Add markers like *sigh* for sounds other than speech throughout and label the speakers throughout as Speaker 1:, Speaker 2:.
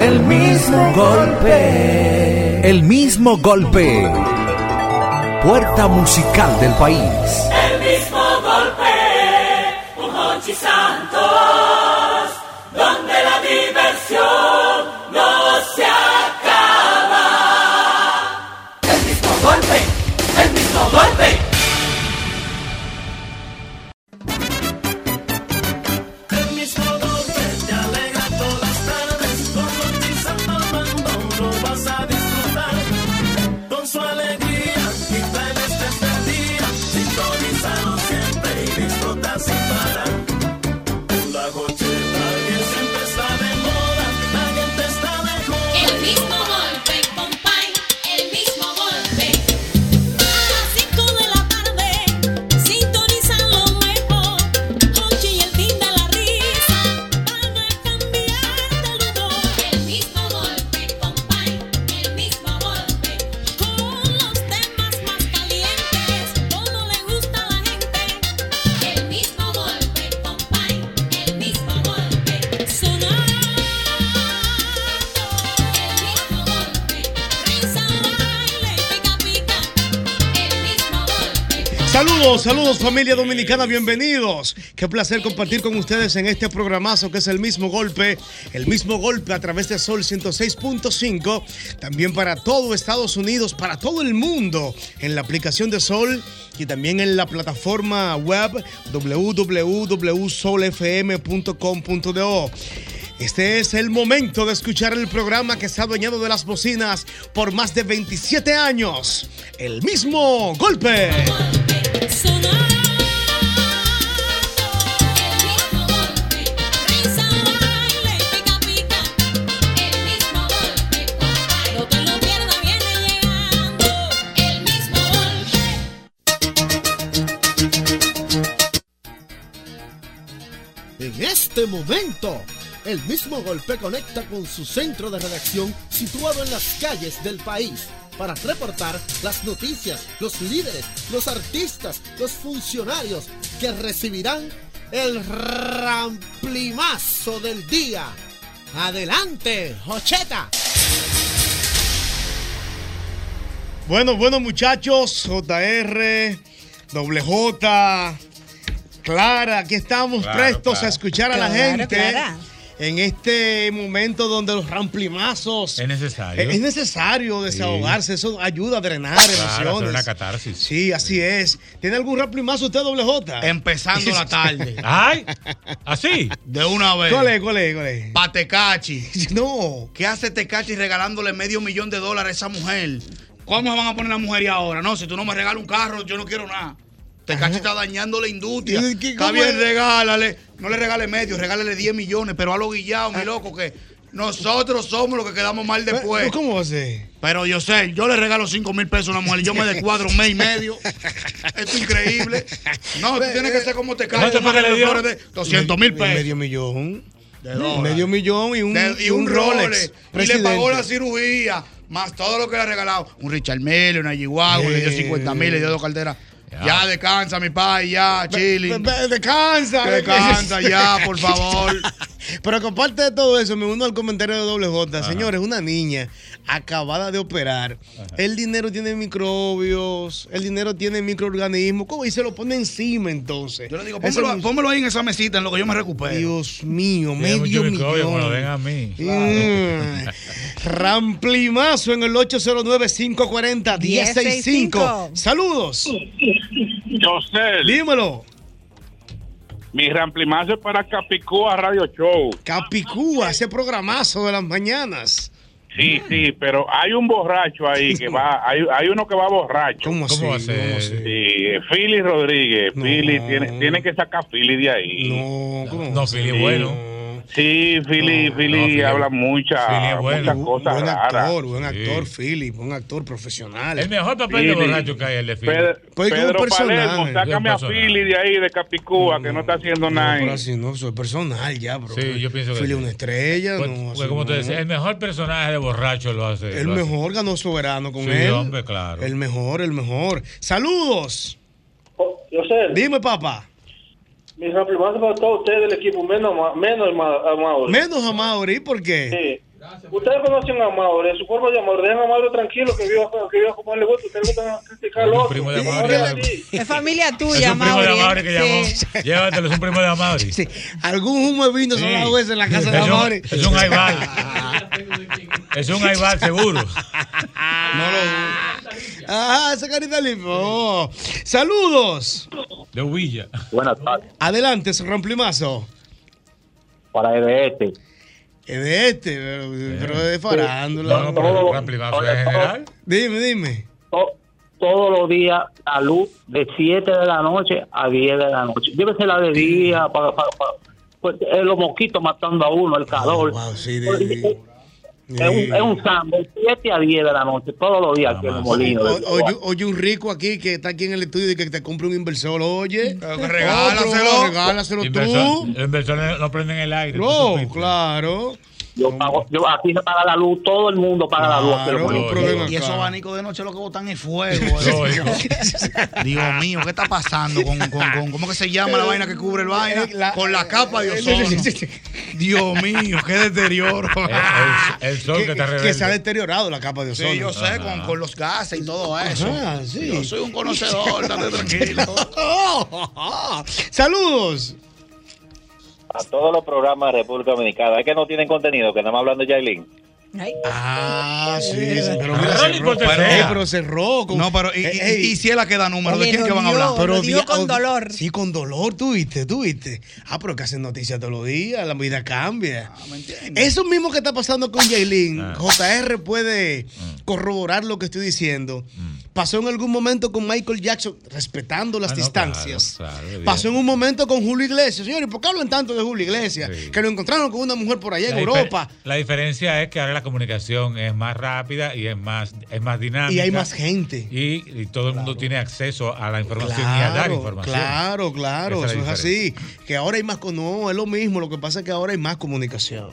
Speaker 1: El mismo golpe.
Speaker 2: El mismo golpe. Puerta musical del país.
Speaker 3: El mismo golpe, un Hochi Santos, donde la diversión no se acaba. El mismo golpe, el mismo golpe. El mismo golpe te alegra todas las tardes, con Hochi Santos mandón lo vas a disfrutar. Con su alegría y planes de este día, sintonizalo siempre y disfruta sin parar. Una gocheta que siempre está de moda, la gente está de moda.
Speaker 4: El mismo golpe, compay, el mismo golpe. A las 5 de la tarde, sintonizan lo nuevo. Hochi y el fin de la risa, van a cambiar de humor. El mismo golpe, compay, el mismo golpe. Con los temas más calientes, como le gusta a la gente. El mismo golpe, compay, el mismo golpe. Sonar. El mismo golpe, risa, baile, pica, pica. El mismo golpe.
Speaker 5: Saludos, saludos familia dominicana, bienvenidos. Qué placer compartir con ustedes en este programazo que es el mismo golpe, el mismo golpe a través de Sol 106.5, también para todo Estados Unidos, para todo el mundo, en la aplicación de Sol y también en la plataforma web www.solfm.com.do. Este es el momento de escuchar el programa que se ha adueñado de las bocinas por más de 27 años. El mismo golpe.
Speaker 4: Risa, baile, pica, pica. El mismo golpe, compay. No te lo pierdas, viene llegando. El mismo golpe.
Speaker 6: En este momento, el mismo golpe conecta con su centro de redacción situado en las calles del país para reportar las noticias, los líderes, los artistas, los funcionarios que recibirán el ramplimazo del día. Adelante, Jocheta.
Speaker 5: Bueno, bueno muchachos, JR, doble J, Clara, aquí estamos
Speaker 7: Claro,
Speaker 5: prestos
Speaker 7: claro.
Speaker 5: a escuchar a la
Speaker 8: Claro,
Speaker 5: gente
Speaker 8: Clara.
Speaker 5: en este momento donde los ramplimazos... eh,
Speaker 7: Es necesario.
Speaker 5: Es necesario desahogarse, eso ayuda a drenar
Speaker 7: Claro, hacer
Speaker 5: emociones.
Speaker 7: una catarsis.
Speaker 5: Sí, así es. ¿Tiene algún ramplimazo usted, doble J? *laughs*
Speaker 9: Empezando la tarde.
Speaker 7: *laughs* Ay, así.
Speaker 9: De una vez.
Speaker 5: ¿Cuál es, cuál es, cuál es?
Speaker 9: Patecachi.
Speaker 5: *laughs* No.
Speaker 9: ¿Qué hace Tecachi regalándole medio millón de dólares a esa mujer? ¿Cómo se van a poner las mujeres ahora? No, si tú no me regalas un carro, yo no quiero nada. Tecachi está dañando la industria.
Speaker 5: ¿Y qué-
Speaker 9: Está
Speaker 5: cómo
Speaker 9: bien,
Speaker 5: es?
Speaker 9: regálale. No le regale medio, regálale 10 millones, pero a lo guillado, mi loco, que nosotros somos los que quedamos mal después.
Speaker 5: Ah. ¿Cómo va a ser?
Speaker 9: Pero yo sé, yo le regalo 5 mil pesos a una mujer, yo me descuadro un mes y medio. Esto es increíble. No, tú tienes
Speaker 5: eh,
Speaker 9: que ser como te cae.
Speaker 7: ¿Cuánto fue que le dio?
Speaker 9: 200 mil pesos.
Speaker 5: Medio millón.
Speaker 9: De dólares.
Speaker 5: Medio millón y un,
Speaker 9: De- y un Rolex. Y le pagó
Speaker 5: presidente.
Speaker 9: la cirugía, más todo lo que le ha regalado. Un Richard Mille, una Chihuahua, le dio
Speaker 5: Eh.
Speaker 9: 50 mil, le dio dos calderas.
Speaker 7: Ya.
Speaker 9: Ya, descansa, mi pai, ya, chile.
Speaker 5: Ve- ve- Descansa.
Speaker 9: Que descansa ya,
Speaker 5: *laughs*
Speaker 9: por favor.
Speaker 5: Pero que aparte de todo eso, me uno al comentario de Doble J. Señores, una niña acabada de operar. El dinero tiene microbios, el dinero tiene microorganismos. ¿Cómo? Y se lo pone encima entonces.
Speaker 9: Yo le digo,
Speaker 5: Eso
Speaker 9: pónmelo,
Speaker 5: no-
Speaker 9: pónmelo ahí en esa mesita, en lo que yo me recupero.
Speaker 5: Dios mío,
Speaker 7: Tiene
Speaker 5: medio
Speaker 7: mucho microbio,
Speaker 5: millón.
Speaker 7: me lo den a mí.
Speaker 5: Mm. Ramplimazo en el 809-540-1065. Saludos.
Speaker 10: José,
Speaker 5: Dímelo.
Speaker 10: mi ramplimazo es para Capicúa Radio Show.
Speaker 5: Capicúa, ese programazo de las mañanas.
Speaker 10: Sí, sí, pero hay un borracho ahí
Speaker 5: *laughs*
Speaker 10: que va, hay, hay uno que va borracho.
Speaker 5: ¿Cómo,
Speaker 7: ¿Cómo va a
Speaker 5: así?
Speaker 7: ser?
Speaker 5: ¿Cómo así?
Speaker 10: Sí, eh, Philly Rodríguez,
Speaker 5: No.
Speaker 10: Philly, tiene, tiene que sacar a Philly de ahí.
Speaker 5: No, ¿cómo
Speaker 7: No,
Speaker 5: así?
Speaker 7: Philly es bueno.
Speaker 5: No.
Speaker 10: Sí, Philly,
Speaker 5: No,
Speaker 10: Philly
Speaker 7: no, Philly-
Speaker 10: habla mucha,
Speaker 7: Philly es bueno.
Speaker 10: muchas
Speaker 5: Bu-
Speaker 10: cosas
Speaker 5: buen
Speaker 10: raras.
Speaker 5: actor, buen actor,
Speaker 7: Sí.
Speaker 5: Philip, un actor profesional.
Speaker 7: El mejor papel de
Speaker 10: Sí, sí.
Speaker 7: borracho que hay es el de Phil.
Speaker 10: Pedro,
Speaker 5: Pues, como
Speaker 10: Pedro
Speaker 5: personaje,
Speaker 10: Palermo, sácame a
Speaker 7: como personaje.
Speaker 10: Philly de ahí, de Capicúa, que no está haciendo
Speaker 5: No,
Speaker 10: nada.
Speaker 5: pero así no, soy personal ya, bro.
Speaker 7: Sí, yo pienso que
Speaker 5: Philip
Speaker 7: sí.
Speaker 5: una estrella,
Speaker 7: Pues,
Speaker 5: no,
Speaker 7: pues,
Speaker 5: así
Speaker 7: como te
Speaker 5: no.
Speaker 7: decía, el mejor personaje de borracho lo hace.
Speaker 5: El
Speaker 7: lo hace.
Speaker 5: mejor ganó soberano con
Speaker 7: Sí,
Speaker 5: él.
Speaker 7: hombre, claro.
Speaker 5: El mejor, el mejor. Saludos.
Speaker 11: Oh, Yo sé,
Speaker 5: Dime, papá.
Speaker 11: mis reprimandas para todos ustedes del equipo, menos, a Ma- menos a Ma- a Mauri.
Speaker 5: Menos a Mauri, ¿por qué?
Speaker 11: Sí.
Speaker 12: Ustedes conocen a Maure, su cuerpo de Maure, dejen a Maure tranquilo que viva, que viva como a él le gusta, ustedes gustan criticarlo.
Speaker 7: primo de Mauri.
Speaker 13: Es familia
Speaker 7: Es
Speaker 13: tuya,
Speaker 7: un primo de
Speaker 13: Mauri. este,
Speaker 7: Amaury que llamó.
Speaker 13: Sí.
Speaker 7: Llévatelo, es un primo de Amaury.
Speaker 5: Algún humo de vino se
Speaker 7: Sí.
Speaker 5: ha dado ese en la casa de
Speaker 7: Es un-
Speaker 5: Amaury.
Speaker 7: Es un aibal. Es un aibal seguro.
Speaker 5: No lo Ah, esa carita limpo. Saludos.
Speaker 7: De Huilla.
Speaker 11: Buenas tardes.
Speaker 5: Adelante, ese romplimazo.
Speaker 11: Para E EBS.
Speaker 5: Es de este, pero,
Speaker 7: Eh.
Speaker 5: pero es de farándula.
Speaker 11: No, no, pero el
Speaker 7: romplimazo
Speaker 11: es general.
Speaker 5: Dime, dime.
Speaker 11: To- todos los días la luz de 7 de la noche a 10 de la noche. Llévese la de día para, para- para- pues, eh, los mosquitos matando a uno, el calor.
Speaker 5: Ah,
Speaker 11: Pues, Es un, es un sambo, de 7 a 10 de la noche, todos los días aquí en los molinos.
Speaker 5: Ah, O- oye, oye, un rico aquí que está aquí en el estudio y que te compre un inversor, oye.
Speaker 7: que regálaselo.
Speaker 5: Otro, Regálaselo
Speaker 7: Inversor-
Speaker 5: tú.
Speaker 7: Los inversores no prenden el aire.
Speaker 5: No, claro.
Speaker 11: Yo pago, yo, aquí se paga la luz, todo el mundo paga la luz. aquí en los molinos.
Speaker 9: Y esos abanicos de noche lo que botan es fuego.
Speaker 7: *laughs*
Speaker 9: eh. *laughs* Dios mío, ¿qué está pasando con, con- con- cómo que se llama la vaina que cubre el vaina?
Speaker 5: eh,
Speaker 9: con la capa de ozono. *laughs* Dios mío, qué deterioro.
Speaker 7: Eh, El, el sol que, está
Speaker 5: Que,
Speaker 7: rebelde.
Speaker 5: se ha deteriorado la capa de ozono.
Speaker 9: Sí, yo sé, con, con los gases y todo eso.
Speaker 5: Ajá, sí.
Speaker 9: Yo soy un conocedor, *laughs* date pues, tranquilo.
Speaker 5: *laughs* Saludos.
Speaker 14: A todos los programas de República Dominicana. Es que no tienen contenido, que nada más hablando de Yailin.
Speaker 5: Ah, sí, sí, pero
Speaker 9: Ah, no
Speaker 5: mira,
Speaker 9: le
Speaker 5: cerró,
Speaker 9: importa
Speaker 5: pero,
Speaker 9: sea.
Speaker 5: eh, pero cerró. Con, Eh,
Speaker 9: No, pero y, y- y si él la queda número, ¿de quién que van a hablar?
Speaker 5: Pero dia- o- Sí, con dolor, tú viste, tú viste. Ah, pero que hacen noticias todos los días, la vida cambia. Eso mismo que está pasando con Yailin,
Speaker 7: Ah.
Speaker 5: JR puede
Speaker 7: Mm.
Speaker 5: corroborar lo que estoy diciendo. Pasó en algún momento con Michael Jackson, respetando
Speaker 7: Ah,
Speaker 5: las distancias. Pasó en un momento con Julio Iglesias. Señores, ¿por qué hablan tanto de Julio Iglesias? Que lo encontraron con una mujer por allá en
Speaker 7: La difer-
Speaker 5: Europa.
Speaker 7: La diferencia es que ahora la comunicación es más rápida y es más, es más dinámica.
Speaker 5: Y hay más gente.
Speaker 7: Y, y todo el mundo tiene acceso a la información y a dar información.
Speaker 5: Claro, claro,
Speaker 7: Esa
Speaker 5: eso
Speaker 7: es
Speaker 5: es
Speaker 7: la
Speaker 5: así. Que ahora hay más. con- No, es lo mismo. Lo que pasa es que ahora hay más comunicación.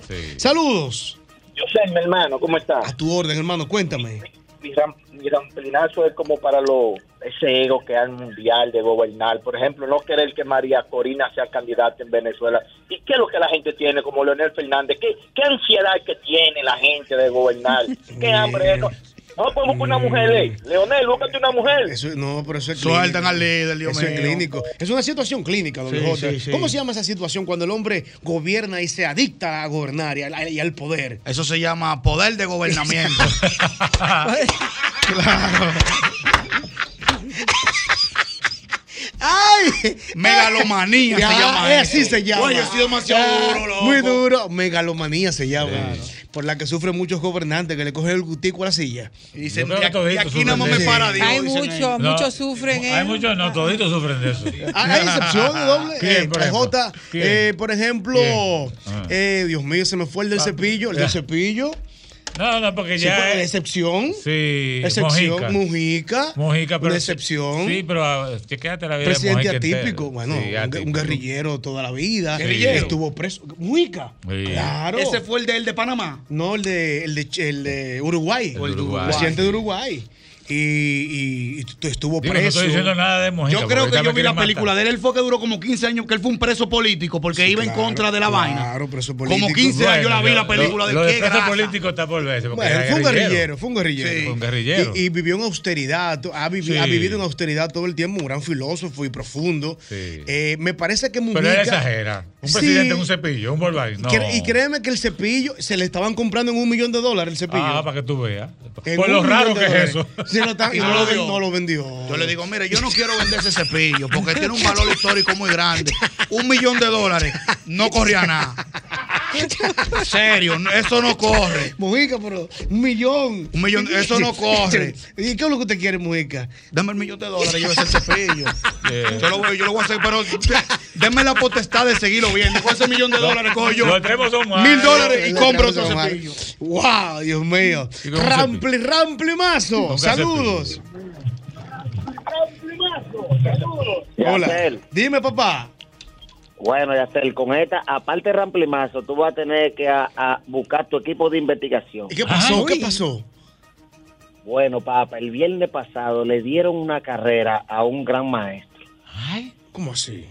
Speaker 5: Saludos.
Speaker 12: Yo sé, mi hermano, ¿cómo estás?
Speaker 5: A tu orden, hermano, cuéntame.
Speaker 12: mi, ram- mi ramplinazo es como para lo, ese ego que hay al mundial de gobernar. Por ejemplo, no querer que María Corina sea candidata en Venezuela. ¿Y qué es lo que la gente tiene como Leonel Fernández? ¿Qué, qué ansiedad que tiene la gente de gobernar?
Speaker 5: Mm.
Speaker 12: ¿Qué hambre es? No, no
Speaker 11: pues,
Speaker 12: podemos buscar una mujer, eh. Leonel, búscate una mujer.
Speaker 5: Eso, no, pero eso es
Speaker 9: Sueltan
Speaker 5: clínico.
Speaker 9: al líder, Dios
Speaker 5: Eso es
Speaker 9: mío.
Speaker 5: clínico. Es una situación clínica, don
Speaker 9: Sí,
Speaker 5: Quijote.
Speaker 9: sí, sí.
Speaker 5: ¿Cómo se llama esa situación cuando el hombre gobierna y se adicta a gobernar y al, y al poder?
Speaker 9: Eso se llama poder de
Speaker 5: *laughs*
Speaker 9: gobernamiento.
Speaker 6: *laughs*
Speaker 5: ¡Ay!
Speaker 9: Megalomanía
Speaker 5: Ya,
Speaker 9: se llama
Speaker 5: es Así
Speaker 9: eso.
Speaker 5: se llama.
Speaker 9: Oye, ha sido demasiado
Speaker 5: Ah,
Speaker 9: duro, loco.
Speaker 5: Muy duro. Megalomanía se llama. Por la que sufren muchos gobernantes que le cogen el gustico a la silla.
Speaker 9: Y dicen, "De aquí- de aquí nada más me para Dios",
Speaker 13: Hay
Speaker 9: dicen
Speaker 13: muchos,
Speaker 9: ellos.
Speaker 13: muchos sufren.
Speaker 7: Hay muchos, no, toditos sufren de eso.
Speaker 5: Ah, Hay excepciones, doble.
Speaker 7: ¿Quién,
Speaker 5: Eh,
Speaker 7: por ejemplo?
Speaker 5: J,
Speaker 7: ¿Quién?
Speaker 5: eh, por ejemplo,
Speaker 7: Ah.
Speaker 5: eh, Dios mío, se me fue el del cepillo. El del cepillo.
Speaker 7: No, no, porque
Speaker 5: Sí,
Speaker 7: ya.
Speaker 5: pero
Speaker 7: es-
Speaker 5: excepción.
Speaker 7: Sí,
Speaker 5: Excepción.
Speaker 7: Mojica.
Speaker 5: Mujica.
Speaker 7: Mojica, pero.
Speaker 5: Una excepción.
Speaker 7: Sí, pero ah, que quédate la vida. de
Speaker 5: Presidente
Speaker 7: Mojica entera.
Speaker 5: atípico, bueno,
Speaker 7: Sí,
Speaker 5: un- un,
Speaker 7: atípico.
Speaker 5: guerrillero toda la vida.
Speaker 7: Guerrillero.
Speaker 5: Estuvo preso. Mujica.
Speaker 7: Sí.
Speaker 5: Claro.
Speaker 9: Ese fue el de, el de Panamá.
Speaker 5: No, el de, el de, el de Uruguay.
Speaker 7: El de Uruguay.
Speaker 5: Presidente de Uruguay. Y, y- y tu- estuvo
Speaker 7: Digo,
Speaker 5: preso.
Speaker 7: no estoy diciendo nada de Mojica.
Speaker 9: Yo
Speaker 7: porque
Speaker 9: creo
Speaker 7: ahorita
Speaker 9: que yo
Speaker 7: me
Speaker 9: vi la
Speaker 7: quieren
Speaker 9: película
Speaker 7: matar.
Speaker 9: de él. Él fue que duró como 15 años, que él fue un preso político porque iba en contra de la vaina.
Speaker 5: Claro, preso
Speaker 9: Como 15 años la vi la película
Speaker 7: lo,
Speaker 9: de
Speaker 7: lo
Speaker 9: qué
Speaker 7: preso
Speaker 9: grasa.
Speaker 7: político está por verse. porque
Speaker 5: Bueno,
Speaker 7: era
Speaker 5: fue un guerrillero, fue un guerrillero.
Speaker 7: Sí. Fue un guerrillero.
Speaker 5: Y, y vivió en austeridad, to- ha, vivi-
Speaker 7: Sí.
Speaker 5: ha vivido en austeridad todo el tiempo, un gran filósofo y profundo.
Speaker 7: Sí.
Speaker 5: Eh, me parece que Mujica...
Speaker 7: Pero él exagera. Un
Speaker 5: Sí.
Speaker 7: presidente en un cepillo, un Volkswagen. No.
Speaker 5: Cre- Y créeme que el cepillo, se le estaban comprando en un millón de dólares el cepillo.
Speaker 7: Ah, para que tú veas.
Speaker 5: En
Speaker 7: Por
Speaker 5: un
Speaker 7: lo raro
Speaker 5: millón
Speaker 7: que
Speaker 5: de
Speaker 7: es eso.
Speaker 5: dólares. Sí,
Speaker 7: *laughs*
Speaker 5: lo está- y
Speaker 9: Y
Speaker 5: no,
Speaker 9: no
Speaker 5: lo
Speaker 9: lo
Speaker 5: ven-
Speaker 9: dio.
Speaker 5: no lo vendió.
Speaker 9: Yo le digo, mire, yo no quiero vender ese cepillo porque tiene un valor histórico muy grande. Un millón de dólares no corría nada. Serio, no- eso no corre.
Speaker 5: *laughs* Mujica, pero un millón.
Speaker 9: Un millón, eso
Speaker 5: *laughs*
Speaker 9: no corre.
Speaker 5: ¿Y qué es lo que usted quiere, Mujica?
Speaker 9: Dame el millón de dólares, yo ese cepillo. Yo lo, voy- yo lo voy a hacer, pero denme la potestad de seguirlo viendo. Con ese millón de dólares cojo yo.
Speaker 7: Los extremos son malos.
Speaker 9: Mil dólares y
Speaker 5: Los
Speaker 9: compro
Speaker 5: extremos
Speaker 9: otro
Speaker 5: son
Speaker 9: cepillo.
Speaker 5: ¡Wow! Dios mío.
Speaker 7: Y con un
Speaker 5: Rampli, rampli mazo.
Speaker 7: un
Speaker 5: Saludos.
Speaker 14: Hola.
Speaker 5: Dime, papá.
Speaker 14: Bueno, Yacel, con esta, aparte de Ramplimazo, tú vas a tener que a- a buscar tu equipo de investigación.
Speaker 5: ¿Y qué pasó? ¿Qué pasó?
Speaker 14: Bueno, papá, el viernes pasado le dieron una carrera a un gran maestro.
Speaker 5: ¿Cómo así?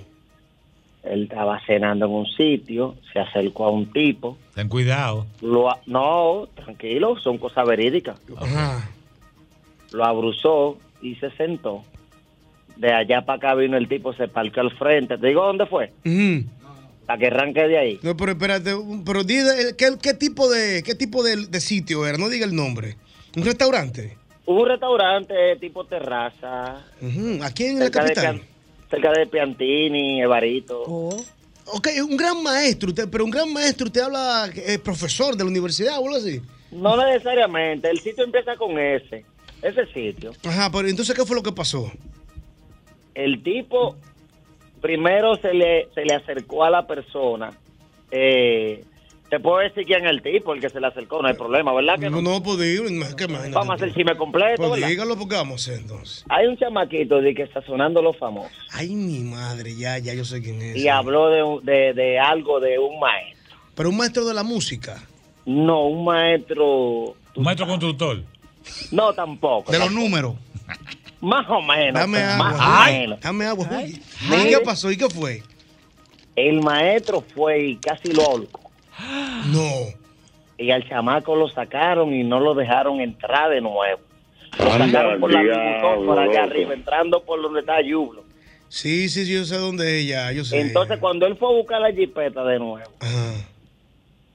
Speaker 14: Él estaba cenando en un sitio, se acercó a un tipo,
Speaker 7: Ten cuidado.
Speaker 14: Lo a- no, tranquilo, son cosas verídicas. Lo abruzó y se sentó. De allá para acá vino el tipo, se parqueó al frente. ¿Te digo dónde fue? Para que arranque de ahí.
Speaker 5: No, pero espérate, un- pero di de- ¿qué, qué tipo, de, qué tipo de, de sitio era? No diga el nombre. ¿Un restaurante?
Speaker 14: Hubo un restaurante tipo terraza.
Speaker 5: Ujú, ¿Aquí en la
Speaker 14: cerca de
Speaker 5: capital? Oh.
Speaker 14: Pian- cerca de Piantini, Evarito.
Speaker 5: Ok, un gran maestro, usted- pero un gran maestro, usted habla eh, profesor de la universidad o algo así.
Speaker 14: No necesariamente, el sitio empieza con S. Ese sitio.
Speaker 5: Ajá, pero entonces, ¿qué fue lo que pasó?
Speaker 14: el tipo primero se le, se le acercó a la persona. Eh, te puedo decir quién es el tipo, el que se le acercó, no hay problema, ¿verdad? Ah, Que
Speaker 5: No,
Speaker 14: no?
Speaker 5: no, pues digo, no, es que imagínate.
Speaker 14: Vamos a hacer chisme completo,
Speaker 5: Pues
Speaker 14: ¿verdad?
Speaker 5: dígalo porque vamos a hacer entonces.
Speaker 14: Hay un chamaquito de que está sonando los famosos
Speaker 5: Ay, mi madre, ya, ya yo sé quién es.
Speaker 14: y habló de, un- de, de algo de un maestro.
Speaker 5: Pero un maestro de la música.
Speaker 14: No, un maestro...
Speaker 7: Un maestro constructor.
Speaker 14: No, tampoco.
Speaker 9: De los números.
Speaker 14: Más o menos. pues,
Speaker 5: Dame agua.
Speaker 14: más
Speaker 5: Ay,
Speaker 14: o menos.
Speaker 5: Dame agua. Uy, ¿Y
Speaker 14: Mire.
Speaker 5: qué pasó? ¿Y qué fue?
Speaker 14: El maestro fue y casi lo ahorcó.
Speaker 5: No.
Speaker 14: Y al chamaco lo sacaron y no lo dejaron entrar de nuevo. Lo
Speaker 5: Anda,
Speaker 14: sacaron por la
Speaker 5: diablo,
Speaker 14: por allá
Speaker 5: loco.
Speaker 14: arriba, entrando por donde está Yublo.
Speaker 5: Sí, sí, sí, yo sé dónde es ya, Ah, yo sé.
Speaker 14: Entonces, cuando él fue a buscar la jipeta de nuevo,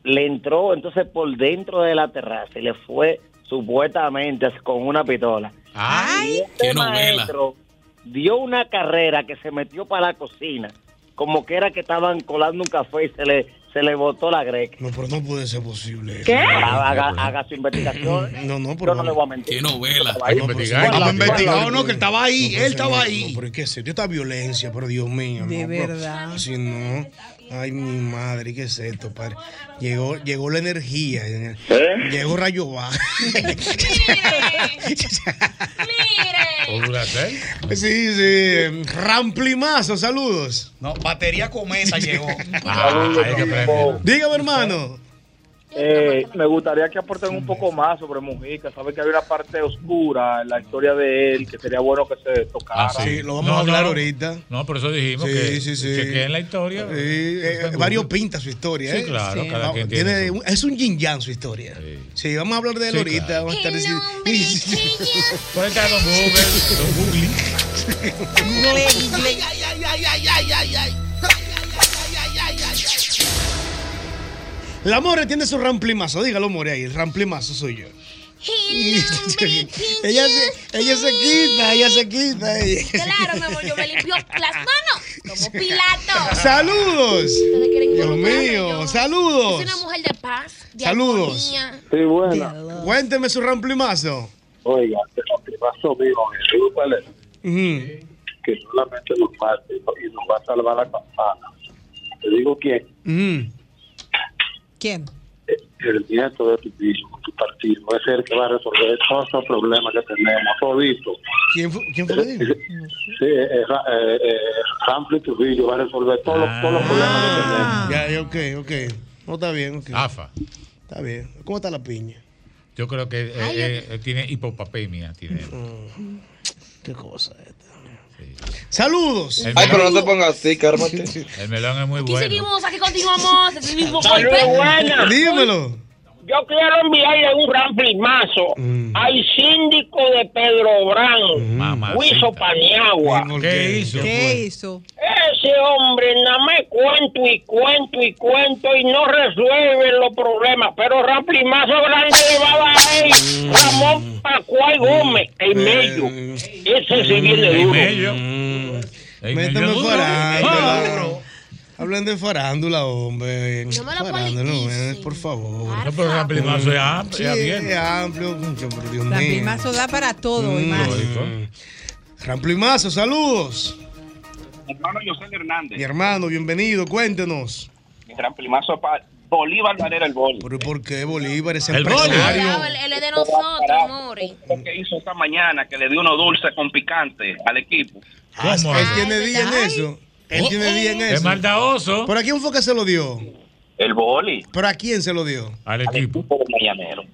Speaker 14: le entró entonces por dentro de la terraza y le fue supuestamente con una pistola. ¡Ay!
Speaker 15: qué novela.
Speaker 14: maestro dio una carrera que se metió para la cocina, como que era que estaban colando un café y se le, se le botó la greca.
Speaker 5: No, pero no puede ser posible.
Speaker 14: ¿Qué? Haga, haga su investigación.
Speaker 5: No, no, Ah,
Speaker 14: Yo no le voy a mentir.
Speaker 5: Qué novela.
Speaker 14: Hay que investigar. Vamos a investigar.
Speaker 9: No, no, que él estaba ahí, él estaba ahí.
Speaker 5: No, pero es que es esto? Esta violencia, por Dios mío.
Speaker 9: De
Speaker 5: no, pero-
Speaker 9: verdad.
Speaker 5: Sí, no. Ay, mi madre, ¿qué es esto, padre? Llegó, llegó la energía.
Speaker 9: ¿Eh?
Speaker 5: Llegó Rayo Bajo. *laughs* Sí, sí. Ramplimazo, saludos.
Speaker 9: No, batería cometa llegó. Ah,
Speaker 5: Dígame, hermano.
Speaker 11: Eh, me gustaría que aporten un poco más sobre Mujica. Sabe que hay una parte oscura en la historia de él que sería bueno que se
Speaker 5: Ah,
Speaker 11: tocara.
Speaker 7: Ah, No, no.
Speaker 5: ahorita.
Speaker 7: No, por eso dijimos
Speaker 5: Sí,
Speaker 7: que
Speaker 5: sí, sí.
Speaker 7: chequeen la historia.
Speaker 5: Sí, eh,
Speaker 7: Está en
Speaker 5: varios
Speaker 7: Google.
Speaker 5: pintas su historia.
Speaker 7: Sí,
Speaker 5: ¿eh?
Speaker 7: claro, cada
Speaker 5: Vamos,
Speaker 7: quien tiene su-
Speaker 5: un- es un yin yang su historia. Sí. vamos a hablar de él
Speaker 7: Sí,
Speaker 5: ahorita.
Speaker 7: claro.
Speaker 5: Vamos a estar diciendo. *laughs*
Speaker 7: Ponete a Don Google, Don Google.
Speaker 15: Ay, ay, ay, ay, ay, ay, ay, ay.
Speaker 5: *laughs* La More tiene su ramplimazo. Dígalo, More, ahí. El ramplimazo soy yo. *laughs* ella, se, ella se quita, ella se quita. ella-
Speaker 16: Claro, mi amor, yo me limpio las manos
Speaker 7: *laughs*
Speaker 16: como Pilato.
Speaker 5: ¡Saludos!
Speaker 16: Ustedes quieren
Speaker 5: Dios
Speaker 16: involucrarme,
Speaker 5: mío,
Speaker 16: yo-
Speaker 5: saludos.
Speaker 16: Es una mujer de paz, de
Speaker 5: Saludos.
Speaker 16: armonía.
Speaker 11: Sí, buena.
Speaker 5: Cuénteme su ramplimazo.
Speaker 11: Oiga, lo que pasó mío en el grupo él es
Speaker 5: Ujú.
Speaker 11: pues, que solamente nos parte y nos va a salvar la campana. Te digo quién,
Speaker 7: Mm.
Speaker 13: ¿Quién?
Speaker 11: el nieto de tu piso, tu partido, es el que va a resolver todos los problemas que tenemos, todito.
Speaker 5: ¿Quién fue, quién fue que dijo?
Speaker 11: Sí, eh, eh, Ra- eh, eh, Ramfli Trujillo va a resolver todos los, todos
Speaker 5: Ah.
Speaker 11: los problemas que tenemos.
Speaker 7: Ah.
Speaker 5: Ya, ya, ok, ok. No está bien, ok. AFA. Está bien. ¿Cómo está la piña?
Speaker 7: Yo creo que eh,
Speaker 5: Ay,
Speaker 7: eh, eh, tiene hipopapemia. Tiene.
Speaker 5: Qué cosa esta. Saludos.
Speaker 7: Ay, pero no te
Speaker 3: pongas así, cármate.
Speaker 7: El
Speaker 5: *laughs*
Speaker 7: melón es muy
Speaker 16: Aquí
Speaker 7: bueno.
Speaker 16: seguimos, aquí continuamos. Es el mismo
Speaker 3: Saludos,
Speaker 16: golpe.
Speaker 3: buena.
Speaker 5: Dímelo.
Speaker 3: Yo quiero enviarle un gran primazo
Speaker 7: Mm.
Speaker 3: al síndico de Pedro Brán, Huizo Paniagua.
Speaker 7: Mm. ¿Qué hizo?
Speaker 13: ¿Qué hizo?
Speaker 3: Ese hombre nada más cuento y cuento y cuento y no resuelve los problemas. Pero gran primazo grande le va a dar a él, Ramón Pacuay Gómez,
Speaker 5: Eh.
Speaker 3: el mello. Ese sí viene
Speaker 7: Mm.
Speaker 3: duro.
Speaker 5: Métame
Speaker 15: duro.
Speaker 7: Ah.
Speaker 5: farándula. Hablan de farándula, hombre.
Speaker 15: No me lo
Speaker 5: farándula, eh, por favor.
Speaker 7: No, pero el ramplimazo es
Speaker 5: Sí,
Speaker 7: amplio, es abierto.
Speaker 5: es amplio, mucho, por Dios mío.
Speaker 13: Ramplimazo da para todo y
Speaker 5: Mm.
Speaker 13: más.
Speaker 5: Ramplimazo, saludos.
Speaker 17: hermano José Hernández.
Speaker 5: Mi hermano, bienvenido, cuéntenos.
Speaker 17: Mi gran primazo para Bolívar Varela el gol.
Speaker 5: ¿Pero por qué Bolívar es
Speaker 17: El gol.
Speaker 5: empresario?
Speaker 16: Claro, él- él es de nosotros, amores.
Speaker 17: Lo que hizo esta mañana, que le dio uno dulce con picante al equipo.
Speaker 5: Ah,
Speaker 16: Oh,
Speaker 5: Él tiene día en eso. Él tiene día en
Speaker 17: Es
Speaker 5: eso.
Speaker 17: maldadoso.
Speaker 5: ¿Por a quién fue que se lo dio?
Speaker 18: El boli.
Speaker 5: ¿Pero a quién se lo dio?
Speaker 7: Al equipo.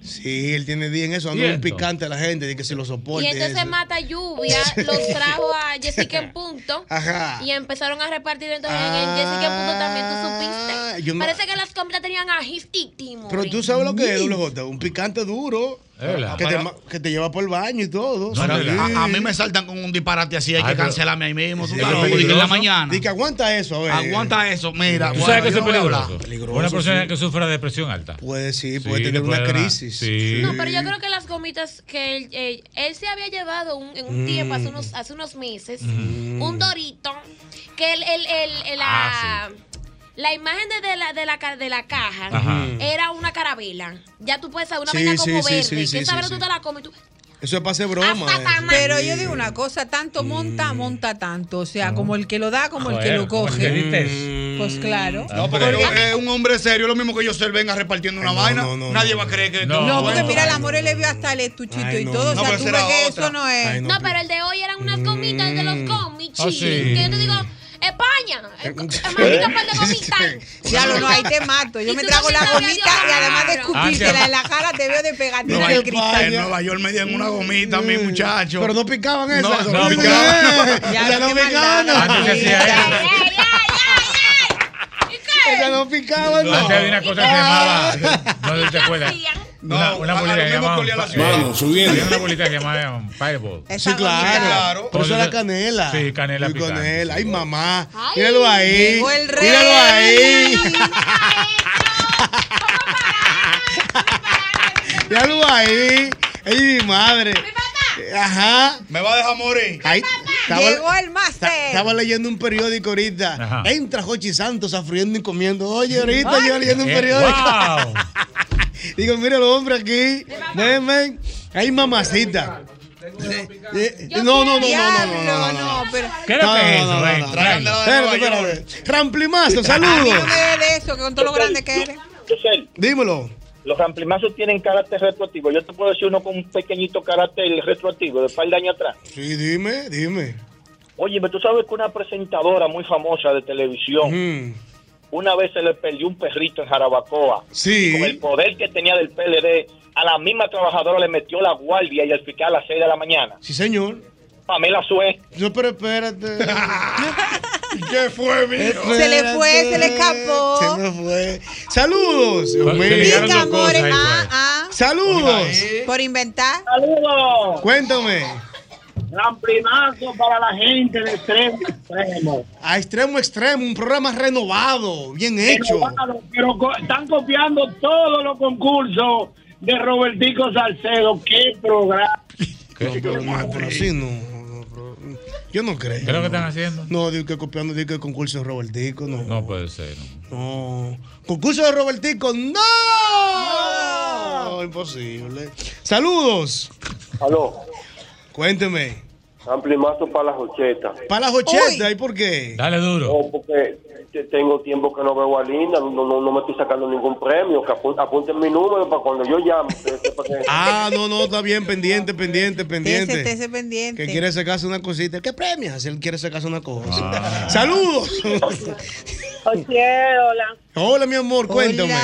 Speaker 5: Sí, él tiene día en eso. Anda un picante a la gente de que se lo
Speaker 16: Y
Speaker 5: soporte.
Speaker 16: entonces
Speaker 5: eso.
Speaker 16: Mata Lluvia los trajo a Jessica en punto
Speaker 5: *laughs* Ajá. Ah,
Speaker 16: y empezaron a repartir entonces en el Jessica en punto también tú supiste.
Speaker 5: yo no-
Speaker 16: Parece que las compras tenían ají y timo.
Speaker 5: Pero tú sabes lo que es, WJ, un picante duro
Speaker 9: Es verdad.
Speaker 5: que te,
Speaker 9: Para-
Speaker 5: ma- que te lleva por el baño y todo.
Speaker 9: Pero
Speaker 5: Sí.
Speaker 9: a, a mí me saltan con un disparate así, hay
Speaker 5: Ay,
Speaker 9: que
Speaker 5: pero-
Speaker 9: cancelarme ahí mismo. tú
Speaker 5: Sí,
Speaker 9: sabes,
Speaker 5: es
Speaker 9: porque en la
Speaker 5: peligroso.
Speaker 9: mañana.
Speaker 5: Di que aguanta eso, a ver.
Speaker 13: Ah.
Speaker 9: Aguanta eso, mira.
Speaker 7: ¿Tú sabes que eso
Speaker 9: bueno,
Speaker 7: es
Speaker 9: yo no voy a
Speaker 7: peligroso?
Speaker 9: hablar.
Speaker 7: Una persona
Speaker 9: sí.
Speaker 7: que sufra de depresión alta.
Speaker 5: Puede sí,
Speaker 7: puede
Speaker 5: tener una
Speaker 7: dar-
Speaker 5: crisis.
Speaker 7: Sí.
Speaker 16: No, pero yo creo que las gomitas que él, eh, él se había llevado un- en un
Speaker 7: Mm.
Speaker 16: tiempo, hace unos, hace unos meses,
Speaker 7: Mm.
Speaker 16: un dorito, que el, el- el- el- la,
Speaker 5: Ah,
Speaker 16: la imagen de, de la, de, la, ca- de la caja
Speaker 5: Ajá.
Speaker 16: era una carabela. Ya tú puedes saber, una
Speaker 5: Sí,
Speaker 16: vaina
Speaker 5: sí,
Speaker 16: como
Speaker 5: sí,
Speaker 16: verde.
Speaker 5: sí,
Speaker 16: que
Speaker 5: sí,
Speaker 16: esa
Speaker 5: sí,
Speaker 16: vaina
Speaker 5: sí.
Speaker 16: tú te la comes. Ah, Tú,
Speaker 5: Eso es para hacer broma.
Speaker 16: Ah,
Speaker 5: eh. eso.
Speaker 13: Pero yo digo una cosa, tanto monta, monta tanto. O sea, como el que lo da, como el que
Speaker 9: Joder,
Speaker 13: lo
Speaker 9: como el
Speaker 13: coge.
Speaker 9: que Ah, dices.
Speaker 13: Pues claro.
Speaker 9: No, porque es un hombre serio, lo mismo que yo ser, venga repartiendo una vaina. Nadie va a creer que.
Speaker 13: No,
Speaker 9: que-
Speaker 13: porque
Speaker 9: bueno.
Speaker 13: mira, la More le vio hasta el estuchito
Speaker 9: Ay,
Speaker 13: y
Speaker 9: no,
Speaker 13: todo.
Speaker 9: no.
Speaker 13: o sea,
Speaker 9: No,
Speaker 13: tú
Speaker 9: pero
Speaker 13: ves
Speaker 9: será
Speaker 13: que
Speaker 9: otra.
Speaker 13: eso no es.
Speaker 5: Ay, Mm.
Speaker 16: no, pero el de hoy eran unas gomitas de los gomichis.
Speaker 5: Ah, sí.
Speaker 16: Que yo te digo, España,
Speaker 5: *laughs*
Speaker 16: eh, maldita par de gomitas.
Speaker 13: Ya lo no, ahí te mato. Yo
Speaker 16: Y
Speaker 13: me
Speaker 16: tú
Speaker 13: trago
Speaker 16: no
Speaker 13: la
Speaker 16: sabes,
Speaker 13: gomita
Speaker 16: Dios.
Speaker 13: y además de
Speaker 9: Ah,
Speaker 13: escupírtela
Speaker 9: sí.
Speaker 13: en la cara te veo de pegatina
Speaker 9: Nueva
Speaker 13: del
Speaker 9: York,
Speaker 13: cristal.
Speaker 9: en Nueva York me dieron una gomita a mí, muchacho.
Speaker 5: Mm. Pero no picaban
Speaker 9: No,
Speaker 5: esas.
Speaker 9: no
Speaker 5: Muy
Speaker 9: picaban. *laughs* Ah,
Speaker 5: bien. *laughs*
Speaker 9: Ya,
Speaker 5: Esas no
Speaker 9: qué maldad,
Speaker 5: picaban.
Speaker 9: no. Antes se hacía
Speaker 5: Esas
Speaker 9: eso.
Speaker 5: Esas no picaban.
Speaker 7: No, antes había una cosa que se llamaba.
Speaker 5: *laughs*
Speaker 7: No sé si te acuerdas.
Speaker 9: No,
Speaker 7: una, una
Speaker 9: a- a
Speaker 7: bolita
Speaker 9: lo
Speaker 7: que
Speaker 9: mismo
Speaker 7: llamaba.
Speaker 9: colía la
Speaker 5: Vamos, subiendo.
Speaker 7: Había una bolita que llamaba um, Fireball.
Speaker 5: Sí, claro. Por eso la canela.
Speaker 7: Sí, canela
Speaker 5: Muy
Speaker 7: picante,
Speaker 5: canela. Ay, mamá.
Speaker 7: Ay,
Speaker 5: Míralo ahí.
Speaker 7: llegó el rey.
Speaker 5: Míralo ahí. Míralo ahí. Ay, mi madre. Ajá.
Speaker 9: Me va a dejar morir.
Speaker 5: Ahí estaba-
Speaker 13: Llegó el máster.
Speaker 5: esta- Estaba leyendo un periódico ahorita. Entra Jochi Santos a friendo y comiendo. Oye, ahorita
Speaker 13: Ay.
Speaker 5: yo leyendo un
Speaker 13: Eh,
Speaker 5: periódico.
Speaker 13: wow.
Speaker 5: *laughs* Digo, mira los hombres aquí. Ven, ven. Hay mamacita. Eh, eh, No, no, no, no, no, no, no, no.
Speaker 13: no, pero.
Speaker 5: ¿Qué era que es eso? Espérate, espérate. Ramplimazo,
Speaker 13: A mí
Speaker 5: saludos.
Speaker 13: no me dé de eso, que con todo lo grande que eres.
Speaker 5: Dímelo.
Speaker 14: Los ramplimazos tienen carácter retroactivo. Yo te puedo decir uno con un pequeñito carácter retroactivo, de par de años atrás.
Speaker 5: Sí, dime, dime.
Speaker 14: Oye, pero tú sabes que una presentadora muy famosa de televisión,
Speaker 5: Mm.
Speaker 14: una vez se le perdió un perrito en Jarabacoa.
Speaker 5: Sí.
Speaker 14: Con el poder que tenía del PLD, a la misma trabajadora le metió la guardia y al picar a las 6 de la mañana.
Speaker 5: Sí, señor.
Speaker 14: Pamela Suez.
Speaker 5: No, pero espérate.
Speaker 9: ¿Qué fue,
Speaker 13: Se le fue, se le escapó.
Speaker 5: Se me fue. Saludos. Dios mío.
Speaker 13: Pica, amores. Ah, ah.
Speaker 5: Saludos.
Speaker 13: Por inventar.
Speaker 5: pues.
Speaker 19: Saludos.
Speaker 5: Cuéntame.
Speaker 19: Ramplimazo para la gente de extremo a extremo.
Speaker 5: A extremo extremo, un programa renovado, bien hecho.
Speaker 19: Renovado, Pero co- están copiando todos los concursos de Robertico Salcedo. ¡Qué programa!
Speaker 5: No, pero, no, pero así no. no, pero- Yo no creo.
Speaker 7: ¿Qué es lo que
Speaker 5: no.
Speaker 7: están haciendo?
Speaker 5: No, digo que copiando, digo que el concurso de Robertico, no.
Speaker 7: No puede ser. no.
Speaker 5: No. Concurso de Robertico, no. Imposible. Saludos.
Speaker 20: *laughs* Aló,
Speaker 5: Cuénteme.
Speaker 20: amplimazo para las ochetas.
Speaker 5: Para las ochetas, ¿y por qué?
Speaker 7: Dale duro.
Speaker 20: No, porque te- tengo tiempo que no veo a Linda, no, no, no me estoy sacando ningún premio. Que apun- apunten mi número para cuando yo llame. ustedes sepan que-
Speaker 11: *laughs*
Speaker 5: Ah, no, no, está bien, pendiente, pendiente,
Speaker 13: Ese,
Speaker 5: pendiente.
Speaker 13: ese pendiente.
Speaker 5: Que quiere sacarse una cosita. ¿Qué premias? Él quiere sacarse una cosa.
Speaker 9: Ah.
Speaker 5: Saludos.
Speaker 2: Oye, hola.
Speaker 5: Hola, mi amor, cuéntame.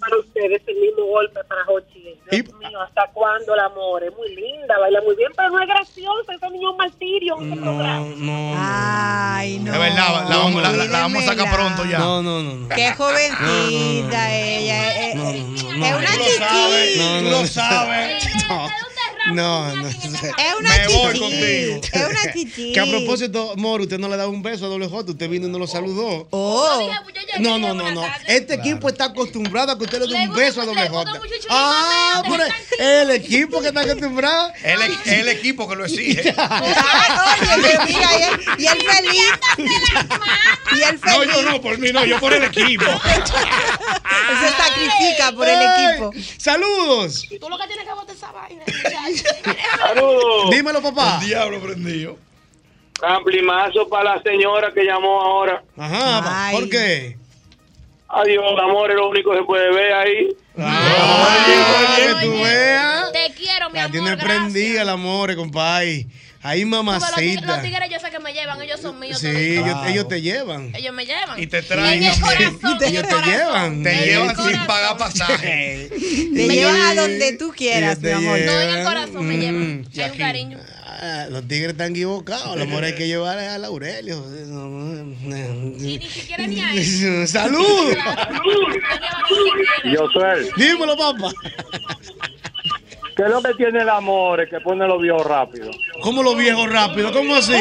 Speaker 2: Para ustedes el mismo golpe para Jochi. Dios mío, ¿hasta cuándo el amor? Es muy linda, baila muy bien, pero no es graciosa. Ese niño es un martirio. un programa.
Speaker 13: Ay, no.
Speaker 9: Es verdad, la, la vamos- la- la- la vamos a sacar pronto ya.
Speaker 5: No, no, no. no.
Speaker 13: Qué jovencita ella. eh, eh, Es una chiquita.
Speaker 5: No,
Speaker 9: Tú
Speaker 5: no,
Speaker 9: lo
Speaker 5: *laughs*
Speaker 9: sabes.
Speaker 5: No, no.
Speaker 13: Es una
Speaker 5: Me voy
Speaker 13: chichi.
Speaker 5: contigo.
Speaker 13: Es una chichi.
Speaker 5: Que a propósito, Moro, usted no le daba un beso a WJ, usted vino y no lo saludó.
Speaker 13: Oh.
Speaker 5: No, no, no, no. Este equipo está acostumbrado a que usted le dé un beso a WJ. Ah, pero el equipo que está acostumbrado.
Speaker 9: El, e-, el equipo que lo
Speaker 5: *laughs*
Speaker 9: exige.
Speaker 13: Oye, pero mira, y él, y él feliz. Y él
Speaker 9: No,
Speaker 13: feliz.
Speaker 9: yo no, por mí no, yo por el equipo.
Speaker 13: Se sacrifica por el
Speaker 5: Ay,
Speaker 13: equipo.
Speaker 5: Saludos.
Speaker 16: Tú lo que tienes que botar esa
Speaker 5: *laughs*
Speaker 16: vaina.
Speaker 5: Dímelo, papá.
Speaker 9: Un diablo prendido.
Speaker 11: Amplimazo para la señora que llamó ahora.
Speaker 5: Ajá, ¿por qué?
Speaker 11: Adiós, amor, es lo único que se puede ver ahí.
Speaker 5: que tú veas.
Speaker 16: Te quiero, mi amor.
Speaker 5: tiene prendida la amor, compadre. Ahí
Speaker 16: Los tig- Los
Speaker 5: mamacita.
Speaker 16: tigres yo sé que me llevan, ellos son míos.
Speaker 5: Sí,
Speaker 16: también.
Speaker 5: ellos, ellos te llevan.
Speaker 16: Ellos me llevan.
Speaker 5: Y te
Speaker 16: traen. En el corazón.
Speaker 5: ellos te llevan.
Speaker 9: Te llevan
Speaker 5: Sí.
Speaker 9: sin pagar pasaje.
Speaker 13: Te llevan a donde tú quieras, mi
Speaker 5: Ellos te
Speaker 13: amor.
Speaker 5: llevan.
Speaker 16: corazón me llevan.
Speaker 5: Mm.
Speaker 16: Hay un cariño.
Speaker 5: Ah, Los tigres están equivocados. La amor hay que llevar a Laurelio. Y
Speaker 16: ni siquiera ni a
Speaker 5: él. *laughs* ¡Salud!
Speaker 11: Yo soy.
Speaker 5: Dímelo, papá.
Speaker 11: ¿Qué es lo que tiene el amor? Es que pone los viejos rápido.
Speaker 5: ¿Cómo los viejos rápido? ¿Cómo así?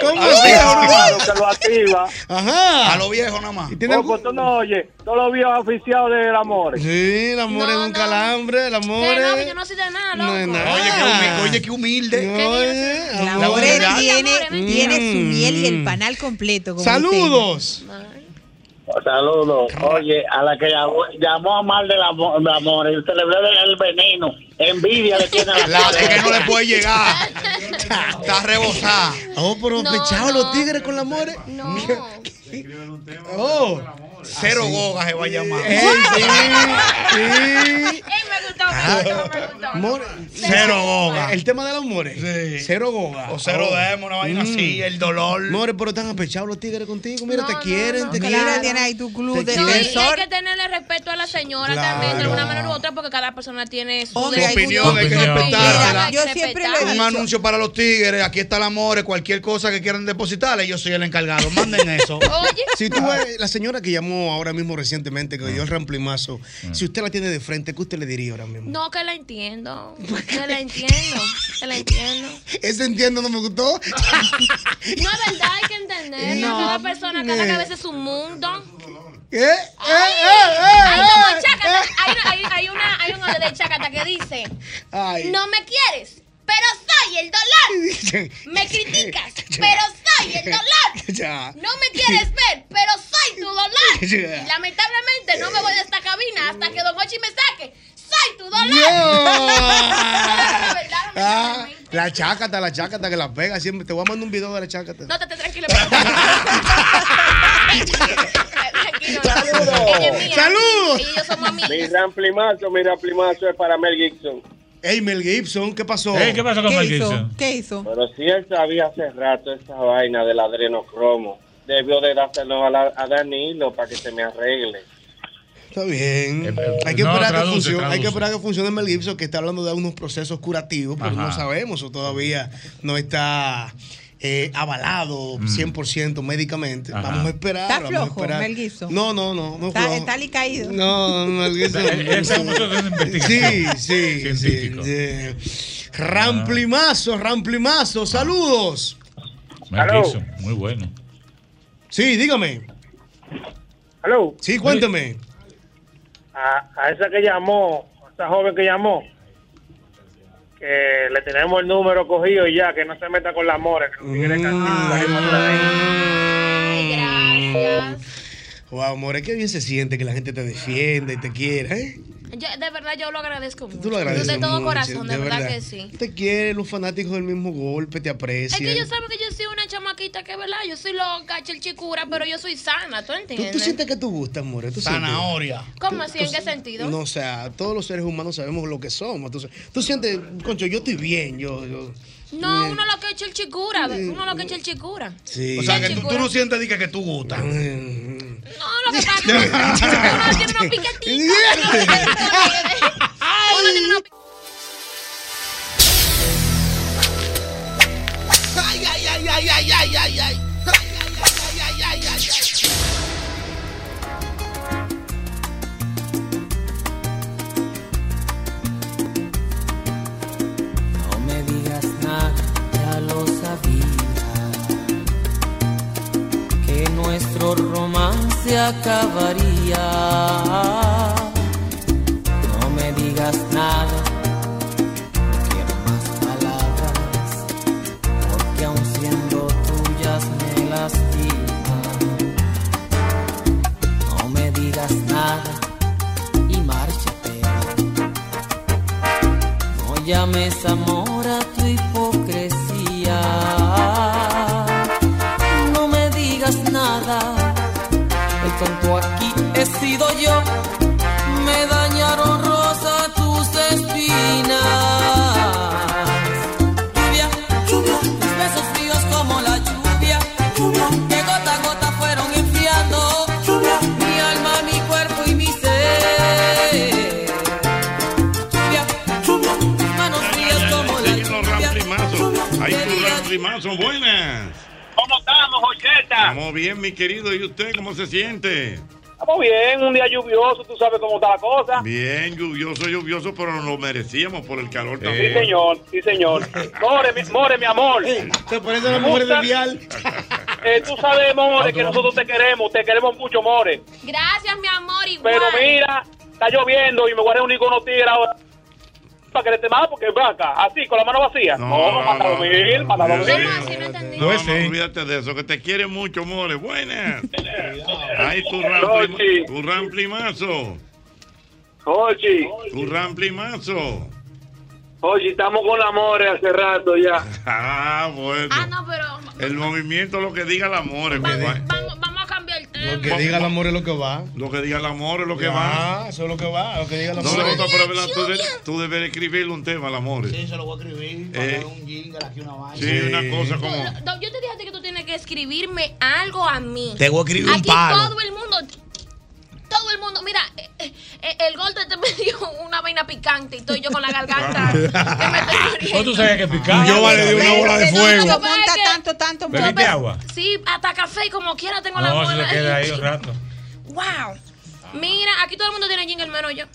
Speaker 5: ¿Cómo
Speaker 11: a los
Speaker 5: así?
Speaker 11: viejos nada
Speaker 5: *laughs*
Speaker 11: más, lo que lo activa.
Speaker 5: Ajá.
Speaker 9: A los viejos nada más.
Speaker 11: Poco, tú no oyes. Todos los viejos oficiados del amor.
Speaker 5: Sí, el amor es un calambre, el amor
Speaker 16: Que no,
Speaker 5: es.
Speaker 16: que yo no soy de nada, loco.
Speaker 9: Oye, qué humilde. Oye, qué humilde.
Speaker 13: La
Speaker 5: La
Speaker 13: More
Speaker 5: humildad.
Speaker 13: tiene,
Speaker 5: Mm.
Speaker 13: tiene su miel y el panal completo. como
Speaker 5: Saludos.
Speaker 14: Saludos. Oye, a la que llamó, llamó a mal del amor, de amor y usted le ve el veneno. Envidia le tiene a la
Speaker 9: La que no le puede llegar. Está rebosada.
Speaker 5: Oh, pero pechados los tigres con la amor. No. *laughs* Oh.
Speaker 9: Cero gogas se va a llamar.
Speaker 5: Ey, sí, sí.
Speaker 16: me gustó,
Speaker 5: Ah.
Speaker 16: me gustó, me gustó.
Speaker 5: More-
Speaker 9: Cero goga.
Speaker 5: El tema de los mores. Cero goga. Oh. Mm.
Speaker 9: O cero demo, una vaina así, el dolor.
Speaker 5: More, pero están apechados los tigres contigo. Mira,
Speaker 16: No,
Speaker 5: te
Speaker 16: no,
Speaker 5: quieren,
Speaker 16: no,
Speaker 5: te
Speaker 13: claro.
Speaker 5: quieren.
Speaker 13: Tiene ahí tu club
Speaker 5: Te
Speaker 13: de
Speaker 5: quieren.
Speaker 16: No, y hay
Speaker 13: defensor.
Speaker 16: que tenerle respeto a la señora
Speaker 5: Claro.
Speaker 16: también, de alguna manera u otra, porque cada persona tiene su
Speaker 9: Hombre,
Speaker 16: derecho.
Speaker 9: hay opinión, hay que
Speaker 16: Opinión.
Speaker 9: respetarla.
Speaker 13: Yo siempre lo he
Speaker 9: Un
Speaker 13: dicho.
Speaker 9: anuncio para los tigres, aquí está el amor, cualquier cosa que quieran depositarle, yo soy el encargado. Manden eso.
Speaker 16: Oye.
Speaker 5: Si tú ves la señora que llamó ahora mismo recientemente, que dio el ramplimazo, si usted la tiene de frente, ¿qué usted le diría ahora mismo?
Speaker 16: No, que la entiendo. Que la entiendo. Que la entiendo.
Speaker 5: Ese entiendo no me gustó.
Speaker 16: No es verdad, hay que entender.
Speaker 5: No.
Speaker 16: Cada persona, cada
Speaker 5: Eh.
Speaker 16: cabeza es su mundo.
Speaker 5: ¿Qué?
Speaker 16: Hay como chácata,
Speaker 5: ¡Eh,
Speaker 16: hay, una- hay, hay una, hay un audio de Chacata que dice:
Speaker 5: Ay.
Speaker 16: No me quieres, pero soy el dolor.
Speaker 5: eh, eh!
Speaker 16: Me criticas, pero soy el dolor.
Speaker 5: Ya.
Speaker 16: No me quieres ver, pero soy tu dolor. Y Lamentablemente no me voy de esta cabina hasta que Don Hochi me saque. Soy tu dolor.
Speaker 5: No.
Speaker 16: ¿Verdad?
Speaker 5: Ah, la chácata, la chácata que la pega siempre. Te voy a mandar un video de la chácata.
Speaker 16: No, te, te tranquilo. Tranquilo, no. Ella es mía.
Speaker 5: Saludos.
Speaker 16: Ella y yo somos amigas.
Speaker 11: Mi ramplimazo, mi ramplimazo es para Mel Gibson.
Speaker 5: Ey, Mel Gibson, ¿qué pasó?
Speaker 7: Ey, ¿qué pasó con ¿Qué Mel hizo? Gibson?
Speaker 13: ¿Qué hizo?
Speaker 11: Pero si él sabía hace rato esa vaina del adrenocromo, debió de dárselo a, la- a Danilo para que se me arregle.
Speaker 5: Está bien. Hay que,
Speaker 7: Eh, no,
Speaker 5: esperar que
Speaker 7: traduce,
Speaker 5: funcione, hay que
Speaker 7: traduce.
Speaker 5: esperar que funcione Mel Gibson, que está hablando de unos procesos curativos, pero
Speaker 7: Ajá.
Speaker 5: no sabemos, o todavía no está eh, avalado 100% médicamente.
Speaker 7: Mm. Ajá.
Speaker 5: Vamos a esperar.
Speaker 13: Está
Speaker 5: vamos a
Speaker 13: flojo,
Speaker 5: esperar.
Speaker 13: Mel Gibson.
Speaker 5: No, no, no. no
Speaker 13: Está,
Speaker 5: flojo.
Speaker 13: está alicaído.
Speaker 5: No, no, Mel Gibson.
Speaker 7: Él- *laughs* él está en un proceso de
Speaker 5: Sí,
Speaker 7: investigación
Speaker 5: sí. sí,
Speaker 7: científico.
Speaker 5: sí. Ramplimazo, ramplimazo, saludos.
Speaker 7: Mel
Speaker 5: Hello.
Speaker 7: Gibson, muy bueno.
Speaker 5: Sí, dígame.
Speaker 11: Hello.
Speaker 5: Sí, cuénteme.
Speaker 11: A, a esa que llamó, a esa joven que llamó, que le tenemos el número cogido y ya, que no se meta con la mora. que los
Speaker 5: Mm.
Speaker 11: tigres
Speaker 5: Wow, More, qué bien se siente que la gente te defienda y te quiera, ¿eh?
Speaker 16: Yo, de verdad, yo lo agradezco mucho.
Speaker 5: Tú lo agradeces
Speaker 16: De todo
Speaker 5: mucho,
Speaker 16: corazón, de,
Speaker 5: de
Speaker 16: verdad,
Speaker 5: verdad.
Speaker 16: que sí.
Speaker 5: Te quieren los fanáticos del mismo golpe, te
Speaker 16: Es
Speaker 5: aprecian.
Speaker 16: que yo saben que yo soy una chamaquita que, ¿verdad? Yo soy loca, chilchicura, pero yo soy sana, ¿tú
Speaker 5: ¿Tú,
Speaker 16: entiendes?
Speaker 5: tú sientes que tú gustas, More? ¿Tú sientes?
Speaker 9: Zanahoria.
Speaker 16: ¿Cómo así? ¿En qué sentido?
Speaker 5: No, o sea, todos los seres humanos sabemos lo que somos. Entonces, tú sientes, concho, yo estoy bien, yo... yo-
Speaker 16: No,
Speaker 5: Eh,
Speaker 16: uno lo que es chilchicura, ¿ves? uno lo que es chilchicura.
Speaker 5: Sí.
Speaker 9: O sea, que tú, tú no sientes di que, que tú gustas.
Speaker 5: Mm.
Speaker 16: No, lo que pasa es que
Speaker 21: *laughs*
Speaker 16: uno uno tiene unos *laughs* piquetitos. uno tiene unos- uno tiene unos
Speaker 21: Ay, ay, ay, ay, ay, ay, ay, ay. Ay, ay, ay, ay, ay, ay, ay.
Speaker 22: No me digas nada, ya lo sabía. Que nuestro romance acabaría. No me digas nada, no quiero más palabras. Porque aun siendo tuyas me lastiman. No me digas nada y márchate. No llames amor a tu hipocresía. No me digas nada. El tonto aquí he sido yo. Me dañaron rosa tus espinas.
Speaker 23: Rimazo, buenas.
Speaker 19: ¿Cómo estamos, Jocheta?
Speaker 23: Estamos bien, mi querido. ¿Y usted cómo se siente?
Speaker 19: Estamos bien, un día lluvioso, tú sabes cómo está la cosa.
Speaker 23: Bien, lluvioso, lluvioso, pero nos lo merecíamos por el calor
Speaker 19: Sí,
Speaker 23: también.
Speaker 19: señor, sí, señor.
Speaker 23: *laughs*
Speaker 19: More, mi, more, mi amor.
Speaker 5: Se parece a la mujer de
Speaker 19: Vial. tú sabes, More, que nosotros te queremos, te queremos mucho, More.
Speaker 16: Gracias, mi amor, igual.
Speaker 19: Pero mira, está lloviendo y me voy a reunir con los tigres ahora para que le tema porque es vaca, así, con la mano vacía. No, para dormir, para dormir.
Speaker 23: No, no, olvídate de eso, que te quiere mucho,
Speaker 19: *laughs*
Speaker 23: More. Buenas. Ahí tu rampli- tu ramplimazo.
Speaker 19: Ochi.
Speaker 23: Tu ramplimazo.
Speaker 19: Oye, estamos con la More hace rato ya.
Speaker 23: *laughs* Ah, bueno.
Speaker 16: Ah, no, pero
Speaker 23: El movimiento lo que diga el amor, compadre.
Speaker 16: vamos, vamos a cambiar el tema.
Speaker 23: Lo que diga el
Speaker 5: amor es lo que va.
Speaker 23: Lo que diga el amor es lo que
Speaker 5: Ya,
Speaker 9: Ah,
Speaker 23: va.
Speaker 5: eso es lo que va, lo que diga el
Speaker 23: No,
Speaker 5: amor.
Speaker 23: no, no, pero ¿verdad? tú, debes, tú debes escribirle un tema al amor.
Speaker 9: Sí, se lo voy a escribir. Eh,
Speaker 23: para Eh, dar
Speaker 9: un jingle aquí, una vaina.
Speaker 23: Sí, una cosa como.
Speaker 16: No, no, yo te dije a ti que tú tienes que escribirme algo a mí.
Speaker 9: Te voy a escribir un
Speaker 16: Aquí
Speaker 9: palo.
Speaker 16: todo el mundo. Todo el mundo, mira, eh, eh, el golpe te *laughs* me dio una vaina picante y estoy yo con la garganta.
Speaker 24: *laughs*
Speaker 9: *laughs*
Speaker 7: ¿O tú sabías que picaba?
Speaker 9: Yo vale de una
Speaker 7: Pero
Speaker 9: bola de
Speaker 7: que no,
Speaker 9: fuego.
Speaker 7: no,
Speaker 16: monta tanto, tanto,
Speaker 7: ¿Bebiste agua?
Speaker 16: pues, Sí, hasta café y como quiera tengo la
Speaker 7: No,
Speaker 16: bola.
Speaker 7: eso se queda ahí un rato.
Speaker 16: Wow. Mira, aquí todo el mundo tiene jingle, menos yo.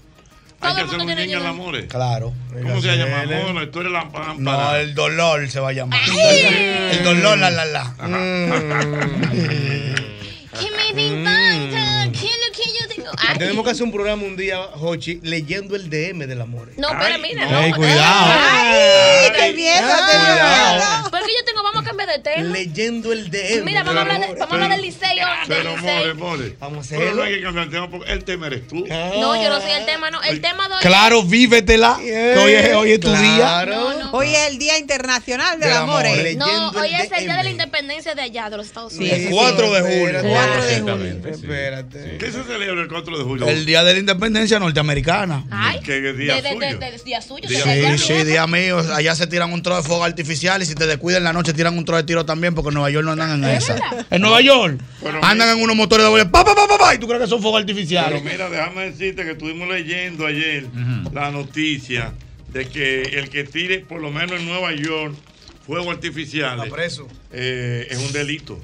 Speaker 23: Hay
Speaker 16: Todo
Speaker 23: que
Speaker 16: el
Speaker 23: hacer
Speaker 16: mundo
Speaker 23: un
Speaker 16: tiene
Speaker 23: jingle al
Speaker 16: jingle.
Speaker 23: amor.
Speaker 9: Claro.
Speaker 23: ¿Cómo se llama? Amor, tú eres la pámpara.
Speaker 9: No, el dolor se va a llamar. El dolor, la, la, Mm. la.
Speaker 16: Que me den
Speaker 5: Mm.
Speaker 16: tanta, que lo que yo tengo. Ay.
Speaker 5: Tenemos que hacer un programa un día, Hochi, leyendo el DM del amor.
Speaker 16: No, pero mira,
Speaker 5: no.
Speaker 16: no.
Speaker 5: Ey, cuidado.
Speaker 16: Ay,
Speaker 5: Ay,
Speaker 16: te viejo, te
Speaker 5: cuidado.
Speaker 16: viejo. Porque yo tengo, vamos a cambiar de tema.
Speaker 5: Leyendo el DM.
Speaker 16: Mira, vamos a hablar, de-
Speaker 23: Pero-
Speaker 16: vamos a hablar del liceo. del
Speaker 23: Pero,
Speaker 16: liceo.
Speaker 23: More, More. Vamos
Speaker 5: a
Speaker 23: Pero no
Speaker 5: hacerlo. Ah.
Speaker 23: hay que cambiar el tema porque el tema eres tú.
Speaker 16: No, yo no soy el tema, no. El tema de hoy.
Speaker 9: Claro, vívetela. que Hoy es, hoy es tu día.
Speaker 13: Hoy es el Día Internacional del
Speaker 9: Del
Speaker 13: Amor.
Speaker 9: amor,
Speaker 13: ¿eh?
Speaker 9: eh.
Speaker 16: No,
Speaker 13: Leyendo
Speaker 16: hoy
Speaker 13: el
Speaker 16: es el día
Speaker 13: DM.
Speaker 16: de la independencia de allá, de los Estados
Speaker 9: Sí,
Speaker 16: Unidos.
Speaker 9: el 4 de julio.
Speaker 23: Exactamente. Espérate. ¿Qué se celebra el 4 de julio?
Speaker 9: El día de la independencia norteamericana.
Speaker 16: Ay,
Speaker 23: ¿Qué
Speaker 16: de-
Speaker 23: día
Speaker 16: de-
Speaker 23: suyo?
Speaker 16: de- de- día suyo,
Speaker 9: Sí,
Speaker 16: se celebra.
Speaker 9: sí, día mío. Allá se tiran un tro de fuego artificial y si te descuidan en la noche tiran un tro de tiro también porque en Nueva York no andan en
Speaker 23: ¿Es
Speaker 9: esa.
Speaker 23: verdad?
Speaker 9: En Nueva York
Speaker 23: Pero
Speaker 9: andan en unos motores de bola. Pa, pa, pa, pa, pa, y tú crees que son fuegos artificiales.
Speaker 23: Pero Eh, mira, déjame decirte que estuvimos leyendo ayer la noticia de que el que tire, por lo menos en Nueva York, fuego artificial.
Speaker 5: Está preso.
Speaker 23: eh, es un delito.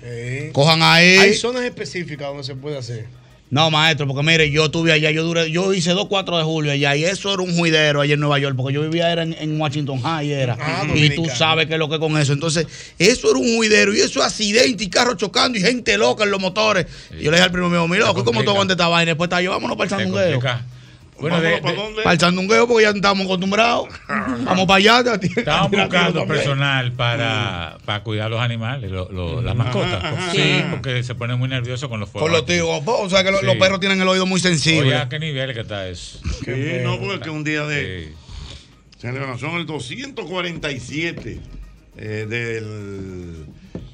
Speaker 9: Cojan ahí.
Speaker 5: Hay zonas específicas donde se puede hacer.
Speaker 9: No, maestro, porque mire, yo estuve allá, yo duré, yo hice 2 4 de julio allá y eso era un juidero allá en Nueva York, porque yo vivía era en, en Washington High era. y tú sabes que lo que con eso. Entonces, eso era un juidero y eso accidente y carros chocando y gente loca en los motores. Y yo le dije al primo mío, mi loco, ¿y ¿cómo tú aguantas esta vaina? Después está yo, vámonos para el sandungueo.
Speaker 7: Bueno, de- de-
Speaker 9: Para el sandungueo porque ya estamos
Speaker 7: *laughs*
Speaker 9: acostumbrados. Vamos para allá.
Speaker 7: Estaban
Speaker 9: *laughs*
Speaker 7: buscando personal para, para cuidar los animales, lo- lo- las mascotas.
Speaker 9: Ajá, ajá.
Speaker 7: Sí, porque se ponen muy nerviosos con los fuegos.
Speaker 9: Por los tíos, po, o sea que lo-
Speaker 7: Sí.
Speaker 9: los perros tienen el oído muy sensible.
Speaker 7: Oye, ¿a qué nivel que está eso?
Speaker 23: Sí, no, porque es un día de celebración, el 247 eh, del-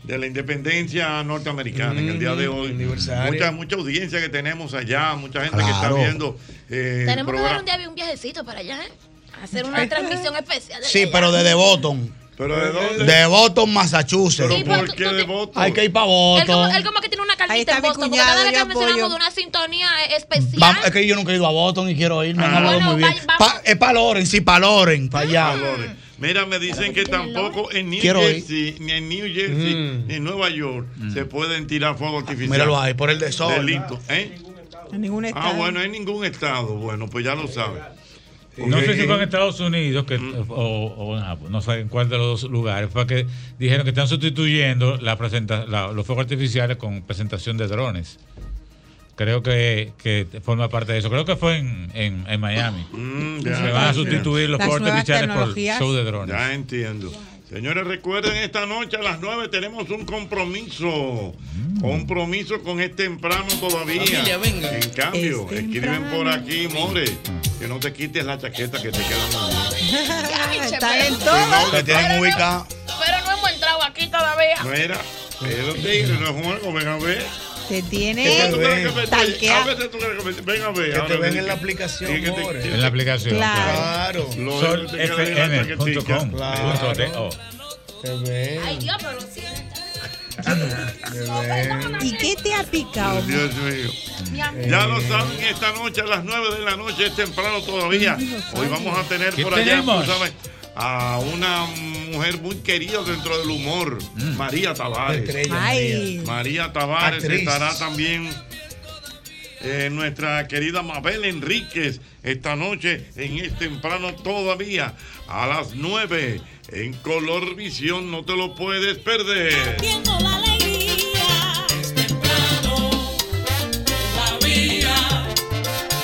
Speaker 23: de la independencia norteamericana, en el día de hoy.
Speaker 5: aniversario.
Speaker 23: Mucha, mucha audiencia que tenemos allá, mucha gente que está
Speaker 5: Claro.
Speaker 23: viendo. eh, el
Speaker 16: Tenemos que dar
Speaker 23: programa.
Speaker 16: un día un viajecito para allá, ¿eh? Hacer una transmisión especial.
Speaker 9: Sí, pero desde Boston.
Speaker 23: ¿Pero de dónde?
Speaker 9: De Boston, Massachusetts.
Speaker 16: Sí, pero ¿Por tú- qué tú- de
Speaker 23: Boston?
Speaker 9: Hay que ir para
Speaker 16: Él como,
Speaker 9: Boston.
Speaker 16: él como que tiene una
Speaker 13: Ahí
Speaker 16: calvita
Speaker 13: está
Speaker 16: en
Speaker 13: mi
Speaker 16: Boston, porque
Speaker 13: cuñado,
Speaker 16: cada vez
Speaker 13: yo
Speaker 16: que mencionamos
Speaker 13: apoyo.
Speaker 16: de una sintonía eh, especial. *laughs*
Speaker 9: Vamos- es que yo nunca he ido a Boston y quiero ir, me han
Speaker 23: Ah.
Speaker 9: hablado
Speaker 23: Bueno,
Speaker 9: muy bien.
Speaker 23: vaya,
Speaker 9: Pa- es para Loren, sí, para Ah, Loren, para allá.
Speaker 23: Mira, me dicen que tampoco en New
Speaker 9: Quiero ir.
Speaker 23: Jersey, ni en New Jersey, ni en Nueva York, se pueden tirar fuego artificial.
Speaker 9: Míralo ahí, por el desorden.
Speaker 23: Delito, ¿eh?
Speaker 13: En ningún estado.
Speaker 23: Ah, bueno, en ningún estado. Bueno, pues ya lo sabes.
Speaker 7: No sé si
Speaker 23: Ok.
Speaker 7: fue en Estados Unidos que,
Speaker 23: Mm.
Speaker 7: o, o en Japón, no sé en cuál de los dos lugares, fue que dijeron que están sustituyendo la presenta- la- los fuegos artificiales con presentación de drones. Creo que, que forma parte de eso. Creo que fue en, en- en Miami.
Speaker 23: Mm, ya.
Speaker 7: Se van a sustituir los
Speaker 23: Las
Speaker 7: fuegos
Speaker 23: nuevas
Speaker 7: artificiales por
Speaker 23: tecnologías.
Speaker 7: show de drones.
Speaker 23: Ya entiendo. Señores, recuerden, esta noche a las 9 tenemos un compromiso. Compromiso con este temprano todavía.
Speaker 5: Familia, venga.
Speaker 23: En cambio,
Speaker 5: Es
Speaker 23: escriben por aquí, More, que no te quites la chaqueta que te queda mal.
Speaker 13: Están en
Speaker 23: No,
Speaker 13: todo.
Speaker 23: tienen ubicado.
Speaker 16: Pero no hemos entrado aquí todavía.
Speaker 23: No era. Pero tigre, no es juego, ven a ver.
Speaker 13: Te
Speaker 23: ¿Qué
Speaker 13: tiene
Speaker 23: tú crees que me estoy-
Speaker 13: talqueado.
Speaker 23: a veces tú crees que me- Ven a ver.
Speaker 5: Que te
Speaker 23: ahora,
Speaker 5: ven
Speaker 23: de
Speaker 5: en la aplicación,
Speaker 23: sí, que te-
Speaker 5: More.
Speaker 7: En la aplicación.
Speaker 5: Claro.
Speaker 23: Lo de-
Speaker 7: Sol
Speaker 23: te queda bien la chaquetica.
Speaker 7: FM.com. punto de- oh.
Speaker 5: Te ven.
Speaker 16: Ay, Dios, pero sí.
Speaker 13: ¿Y qué te ha picado?
Speaker 23: Dios mío.
Speaker 16: Mi amor.
Speaker 23: Ya lo saben, esta noche a las 9 de la noche es temprano todavía. Hoy vamos a tener
Speaker 7: ¿Qué
Speaker 23: por allá,
Speaker 7: tenemos?
Speaker 23: tú sabes, a una mujer muy querida dentro del humor, María Tavares.
Speaker 3: Estrella, Ay.
Speaker 23: María Tavares
Speaker 3: Actriz.
Speaker 23: estará también eh, nuestra querida Mabel Enríquez esta noche en Es Temprano todavía a las 9 en Color Visión. No te lo puedes perder.
Speaker 25: la alegría. Es temprano, todavía.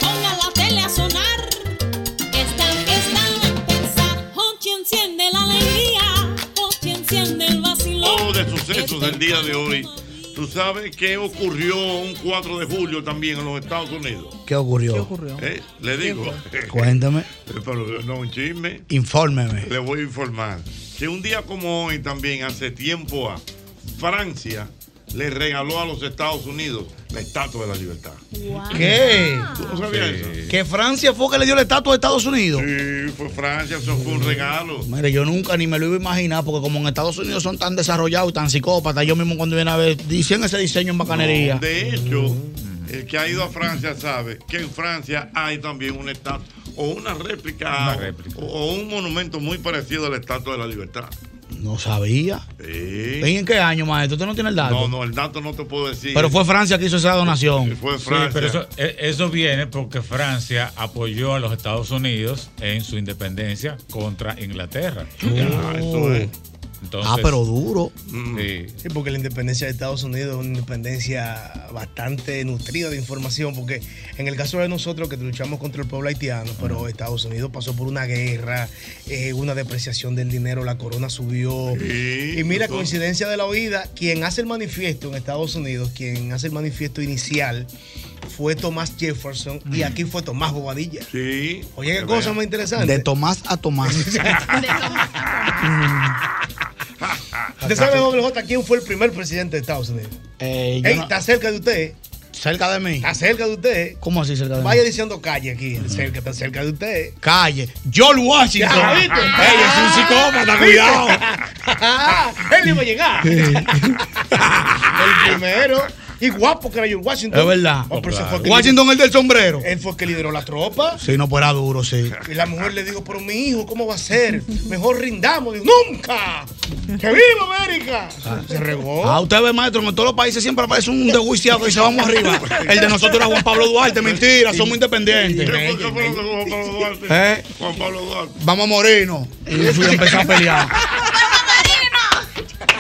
Speaker 25: Ponga la tele a sonar. Están, están en pensar. Hochi enciende la alegría. Hochi enciende el
Speaker 23: Todo
Speaker 25: vacilón.
Speaker 23: de sucesos del día de hoy. ¿Tú sabes qué ocurrió un 4 de julio también en los Estados Unidos?
Speaker 9: ¿Qué ocurrió?
Speaker 23: Eh, Le digo.
Speaker 9: eh, Cuéntame,
Speaker 23: *laughs* Pero no, un chisme.
Speaker 9: infórmeme.
Speaker 23: Le voy a informar que un día como hoy también, hace tiempo a Francia le regaló a los Estados Unidos la Estatua de la Libertad.
Speaker 9: ¿Qué?
Speaker 16: Ah.
Speaker 23: ¿Tú no sabías eso?
Speaker 9: ¿Que Francia fue que le dio la estatua de Estados Unidos?
Speaker 23: Sí, fue Francia, eso fue un regalo.
Speaker 9: Mire, yo nunca ni me lo iba a imaginar, porque como en Estados Unidos son tan desarrollados y tan psicópatas, yo mismo cuando viene a ver, dicen ese diseño en bacanería.
Speaker 23: No, de hecho, el que ha ido a Francia sabe que en Francia hay también una estatua o una réplica, O, o un monumento muy parecido a la Estatua de la Libertad.
Speaker 9: No sabía.
Speaker 23: Sí.
Speaker 9: ¿Y en qué año, maestro? ¿Usted no tiene el dato?
Speaker 23: No, no, el dato no te puedo decir.
Speaker 9: Pero fue Francia que hizo esa donación.
Speaker 23: Fue
Speaker 7: Sí,
Speaker 23: Francia.
Speaker 7: pero eso, e- eso viene porque Francia apoyó a los Estados Unidos en su independencia contra Inglaterra.
Speaker 5: Ah, eso es.
Speaker 7: Entonces- Ah,
Speaker 5: Ah,
Speaker 7: Sí.
Speaker 5: Sí, porque la independencia de Estados Unidos es una independencia bastante nutrida de información, porque en el caso de nosotros que luchamos contra el pueblo haitiano, pero Estados Unidos pasó por una guerra, eh, una depreciación del dinero, la corona subió. y mira, coincidencia de la oída, quien hace el manifiesto en Estados Unidos, quien hace el manifiesto inicial, fue Thomas Jefferson y aquí fue Tomás Bobadilla.
Speaker 23: Sí.
Speaker 5: Oye, qué
Speaker 9: Que
Speaker 5: cosa
Speaker 9: vea.
Speaker 5: más interesante. *laughs*
Speaker 9: De Tomás a Tomás.
Speaker 5: ¿Usted sabe, WJ, quién fue el primer presidente de Estados Unidos?
Speaker 9: *laughs* Eh, yo
Speaker 5: Ey,
Speaker 9: no-
Speaker 5: está cerca de usted.
Speaker 9: ¿Cerca de mí?
Speaker 5: Está cerca de usted.
Speaker 9: ¿Cómo así cerca de mí?
Speaker 5: Vaya diciendo calle aquí, cerca, está cerca de usted.
Speaker 9: Calle. George Washington.
Speaker 5: Ya, ¿viste?
Speaker 9: Ey, es un psicópata, cuidado.
Speaker 5: *laughs* Él iba a llegar. el primero. Y guapo que era George Washington.
Speaker 9: Es verdad.
Speaker 5: Oh, pero ese fue el que
Speaker 9: Washington, el del sombrero.
Speaker 5: lideró- Él fue el que lideró la tropa.
Speaker 9: Sí, no, pues era duro, sí.
Speaker 5: Y la mujer le dijo, pero mi hijo, ¿cómo va a ser? Mejor rindamos. Dijo,
Speaker 9: *laughs*
Speaker 5: ¡Nunca! ¡Que viva América! Se regó.
Speaker 9: Ah, usted ve, maestro, en todos los países siempre aparece un desjuiciado que dice vamos arriba. El de nosotros era Juan Pablo Duarte, mentira, somos independientes. ¿Eh?
Speaker 23: Juan Pablo Duarte.
Speaker 9: Vamos a morirnos. Y yo fui a empezar a pelear.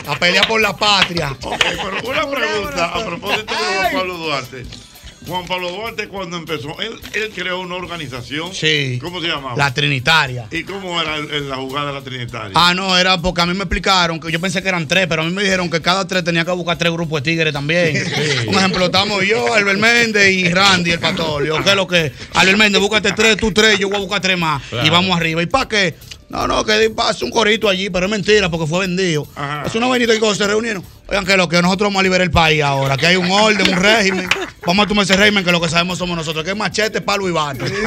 Speaker 9: A pelear por la patria.
Speaker 23: Ok, pero una pregunta a propósito de Juan Pablo Duarte. Juan Pablo Duarte cuando empezó, él, él creó una organización.
Speaker 9: Sí.
Speaker 23: ¿Cómo se llamaba?
Speaker 9: La Trinitaria.
Speaker 23: ¿Y cómo era el- el- la jugada de la Trinitaria?
Speaker 9: Ah, no, era porque a mí me explicaron que yo pensé que eran tres, pero a mí me dijeron que cada tres tenía que buscar tres grupos de tigres también. Un ejemplo, estamos yo, Albert Méndez y Randy, el patolio. ¿Qué es lo que? Albert Méndez, búscate tres, tú tres, yo voy a buscar tres más.
Speaker 7: Claro.
Speaker 9: Y vamos arriba. ¿Y para qué? No, no, que pase un corito allí, pero es mentira porque fue vendido. Es una vainita que cuando se reunieron. Oigan, que lo que nosotros vamos a liberar el país ahora, que hay un orden, un régimen. Vamos a tomar ese régimen que lo que sabemos somos nosotros, que es machete, palo y bate. Porque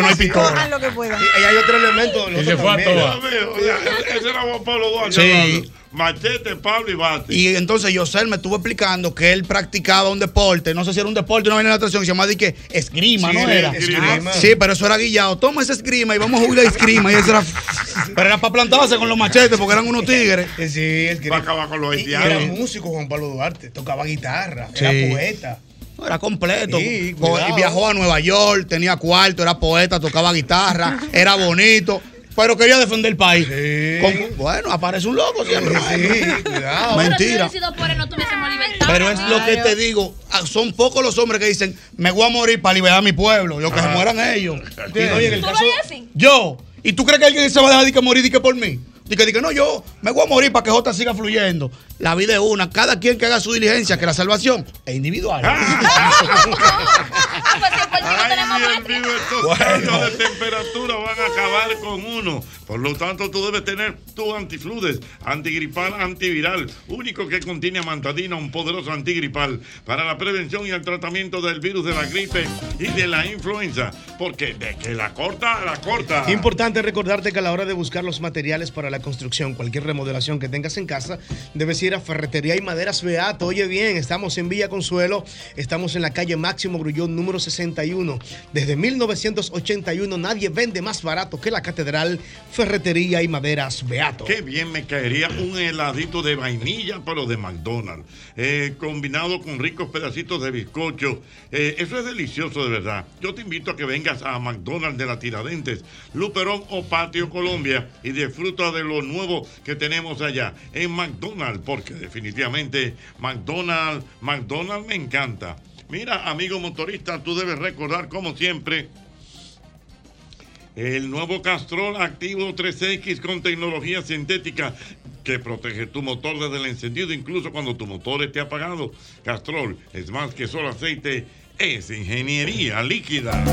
Speaker 9: no hay pistola.
Speaker 5: lo que pueda. Y, y hay otro elemento.
Speaker 9: Y se fue a
Speaker 23: Dios
Speaker 9: toa.
Speaker 23: mío, o sea, Ese era Juan Pablo Duarte.
Speaker 9: Sí.
Speaker 23: hablando. Machete, Pablo y Bate.
Speaker 9: Y entonces Yosel me estuvo explicando que él practicaba un deporte, no sé si era un deporte, una vaina de natación, se llamaba de que esgrima,
Speaker 23: Sí,
Speaker 9: ¿no
Speaker 23: sí,
Speaker 9: era? Ah,
Speaker 23: esgrima.
Speaker 9: Sí, pero eso era guillado. Toma esa esgrima y vamos a jugar esgrima. Y eso era, *laughs* pero era para plantarse con los machetes porque eran unos tigres.
Speaker 5: Sí, él quería.
Speaker 23: acabar con los
Speaker 5: Y- y era músico Juan Pablo Duarte. Tocaba guitarra.
Speaker 9: Sí.
Speaker 5: Era poeta.
Speaker 9: No, Era completo.
Speaker 5: Sí,
Speaker 9: Co-
Speaker 5: cuidado.
Speaker 9: viajó a Nueva York, tenía cuarto, era poeta, tocaba guitarra, era bonito, pero quería defender el país. Con- bueno, aparece un loco siempre. maestro.
Speaker 16: Pero si
Speaker 9: Mentira.
Speaker 16: hubiera sido pobre, no tuviésemos libertad.
Speaker 9: Pero es lo que te digo, ah, son pocos los hombres que dicen, me voy a morir para liberar a mi pueblo, yo que se mueran ellos.
Speaker 16: ¿Tú
Speaker 9: Oye, en el
Speaker 16: lo
Speaker 9: caso-
Speaker 16: dices?
Speaker 9: yo, ¿y tú crees que alguien se va a dejar de que morir y que por mí? Y que diga, no, yo me voy a morir para que Jota siga fluyendo. La vida es una, cada quien que haga su diligencia, que la salvación es individual.
Speaker 3: Ah.
Speaker 9: *laughs*
Speaker 21: *laughs*
Speaker 23: Ay, Dios mío, estos cambios de temperatura van a acabar con uno. Por lo tanto, tú debes tener tu antifludes, antigripal, antiviral, único que contiene amantadina, un poderoso antigripal para la prevención y el tratamiento del virus de la gripe y de la influenza. Porque de que la corta, la corta.
Speaker 5: Importante recordarte que a la hora de buscar los materiales para la construcción, cualquier remodelación que tengas en casa, debes ir Guajira, Ferretería y Maderas Beato. Oye bien, estamos en Villa Consuelo, estamos en la calle Máximo Grullón número 61. Desde 1981 nadie vende más barato que la Catedral Ferretería y Maderas Beato.
Speaker 23: Qué bien me caería un heladito de vainilla, pero de McDonald's, eh, combinado con ricos pedacitos de bizcocho. Eh, eso es delicioso, de verdad. Yo te invito a que vengas a McDonald's de la Tiradentes, Luperón o Patio Colombia y disfruta de lo nuevo que tenemos allá en McDonald's, porque definitivamente McDonald's, McDonald's me encanta. Mira, amigo motorista, tú debes recordar, como siempre, el nuevo Castrol Activo 3X con tecnología sintética que protege tu motor desde el encendido, incluso cuando tu motor esté apagado. Castrol es más que solo aceite, es ingeniería líquida.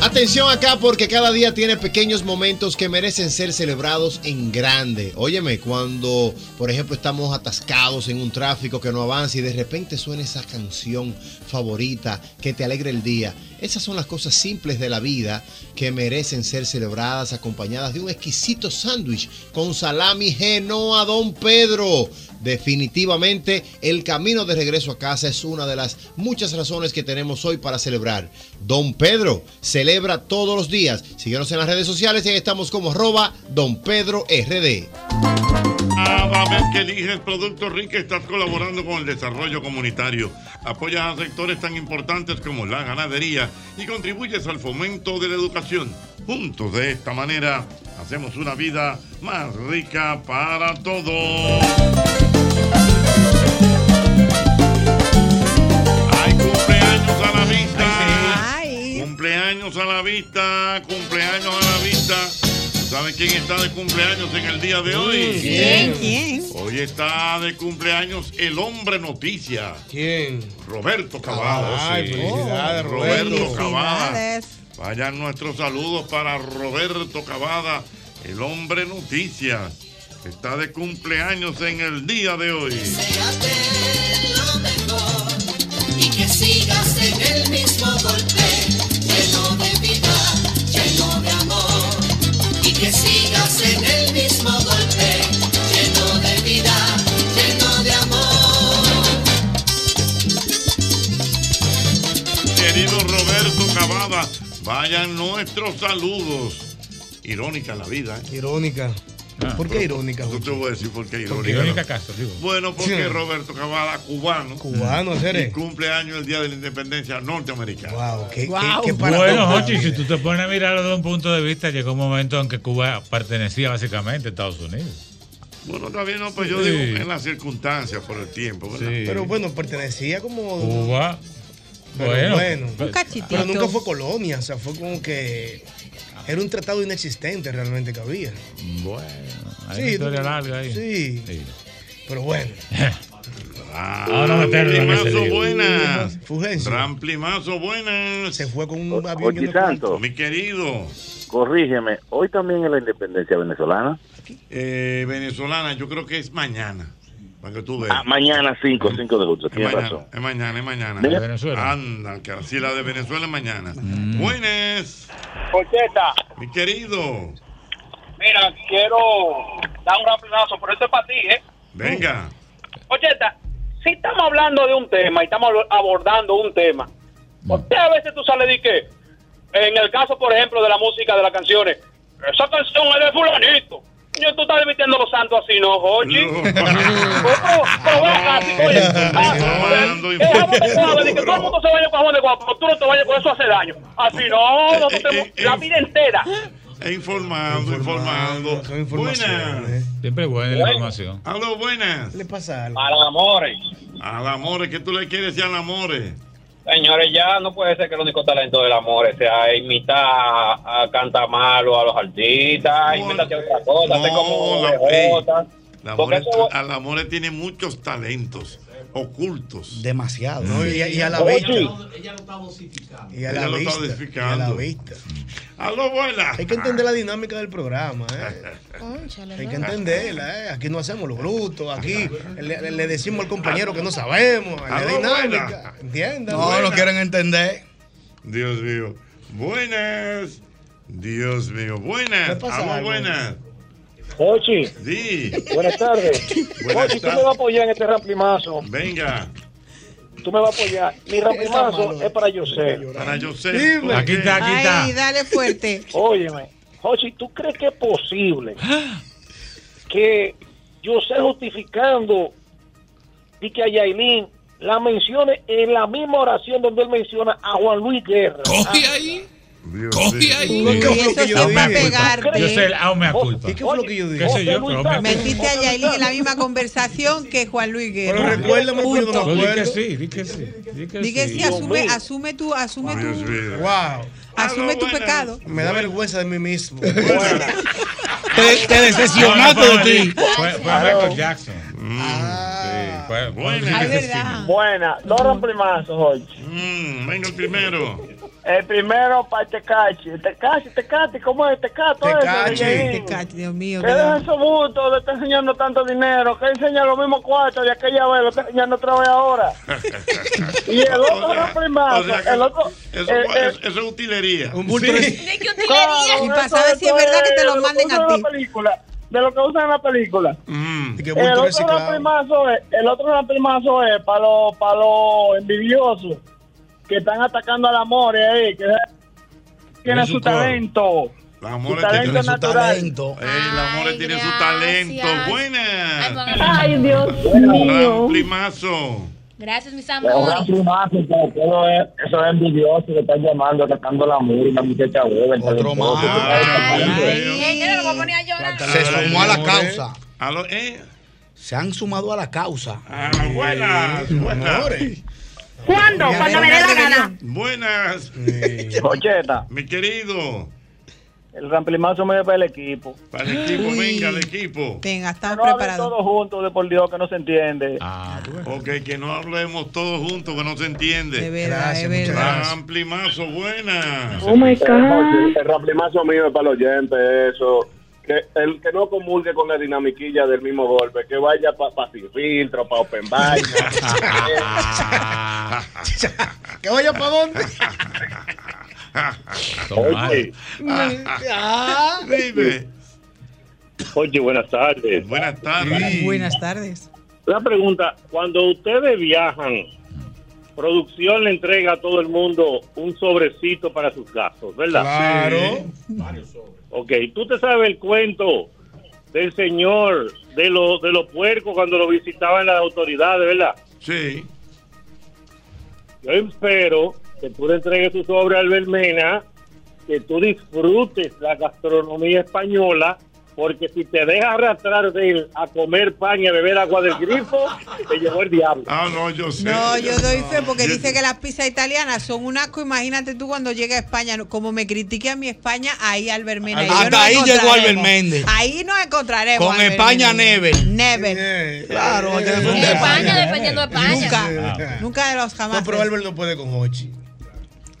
Speaker 6: Atención acá porque cada día tiene pequeños momentos que merecen ser celebrados en grande. Óyeme, cuando por ejemplo estamos atascados en un tráfico que no avanza y de repente suena esa canción favorita que te alegra el día. Esas son las cosas simples de la vida que merecen ser celebradas acompañadas de un exquisito sándwich con salami genoa Don Pedro. Definitivamente el camino de regreso a casa es una de las muchas razones que tenemos hoy para celebrar. Don Pedro celebra todos los días. Síguenos en las redes sociales y ahí estamos como arroba Don Pedro RD.
Speaker 23: Cada vez que eliges Productos Rica estás colaborando con el desarrollo comunitario. Apoyas a sectores tan importantes como la ganadería y contribuyes al fomento de la educación. Juntos de esta manera hacemos una vida más rica para todos. Hay cumpleaños a la vista. Cumpleaños a la vista. Cumpleaños a la vista. ¿Saben quién está de cumpleaños en el día de hoy?
Speaker 3: ¿Quién? ¿Quién?
Speaker 23: Hoy está de cumpleaños el hombre noticia. ¿Quién? Roberto Cavada.
Speaker 5: Ay, felicidades,
Speaker 23: Roberto
Speaker 5: Roberto.
Speaker 23: Cavada. Vayan nuestros saludos para Roberto Cavada, el hombre noticia. Está de cumpleaños en el día de hoy.
Speaker 3: Y que sigas en el mismo golpe, lleno de vida, lleno de amor. Y que sigas en el mismo golpe, lleno de vida, lleno de amor.
Speaker 23: Querido Roberto Cavada, vayan nuestros saludos. Irónica la vida. ¿eh?
Speaker 5: Irónica. ¿Por qué irónica?
Speaker 23: Yo te voy a decir por qué irónica.
Speaker 5: irónica
Speaker 23: ¿no? Bueno, porque
Speaker 5: Sí.
Speaker 23: Roberto Cavada, cubano.
Speaker 5: Cubano, seré.
Speaker 23: Y cumple años el día de la independencia norteamericana.
Speaker 5: Wow, qué,
Speaker 7: bueno, Jochi, si tú te pones a mirarlo desde un punto de vista, llegó un momento en que Cuba pertenecía básicamente a Estados Unidos.
Speaker 23: Bueno, está bien, no, pues yo
Speaker 7: Sí.
Speaker 23: digo en las circunstancias, por el tiempo, ¿verdad?
Speaker 5: Pero bueno, pertenecía como.
Speaker 7: Cuba.
Speaker 5: Pero
Speaker 7: Bueno,
Speaker 5: bueno,
Speaker 7: Un cachitito.
Speaker 5: pero nunca fue colonia, o sea, fue como que era un tratado inexistente realmente que había.
Speaker 7: Bueno, hay una historia
Speaker 5: tú-
Speaker 7: larga ahí.
Speaker 5: Sí, pero bueno.
Speaker 23: Ahora meterlo en ese Ah, Ramplimazo, lío. buenas.
Speaker 5: Fugencia.
Speaker 23: Ramplimazo, buenas.
Speaker 5: Se fue con un avión.
Speaker 26: Oye, Santo.
Speaker 23: Mi querido.
Speaker 26: Corrígeme, hoy también es la independencia venezolana.
Speaker 23: Eh, venezolana, yo creo que es mañana. Para que tú veas.
Speaker 26: Ah, mañana 5, 5 de julio,
Speaker 23: Es
Speaker 26: tienes
Speaker 23: mañana,
Speaker 26: razón.
Speaker 23: es mañana, es mañana.
Speaker 26: ¿De
Speaker 23: Venezuela? Anda, que así la de Venezuela es mañana.
Speaker 5: Mm.
Speaker 23: Buenas.
Speaker 19: Ocheta.
Speaker 23: Mi querido.
Speaker 19: Mira, quiero dar un ramplazo, pero esto es para ti, ¿eh?
Speaker 23: Venga.
Speaker 19: Ocheta, si estamos hablando de un tema y estamos abordando un tema, usted a veces tú sales de que, en el caso, por ejemplo, de la música, de las canciones, esa canción es de fulanito. Yo tú estás metiendo los santos así, ¿no, Jochi? *laughs* Pues, Ah, eh, que todo el mundo se vaya con jabón de guapo, pero tú no te vayas con eso hace daño. Así no, no te, la vida entera.
Speaker 5: Oh.
Speaker 23: Informando, informando. Buenas.
Speaker 7: Siempre es buena la
Speaker 23: Bueno.
Speaker 7: información.
Speaker 23: Aló, buenas.
Speaker 5: eh. le pasa algo?
Speaker 19: Al amores.
Speaker 23: Al amores, ¿qué tú le quieres decir al amores?
Speaker 19: Señores, ya no puede ser que el único talento del amor sea imitar a, a cantar malo a los artistas, invéntate otra cosa, sé como
Speaker 23: la-
Speaker 19: ovejotas.
Speaker 23: La
Speaker 19: Porque
Speaker 23: More-
Speaker 19: eso-
Speaker 23: Al amores tiene muchos talentos ocultos.
Speaker 7: Mm.
Speaker 9: Demasiado.
Speaker 23: No, y- y a la
Speaker 9: Oye,
Speaker 23: vista.
Speaker 5: Y a
Speaker 23: Ella
Speaker 5: la
Speaker 23: lo está
Speaker 5: vista. y a la
Speaker 23: edificando.
Speaker 5: vista.
Speaker 23: Aló, buenas.
Speaker 5: Hay que entender la dinámica del programa, ¿eh? Hay que entenderla, ¿eh? Aquí no hacemos los brutos, aquí le, le decimos al compañero que no sabemos, la
Speaker 23: Aló,
Speaker 5: dinámica. ¿Entiendes?
Speaker 9: No, lo quieren entender.
Speaker 23: Dios mío. Buenas. Dios mío. Buenas.
Speaker 5: ¿Qué pasa,
Speaker 23: Aló,
Speaker 5: algo?
Speaker 23: buenas.
Speaker 11: Ochi.
Speaker 23: Sí.
Speaker 11: Buenas tardes.
Speaker 23: Buenas
Speaker 11: Ochi, tú me vas
Speaker 23: tardes.
Speaker 11: a apoyar en este ramplimazo.
Speaker 23: Venga.
Speaker 11: Tú me vas a apoyar. Mi ramplimazo es para José.
Speaker 23: Para José.
Speaker 11: Dime. Aquí está, aquí está.
Speaker 13: Ay, dale fuerte.
Speaker 11: Óyeme, Jochi, ¿tú crees que es posible que José justificando y que a Yailin la mencione en la misma oración donde él menciona a Juan Luis Guerra? Ah,
Speaker 3: Coge ahí.
Speaker 7: Coge
Speaker 3: ahí.
Speaker 7: ¿Qué fue lo que yo dije?
Speaker 13: pegarte.
Speaker 7: Yo sé, ah,
Speaker 5: Oh,
Speaker 7: me culpa.
Speaker 5: ¿Y qué fue lo que yo dije?
Speaker 7: ¿Qué sé yo? Pero me
Speaker 13: Metiste a Yailin en la misma conversación que Juan Luis Guerra.
Speaker 5: Pero recuérdame porque yo no me
Speaker 7: Di que
Speaker 5: acuerdo.
Speaker 7: sí, di que sí. Di que
Speaker 13: Dí que sí, asume, asume tu, asume tu,
Speaker 5: Wow.
Speaker 13: asume tu pecado.
Speaker 5: Me da vergüenza de mí mismo.
Speaker 7: Te,
Speaker 5: decepcionaste de ti.
Speaker 7: Fue, fue Michael Jackson. Sí, fue-
Speaker 11: Ay, verdad. Buena, dos ramplimazos, Jochi.
Speaker 23: venga el primero.
Speaker 11: El primero para Tecachi. Tecachi, Tecati, ¿cómo es? Tecato
Speaker 13: Tecachi.
Speaker 11: eso. Yailin.
Speaker 13: Tecachi, Dios mío.
Speaker 11: ¿Qué
Speaker 13: qué
Speaker 11: deja
Speaker 13: dolor.
Speaker 11: esos bultos le está enseñando tanto dinero? Que enseña los mismos cuartos de aquella vez, lo está enseñando otra vez ahora. Y el otro
Speaker 23: *laughs* O sea,
Speaker 11: ramplimazo,
Speaker 23: o sea que
Speaker 11: el otro. eh,
Speaker 23: Eso,
Speaker 11: el- el-
Speaker 23: eso es utilería.
Speaker 5: Un bulto
Speaker 11: de
Speaker 13: Y para saber si es verdad que te lo manden a ti.
Speaker 11: De lo que usan en la película.
Speaker 5: Mm, Y que
Speaker 11: El
Speaker 5: bulto
Speaker 11: otro
Speaker 5: reciclado.
Speaker 11: ramplimazo es, el otro ramplimazo es para los para los envidiosos que están atacando al amor eh, ahí, que tiene
Speaker 23: su
Speaker 11: su
Speaker 23: coro.
Speaker 11: talento.
Speaker 23: La amor
Speaker 11: Su
Speaker 23: tiene
Speaker 11: talento
Speaker 23: su
Speaker 11: natural.
Speaker 23: talento. El amor tiene su talento. Buena.
Speaker 16: Ay, Dios
Speaker 23: Un
Speaker 16: mío.
Speaker 23: primazo.
Speaker 16: Gracias, mis
Speaker 14: Un
Speaker 16: amores.
Speaker 14: ramplimazo, pero todo es- eso es envidioso, le están llamando, atacando la música, muchacha hueva, el talentoso, que está ahí tocando.
Speaker 16: Eh, que lo voy a poner a llorar.
Speaker 9: Se sumó a la causa.
Speaker 23: A lo- eh,
Speaker 9: Se han sumado a la causa.
Speaker 23: buenas, buenas.
Speaker 2: ¿Cuándo?
Speaker 23: *laughs*
Speaker 2: Cuando me dé la gana.
Speaker 23: Buenas.
Speaker 11: Ocheta,
Speaker 23: Mi querido.
Speaker 11: el ramplimazo me para el equipo.
Speaker 23: Para el equipo, venga, el equipo.
Speaker 13: Venga, estamos
Speaker 11: No hablen
Speaker 13: preparados.
Speaker 11: todos juntos, de por Dios, que no se entiende.
Speaker 23: Ah, Ok, que no hablemos todos juntos, que no se entiende.
Speaker 13: De verdad, de
Speaker 23: muchas
Speaker 13: verdad.
Speaker 23: gracias. Ramplimazo, buenas.
Speaker 2: Oh my
Speaker 20: El,
Speaker 2: God.
Speaker 20: ramplimazo mío es para los oyentes, eso. Que el que no comulgue con la dinamiquilla del mismo golpe, que vaya para sin filtro, para open
Speaker 23: *laughs*
Speaker 20: vaina.
Speaker 5: ¿Que vaya para dónde?
Speaker 23: Oye.
Speaker 5: Ah.
Speaker 23: Dime.
Speaker 20: Oye, buenas tardes.
Speaker 23: Buenas tardes.
Speaker 13: Buenas tardes.
Speaker 20: Una pregunta, cuando ustedes viajan, producción le entrega a todo el mundo un sobrecito para sus gastos, ¿verdad?
Speaker 5: Claro.
Speaker 20: Ok, tú te sabes el cuento del señor de los de los puercos cuando lo visitaban las autoridades, ¿verdad?
Speaker 23: Sí.
Speaker 20: Yo espero que tú le entregues tu sobre al Bermena, que tú disfrutes la gastronomía española, porque si te dejas arrastrar de él a comer pan y a beber agua del grifo, te llevó el diablo.
Speaker 23: Ah, no, yo sé. Ah,
Speaker 13: No, yo doy fe porque
Speaker 23: Yo-
Speaker 13: dice que las pizzas italianas son un asco. Imagínate tú cuando llegue a España, no- como me critique a mi España, ahí Albert Méndez.
Speaker 9: Hasta
Speaker 13: nos
Speaker 9: ahí llegó
Speaker 13: encontraremos.
Speaker 9: Albert Méndez.
Speaker 13: Ahí nos encontraremos.
Speaker 9: Con
Speaker 13: Albert
Speaker 9: España,
Speaker 13: Méndez. Never.
Speaker 9: Claro, hay que
Speaker 16: En
Speaker 9: defender a
Speaker 16: España,
Speaker 9: España.
Speaker 16: dependiendo de España.
Speaker 9: Ah,
Speaker 13: Nunca, nunca de los jamás.
Speaker 5: No, pero Albert no puede con Hochi.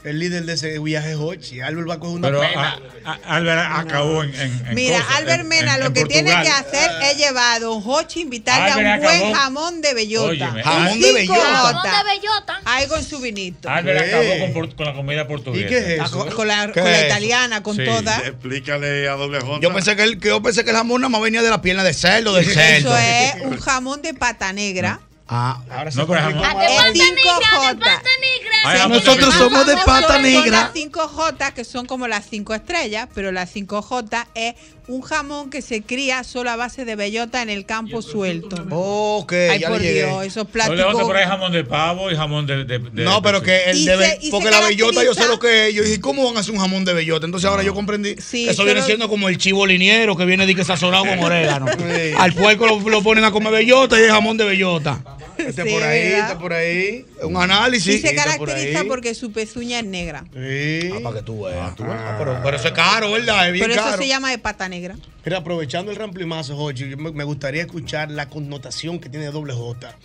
Speaker 5: El líder de ese viaje es Hochi. Albert va a coger una
Speaker 7: Pero
Speaker 9: ah,
Speaker 5: pena.
Speaker 7: a- a- Álvaro acabó en, en- en
Speaker 13: Mira,
Speaker 7: cosas,
Speaker 13: Albert
Speaker 7: en-
Speaker 13: Mena
Speaker 7: en-
Speaker 13: lo
Speaker 7: en
Speaker 13: que tiene
Speaker 7: Portugal.
Speaker 13: que hacer es llevar a Don Hochi invitarle a un
Speaker 7: Albert
Speaker 13: buen
Speaker 7: acabó.
Speaker 13: jamón de bellota.
Speaker 7: Óyeme, ah,
Speaker 9: Jamón
Speaker 13: Cinco
Speaker 9: de bellota.
Speaker 13: gotas.
Speaker 16: ¿Dónde bellota?
Speaker 13: Algo en su vinito.
Speaker 7: Álvaro
Speaker 23: ¿Qué?
Speaker 7: acabó con, por- con la comida portuguesa.
Speaker 5: ¿Y qué es
Speaker 13: Ah,
Speaker 5: eso?
Speaker 13: Con, con la,
Speaker 9: ¿Qué
Speaker 13: con la
Speaker 9: es eso?
Speaker 13: italiana, con
Speaker 7: Sí,
Speaker 13: toda.
Speaker 23: Explícale a doble J.
Speaker 9: Yo pensé que el, que yo pensé que el jamón nada más venía de la pierna de cerdo, del cerdo.
Speaker 13: Eso es un jamón de pata negra.
Speaker 9: Ah,
Speaker 5: Ahora
Speaker 7: No, pero jamón.
Speaker 16: Ah, De pata
Speaker 13: Es cinco
Speaker 16: negra, de
Speaker 13: jotas.
Speaker 16: pata negra.
Speaker 7: Ay, jamón
Speaker 9: Nosotros
Speaker 7: de-
Speaker 9: somos de pata
Speaker 13: Son las
Speaker 9: negra.
Speaker 13: 5J, que son como las 5 estrellas, pero las 5J es un jamón que se cría solo a base de bellota en el campo suelto.
Speaker 9: Ok,
Speaker 13: Ay,
Speaker 9: ya
Speaker 13: por
Speaker 9: le llegué.
Speaker 13: Dios, esos
Speaker 7: Doble J por ahí
Speaker 13: platos.
Speaker 7: jamón de pavo y jamón de. de- de-
Speaker 9: No, pero que el
Speaker 13: Y
Speaker 9: de
Speaker 13: se-
Speaker 9: be-
Speaker 13: y se
Speaker 9: porque la bellota yo sé
Speaker 13: caracteriza-
Speaker 9: lo que es. Yo dije, ¿cómo van a hacer un jamón de bellota? Entonces ahora yo comprendí.
Speaker 13: Sí,
Speaker 9: Eso viene
Speaker 13: pero-
Speaker 9: siendo como el chivo liniero que viene de que sazonado con orégano.
Speaker 5: *laughs* Eh,
Speaker 9: Al puerco lo, lo ponen a comer bellota y es jamón de bellota.
Speaker 5: Está
Speaker 13: Sí,
Speaker 5: por ahí,
Speaker 13: ¿verdad?
Speaker 5: está por ahí.
Speaker 9: Un análisis.
Speaker 13: Y se
Speaker 9: Está por ahí.
Speaker 13: caracteriza porque su pezuña es negra.
Speaker 5: Sí.
Speaker 9: Ah, para que tú veas. Ah, pero, pero eso es caro, ¿verdad? Es bien
Speaker 13: Pero eso
Speaker 9: caro.
Speaker 13: se llama de pata negra.
Speaker 5: Mira, aprovechando el ramplimazo, Jochi, yo me, me gustaría escuchar la connotación que tiene doble J.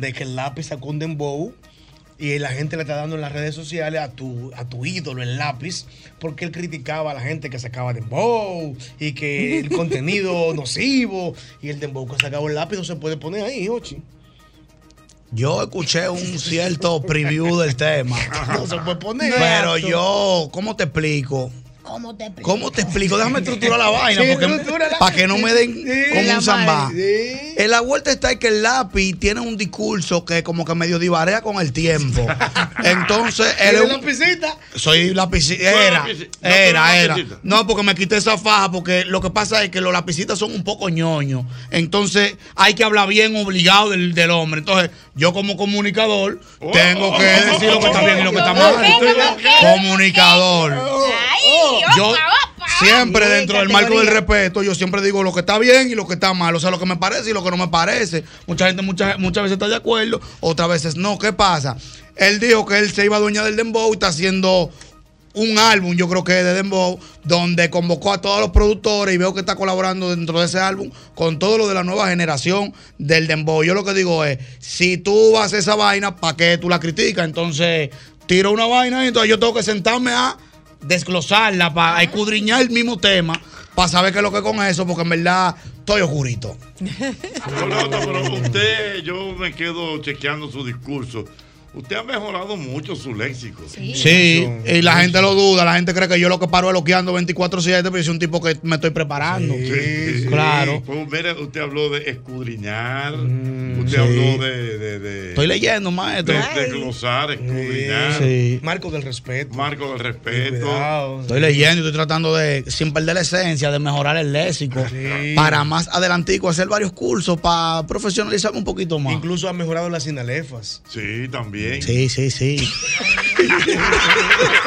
Speaker 5: De que el lápiz sacó un dembow y la gente le está dando en las redes sociales a tu, a tu ídolo, el lápiz, porque él criticaba a la gente que sacaba dembow y que el contenido nocivo y el dembow que sacaba el lápiz no se puede poner ahí, Jochi.
Speaker 9: Yo escuché
Speaker 5: *laughs*
Speaker 9: un cierto preview del tema.
Speaker 5: No se puede poner.
Speaker 9: Pero yo, ¿cómo te explico?
Speaker 16: ¿Cómo te explico?
Speaker 9: ¿Cómo te explico? Déjame estructurar la vaina
Speaker 16: Sí,
Speaker 9: porque,
Speaker 16: estrutúrala.
Speaker 9: para que no me den
Speaker 16: Sí,
Speaker 9: como
Speaker 16: la
Speaker 9: un zambá.
Speaker 16: madre,
Speaker 9: En la vuelta está que el lápiz tiene un discurso que como que medio divarea con el
Speaker 5: *laughs*
Speaker 9: tiempo. Entonces, él es un-
Speaker 5: lapicita?
Speaker 9: soy lapicita.
Speaker 5: Soy
Speaker 9: Era,
Speaker 5: lapici- no, tú eres
Speaker 9: era, era.
Speaker 5: lapicita.
Speaker 9: No, porque me quité esa faja, porque lo que pasa es que los lapicitas son un poco ñoños. Entonces, hay que hablar bien obligado del, del hombre. Entonces, yo como comunicador, tengo que
Speaker 5: Oh.
Speaker 9: decir lo que está bien y lo que
Speaker 5: *laughs*
Speaker 9: está mal. Comunicador. Yo siempre dentro del marco del respeto, yo siempre digo lo que está bien y lo que está mal, o sea, lo que me parece y lo que no me parece. Mucha gente muchas muchas veces está de acuerdo, otras veces no. ¿Qué pasa? Él dijo que él se iba a dueñar del dembow y está haciendo un álbum, yo creo que de dembow, donde convocó a todos los productores y veo que está colaborando dentro de ese álbum con todo lo de la nueva generación del dembow. Yo lo que digo es, si tú haces esa vaina, ¿para qué tú la criticas? Entonces, tiro una vaina y entonces yo tengo que sentarme a desglosarla, para escudriñar el mismo tema, para saber qué es lo que es con eso, porque en verdad estoy oscurito.
Speaker 23: Coloto, pero usted, yo me quedo chequeando su discurso. Usted ha mejorado mucho su léxico.
Speaker 9: Sí, y la gente lo duda, la gente cree que yo lo que paro es loqueando 24-7, pero yo soy un tipo que me estoy preparando. Claro. Mm,
Speaker 23: Pues, mire, usted habló de escudriñar, usted habló de, de- de-
Speaker 9: Estoy leyendo, maestro.
Speaker 23: De, desglosar, escudriñar.
Speaker 9: Sí.
Speaker 5: Marco del respeto.
Speaker 23: Marco del respeto.
Speaker 9: Estoy leyendo, estoy tratando de, sin perder la esencia, de mejorar el léxico. Para más adelantico, hacer varios cursos para profesionalizarme un poquito más.
Speaker 5: Incluso ha mejorado las sinalefas.
Speaker 23: Sí, también.
Speaker 9: Sí, sí, sí. *laughs*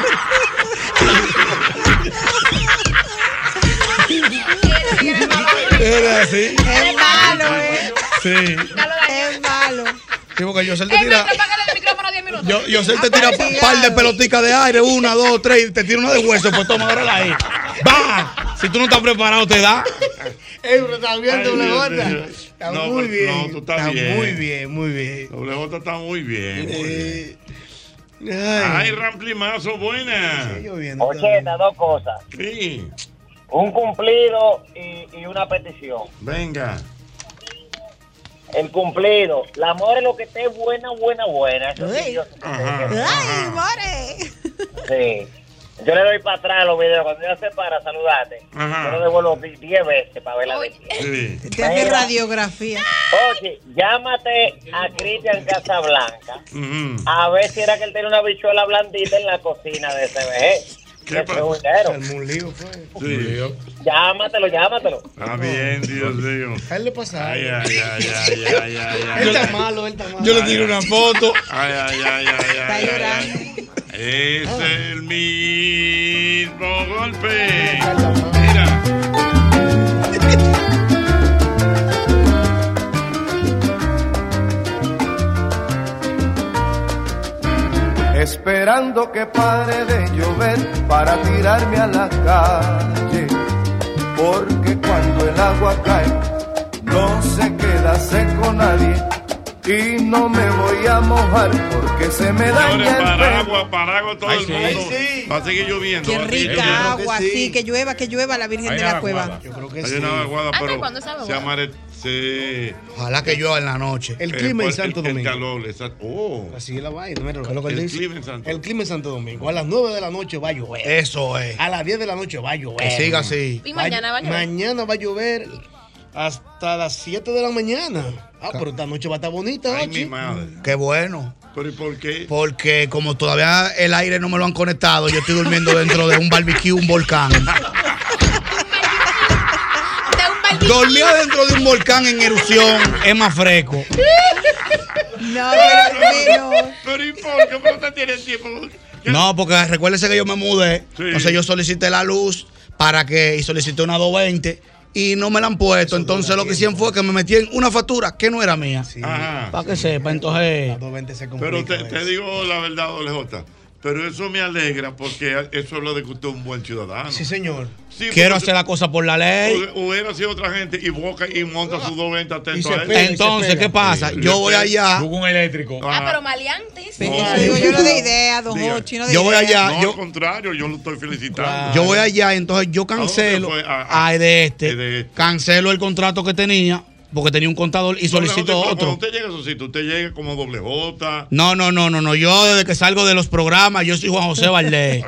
Speaker 9: Era así.
Speaker 13: Es malo, ¿eh?
Speaker 9: Sí.
Speaker 13: Es malo.
Speaker 9: Sí, porque yo sé
Speaker 16: Eh,
Speaker 9: te tira.
Speaker 16: maestro, apágale el micrófono 10 minutos.
Speaker 9: Yo, yo sé te tira un par de peloticas de aire, una, dos, tres, y te tira una de hueso, pues toma, ahora ahí. ¡Bah! Si tú no estás preparado, te da.
Speaker 5: Ey, pero está bien,
Speaker 23: Ay,
Speaker 5: doble
Speaker 23: Dios
Speaker 5: gota.
Speaker 23: mío.
Speaker 5: Está
Speaker 23: No,
Speaker 5: muy
Speaker 23: pero-
Speaker 5: bien.
Speaker 23: no, tú estás
Speaker 5: está
Speaker 23: bien.
Speaker 5: muy bien, muy bien.
Speaker 23: Doble J está muy bien. muy bien.
Speaker 5: Ay.
Speaker 23: Ay, Ramplimazo, buena.
Speaker 27: Ochenta, dos cosas.
Speaker 23: Sí.
Speaker 27: Un cumplido y, y una petición.
Speaker 23: Venga.
Speaker 27: El cumplido. La amor es lo que esté buena, buena, buena. Eso sí, yo,
Speaker 13: ¡Ay, more!
Speaker 27: sí. Yo le doy para atrás los videos. Cuando yo se para, saludate.
Speaker 13: Ajá.
Speaker 27: Yo lo devuelvo di- 10 veces para ver la de
Speaker 13: Te hace
Speaker 27: Mira.
Speaker 13: radiografía.
Speaker 27: Oye, llámate a Cristian Casablanca. A ver si era que él tiene una bichuela blandita en la cocina de ese vejez.
Speaker 23: ¿Qué
Speaker 27: Ese bultero.
Speaker 5: pues.
Speaker 23: Sí.
Speaker 27: Llámatelo, llámatelo.
Speaker 23: Está bien, Dios mío.
Speaker 5: A él le
Speaker 25: Ah,
Speaker 5: pasa
Speaker 23: Ay,
Speaker 5: algo.
Speaker 23: ay, ay, ay, ay, ay, ay.
Speaker 5: Él está malo, él está malo.
Speaker 23: Yo le tiro
Speaker 9: una foto.
Speaker 23: Ay, ay, ay, ay, ay. ay, ay. Es el mismo golpe. Mira.
Speaker 28: esperando que pare de llover para tirarme a la calle, porque cuando el agua cae no se queda seco nadie y no me voy a mojar porque se me
Speaker 23: Señores,
Speaker 28: daña el pelo.
Speaker 23: paraguas, paraguas todo el mundo. Va a seguir lloviendo.
Speaker 13: Qué
Speaker 23: va a seguir lloviendo.
Speaker 13: rica agua, sí, que llueva, que llueva la Virgen de la Cueva.
Speaker 23: Hay una vaguada,
Speaker 13: Ah,
Speaker 23: pero
Speaker 13: no, ¿cuándo es
Speaker 23: se
Speaker 13: vaguada?
Speaker 23: amare- se-
Speaker 9: Ojalá que llueva en la noche.
Speaker 5: El clima
Speaker 23: por-
Speaker 5: en Santo
Speaker 23: el-
Speaker 5: Domingo.
Speaker 23: El calor, exacto. Oh.
Speaker 5: Así es la vaina. mira lo que él
Speaker 23: El
Speaker 5: dice.
Speaker 23: clima en Santo
Speaker 5: El clima en Santo Domingo. A las 9 de la noche va a llover.
Speaker 9: Eso es.
Speaker 5: A las 10 de la noche va a llover.
Speaker 9: Que siga así.
Speaker 5: Va-
Speaker 16: Y mañana va a llover.
Speaker 5: Mañana va a llover hasta las 7 de la mañana. Ah, pero esta noche va a estar bonita. Ay, mi
Speaker 23: madre.
Speaker 9: Qué bueno.
Speaker 23: ¿Pero y por qué?
Speaker 9: Porque como todavía el aire no me lo han conectado, yo estoy durmiendo dentro de un barbecue, un volcán. Dormir dentro de un volcán en erupción es más fresco.
Speaker 13: No,
Speaker 23: pero, pero ¿y por qué? ¿Pero usted tiene tiempo?
Speaker 9: No, porque recuérdese que yo me mudé. Entonces yo solicité la luz para que. Y solicité una 220 y no me la han puesto. entonces lo que hicieron fue que me metí en una factura que no era mía.
Speaker 23: Ajá.
Speaker 9: Para que sepa. Entonces.
Speaker 23: Pero te, te digo la verdad, Doble J. Pero eso me alegra porque eso lo de que usted es un buen ciudadano.
Speaker 5: Sí, señor.
Speaker 23: Sí,
Speaker 9: Quiero
Speaker 23: porque
Speaker 9: hacer la cosa por la ley.
Speaker 23: hu- Hubiera sido otra gente y boca y monta su 220 atento a él.
Speaker 9: Entonces, ¿qué pasa? Yo voy allá.
Speaker 7: un eléctrico.
Speaker 16: Ah, pero maleantes.
Speaker 13: yo no de idea, don
Speaker 23: Diga.
Speaker 13: Hochi, no de
Speaker 9: Yo voy
Speaker 13: idea.
Speaker 9: allá.
Speaker 23: No,
Speaker 9: yo-
Speaker 23: al contrario, yo lo estoy felicitando.
Speaker 9: Yo voy allá y entonces yo cancelo
Speaker 23: fue? A- este.
Speaker 9: a, de este, Cancelo el contrato que tenía porque tenía un contador y solicitó
Speaker 23: Pero
Speaker 9: otro.
Speaker 23: Cuando usted llega a su sitio, usted llega como doble J.
Speaker 9: No, no, no, no, no. Yo desde que salgo de los programas, yo soy Juan José
Speaker 23: *laughs*
Speaker 9: Valdés.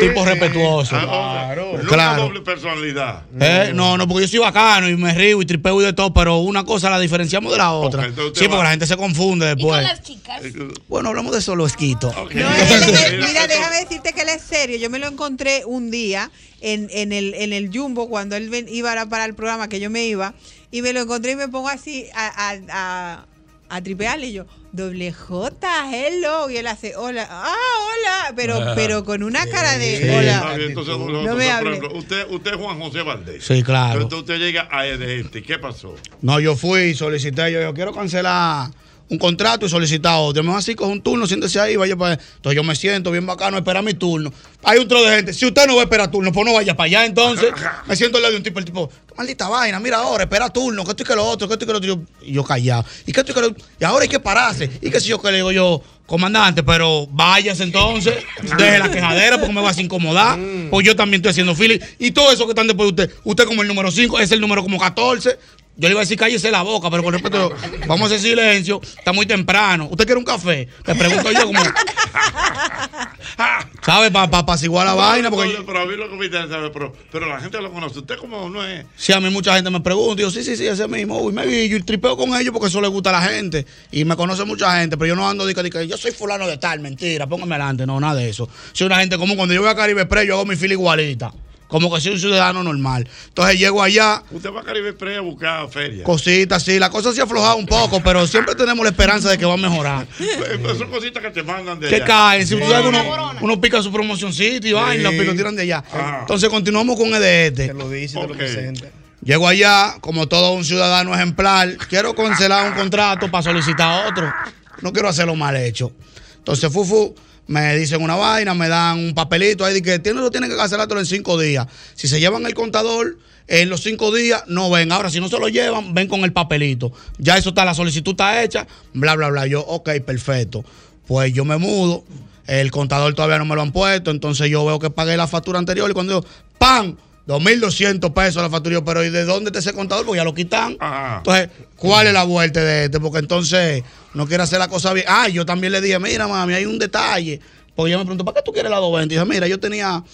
Speaker 9: tipo respetuoso.
Speaker 23: Claro. No
Speaker 9: Claro.
Speaker 23: doble personalidad.
Speaker 9: Eh, no, no, porque yo soy bacano y me río y tripeo y de todo, pero una cosa la diferenciamos de la otra.
Speaker 23: Ok, entonces usted
Speaker 9: sí, porque
Speaker 23: va-
Speaker 9: la gente se confunde después.
Speaker 29: chicas.
Speaker 9: Bueno, hablamos de solo esquito.
Speaker 23: *laughs*
Speaker 13: Mira, déjame decirte que él es serio. Yo me lo encontré un día en, en el, en el Jumbo cuando él ven- iba a- para el programa que yo me iba y me lo encontré y me pongo así a, a, a- a tripearle y yo, doble J, hello. Y él hace, hola, ah, hola, pero, pero con una cara de, hola.
Speaker 23: Ah, entonces, doble
Speaker 13: No
Speaker 23: J,
Speaker 13: me
Speaker 23: por
Speaker 13: hable.
Speaker 23: ejemplo, usted, usted es Juan José Valdés.
Speaker 9: Sí, claro.
Speaker 23: Entonces usted llega a Edesti. ¿Qué pasó?
Speaker 9: No, yo fui, solicité, yo, yo quiero cancelar un contrato y solicitar otro. Me así, coge un turno, siéntese ahí, vaya para Entonces yo me siento bien bacano, espera mi turno. Hay un tro de gente. Si usted no va a esperar turno, pues no vaya para allá. Entonces me siento al lado de un tipo, el tipo, "Qué maldita vaina, mira ahora, espera turno, que esto y que lo otro, que esto y que lo otro. Yo, y yo callado. Y que esto y que lo Y ahora hay que pararse. Y que si yo que le digo yo, comandante, pero váyase entonces, deje la quejadera porque me vas a incomodar. Pues yo también estoy haciendo feeling. Y todo eso que están después de usted, usted como el número 5, es el número como 14. Yo le iba a decir cállese la boca, pero con respeto, vamos a hacer silencio, está muy temprano. ¿Usted quiere un café? Le pregunto yo como. *laughs* ¿Sabe? Para pa, apaciguar la vaina, porque yo-
Speaker 23: Pero a mí lo que me interesa, pero, pero la gente lo conoce. Usted como no es...
Speaker 9: Sí, a mí mucha gente me pregunta, y yo sí, sí, sí, ese mismo, uy, me vi, yo tripeo con ellos porque eso le gusta a la gente, y me conoce mucha gente, pero yo no ando de que, de que yo soy fulano de tal, mentira, póngame adelante, no, nada de eso. Soy una gente común, cuando yo voy a Caribe Pre, yo hago mi fila igualita, como que soy un ciudadano normal. Entonces llego allá,
Speaker 23: Usted va a Caribe Pre a buscar feria.
Speaker 9: cositas, sí, la cosa se ha aflojado un poco, pero siempre tenemos la esperanza de que va a mejorar.
Speaker 23: Pues Son cositas que te mandan de
Speaker 9: Que
Speaker 23: allá.
Speaker 9: caen, si tú sabes que uno, uno pica su promocioncito y vaina, los picos tiran de allá. Entonces continuamos con E EDT.
Speaker 23: lo dice, te lo presenta.
Speaker 9: Llego allá, como todo un ciudadano ejemplar, quiero cancelar un contrato para solicitar otro. No quiero hacerlo mal hecho. Entonces, Fufu, me dicen una vaina, me dan un papelito ahí de que tiene, lo tienen que cancelar todo en cinco días. Si se llevan el contador, en los cinco días no ven. Ahora, si no se lo llevan, ven con el papelito. Ya eso está, la solicitud está hecha, bla, bla, bla. Yo, ok, perfecto. Pues yo me mudo. El contador todavía no me lo han puesto, entonces yo veo que pagué la factura anterior y cuando yo, ¡pam! 2.200 pesos la factura, Yo, pero ¿y de dónde está ese contador? Porque ya lo quitan.
Speaker 3: Ah.
Speaker 9: Entonces, ¿cuál es la vuelta de este? Porque entonces no quiere hacer la cosa bien. Ah, yo también le dije, mira, mami, hay un detalle. Porque ella me preguntó, ¿para qué tú quieres la 220? Y dije, mira, yo tenía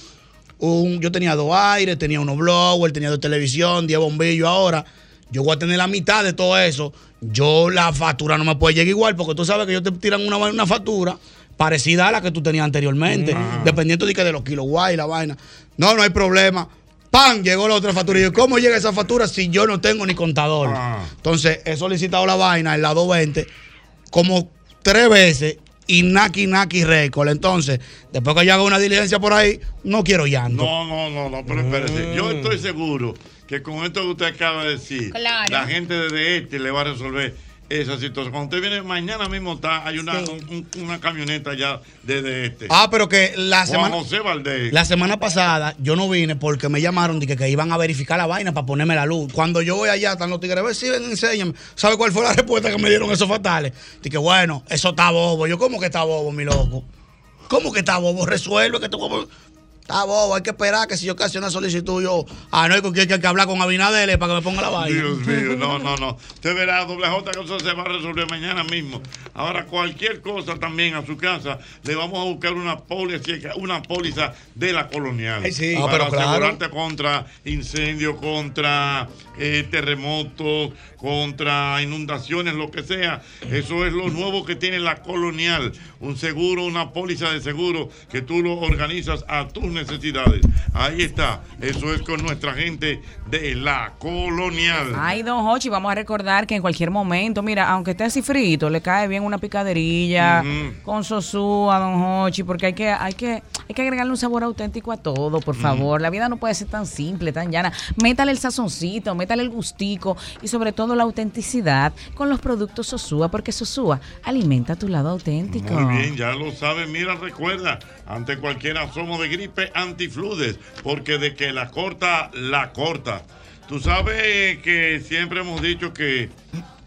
Speaker 9: un, yo tenía dos aires, tenía uno blower, tenía dos televisión, 10 bombillos. Ahora, yo voy a tener la mitad de todo eso. Yo la factura no me puede llegar igual, porque tú sabes que ellos te tiran una, vaina- una factura parecida a la que tú tenías anteriormente, dependiendo de, que de los kilowatts y la vaina. No, no hay problema. ¡Pam! Llegó la otra factura. Y yo, ¿cómo llega esa factura si yo no tengo ni contador? Entonces, he solicitado la vaina, el lado 20, como tres veces y Naki Naki Record. Entonces, después que yo haga una diligencia por ahí, no quiero llanto.
Speaker 23: No, no, no, no, pero espérese.
Speaker 9: Mm.
Speaker 23: Yo estoy seguro que con esto que usted acaba de decir,
Speaker 9: Claro.
Speaker 23: la gente de este le va a resolver esa situación. Cuando usted viene mañana mismo, está, hay una, un- un- una camioneta ya desde este.
Speaker 9: Ah, pero que la
Speaker 23: Juan
Speaker 9: semana-
Speaker 23: José Valdés.
Speaker 9: La semana pasada yo no vine porque me llamaron de que, que iban a verificar la vaina para ponerme la luz. Cuando yo voy allá, están los tigres, "Ven, sí, ven, enséñame. ¿Sabe cuál fue la *laughs* respuesta que me dieron esos fatales? Dije, bueno, eso está bobo. Yo, ¿cómo que está bobo, mi loco? ¿Cómo que está bobo? Resuelve que tú como- Está bobo, hay que esperar que si yo casi una solicitud, yo. Ah, no, hay que, hay que hablar con Abinader para que me ponga la vaina.
Speaker 23: Dios mío, no, no, no. Usted verá, doble J, que eso se va a resolver mañana mismo. Ahora, cualquier cosa también a su casa, le vamos a buscar una póliza, una póliza de la colonial.
Speaker 9: Ay, sí. Ah,
Speaker 23: Para
Speaker 9: pero claro.
Speaker 23: asegurarte contra incendio, contra eh, terremotos, contra inundaciones, lo que sea. Eso es lo nuevo que tiene la colonial. Un seguro, una póliza de seguro que tú lo organizas a tus necesidades. Ahí está. Eso es con nuestra gente de la colonial.
Speaker 30: Ay, don Hochi, vamos a recordar que en cualquier momento, mira, aunque esté así frito, le cae bien una picaderilla
Speaker 23: Ujú.
Speaker 30: con sosúa, don Hochi, porque hay que, hay que, hay que agregarle un sabor auténtico a todo, por favor. La vida no puede ser tan simple, tan llana. Métale el sazoncito, métale el gustico y sobre todo la autenticidad con los productos Sosúa, porque Sosúa alimenta tu lado auténtico.
Speaker 23: Muy bien, ya lo sabes. Mira, recuerda, ante cualquier asomo de gripe, antifludes, porque de que la corta, la corta. Tú sabes que siempre hemos dicho que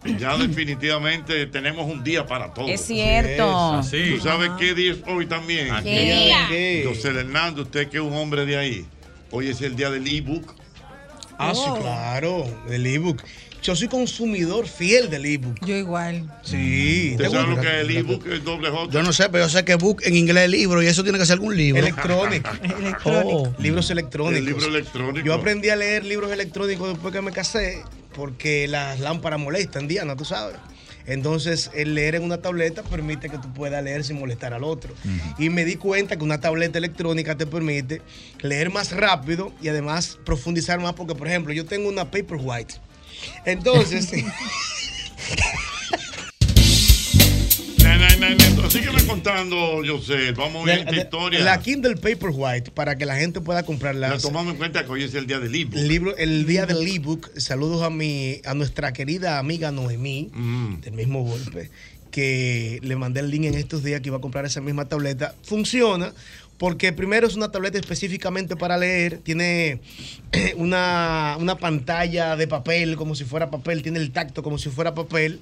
Speaker 5: *clears throat*
Speaker 23: ya definitivamente tenemos un día para todo.
Speaker 30: Es cierto. Es así.
Speaker 23: Tú sabes qué día es hoy también.
Speaker 30: ¿Qué día?
Speaker 23: José Hernández, usted que es un hombre de ahí. Hoy es el día del ebook.
Speaker 5: Ah, sí,
Speaker 13: Oh.
Speaker 5: claro, del ebook. Yo soy consumidor fiel del ebook.
Speaker 13: Yo igual.
Speaker 5: Sí.
Speaker 23: ¿Usted sabe lo que es el ebook, el doble J?
Speaker 9: Yo no sé, pero yo sé que book en inglés es libro y eso tiene que ser algún libro.
Speaker 5: Electrónico.
Speaker 9: *laughs*
Speaker 16: *laughs*
Speaker 9: Oh.
Speaker 5: Libros electrónicos.
Speaker 9: El libro
Speaker 5: Yo aprendí a leer libros electrónicos después que me casé, porque las lámparas molestan, Diana, tú sabes. Entonces, el leer en una tableta permite que tú puedas leer sin molestar al otro. Y me di cuenta que una tableta electrónica te permite leer más rápido y además profundizar más, porque, por ejemplo, yo tengo una Paperwhite.
Speaker 23: *laughs*
Speaker 5: Entonces.
Speaker 23: Na, na, na, na. Sígueme contando, José. Vamos a
Speaker 5: La-
Speaker 23: ver esta
Speaker 5: la-
Speaker 23: historia.
Speaker 5: La Kindle Paperwhite para que la gente pueda comprarla.
Speaker 23: La tomamos en cuenta que hoy es el día del libro.
Speaker 5: El libro, el día del ebook. Saludos a mi, a nuestra querida amiga Noemí, del mismo golpe, que le mandé el link en estos días que iba a comprar esa misma tableta. Funciona. Porque primero es una tableta específicamente para leer, tiene *clears throat* una, una pantalla de papel como si fuera papel, tiene el tacto como si fuera papel.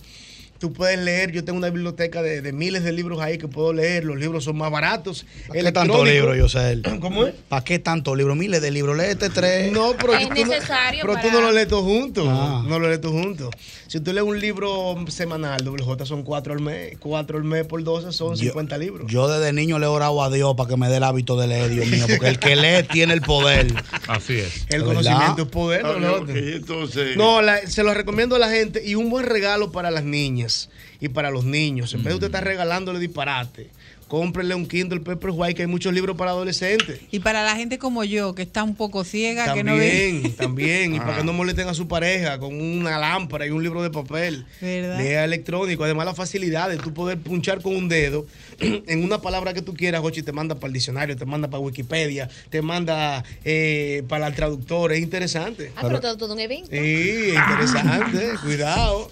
Speaker 5: Tú puedes leer, yo tengo una biblioteca de, de miles de libros ahí que puedo leer, los libros son más baratos.
Speaker 9: ¿Para qué tanto
Speaker 5: electrónicos.
Speaker 9: libro, Yosel?
Speaker 5: ¿Cómo es?
Speaker 9: ¿Para qué tanto libro? Miles de libros. Léete tres. Ah.
Speaker 5: No, pero
Speaker 9: Es
Speaker 5: tú,
Speaker 16: necesario
Speaker 5: pero tú
Speaker 16: para-
Speaker 5: no lo lees todo junto. No lo lees todo junto. Si tú lees un libro semanal, WJ son cuatro al mes. Cuatro al mes por 12 son 50 libros.
Speaker 9: Yo desde niño le he orado a Dios para que me dé el hábito de leer, Dios mío, porque el que lee tiene el poder.
Speaker 31: Así es.
Speaker 5: El
Speaker 9: ¿Verdad?
Speaker 5: conocimiento es poder.
Speaker 23: Ah,
Speaker 5: ¿no?
Speaker 23: ok, entonces,
Speaker 5: No, la- se lo recomiendo a la gente y un buen regalo para las niñas y para los niños. En vez de usted
Speaker 9: Mm.
Speaker 5: estar regalándole disparate, cómprenle un Kindle Pepper White, que hay muchos libros para adolescentes.
Speaker 13: Y para la gente como yo, que está un poco ciega, que no ve.
Speaker 5: También, también. Y para
Speaker 13: Ah.
Speaker 5: que no molesten a su pareja con una lámpara y un libro de papel.
Speaker 13: ¿Verdad?
Speaker 5: Lea electrónico. Además, la facilidad de tú poder punchar con un dedo *clears throat* en una palabra que tú quieras, Jochi, te manda para el diccionario, te manda para Wikipedia, te manda eh, para el traductor. Es interesante.
Speaker 16: Ah, pero todo, todo un evento.
Speaker 5: Sí, interesante. *laughs* Cuidado.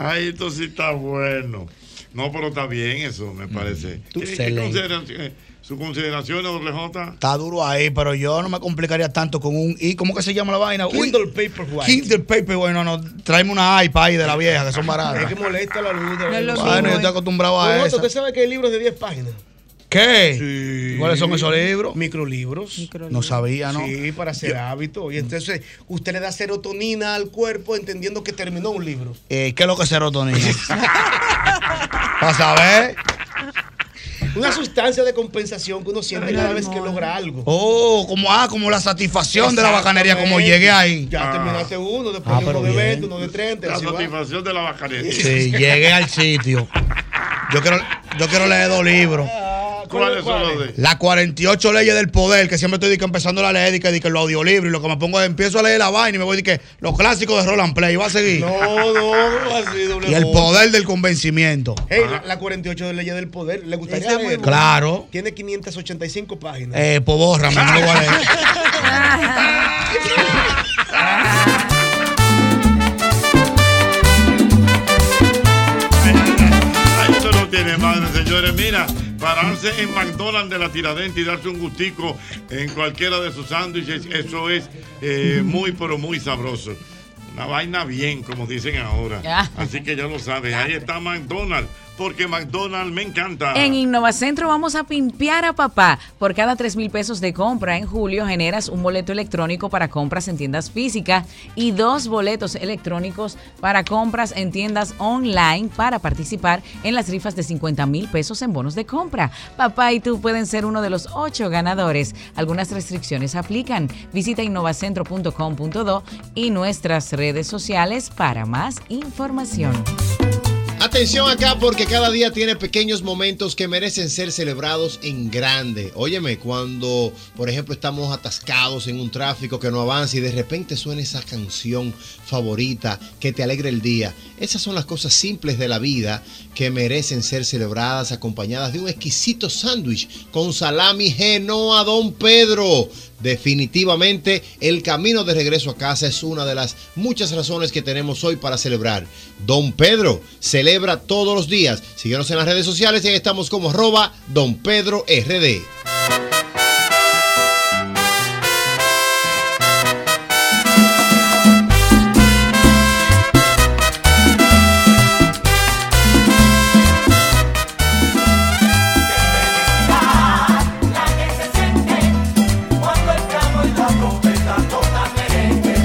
Speaker 23: Ay, esto sí está bueno. No, pero está bien eso, me parece. ¿Qué- qué
Speaker 9: Excelente.
Speaker 23: consideración- ¿Su consideración, doble J?
Speaker 9: Está duro ahí, pero yo no me complicaría tanto con un. ¿Y cómo que se llama la vaina? Uy,
Speaker 5: Kindle Paperwhite.
Speaker 9: Kindle Paper, bueno, no. Tráeme una iPad ahí de la vieja, que son
Speaker 5: Es
Speaker 9: baratas.
Speaker 5: que molesta la luz.
Speaker 9: No es lo Bueno, mismo, yo estoy ¿eh? acostumbrado a
Speaker 5: Don Otto,
Speaker 9: esa.
Speaker 5: Usted sabe que hay libros de 10 páginas.
Speaker 9: ¿Qué? ¿Cuáles son esos libros?
Speaker 5: Microlibros.
Speaker 9: No sabía, ¿no?
Speaker 5: Sí, para hacer hábito. Y entonces usted le da serotonina al cuerpo entendiendo que terminó
Speaker 9: *laughs*
Speaker 5: un libro.
Speaker 9: Eh, ¿Qué es lo que es serotonina?
Speaker 23: *laughs*
Speaker 9: Para saber.
Speaker 5: Una sustancia de compensación que uno siente cada vez que logra algo.
Speaker 9: Oh, como, ah, como la satisfacción de la bacanería, como llegué ahí.
Speaker 5: Ya
Speaker 9: Ah.
Speaker 5: terminaste uno, después
Speaker 9: Ah,
Speaker 5: de
Speaker 9: pero
Speaker 5: uno de
Speaker 9: bien.
Speaker 5: 20, uno de 30.
Speaker 23: La
Speaker 5: así va.
Speaker 23: satisfacción de la bacanería.
Speaker 9: Sí, llegué al sitio. Yo quiero, yo quiero leer dos libros.
Speaker 23: ¿Cuáles son los de?
Speaker 9: Las 48 leyes del poder, que siempre estoy di que empezando la leer, di que, di que los audiolibros, y lo que me pongo es, empiezo a leer la vaina y me voy di que los clásicos de Roland Play, va a seguir.
Speaker 5: No, no, así doble
Speaker 9: y el
Speaker 5: voz.
Speaker 9: poder del convencimiento.
Speaker 5: Ey, la, la 48 de Leyes del Poder, ¿le gustaría
Speaker 9: Esa es muy
Speaker 5: leer?
Speaker 9: buena. Claro.
Speaker 5: Tiene 585 páginas.
Speaker 9: Eh, pues bórrame, no lo voy a leer.
Speaker 23: Ay, Esto no tiene madre, señores. Mira, pararse en McDonald's de la Tiradentes y darse un gustico en cualquiera de sus sándwiches, eso es
Speaker 16: *laughs*
Speaker 23: eh, muy, pero muy sabroso. Una vaina bien, como dicen ahora.
Speaker 30: Ya.
Speaker 23: Así que ya lo saben. Ahí está McDonald's, porque McDonald's me encanta.
Speaker 30: En Innovacentro vamos a pimpear a papá. Por cada 3 mil pesos de compra en julio generas un boleto electrónico para compras en tiendas físicas y dos boletos electrónicos para compras en tiendas online para participar en las rifas de 50 mil pesos en bonos de compra. Papá y tú pueden ser uno de los ocho ganadores. Algunas restricciones aplican. Visita innovacentro.com.do y nuestras redes sociales para más información.
Speaker 6: Atención acá porque cada día tiene pequeños momentos que merecen ser celebrados en grande. Óyeme, cuando por ejemplo estamos atascados en un tráfico que no avanza y de repente suena esa canción favorita que te alegra el día. Esas son las cosas simples de la vida que merecen ser celebradas acompañadas de un exquisito sándwich con salami genoa Don Pedro. Definitivamente el camino de regreso a casa es una de las muchas razones que tenemos hoy para celebrar. Don Pedro celebra todos los días. Síguenos en las redes sociales y ahí estamos como arroba Don Pedro RD.
Speaker 3: La que se siente cuando el tramo y la trompeta tocan merengue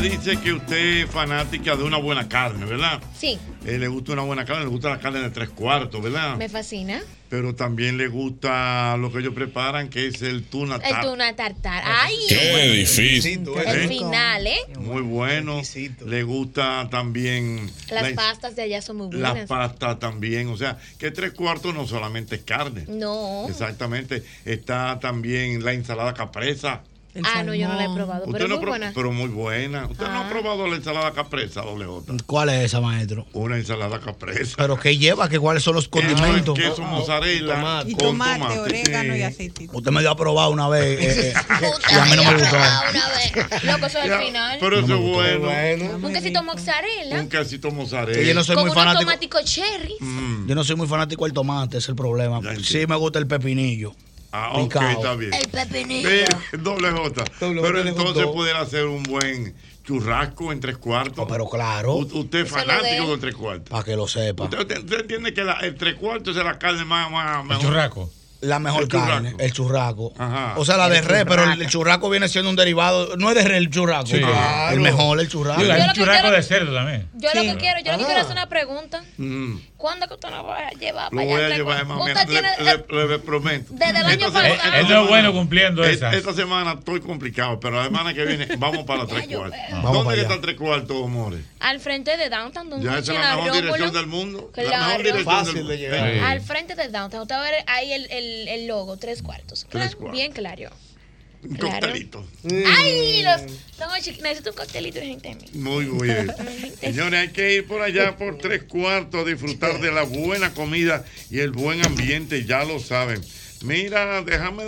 Speaker 23: dice que usted es fanática de una buena carne, ¿verdad?
Speaker 16: Sí,
Speaker 23: Eh, le gusta una buena carne, le gusta la carne de tres cuartos,
Speaker 9: Ah.
Speaker 23: ¿verdad?
Speaker 16: me fascina.
Speaker 23: Pero también le gusta lo que ellos preparan, que es el tuna
Speaker 9: Ah,
Speaker 16: El
Speaker 23: tap.
Speaker 16: tuna tartar. ¡Ay!
Speaker 23: difícil!
Speaker 16: El final, ¿eh?
Speaker 23: Muy bueno. Le gusta también
Speaker 16: Las
Speaker 23: la-
Speaker 16: pastas de allá son muy
Speaker 23: la
Speaker 16: buenas.
Speaker 23: pasta también. O sea, que tres cuartos no solamente es carne.
Speaker 16: No.
Speaker 23: Exactamente. Está también la ensalada capresa.
Speaker 16: Ah, no, yo no la he probado, pero
Speaker 23: Usted no
Speaker 16: muy
Speaker 23: pro-
Speaker 16: buena. Ah.
Speaker 23: pero muy buena. Usted no ha probado la ensalada capresa, doble J.
Speaker 15: ¿Cuál es esa, maestro?
Speaker 23: Una ensalada capresa.
Speaker 15: ¿Pero qué lleva? ¿Qué, ¿Cuáles son los condimentos?
Speaker 23: Queso mozzarella.
Speaker 13: Y
Speaker 23: con
Speaker 13: tomate, orégano y aceite.
Speaker 15: Usted me dio a probar una vez eh, eh, y a mí no me gustó.
Speaker 16: Loco,
Speaker 23: *laughs*
Speaker 16: eso es el final.
Speaker 23: Pero eso es bueno.
Speaker 16: Un quesito mozzarella.
Speaker 23: Un quesito mozzarella.
Speaker 15: Que yo no soy
Speaker 16: con
Speaker 15: muy
Speaker 16: unos
Speaker 15: fanático.
Speaker 16: tomáticos cherry.
Speaker 23: Mm.
Speaker 15: Yo no soy muy fanático del tomate, ese es el problema. Sí me gusta el pepinillo.
Speaker 23: Ah, ok,
Speaker 15: picado.
Speaker 23: está bien.
Speaker 16: El pepinillo.
Speaker 23: Ve, *laughs* doble J. pero
Speaker 15: le
Speaker 23: entonces
Speaker 15: gustó.
Speaker 23: pudiera hacer un buen churrasco en tres cuartos. pero
Speaker 15: claro.
Speaker 23: usted es
Speaker 15: Eso lo
Speaker 23: fanático
Speaker 15: de-
Speaker 23: del tres cuartos.
Speaker 15: Para que lo sepa.
Speaker 23: Usted, usted- usted entiende que la- el tres cuartos es la carne más. más mejor.
Speaker 15: La mejor
Speaker 23: El churrasco.
Speaker 15: carne, el churraco. O sea, la de res, pero el, el churraco viene siendo un derivado. No es de res el churraco.
Speaker 7: Sí. Claro.
Speaker 15: El mejor, el churraco.
Speaker 7: Hay
Speaker 16: Yo
Speaker 7: un
Speaker 16: lo que
Speaker 7: churrasco
Speaker 16: quiero-
Speaker 7: de cerdo también.
Speaker 16: Yo lo que quiero, yo lo que
Speaker 7: Ah.
Speaker 16: quiero es una pregunta.
Speaker 23: Mm.
Speaker 16: ¿Cuándo que usted nos va a llevar
Speaker 23: Lo
Speaker 16: para
Speaker 23: voy
Speaker 16: allá?
Speaker 23: a llevar,
Speaker 16: Usted
Speaker 23: mami. Le,
Speaker 16: tiene-
Speaker 23: le- le prometo. Eh,
Speaker 16: Desde el año
Speaker 23: Esta semana-
Speaker 16: pasado.
Speaker 7: Él no es bueno cumpliendo
Speaker 23: e-
Speaker 7: esas.
Speaker 23: Esta semana estoy complicado, pero la semana que viene vamos para tres cuartos.
Speaker 7: Vamos
Speaker 23: ¿Dónde
Speaker 7: para
Speaker 23: que
Speaker 7: allá.
Speaker 23: está tres cuartos, amores?
Speaker 16: Al frente de Downtown. donde
Speaker 23: Ya
Speaker 16: usted
Speaker 23: esa es la
Speaker 16: tiene
Speaker 23: mejor
Speaker 16: Areópolo.
Speaker 23: dirección del mundo. La
Speaker 16: Claro.
Speaker 23: mejor dirección Fácil del de mundo. llegar. Sí.
Speaker 16: Al frente de Downtown. Usted va a ver ahí el, el, el logo, tres cuartos.
Speaker 23: Tres
Speaker 16: Plan,
Speaker 23: cuartos.
Speaker 16: Bien claro.
Speaker 23: Un
Speaker 16: Claro.
Speaker 23: coctelito.
Speaker 16: ¡Ay! Los, no, chiqui- necesito un coctelito, gente mía.
Speaker 23: Muy bien. Señores, hay que ir por allá por tres cuartos a disfrutar de la buena comida y el buen ambiente, ya lo saben. Mira, déjame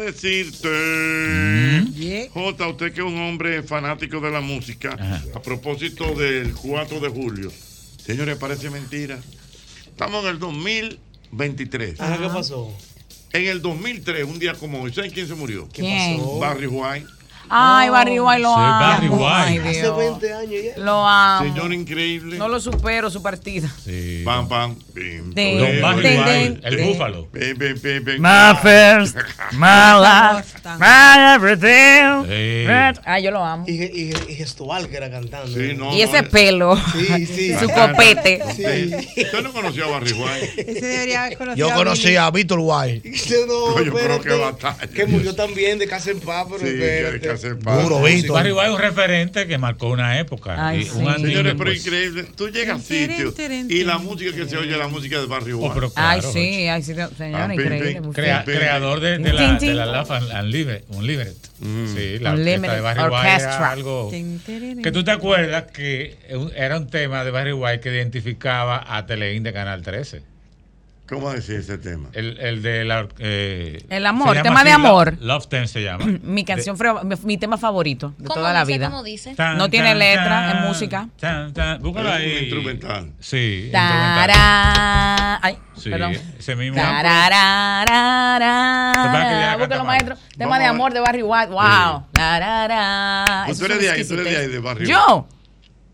Speaker 23: decirte, Jota, usted que es un hombre fanático de la música, a propósito del 4 de julio. Señores, parece mentira. Estamos en el 2023.
Speaker 9: Ah,
Speaker 5: Ajá, ¿qué pasó?
Speaker 23: En el 2003, un día como hoy, ¿saben quién se murió?
Speaker 5: ¿Qué pasó?
Speaker 23: Barry White.
Speaker 30: Ay, Barry White lo
Speaker 23: Sí,
Speaker 30: amo.
Speaker 23: Barry White.
Speaker 30: Ay,
Speaker 23: Hace
Speaker 30: Dios.
Speaker 23: 20
Speaker 5: Oh, años ya.
Speaker 30: Lo amo.
Speaker 23: Señor increíble.
Speaker 30: No lo supero su partida.
Speaker 23: Pam, pam. pim,
Speaker 30: Ten,
Speaker 23: pim,
Speaker 30: Don Barry
Speaker 23: pim,
Speaker 30: White,
Speaker 23: pim,
Speaker 30: el
Speaker 23: pim,
Speaker 30: búfalo.
Speaker 23: pim, pim, pim, pim.
Speaker 21: My
Speaker 23: *laughs*
Speaker 21: first, my last, my everything. That-
Speaker 30: Ah, yo lo amo.
Speaker 5: Y, y- y gestual que era cantando.
Speaker 23: Sí, no,
Speaker 30: y
Speaker 23: no,
Speaker 30: ese
Speaker 23: es-
Speaker 30: pelo.
Speaker 5: Sí, *laughs* sí.
Speaker 30: Su copete.
Speaker 23: Sí. Usted no conoció a
Speaker 5: *laughs*
Speaker 23: Barry White.
Speaker 13: Ese debería haber conocido.
Speaker 15: Yo
Speaker 13: a
Speaker 15: conocí
Speaker 13: Billy.
Speaker 15: a Víctor White.
Speaker 5: No,
Speaker 23: Coño, pero
Speaker 5: espérate,
Speaker 23: qué batalla.
Speaker 5: Que murió también de casa en paz, pero espérate.
Speaker 7: Barry White es un referente que marcó una época.
Speaker 23: Ay,
Speaker 7: y
Speaker 23: sí.
Speaker 7: un pues. antes y un
Speaker 23: Señores, pero
Speaker 7: después.
Speaker 23: increíble. Tú llegas a sitios y la música que se oye es la música de
Speaker 7: Oh,
Speaker 23: Barry White.
Speaker 30: ay, sí, ay, sí, señor,
Speaker 7: Ah,
Speaker 30: increíble.
Speaker 7: pim, pim.
Speaker 30: muy
Speaker 7: Crea-
Speaker 30: bien.
Speaker 7: creador de, de la,
Speaker 30: Tin, tin.
Speaker 7: de la Laugh and- and Liber- Unlimited.
Speaker 23: Mm.
Speaker 7: Sí, la orquesta
Speaker 30: Unlimited
Speaker 7: de Barry White era
Speaker 30: Orchestra.
Speaker 7: algo.
Speaker 30: Tin,
Speaker 7: Que tú te acuerdas que era un tema de Barry White que identificaba a Teleín de Canal 13.
Speaker 23: ¿Cómo decía ese tema?
Speaker 7: El, el de la. or- eh,
Speaker 30: El amor,
Speaker 7: se llama
Speaker 30: tema de
Speaker 7: así, Lo-
Speaker 30: amor.
Speaker 7: Love Ten se llama.
Speaker 30: *clears throat* Mi canción, fra- mi, mi tema favorito de
Speaker 16: ¿Cómo
Speaker 30: toda la
Speaker 16: dice?
Speaker 30: vida.
Speaker 16: ¿Cómo dice?
Speaker 7: Tan,
Speaker 30: No tiene
Speaker 7: tan,
Speaker 30: letra,
Speaker 7: tan,
Speaker 30: es música.
Speaker 7: tan, tan. Búscalo
Speaker 23: Es
Speaker 7: ahí.
Speaker 23: un instrumental.
Speaker 7: Sí.
Speaker 30: Tará. Ay,
Speaker 7: Sí,
Speaker 30: perdón.
Speaker 7: ese mismo.
Speaker 30: Tararararara. Búscalo, maestro. Tema de amor de Barry White. Wow. Tarara.
Speaker 23: Pues tú
Speaker 30: Eso
Speaker 23: eres
Speaker 30: es
Speaker 23: de ahí, tú eres de
Speaker 30: exquisitez.
Speaker 23: ahí, de Barry
Speaker 30: Yo.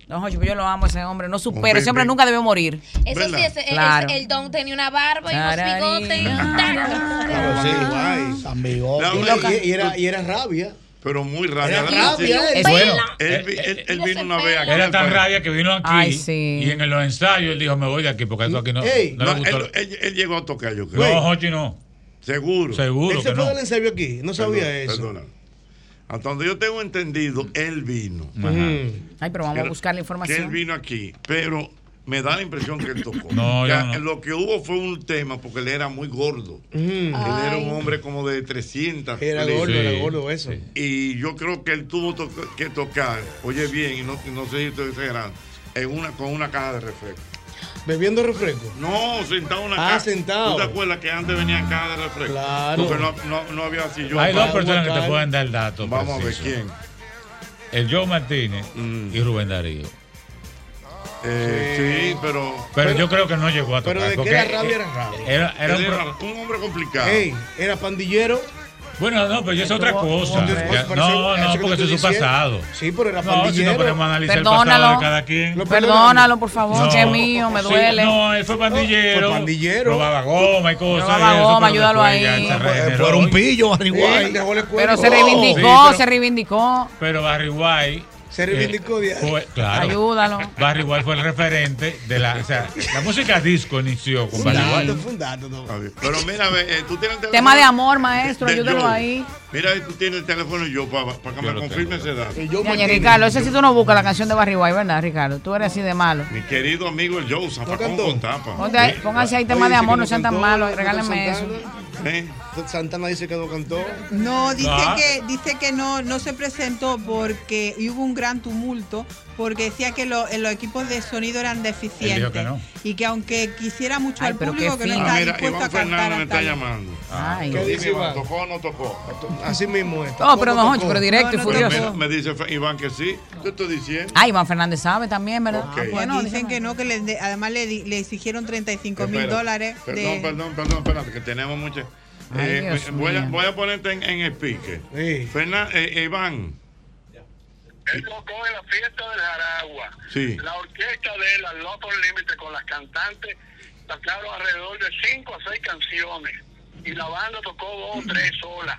Speaker 30: No, Jochi, yo lo amo a ese hombre. No supero. Ese hombre nunca debe morir.
Speaker 16: Eso sí, ese, ese-
Speaker 30: Claro.
Speaker 16: el don tenía una barba y unos
Speaker 30: Tarari.
Speaker 16: bigotes. Tarara.
Speaker 15: San Bigón.
Speaker 23: La-
Speaker 5: Y, loca- y era, y era rabia.
Speaker 23: Pero muy rabia.
Speaker 5: Era
Speaker 23: ¿verdad?
Speaker 5: rabia,
Speaker 23: Sí.
Speaker 5: él.
Speaker 7: Bueno,
Speaker 23: él, vi- él- él vino una vez aquí.
Speaker 7: Era
Speaker 23: al
Speaker 7: tan
Speaker 23: país.
Speaker 7: rabia que vino aquí
Speaker 23: Ay,
Speaker 7: y en los ensayos él dijo, me voy de aquí porque esto aquí no,
Speaker 5: Ey.
Speaker 7: no le
Speaker 23: No,
Speaker 7: gustó.
Speaker 23: él, él- él llegó a tocar, yo creo.
Speaker 7: No, Jochi no.
Speaker 23: Seguro.
Speaker 7: Seguro
Speaker 5: Él se
Speaker 7: que
Speaker 5: fue
Speaker 7: no.
Speaker 5: del ensayo aquí. No sabía
Speaker 23: Perdón,
Speaker 5: eso.
Speaker 23: perdona. Hasta donde yo tengo entendido, él vino.
Speaker 30: Ay, pero vamos a
Speaker 23: Que-
Speaker 30: buscar la
Speaker 23: Que él
Speaker 30: información.
Speaker 23: vino aquí, pero me da la impresión que él tocó.
Speaker 7: No,
Speaker 23: Ya,
Speaker 7: yo no.
Speaker 23: Lo que hubo fue un tema porque él era muy gordo. Él era un hombre como de 300.
Speaker 5: Era
Speaker 23: libras.
Speaker 5: gordo, era gordo eso.
Speaker 23: Y yo creo que él tuvo to- que tocar, oye bien, y no, no sé si estoy exagerando, en una, con una caja de refresco.
Speaker 5: Bebiendo refresco.
Speaker 23: No, sentado en una
Speaker 5: Ah,
Speaker 23: caja.
Speaker 5: sentado.
Speaker 23: ¿Tú te acuerdas que antes venían cajas de refresco?
Speaker 5: Claro.
Speaker 23: Porque no, no, no había sillón.
Speaker 7: Hay dos
Speaker 23: para
Speaker 7: personas que te
Speaker 23: botar.
Speaker 7: pueden dar datos.
Speaker 23: Vamos a ver
Speaker 7: precisos.
Speaker 23: quién.
Speaker 7: El Joe Martínez y Rubén Darío.
Speaker 23: Eh, sí. pero.
Speaker 7: Pero yo creo que no llegó a tocar.
Speaker 23: pero de qué
Speaker 7: porque
Speaker 23: era rabia, era rabia.
Speaker 7: Era, era
Speaker 23: Él
Speaker 7: un,
Speaker 23: era un hombre complicado.
Speaker 5: Ey, era pandillero.
Speaker 7: Bueno, no, pero ya es otra cosa. Ya-
Speaker 5: Parece-
Speaker 7: no,
Speaker 5: eso
Speaker 7: no,
Speaker 5: que
Speaker 7: porque eso
Speaker 5: estoy
Speaker 7: es su
Speaker 5: diciendo.
Speaker 7: pasado.
Speaker 5: Sí, pero era
Speaker 7: No, si
Speaker 5: pandillero.
Speaker 7: no podemos analizar el pasado
Speaker 30: Perdónalo.
Speaker 7: de cada quien.
Speaker 30: Perdónalo, por favor,
Speaker 7: No.
Speaker 30: que es mío, me
Speaker 7: Sí,
Speaker 30: duele.
Speaker 7: no, él fue pandillero.
Speaker 5: Fue pandillero.
Speaker 7: Robaba goma y cosas.
Speaker 30: Robaba
Speaker 7: y eso,
Speaker 30: goma,
Speaker 7: pero
Speaker 30: ayúdalo
Speaker 7: después ya
Speaker 30: ahí.
Speaker 7: se
Speaker 30: Fue-
Speaker 7: regeneró.
Speaker 15: fue un pillo, Barry
Speaker 7: Sí,
Speaker 15: White.
Speaker 7: dejó el cuerpo.
Speaker 30: Pero se
Speaker 7: Sí,
Speaker 30: reivindicó,
Speaker 7: pero-
Speaker 30: se reivindicó.
Speaker 7: Pero Barry White eh,
Speaker 5: Se reivindicó de ahí.
Speaker 7: fue- claro.
Speaker 30: Ayúdalo.
Speaker 7: Barry White fue el referente de la. O sea, la música disco inició con
Speaker 5: Un
Speaker 7: Barry
Speaker 5: dato,
Speaker 7: White.
Speaker 5: fue un dato, no.
Speaker 23: Pero mira, ve, eh, tú tienes el teléfono.
Speaker 30: Tema de amor, maestro,
Speaker 23: de
Speaker 30: ayúdalo
Speaker 23: Joe.
Speaker 30: ahí.
Speaker 23: Mira, tú tienes el teléfono yo para que me confirme ese dato.
Speaker 30: Oye, Ricardo, ese sí tú no buscas la canción de Barry White, ¿verdad, Ricardo? Tú eres así de malo.
Speaker 23: Mi querido amigo el Joe, zafacón con tapa.
Speaker 30: Ponte ahí- pónganse ahí tema de amor, no sean tan malos, regálenme eso.
Speaker 23: ¿Eh?
Speaker 5: Santana dice que no cantó.
Speaker 13: No, dice
Speaker 5: Ah.
Speaker 13: que dice que no no se presentó porque y hubo un gran tumulto porque decía que lo- los equipos de sonido eran
Speaker 23: Él dijo que
Speaker 13: deficientes
Speaker 23: no.
Speaker 13: y que aunque quisiera mucho al
Speaker 23: pero
Speaker 13: público que no está
Speaker 23: mira,
Speaker 13: dispuesto a
Speaker 23: Iván
Speaker 13: cantar
Speaker 23: Fernando me
Speaker 13: hasta
Speaker 23: está
Speaker 13: ahí.
Speaker 23: llamando.
Speaker 30: Ay.
Speaker 23: ¿Qué
Speaker 30: ¿Qué
Speaker 23: dice
Speaker 30: dice
Speaker 23: Iván? ¿Tocó o no tocó?
Speaker 5: Así mismo es.
Speaker 30: Oh, pero no, pero directo y
Speaker 23: Pero
Speaker 30: furioso.
Speaker 23: Me, me dice Fe- Iván que sí. ¿Qué estoy diciendo?
Speaker 30: Ah, Iván Fernández sabe también, ¿verdad?
Speaker 23: Ok.
Speaker 30: Ah,
Speaker 13: Bueno,
Speaker 30: Bueno,
Speaker 13: dicen que no, que le- de- además le, di- le exigieron 35 mil
Speaker 23: Espérate.
Speaker 13: dólares.
Speaker 23: Perdón,
Speaker 13: de-
Speaker 23: perdón, perdón, espérate, que tenemos muchas.
Speaker 13: Ay,
Speaker 23: Eh,
Speaker 13: Dios
Speaker 23: voy, a,
Speaker 13: mío.
Speaker 23: voy a ponerte en, en speaker. Fernan- eh, Iván. Sí.
Speaker 11: tocaron alrededor de 5 a 6 canciones y la banda tocó dos o tres solas.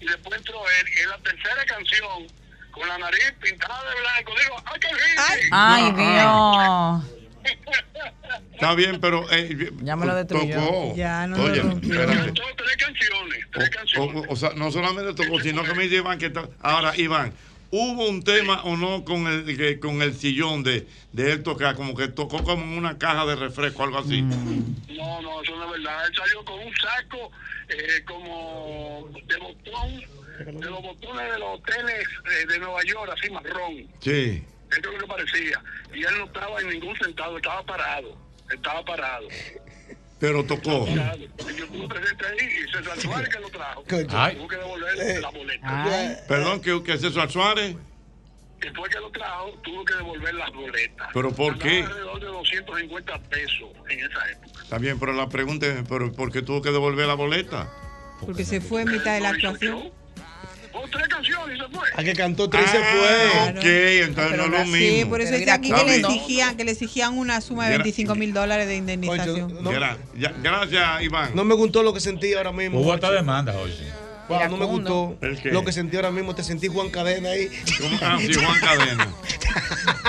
Speaker 11: Y después entró él y en la tercera canción, con la nariz pintada de blanco, digo, ¡ay, qué rico!
Speaker 30: Ay, Dios.
Speaker 23: Ah, Está bien, pero. eh,
Speaker 30: Ya me lo destruyó.
Speaker 23: Tocó.
Speaker 30: Ya, no lo
Speaker 23: Oye,
Speaker 30: rompió.
Speaker 23: espérate. O, o- o sea, no solamente tocó, sino que me dice Iván que está. Ahora, Iván, ¿hubo un tema o no con el, que- con el sillón de, de él tocar? Como que tocó como en una caja de refresco, algo así.
Speaker 30: Mm.
Speaker 11: No, no, eso no es verdad. Él salió con un saco eh, como de botón, de los botones de los hoteles eh, de Nueva York, así marrón.
Speaker 23: Sí.
Speaker 11: Eso es lo que parecía. Y él no estaba en ningún sentado, estaba parado. Estaba parado.
Speaker 23: Pero tocó. Ay. Eh, Perdón, ¿qué, qué es eso, al Suárez?
Speaker 11: Después que lo trajo, tuvo que devolver las boletas.
Speaker 23: ¿Pero por qué?
Speaker 11: Alrededor de 250 pesos en esa época.
Speaker 23: Está bien, pero la pregunta es: ¿pero ¿por qué tuvo que devolver la boleta?
Speaker 13: Porque se fue en mitad de la actuación.
Speaker 5: A que cantó tres y se
Speaker 23: Ah,
Speaker 5: fue.
Speaker 23: Ok, entonces no es lo mismo.
Speaker 13: Sí, por eso dice aquí que le, exigían, que le exigían una suma de
Speaker 23: Mira.
Speaker 13: 25 mil dólares de indemnización.
Speaker 23: Gra- ya- Gracias, Iván.
Speaker 5: No me gustó lo que sentí ahora mismo.
Speaker 7: Hubo
Speaker 5: Jochi.
Speaker 7: hasta demanda hoy.
Speaker 5: Wow, no me gustó
Speaker 7: ¿El qué?
Speaker 5: lo que sentí ahora mismo. Te sentí Juan Cadena ahí.
Speaker 23: Ah, sí,
Speaker 13: *laughs*
Speaker 23: Juan Cadena.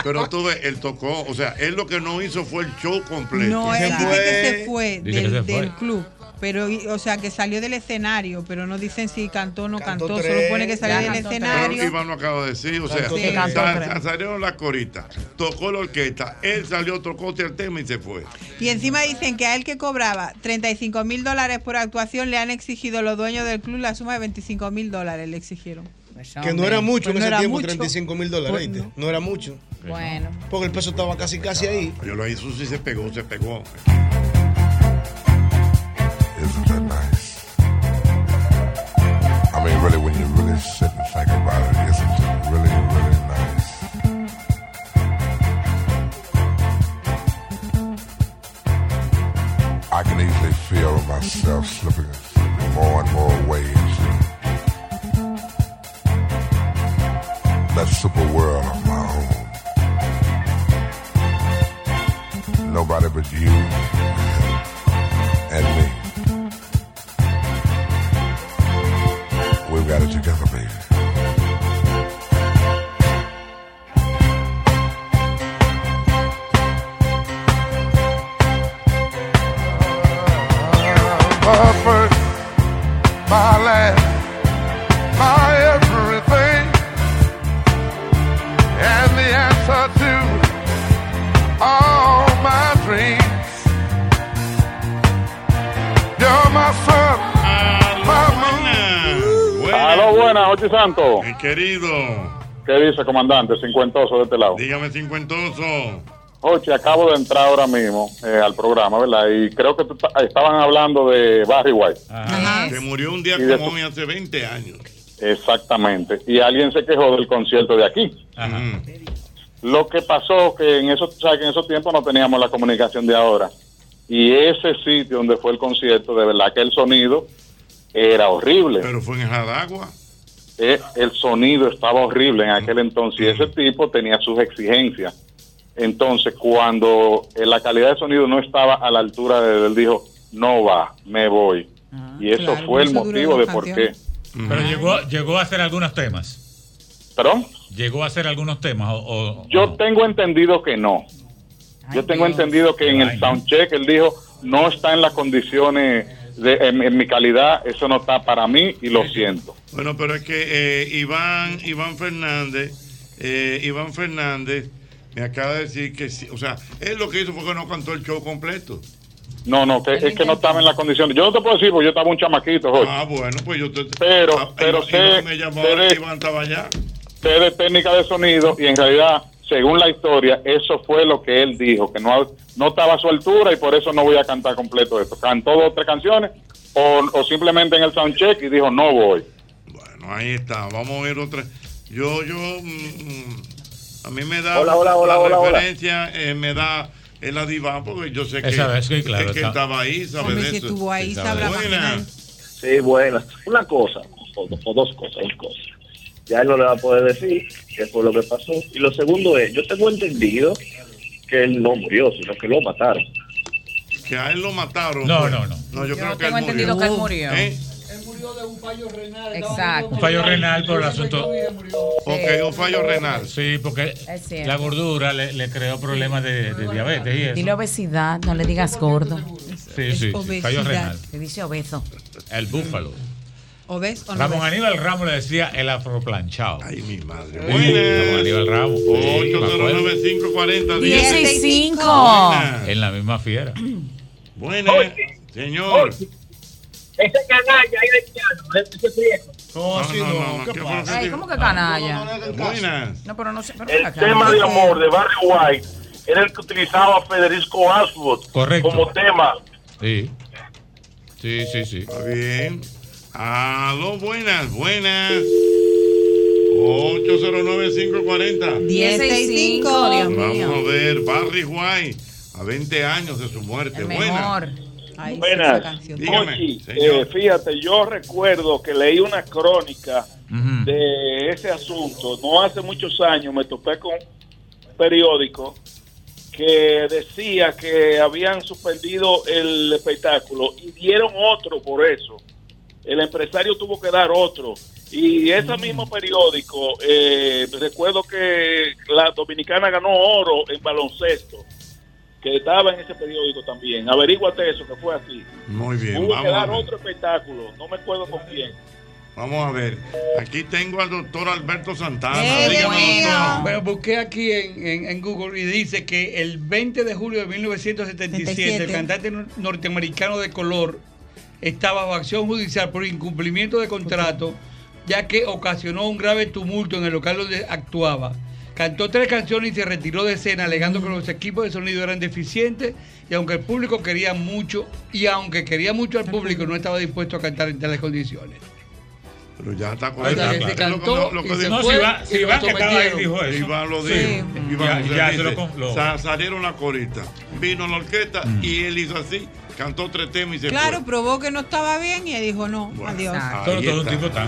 Speaker 23: Pero tú ves, él tocó, o sea, él lo que no hizo fue el show completo.
Speaker 13: No, él dice que se fue
Speaker 23: Dice que
Speaker 13: del,
Speaker 23: se fue.
Speaker 13: del club. Pero, y- o sea, que salió del escenario, pero no dicen si cantó o no cantó, solo
Speaker 23: tres.
Speaker 13: pone que salió del
Speaker 23: Pero
Speaker 13: escenario.
Speaker 23: Iván lo acaba de decir, o sea,
Speaker 13: Cantó tres. Cantó
Speaker 23: sal-
Speaker 13: tres.
Speaker 23: salieron las coritas, tocó la orquesta, él salió, tocó el tema y se fue.
Speaker 13: Y encima dicen que a él que cobraba 35 mil dólares por actuación le han exigido los dueños del club la suma de 25 mil dólares, le exigieron.
Speaker 5: *laughs* Que no era mucho
Speaker 13: Pues no
Speaker 5: en ese
Speaker 13: era
Speaker 5: tiempo,
Speaker 13: mucho.
Speaker 5: 35 mil dólares.
Speaker 13: Pues
Speaker 5: ¿viste? no. era mucho.
Speaker 30: Bueno.
Speaker 5: Porque el peso estaba casi, casi ahí.
Speaker 23: Yo lo hizo, sí se pegó, se pegó.
Speaker 18: Isn't that nice? I mean, really, when you really sit and think about it, isn't it really, really nice? I can easily feel myself slipping more and more waves. That super world of my own. Nobody but you and me. We've got it together, baby. My Uh, first, my last, my everything. And the answer to all my dreams. You're my sun, my moon.
Speaker 32: Aló, buenas, Ochi Santo.
Speaker 23: Mi querido.
Speaker 32: ¿Qué dice, comandante? Cincuentoso de este lado.
Speaker 23: Dígame, cincuentoso.
Speaker 32: Ochi, acabo de entrar ahora mismo eh, al programa, ¿verdad? Y creo que tú ta- estaban hablando de Barry White.
Speaker 7: Ah.
Speaker 13: Ah.
Speaker 23: Se murió un día
Speaker 32: Y de
Speaker 23: como
Speaker 32: tu-
Speaker 23: hoy hace 20 años.
Speaker 32: Exactamente. Y alguien se quejó del concierto de aquí.
Speaker 23: Mm,
Speaker 32: Lo que pasó que en esos, sabes que en esos tiempos no teníamos la comunicación de ahora. Y ese sitio donde fue el concierto, de verdad que el sonido era horrible.
Speaker 23: Pero fue en Jadagua.
Speaker 32: Eh, el sonido estaba horrible en aquel entonces
Speaker 23: Mm.
Speaker 32: y ese tipo tenía sus exigencias. Entonces, cuando eh, la calidad de sonido no estaba a la altura de él, él dijo, no va, me voy. y eso
Speaker 7: Ah, claro,
Speaker 32: fue el
Speaker 7: eso duró
Speaker 32: motivo
Speaker 7: dos
Speaker 32: de por qué.
Speaker 7: canciones. Pero llegó, llegó a hacer algunos temas.
Speaker 32: ¿Perdón?
Speaker 7: ¿Llegó a hacer algunos temas? O, o-
Speaker 32: Yo tengo entendido que no. Yo tengo entendido que en el soundcheck él dijo, no está en las condiciones, de, en, en mi calidad, eso no está para mí y lo siento.
Speaker 23: Bueno, pero es que eh, Iván, Iván Fernández, eh, Iván Fernández me acaba de decir que sí. O sea, él lo que hizo fue que no cantó el show completo.
Speaker 32: No, no, que, es que no estaba en las condiciones. Yo no te puedo decir porque yo estaba un chamaquito. Jorge.
Speaker 23: Ah, bueno, pues yo te.
Speaker 32: Pero,
Speaker 23: Ah,
Speaker 32: pero
Speaker 23: Iván-
Speaker 32: sé,
Speaker 23: Iván me llamó
Speaker 32: sé
Speaker 23: ahora
Speaker 32: de-
Speaker 23: que Iván estaba allá.
Speaker 32: sé de técnica de sonido y en realidad, según la historia, eso fue lo que él dijo, que no, no estaba a su altura y por eso no voy a cantar completo esto. Cantó dos o tres canciones o, o simplemente en el soundcheck y dijo, no voy.
Speaker 23: Bueno, ahí está. Ah, Vamos a ver otra. Yo, yo. mm, mm, a mí me da.
Speaker 32: Hola, hola, hola,
Speaker 23: la
Speaker 32: hola, hola.
Speaker 23: referencia eh, me da el adiván porque yo sé que.
Speaker 7: Esa vez, sí, claro,
Speaker 23: es que
Speaker 7: está-
Speaker 23: estaba ahí, sabe
Speaker 13: Hombre,
Speaker 23: de
Speaker 13: si
Speaker 23: eso.
Speaker 13: estuvo ahí,
Speaker 23: Sí,
Speaker 13: sabrá
Speaker 23: de-
Speaker 13: imaginar.
Speaker 10: Sí, buena. Una cosa, o, do- o dos cosas, dos cosas. Ya él no le va a poder decir qué fue lo que pasó. Y lo segundo es, yo tengo entendido que él no murió, sino que lo mataron.
Speaker 23: Que a él lo mataron.
Speaker 7: No,
Speaker 23: pues.
Speaker 7: no, no.
Speaker 23: No, yo, creo que
Speaker 30: tengo
Speaker 23: él murió.
Speaker 30: entendido que él murió.
Speaker 23: ¿Eh?
Speaker 30: Exacto.
Speaker 7: Un fallo renal por el asunto.
Speaker 23: Ok, un fallo renal.
Speaker 7: Sí, porque
Speaker 30: Es cierto.
Speaker 7: la gordura le, le creó problemas de, de diabetes y eso.
Speaker 30: Dile obesidad, no le digas gordo.
Speaker 7: Sí, sí, sí, fallo renal.
Speaker 30: Le dice obeso.
Speaker 7: El búfalo.
Speaker 13: ¿Obes o no
Speaker 7: Ramón
Speaker 13: ves?
Speaker 7: Aníbal Ramos le decía el afroplanchado.
Speaker 23: Ay, mi madre.
Speaker 7: Ramón Aníbal Ramos. Sí, me acuerdo.
Speaker 23: 809-540.
Speaker 30: Diez y cinco.
Speaker 23: Buena.
Speaker 7: En la misma fiera.
Speaker 23: Buena, señor.
Speaker 10: Ese canalla ahí de Chiano, ese viejo.
Speaker 23: No, no, no, no, ¿qué fue lo que
Speaker 30: Ay,
Speaker 23: dijo?
Speaker 30: ¿cómo que canalla?
Speaker 23: Buenas.
Speaker 30: No, pero no sé. Pero
Speaker 10: El
Speaker 30: acá.
Speaker 10: tema de amor de Barry White era el que utilizaba Federico Ashworth
Speaker 7: Correcto.
Speaker 10: como tema.
Speaker 7: Sí. Sí, sí, sí.
Speaker 23: Está bien. Aló, buenas, buenas. 809-540.
Speaker 13: Diez y cinco, Dios mío.
Speaker 23: Vamos a ver, Barry White, a 20 años de su muerte. Buenas.
Speaker 13: Ay, esa
Speaker 10: Buenas.
Speaker 13: canción.
Speaker 23: Dígame,
Speaker 10: Ochi,
Speaker 23: señor.
Speaker 10: eh, fíjate, yo recuerdo que leí una crónica de ese asunto. No hace muchos años me topé con un periódico que decía que habían suspendido el espectáculo y dieron otro por eso. El empresario tuvo que dar otro. Y ese mismo periódico, eh, recuerdo que la dominicana ganó oro en baloncesto, que estaba en ese periódico también. Averíguate eso, que fue así.
Speaker 23: Muy bien,
Speaker 10: Hubo que
Speaker 23: vamos a
Speaker 10: dar
Speaker 23: ver.
Speaker 10: otro espectáculo, no me acuerdo con quién.
Speaker 23: Vamos a ver. Aquí tengo al doctor Alberto Santana.
Speaker 21: Eh,
Speaker 23: Ah, Dígame, doctor.
Speaker 21: Bueno, busqué aquí en, en- en Google y dice que el 20 de julio de 1977 el
Speaker 33: 77.
Speaker 21: cantante nor- norteamericano de color estaba bajo acción judicial por incumplimiento de contrato ya que ocasionó un grave tumulto en el local donde actuaba. Cantó tres canciones y se retiró de escena alegando que los equipos de sonido eran deficientes y aunque el público quería mucho y aunque quería mucho al público no estaba dispuesto a cantar en tales condiciones.
Speaker 23: Pero ya está
Speaker 21: O sea, que se cantó y se
Speaker 7: No, si va, si va que estaba ahí, dijo eso.
Speaker 23: Iván lo
Speaker 7: Sí.
Speaker 23: dijo. Iván
Speaker 7: Ya- ya
Speaker 23: dice,
Speaker 7: se lo con- lo- Mm.
Speaker 23: sa- salieron la corita. Vino la orquesta y él hizo así. Cantó tres temas y se
Speaker 30: pues.
Speaker 13: Claro, probó que no estaba bien y él dijo no, adiós.
Speaker 23: fue. Ahí está.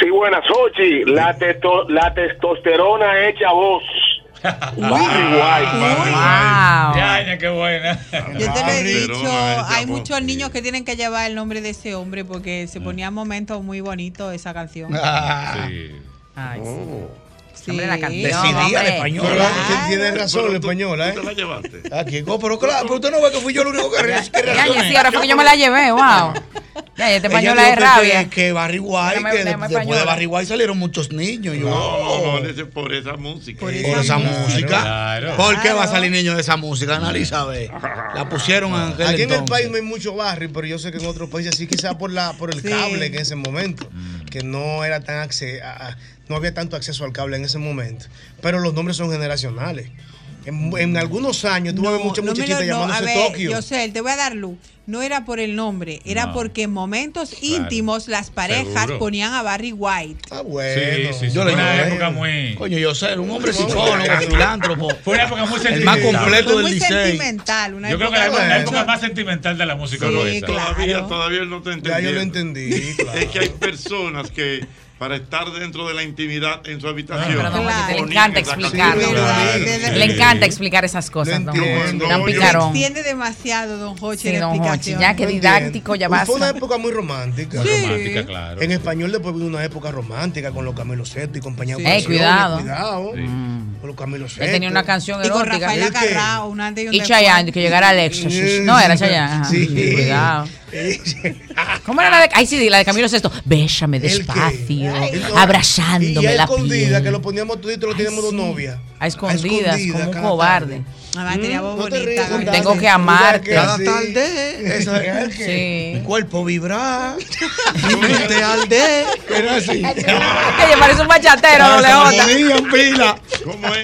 Speaker 10: Sí, buenas, Sochi. La, teto- la testosterona hecha voz. Barry
Speaker 30: Wow.
Speaker 7: Yaña, qué buena.
Speaker 13: Yo te lo he dicho, hay
Speaker 30: pues,
Speaker 13: muchos niños que tienen que llevar el nombre de ese hombre porque
Speaker 30: Ah.
Speaker 13: se ponía en momentos muy bonitos esa canción.
Speaker 20: *laughs*
Speaker 30: Ay, sí.
Speaker 13: Sí.
Speaker 30: Hombre, la canción,
Speaker 9: Decidida
Speaker 30: hombre.
Speaker 9: la española.
Speaker 5: Pero tiene razón la española, ¿eh?
Speaker 23: la llevaste?
Speaker 9: Aquí, oh, pero claro, pero usted no ve que fui yo el único que re- que
Speaker 30: Ya, ya,
Speaker 9: reaccioné.
Speaker 30: sí, ahora fue que yo me la llevé, wow. Ya,
Speaker 5: *laughs*
Speaker 30: ya, este
Speaker 9: Ella
Speaker 30: pañuelo de
Speaker 9: dijo que-
Speaker 30: rabia.
Speaker 9: Que, que Barry White,
Speaker 30: Una-
Speaker 9: que
Speaker 30: una
Speaker 9: de-
Speaker 30: más
Speaker 9: después de
Speaker 30: española.
Speaker 9: Barry White salieron muchos niños. Yo,
Speaker 23: No, no,
Speaker 9: oh,
Speaker 23: no, dice por esa música.
Speaker 9: por esa música. ¿Por qué va a salir niños de esa música? Analiza, a ver. La pusieron en aquel
Speaker 5: Aquí en el
Speaker 9: entonces.
Speaker 5: país no hay mucho barrio, pero yo sé que en otros países sí, quizás por la por el
Speaker 9: Sí.
Speaker 5: cable en ese momento,
Speaker 9: Mm.
Speaker 5: que no era tan acce- a- a- no había tanto acceso al cable en ese momento, pero los nombres son generacionales. En, en algunos años tú vas a ver muchos
Speaker 13: No me lo-
Speaker 5: muchachitos
Speaker 13: no, a
Speaker 5: llamándose
Speaker 13: ver,
Speaker 5: Tokio.
Speaker 13: yo sé, te voy a dar luz. No era por el nombre, era
Speaker 5: No.
Speaker 13: porque en momentos
Speaker 5: Claro.
Speaker 13: íntimos las parejas
Speaker 15: Seguro.
Speaker 13: ponían a Barry White.
Speaker 5: Ah, bueno.
Speaker 15: Sí, sí, sí.
Speaker 5: Yo
Speaker 15: Fue
Speaker 5: le
Speaker 15: una
Speaker 5: digo,
Speaker 15: época
Speaker 5: eh,
Speaker 15: muy. Coño, yo sé, era un hombre
Speaker 5: Fue-
Speaker 15: psicólogo, filántropo.
Speaker 7: Fue una época muy
Speaker 15: El más
Speaker 7: sentimental.
Speaker 15: completo
Speaker 13: Fue
Speaker 15: del
Speaker 13: muy
Speaker 15: Licey.
Speaker 13: sentimental. Una
Speaker 7: Yo creo que la,
Speaker 13: época
Speaker 7: la
Speaker 13: donde-
Speaker 7: época más sentimental de la música
Speaker 23: Pero
Speaker 7: fue esa.
Speaker 23: Todavía, todavía él no te entendió.
Speaker 5: yo lo entendí.
Speaker 23: *laughs* Es que hay personas que para estar dentro de la intimidad en su habitación.
Speaker 30: Pero don Jorge, te le
Speaker 23: ponían
Speaker 30: encanta
Speaker 23: esa
Speaker 30: explicar.
Speaker 23: canción.
Speaker 30: Le encanta explicar esas cosas, don Jorge. Tan picarón.
Speaker 13: Entiende demasiado, don Joche.
Speaker 30: Sí,
Speaker 13: la
Speaker 30: don Jochi,
Speaker 13: explicación.
Speaker 30: ya que
Speaker 5: no
Speaker 30: didáctico, ya
Speaker 5: entiendo. Fue una
Speaker 30: basta.
Speaker 5: época muy romántica.
Speaker 7: Muy Sí. romántica, claro.
Speaker 5: En español después vino una época romántica con los Camilo Sesto y compañía.
Speaker 30: Sí.
Speaker 5: de
Speaker 30: Ey, cuidado.
Speaker 5: Cuidado. mm, Con los Camilo Sesto.
Speaker 30: Él tenía una canción
Speaker 13: Y con
Speaker 30: erótica.
Speaker 13: Rafael Acarrao, un antes y un
Speaker 30: Y
Speaker 13: después.
Speaker 30: Chayanne, que llegara al éxtasis. No, era Chayanne. ajá.
Speaker 5: Sí.
Speaker 30: Cuidado. ¿Cómo era la de.? Ay, sí, la de Camilo Sexto. Bésame despacio,
Speaker 5: Y a
Speaker 30: abrazándome la
Speaker 5: escondida, que
Speaker 30: piel.
Speaker 5: lo poníamos todito, lo teníamos dos novias.
Speaker 30: A escondidas,
Speaker 5: escondidas,
Speaker 30: como un
Speaker 5: cada
Speaker 30: cobarde.
Speaker 13: Mamá, Mm, tenía voz bonita.
Speaker 30: Tengo Tengo que amarte.
Speaker 9: Cada tarde, eso
Speaker 5: es
Speaker 9: el que mi cuerpo *laughs* vibra, mi mente alde. Era así.
Speaker 30: Que parece un bachatero,
Speaker 11: Ah.
Speaker 30: doble J.
Speaker 15: pila.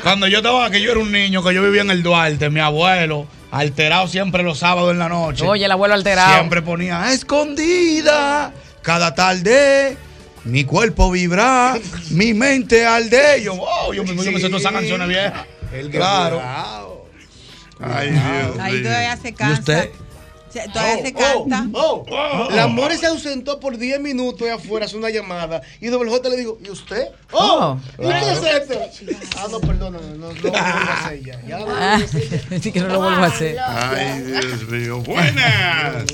Speaker 15: Cuando yo estaba, que yo era un niño, que yo vivía en el Duarte, mi abuelo, alterado siempre los sábados en la noche.
Speaker 30: Oye, el abuelo alterado.
Speaker 15: Siempre ponía escondida. Cada tarde, mi cuerpo vibra,
Speaker 30: *laughs*
Speaker 15: mi mente alde. Yo, wow, Oh, yo, me- yo me sé todas esas canciones viejas. claro.
Speaker 23: Ay, Dios
Speaker 13: Ahí
Speaker 23: mío.
Speaker 13: todavía se
Speaker 15: ¿Y
Speaker 13: cansa.
Speaker 15: usted?
Speaker 13: Se- Todavía
Speaker 5: Oh,
Speaker 13: se canta.
Speaker 5: Oh,
Speaker 13: Oh.
Speaker 5: La More se ausentó por 10 minutos y afuera, hace una llamada. Y Doble J le dijo, ¿y usted? ¡Oh!
Speaker 30: Oh.
Speaker 5: ¿Y qué es esto? Ah, no, perdóname, no, no, no, no, ella. Ya lo
Speaker 30: Ah, *laughs* sí, que no lo vuelvo a hacer.
Speaker 23: Ay,
Speaker 30: *laughs*
Speaker 23: Dios mío. Buenas.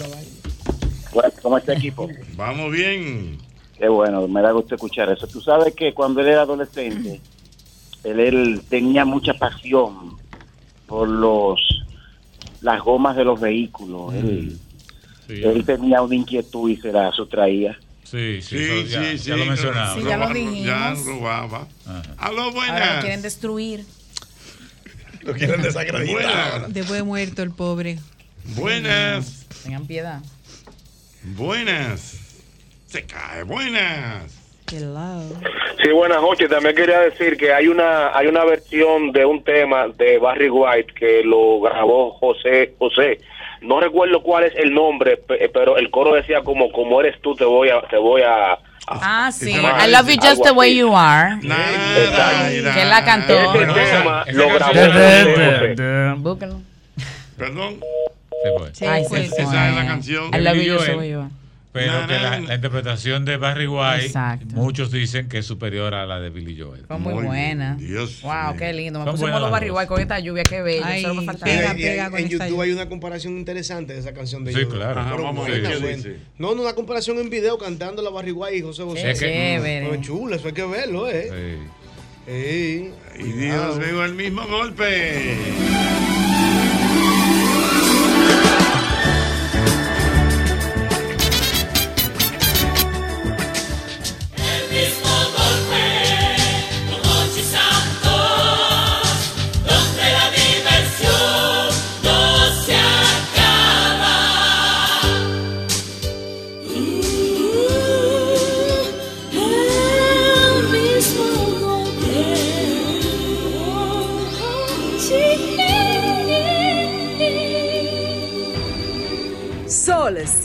Speaker 14: Bueno, ¿Cómo está
Speaker 10: *laughs*
Speaker 14: equipo?
Speaker 23: Vamos bien.
Speaker 14: Qué bueno, me da gusto escuchar eso. Tú sabes que cuando él era adolescente, él, él tenía mucha pasión por los las gomas de los vehículos. Él,
Speaker 7: Sí,
Speaker 14: él tenía una inquietud y se la sustraía.
Speaker 7: sí, sí,
Speaker 23: Sí,
Speaker 7: eso ya,
Speaker 23: sí, sí.
Speaker 7: ya lo mencionaba.
Speaker 30: Sí, ya lo
Speaker 23: Roba-
Speaker 30: dijimos.
Speaker 23: Ya robaba. Aló,
Speaker 30: Ahora lo
Speaker 23: buenas.
Speaker 30: quieren destruir.
Speaker 23: Lo quieren desacreditar.
Speaker 13: Después de muerto el pobre.
Speaker 23: Buenas.
Speaker 30: Tengan piedad.
Speaker 23: Buenas. Se cae. Buenas.
Speaker 11: Sí, buenas noches. También quería decir que hay una hay una versión de un tema de Barry White que lo grabó José José. No recuerdo cuál es el nombre, pe- pero el coro decía como como eres tú te voy a te voy a
Speaker 30: Ah, sí.
Speaker 11: Ah,
Speaker 30: I love you just the
Speaker 11: algo
Speaker 30: way
Speaker 11: así.
Speaker 30: you are.
Speaker 23: Exacto.
Speaker 30: Que él la cantó.
Speaker 11: Ese tema lo grabó
Speaker 30: canción-
Speaker 11: José José.
Speaker 30: Búsquenlo.
Speaker 23: Perdón.
Speaker 30: Sí, Ay, fue.
Speaker 7: Esa es la canción.
Speaker 30: I love you just the
Speaker 7: Él,
Speaker 30: way you are.
Speaker 7: eh. Pero que la, la interpretación de Barry White,
Speaker 30: Exacto.
Speaker 7: muchos dicen que es superior a la de Billy Joel.
Speaker 30: Fue muy buena. wow, qué lindo. Me
Speaker 7: Son
Speaker 30: puse
Speaker 7: buenas
Speaker 30: modo
Speaker 7: las
Speaker 30: Barry
Speaker 7: dos.
Speaker 30: White con esta lluvia, qué bello.
Speaker 13: Ay,
Speaker 30: Solo me faltaba.
Speaker 13: pega,
Speaker 5: Y
Speaker 13: pega
Speaker 5: en,
Speaker 13: con
Speaker 5: en
Speaker 13: esta
Speaker 5: YouTube hay una comparación interesante de esa canción de
Speaker 7: Sí,
Speaker 5: YouTube.
Speaker 7: claro. Ajá,
Speaker 5: Pero
Speaker 7: vamos a
Speaker 5: buena,
Speaker 7: ver qué
Speaker 5: buena.
Speaker 7: dice.
Speaker 5: No, no, una comparación en video cantando la Barry White y José José.
Speaker 7: Es que- chévere.
Speaker 5: Pero chulo, eso hay que verlo, ¿eh? Ey,
Speaker 23: Y Dios mío, el mismo golpe.
Speaker 3: mismo golpe, con Hochi Santos, donde la diversión no se acaba.
Speaker 19: El mismo golpe,
Speaker 26: Sol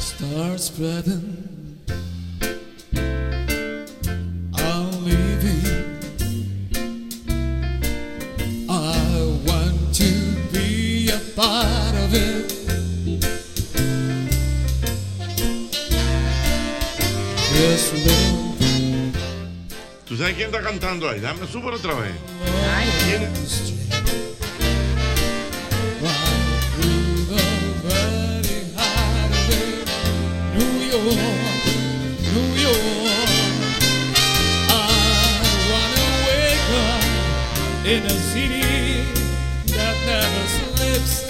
Speaker 3: Start spreading. I'm leaving. I want to be a part of it. This little
Speaker 23: ¿Tú sabes quién está cantando ahí? Dame, súbelo otra vez.
Speaker 3: New York, New York. I wanna wake up in a city that never sleeps.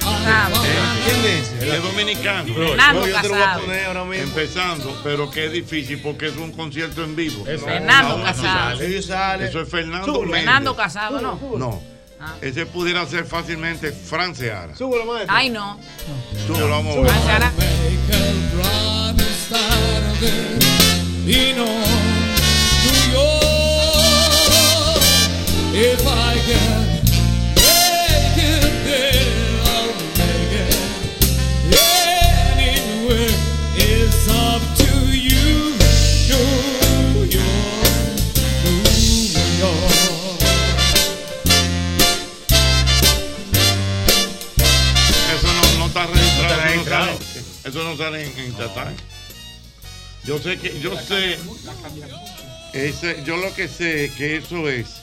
Speaker 3: I wanna-
Speaker 23: ¿Quién es?
Speaker 5: ese.
Speaker 23: El es dominicano.
Speaker 5: Fernando
Speaker 23: Yo te lo voy a
Speaker 5: Casado.
Speaker 23: poner ahora mismo. Empezando, pero que es difícil porque es un concierto en vivo.
Speaker 30: Eso. Fernando
Speaker 23: no
Speaker 30: Casado.
Speaker 23: sale.
Speaker 30: Sí, sale.
Speaker 23: Eso es Fernando
Speaker 30: Chulo.
Speaker 23: Méndez.
Speaker 30: Fernando Casado, no.
Speaker 23: No.
Speaker 30: Ah.
Speaker 23: Ese pudiera ser fácilmente Franceara.
Speaker 5: Súbelo, maestro.
Speaker 30: Ay, no.
Speaker 23: Tú lo vamos a ver.
Speaker 3: Y no tuyo. If I can make it there, I'll make it anywhere. It's up to you, New York, New York.
Speaker 23: Eso no, no está registrado.
Speaker 3: No está
Speaker 23: eso no
Speaker 3: registrado.
Speaker 23: sale. Eso no sale en, en Tatán. Yo sé que, yo sé, ese- yo lo que sé que eso es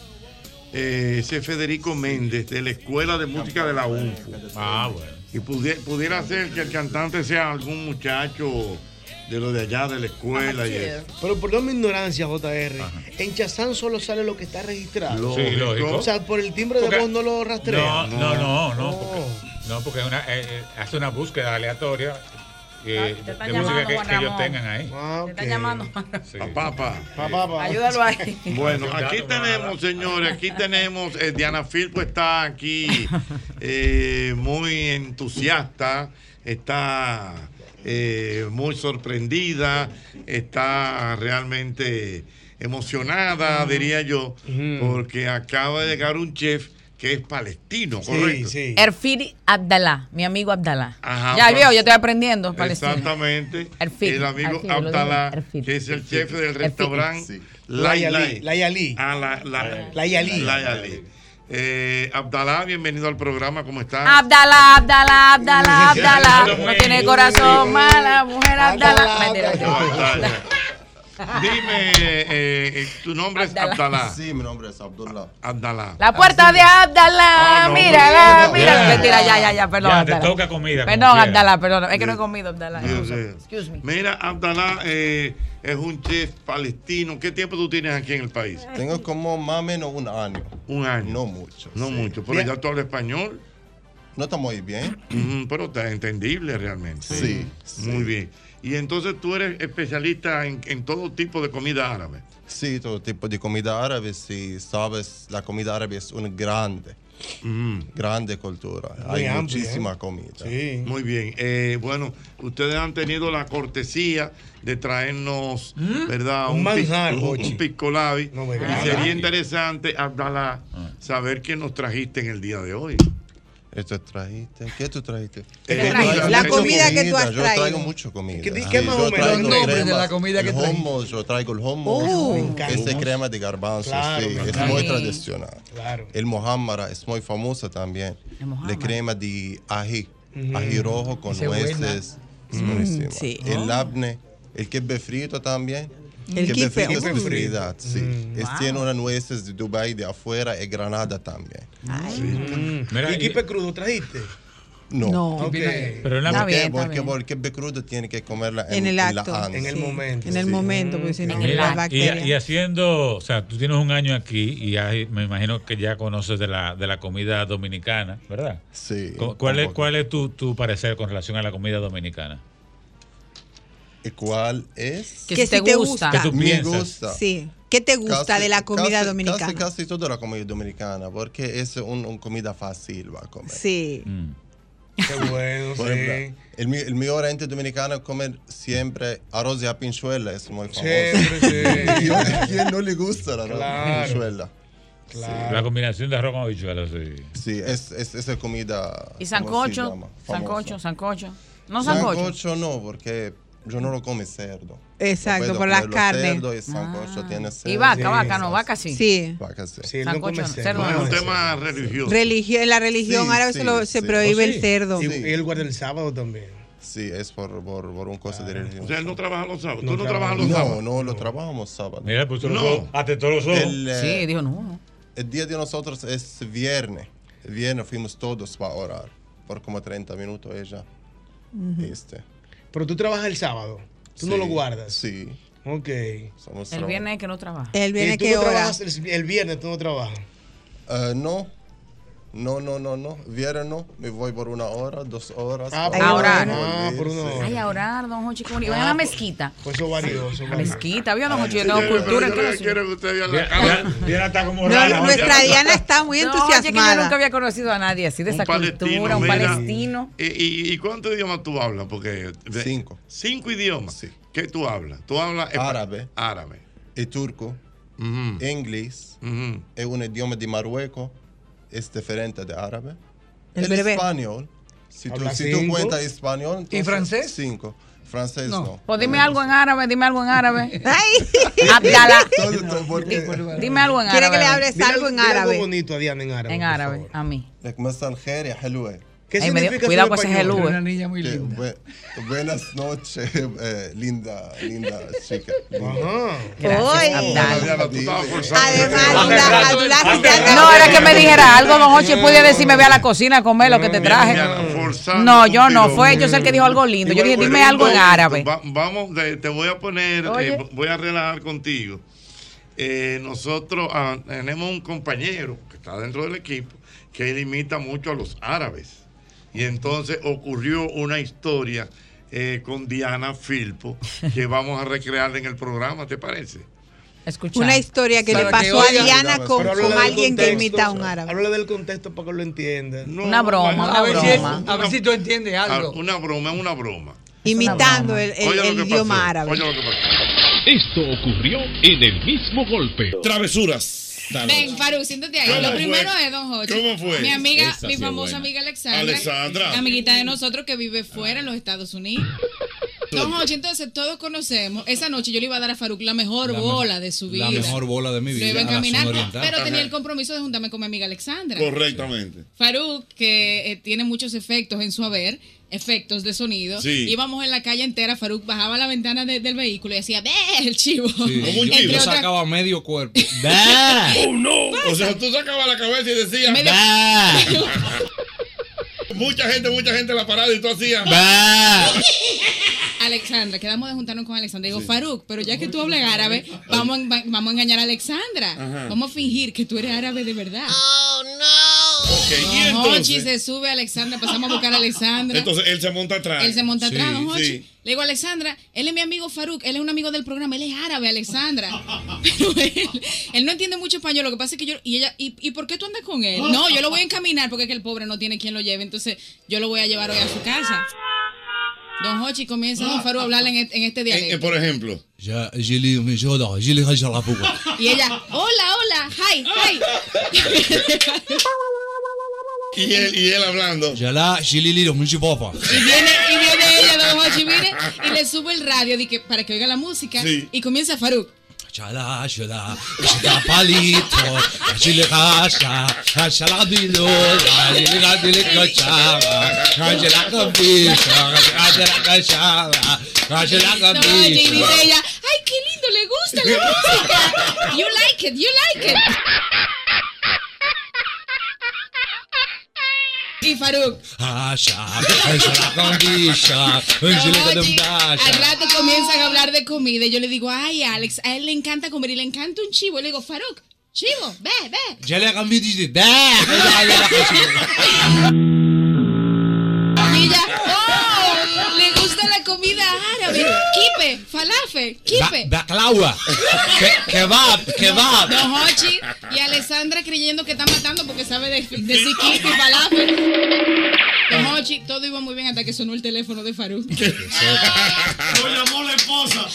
Speaker 23: eh, ese Federico Méndez de la Escuela de Música de la UNFU.
Speaker 7: Ah, bueno.
Speaker 23: Y pudie- pudiera ser que el cantante sea algún muchacho de lo de allá de la escuela y eso.
Speaker 5: Pero perdón mi ignorancia, JR. En Chazán solo sale lo que está registrado.
Speaker 7: Sí, lógico.
Speaker 5: O sea, por el timbre de
Speaker 7: Porque-
Speaker 5: voz no lo rastrea.
Speaker 7: No, no, no, no, porque, no, porque es una, eh, eh, hace una búsqueda aleatoria eh,
Speaker 30: Ah, te están
Speaker 7: de música
Speaker 30: llamando,
Speaker 7: que,
Speaker 30: Juan
Speaker 7: que ellos
Speaker 30: Ramón.
Speaker 7: tengan ahí.
Speaker 30: Te están llamando.
Speaker 7: Eh,
Speaker 23: Papá,
Speaker 30: Ayúdalo ahí.
Speaker 2: *laughs*
Speaker 23: Bueno, aquí tenemos, señores, aquí tenemos, eh, Diana Filpo está aquí eh, muy entusiasta, está eh, muy sorprendida, está realmente emocionada, diría yo, porque acaba de llegar un chef que es palestino, ¿correcto? Sí,
Speaker 30: Erfiri Abdalá, mi amigo Abdalá.
Speaker 23: Ajá,
Speaker 30: ya
Speaker 23: pues.
Speaker 30: vio, yo estoy aprendiendo. palestino.
Speaker 23: Exactamente.
Speaker 30: Erfil,
Speaker 23: el amigo
Speaker 30: así lo digo,
Speaker 23: Abdalá,
Speaker 30: Erfil,
Speaker 23: que es el
Speaker 30: Erfil,
Speaker 23: jefe del
Speaker 30: Erfil.
Speaker 23: restaurante
Speaker 30: Sí.
Speaker 23: Layali.
Speaker 5: Layali.
Speaker 23: Ah, la, la,
Speaker 5: Layali.
Speaker 23: Layali. Eh, Abdalá, bienvenido al programa, ¿cómo
Speaker 30: Ah,
Speaker 23: estás?
Speaker 30: Abdalá, Abdalá, Abdalá, Abdalá. No tiene corazón mala, mujer Abdalá. Mentira,
Speaker 23: Abdalá. Dime, eh, eh, tu nombre es Abdalá. Sí, mi nombre es Abdullah. Abdalá.
Speaker 30: La puerta de
Speaker 23: Ah,
Speaker 30: Abdalá,
Speaker 23: no,
Speaker 30: mírala,
Speaker 23: no, no.
Speaker 30: mírala.
Speaker 23: Ya.
Speaker 30: Mentira, ya, ya, ya, perdón.
Speaker 23: Ya, te
Speaker 30: Abdalá.
Speaker 23: toca comida, como
Speaker 30: Perdón,
Speaker 23: quiera.
Speaker 30: Abdalá, perdón. Es que no he
Speaker 23: Sí.
Speaker 30: comido, Abdalá.
Speaker 23: Yo sé.
Speaker 30: Excuse me.
Speaker 23: Mira, Abdalá eh, es un chef palestino. ¿Qué tiempo tú tienes aquí en el país?
Speaker 27: Tengo como más o menos un año.
Speaker 23: Un año.
Speaker 27: No mucho.
Speaker 23: No mucho, pero ya tú hablas español.
Speaker 27: No está muy bien.
Speaker 23: Ujú, Pero está entendible realmente.
Speaker 27: Sí,
Speaker 23: Muy bien. Y entonces tú eres especialista en, en todo tipo de comida árabe.
Speaker 27: Sí, todo tipo de comida árabe, si sabes, la comida árabe es una grande, grande cultura.
Speaker 23: Muy
Speaker 27: Hay
Speaker 23: amplia,
Speaker 27: muchísima
Speaker 23: Mm. ¿eh?
Speaker 27: comida.
Speaker 23: Muy bien. Eh, bueno, ustedes han tenido la cortesía de traernos, ¿verdad?
Speaker 5: ¿Mm? Un
Speaker 23: pi-
Speaker 5: manjar,
Speaker 23: un-
Speaker 5: Jochi.
Speaker 23: un piscolabi.
Speaker 5: No me
Speaker 23: y
Speaker 5: digas. Ah.
Speaker 23: sería interesante, Abdalá, saber qué nos trajiste en el día de hoy. Eh,
Speaker 27: Esto trajiste, ¿qué tú trajiste?
Speaker 23: ¿Qué
Speaker 27: Yo
Speaker 23: trajiste?
Speaker 27: traigo
Speaker 23: La
Speaker 27: mucha
Speaker 23: comida que tú has
Speaker 27: yo
Speaker 23: traído.
Speaker 27: traigo mucha comida.
Speaker 23: ¿Qué- qué
Speaker 27: sí,
Speaker 23: más
Speaker 27: yo
Speaker 23: o menos?
Speaker 27: traigo
Speaker 23: Los nombres de
Speaker 27: cremas,
Speaker 23: la comida que
Speaker 27: el
Speaker 23: trajiste.
Speaker 27: hummus, yo traigo el Oh, hummus, me este encanta. crema de garbanzos, Claro, sí, me es encanta. muy Sí. tradicional. Claro. El mojámara es muy famoso también. La crema de ají, Ujú. ají rojo con Esa es buena. nueces. Es Mm, buenísimo. sí. El Ah. labne, el kibbe frito también. El kibbe kibbe, frito es oh. especialidad, sí. Es- Wow. Tiene unas nueces de Dubai de afuera y Granada también. Mm.
Speaker 5: Mm. ¿Y kipe crudo trajiste?
Speaker 27: No.
Speaker 5: No.
Speaker 27: Ok.
Speaker 5: Pero en la- Está
Speaker 27: porque,
Speaker 5: bien, está
Speaker 27: porque,
Speaker 5: bien.
Speaker 27: porque el crudo tiene que comerla en,
Speaker 13: En el
Speaker 27: la
Speaker 13: acto,
Speaker 27: antes.
Speaker 13: En el sí. momento, En el sí. Mm. momento, pues. porque si no,
Speaker 27: Ok.
Speaker 13: la
Speaker 7: Mira, y,
Speaker 13: bacteria.
Speaker 7: y haciendo, o sea, tú tienes un año aquí y ya me imagino que ya conoces de la, de la comida dominicana, ¿verdad?
Speaker 27: Sí.
Speaker 7: Cu- ¿Cuál es,
Speaker 27: Tampoco.
Speaker 7: cuál es tu, tu parecer con relación a la comida dominicana?
Speaker 27: ¿Y ¿Cuál es?
Speaker 13: Que Que si si te te gusta. gusta.
Speaker 7: Que tú
Speaker 27: Me
Speaker 7: piensas.
Speaker 27: gusta.
Speaker 13: Sí. ¿Qué te gusta
Speaker 27: Casi-
Speaker 13: de la comida
Speaker 27: casi-
Speaker 13: dominicana?
Speaker 27: Casi, casi toda la comida dominicana, porque es un- una comida fácil para comer.
Speaker 13: Sí.
Speaker 7: Mm.
Speaker 27: Qué bueno,
Speaker 5: sí.
Speaker 27: el, mi- el mi oriente dominicano come siempre arroz de apinchuela, es muy famoso.
Speaker 5: Siempre, sí.
Speaker 27: *laughs* ¿Y a ¿Quién no le gusta el arroz
Speaker 7: Claro.
Speaker 27: de pinchuela?
Speaker 7: La combinación de arroz con habichuelas, sí.
Speaker 27: Sí, es, es, esa comida.
Speaker 30: Y
Speaker 27: ¿cómo se
Speaker 30: sancocho,
Speaker 27: llama?
Speaker 30: sancocho, sancocho. No
Speaker 27: sancocho.
Speaker 30: sancocho.
Speaker 27: no, porque yo no lo come cerdo.
Speaker 13: Exacto,
Speaker 27: No puedo
Speaker 13: por las
Speaker 27: comerlo
Speaker 13: carnes. Ah.
Speaker 27: Cerdo y sancocho tiene cerdo.
Speaker 30: Y vaca, vaca, no, vaca sí.
Speaker 13: Sí.
Speaker 27: Vaca sí.
Speaker 5: Sí,
Speaker 27: Sí,
Speaker 5: él no come
Speaker 27: Sancocho,
Speaker 5: cerdo.
Speaker 27: no.
Speaker 5: no
Speaker 27: Es un
Speaker 5: come
Speaker 23: tema
Speaker 5: cerdo.
Speaker 23: religioso.
Speaker 13: Religio- en la religión
Speaker 27: Sí,
Speaker 13: árabe
Speaker 27: sí,
Speaker 13: se, lo- se
Speaker 27: sí.
Speaker 13: prohíbe
Speaker 27: Oh,
Speaker 13: el
Speaker 27: sí.
Speaker 13: cerdo.
Speaker 5: Y, y él guarda el sábado también.
Speaker 27: es por, por, por un cosa de religión.
Speaker 23: O sea, él no trabaja los sábados.
Speaker 27: No
Speaker 23: ¿Tú no
Speaker 27: trabaja-
Speaker 23: trabajas los
Speaker 27: no,
Speaker 23: sábados?
Speaker 27: No, lo trabajamos sábado.
Speaker 7: Mira, pues
Speaker 27: No.
Speaker 7: hasta todos los ojos.
Speaker 27: El, eh,
Speaker 30: Sí, dijo no.
Speaker 27: El día de nosotros es viernes. El viernes fuimos todos para orar. Por como 30 minutos ella. Este.
Speaker 5: Pero tú trabajas el sábado. Tú no
Speaker 27: Sí,
Speaker 5: lo guardas.
Speaker 27: Sí.
Speaker 5: Ok.
Speaker 27: Somos
Speaker 30: El
Speaker 27: traba-
Speaker 30: viernes es que no trabaja.
Speaker 27: El
Speaker 5: ¿Y
Speaker 27: viernes
Speaker 5: tú
Speaker 27: qué
Speaker 5: no
Speaker 27: hora?
Speaker 5: trabajas el, el viernes tú no trabajas.
Speaker 27: Eh, no. No, no, no, no. Viernes no. Me voy por una hora, dos horas.
Speaker 30: Ah,
Speaker 27: para
Speaker 30: a orar.
Speaker 27: volver,
Speaker 30: Ah, por una
Speaker 27: sí.
Speaker 30: Ay, a orar, don Jochi. qué bonito. Vayan a la mezquita.
Speaker 5: Pues eso varió, eso
Speaker 30: La
Speaker 5: varió.
Speaker 30: mezquita, vio,
Speaker 23: Ah,
Speaker 30: don Jochi. Yo
Speaker 5: Ay,
Speaker 30: tengo
Speaker 5: pero
Speaker 30: cultura.
Speaker 5: yo
Speaker 30: ¿qué
Speaker 5: no
Speaker 30: lo sé?
Speaker 5: quiero que usted vea la cara.
Speaker 7: Diana está como
Speaker 5: No,
Speaker 7: rara.
Speaker 13: nuestra Diana está muy
Speaker 30: No, oye, que yo
Speaker 13: entusiasmada.
Speaker 30: nunca había conocido a nadie así de esa cultura, un
Speaker 23: mira.
Speaker 30: palestino.
Speaker 23: ¿Y, y, y cuántos idiomas tú hablas? Porque de-
Speaker 27: Cinco.
Speaker 23: Cinco idiomas. ¿Qué tú hablas? Tú hablas espa-
Speaker 27: árabe,
Speaker 23: árabe,
Speaker 27: y turco, inglés, es un idioma de Marruecos, es diferente de árabe.
Speaker 13: El
Speaker 27: El,
Speaker 13: berbé.
Speaker 27: español, si tú,
Speaker 6: Habla
Speaker 27: si tú
Speaker 6: cinco.
Speaker 27: cuentas español, entonces
Speaker 6: francés?
Speaker 27: Cinco. Francés
Speaker 30: No.
Speaker 27: no.
Speaker 30: Pues dime algo en árabe, dime algo en árabe. Ay, Abdala.
Speaker 27: Entonces, porque-
Speaker 30: Dime algo en
Speaker 13: ¿Quiere
Speaker 30: árabe.
Speaker 13: que le hables
Speaker 30: Dile
Speaker 13: algo
Speaker 30: algo-
Speaker 13: en
Speaker 30: dile algo
Speaker 13: árabe?
Speaker 5: bonito a Diana en árabe.
Speaker 30: En árabe, a mí.
Speaker 27: Like, مساء الخير يا حلوة.
Speaker 5: ¿Qué
Speaker 30: Ay, me dio- significa cuidado eso en con ese español? helúe. Una
Speaker 27: niña muy linda. buenas noches, eh, linda, linda chica.
Speaker 30: Gracias, Abdala.
Speaker 13: Además,
Speaker 27: Ah,
Speaker 13: Abdala,
Speaker 30: No, era que me dijera algo, don Hochi podía decirme, ve a la cocina a comer lo que te traje. Mm. No, yo no, fue yo sé el que dijo algo lindo. Yo dije, dime algo en árabe.
Speaker 23: Va- vamos, de- te voy a poner,
Speaker 30: Oye.
Speaker 23: eh, voy a relajar contigo. Eh, nosotros ah, tenemos un compañero que está dentro del equipo que él imita mucho a los árabes. Y entonces ocurrió una historia eh, con Diana
Speaker 13: *laughs*
Speaker 23: Filpo que vamos a recrear en el programa, ¿te parece?
Speaker 30: Escucha.
Speaker 13: Una historia que le pasó a Diana con,
Speaker 5: Pero háblale
Speaker 13: con
Speaker 5: del
Speaker 13: alguien que
Speaker 5: contexto,
Speaker 13: imita a un árabe.
Speaker 5: Háblale del contexto para que lo entienda.
Speaker 13: Una broma,
Speaker 5: bueno,
Speaker 13: una broma.
Speaker 5: a ver si tú entiendes
Speaker 23: algo. Una broma, una broma.
Speaker 13: Imitando el, el-
Speaker 23: Oye lo
Speaker 13: el
Speaker 23: que
Speaker 13: idioma
Speaker 23: pasó,
Speaker 13: árabe.
Speaker 23: oye lo que pasó.
Speaker 28: Esto ocurrió en el mismo golpe. Travesuras.
Speaker 20: Ven, Faru, siéntate ahí.
Speaker 28: ¿Cómo
Speaker 20: Lo
Speaker 28: fue?
Speaker 20: primero es Don Jorge.
Speaker 28: ¿Cómo fue?
Speaker 20: Mi amiga,
Speaker 28: Esa
Speaker 20: mi
Speaker 28: sí es
Speaker 20: famosa
Speaker 28: buena.
Speaker 20: amiga Alexandra.
Speaker 28: Alexandra.
Speaker 20: Amiguita de nosotros que vive fuera en los Estados Unidos. Don Jorge, entonces todos conocemos. Esa noche yo le iba a dar a Faruk la mejor
Speaker 2: La me-
Speaker 20: bola de su vida.
Speaker 2: La mejor bola de mi
Speaker 20: Lo
Speaker 2: vida.
Speaker 20: iba a
Speaker 2: a la zona
Speaker 20: encaminar,
Speaker 2: oriental.
Speaker 20: pero tenía
Speaker 2: Ajá.
Speaker 20: el compromiso de juntarme con mi amiga Alexandra.
Speaker 2: Correctamente.
Speaker 20: Faruk, que eh, tiene muchos efectos en su haber, efectos de sonido.
Speaker 2: Sí.
Speaker 20: Íbamos en la calle entera, Faruk bajaba la ventana de- del vehículo y hacía, ve el *laughs* chivo.
Speaker 2: Sí.
Speaker 20: Entre
Speaker 2: Yo
Speaker 20: otras
Speaker 2: sacaba medio cuerpo.
Speaker 20: ¡Oh, no!
Speaker 2: O sea, tú sacabas la cabeza y decías.
Speaker 20: Medio-
Speaker 2: *laughs* "Bah".
Speaker 23: mucha gente, mucha gente en la parada y tú hacías.
Speaker 20: Alexandra, quedamos de juntarnos con Alexandra. Digo, Faruk, pero ya que tú hablas árabe, vamos a, enga- vamos a engañar a Alexandra.
Speaker 2: Ajá.
Speaker 20: Vamos a fingir que tú eres árabe de verdad.
Speaker 2: Ok, ¿y
Speaker 20: Don Hochi
Speaker 2: entonces?
Speaker 20: se sube a Alexandra, pasamos a buscar a Alexandra.
Speaker 2: Entonces él se monta atrás.
Speaker 20: Él se monta atrás,
Speaker 2: Sí,
Speaker 20: don Hochi.
Speaker 2: sí.
Speaker 20: Le digo, Alexandra, él es mi amigo Faruk, él es un amigo del programa, él es árabe,
Speaker 2: *laughs*
Speaker 20: Alexandra. Pero él, él no entiende mucho español, lo que pasa es que yo, y ella, ¿y, y por qué tú andas con él? No, yo lo voy a encaminar porque es que el pobre no tiene quien lo lleve, entonces yo lo voy a llevar hoy a su casa. Don Hochi comienza, don Faruk, a hablarle en, este- en este dialecto.
Speaker 2: Ah, Eh, por ejemplo. Ya, Gili, mi yoda, Gili, Hajar, la fuga.
Speaker 20: Y ella, hola, hola, hi,
Speaker 2: *laughs*
Speaker 20: hi.
Speaker 2: Y él, y él hablando. Ya la, Gili, Lilo, mi chipapa.
Speaker 20: Y viene, y viene ella, don Hochi, mire, y le sube el radio di que- para que oiga la música.
Speaker 2: Sí.
Speaker 20: Y comienza Faruk.
Speaker 2: Chala, chala, chala, palito, chile casa, chala, bilo, chile, chile, cachaba, chala, campito, chala, cachaba, chala,
Speaker 20: No, y dice
Speaker 2: campito.
Speaker 20: ella, ay, qué lindo, le gusta la música. You like it, you like it. Y Faruk,
Speaker 2: Asha, chala, campito, chile,
Speaker 20: al
Speaker 2: campito.
Speaker 20: rato comienzan a hablar de comida. Y yo le digo, ay, Alex, a él le encanta comer y le encanta un chivo. Y le digo, Faruk, chivo, ve, ve.
Speaker 2: Ya le cambié dice, da,
Speaker 20: Y ella, oh, le gusta la comida árabe. Kipe, falafe, kipe.
Speaker 2: baklava, ke- kebab, kebab.
Speaker 20: Don Hochi y Alessandra creyendo que está matando porque sabe de, de psiquito y falafel. Don Hochi, todo iba muy bien hasta que sonó el teléfono de Faruk.
Speaker 2: Se-
Speaker 20: llamó la esposa.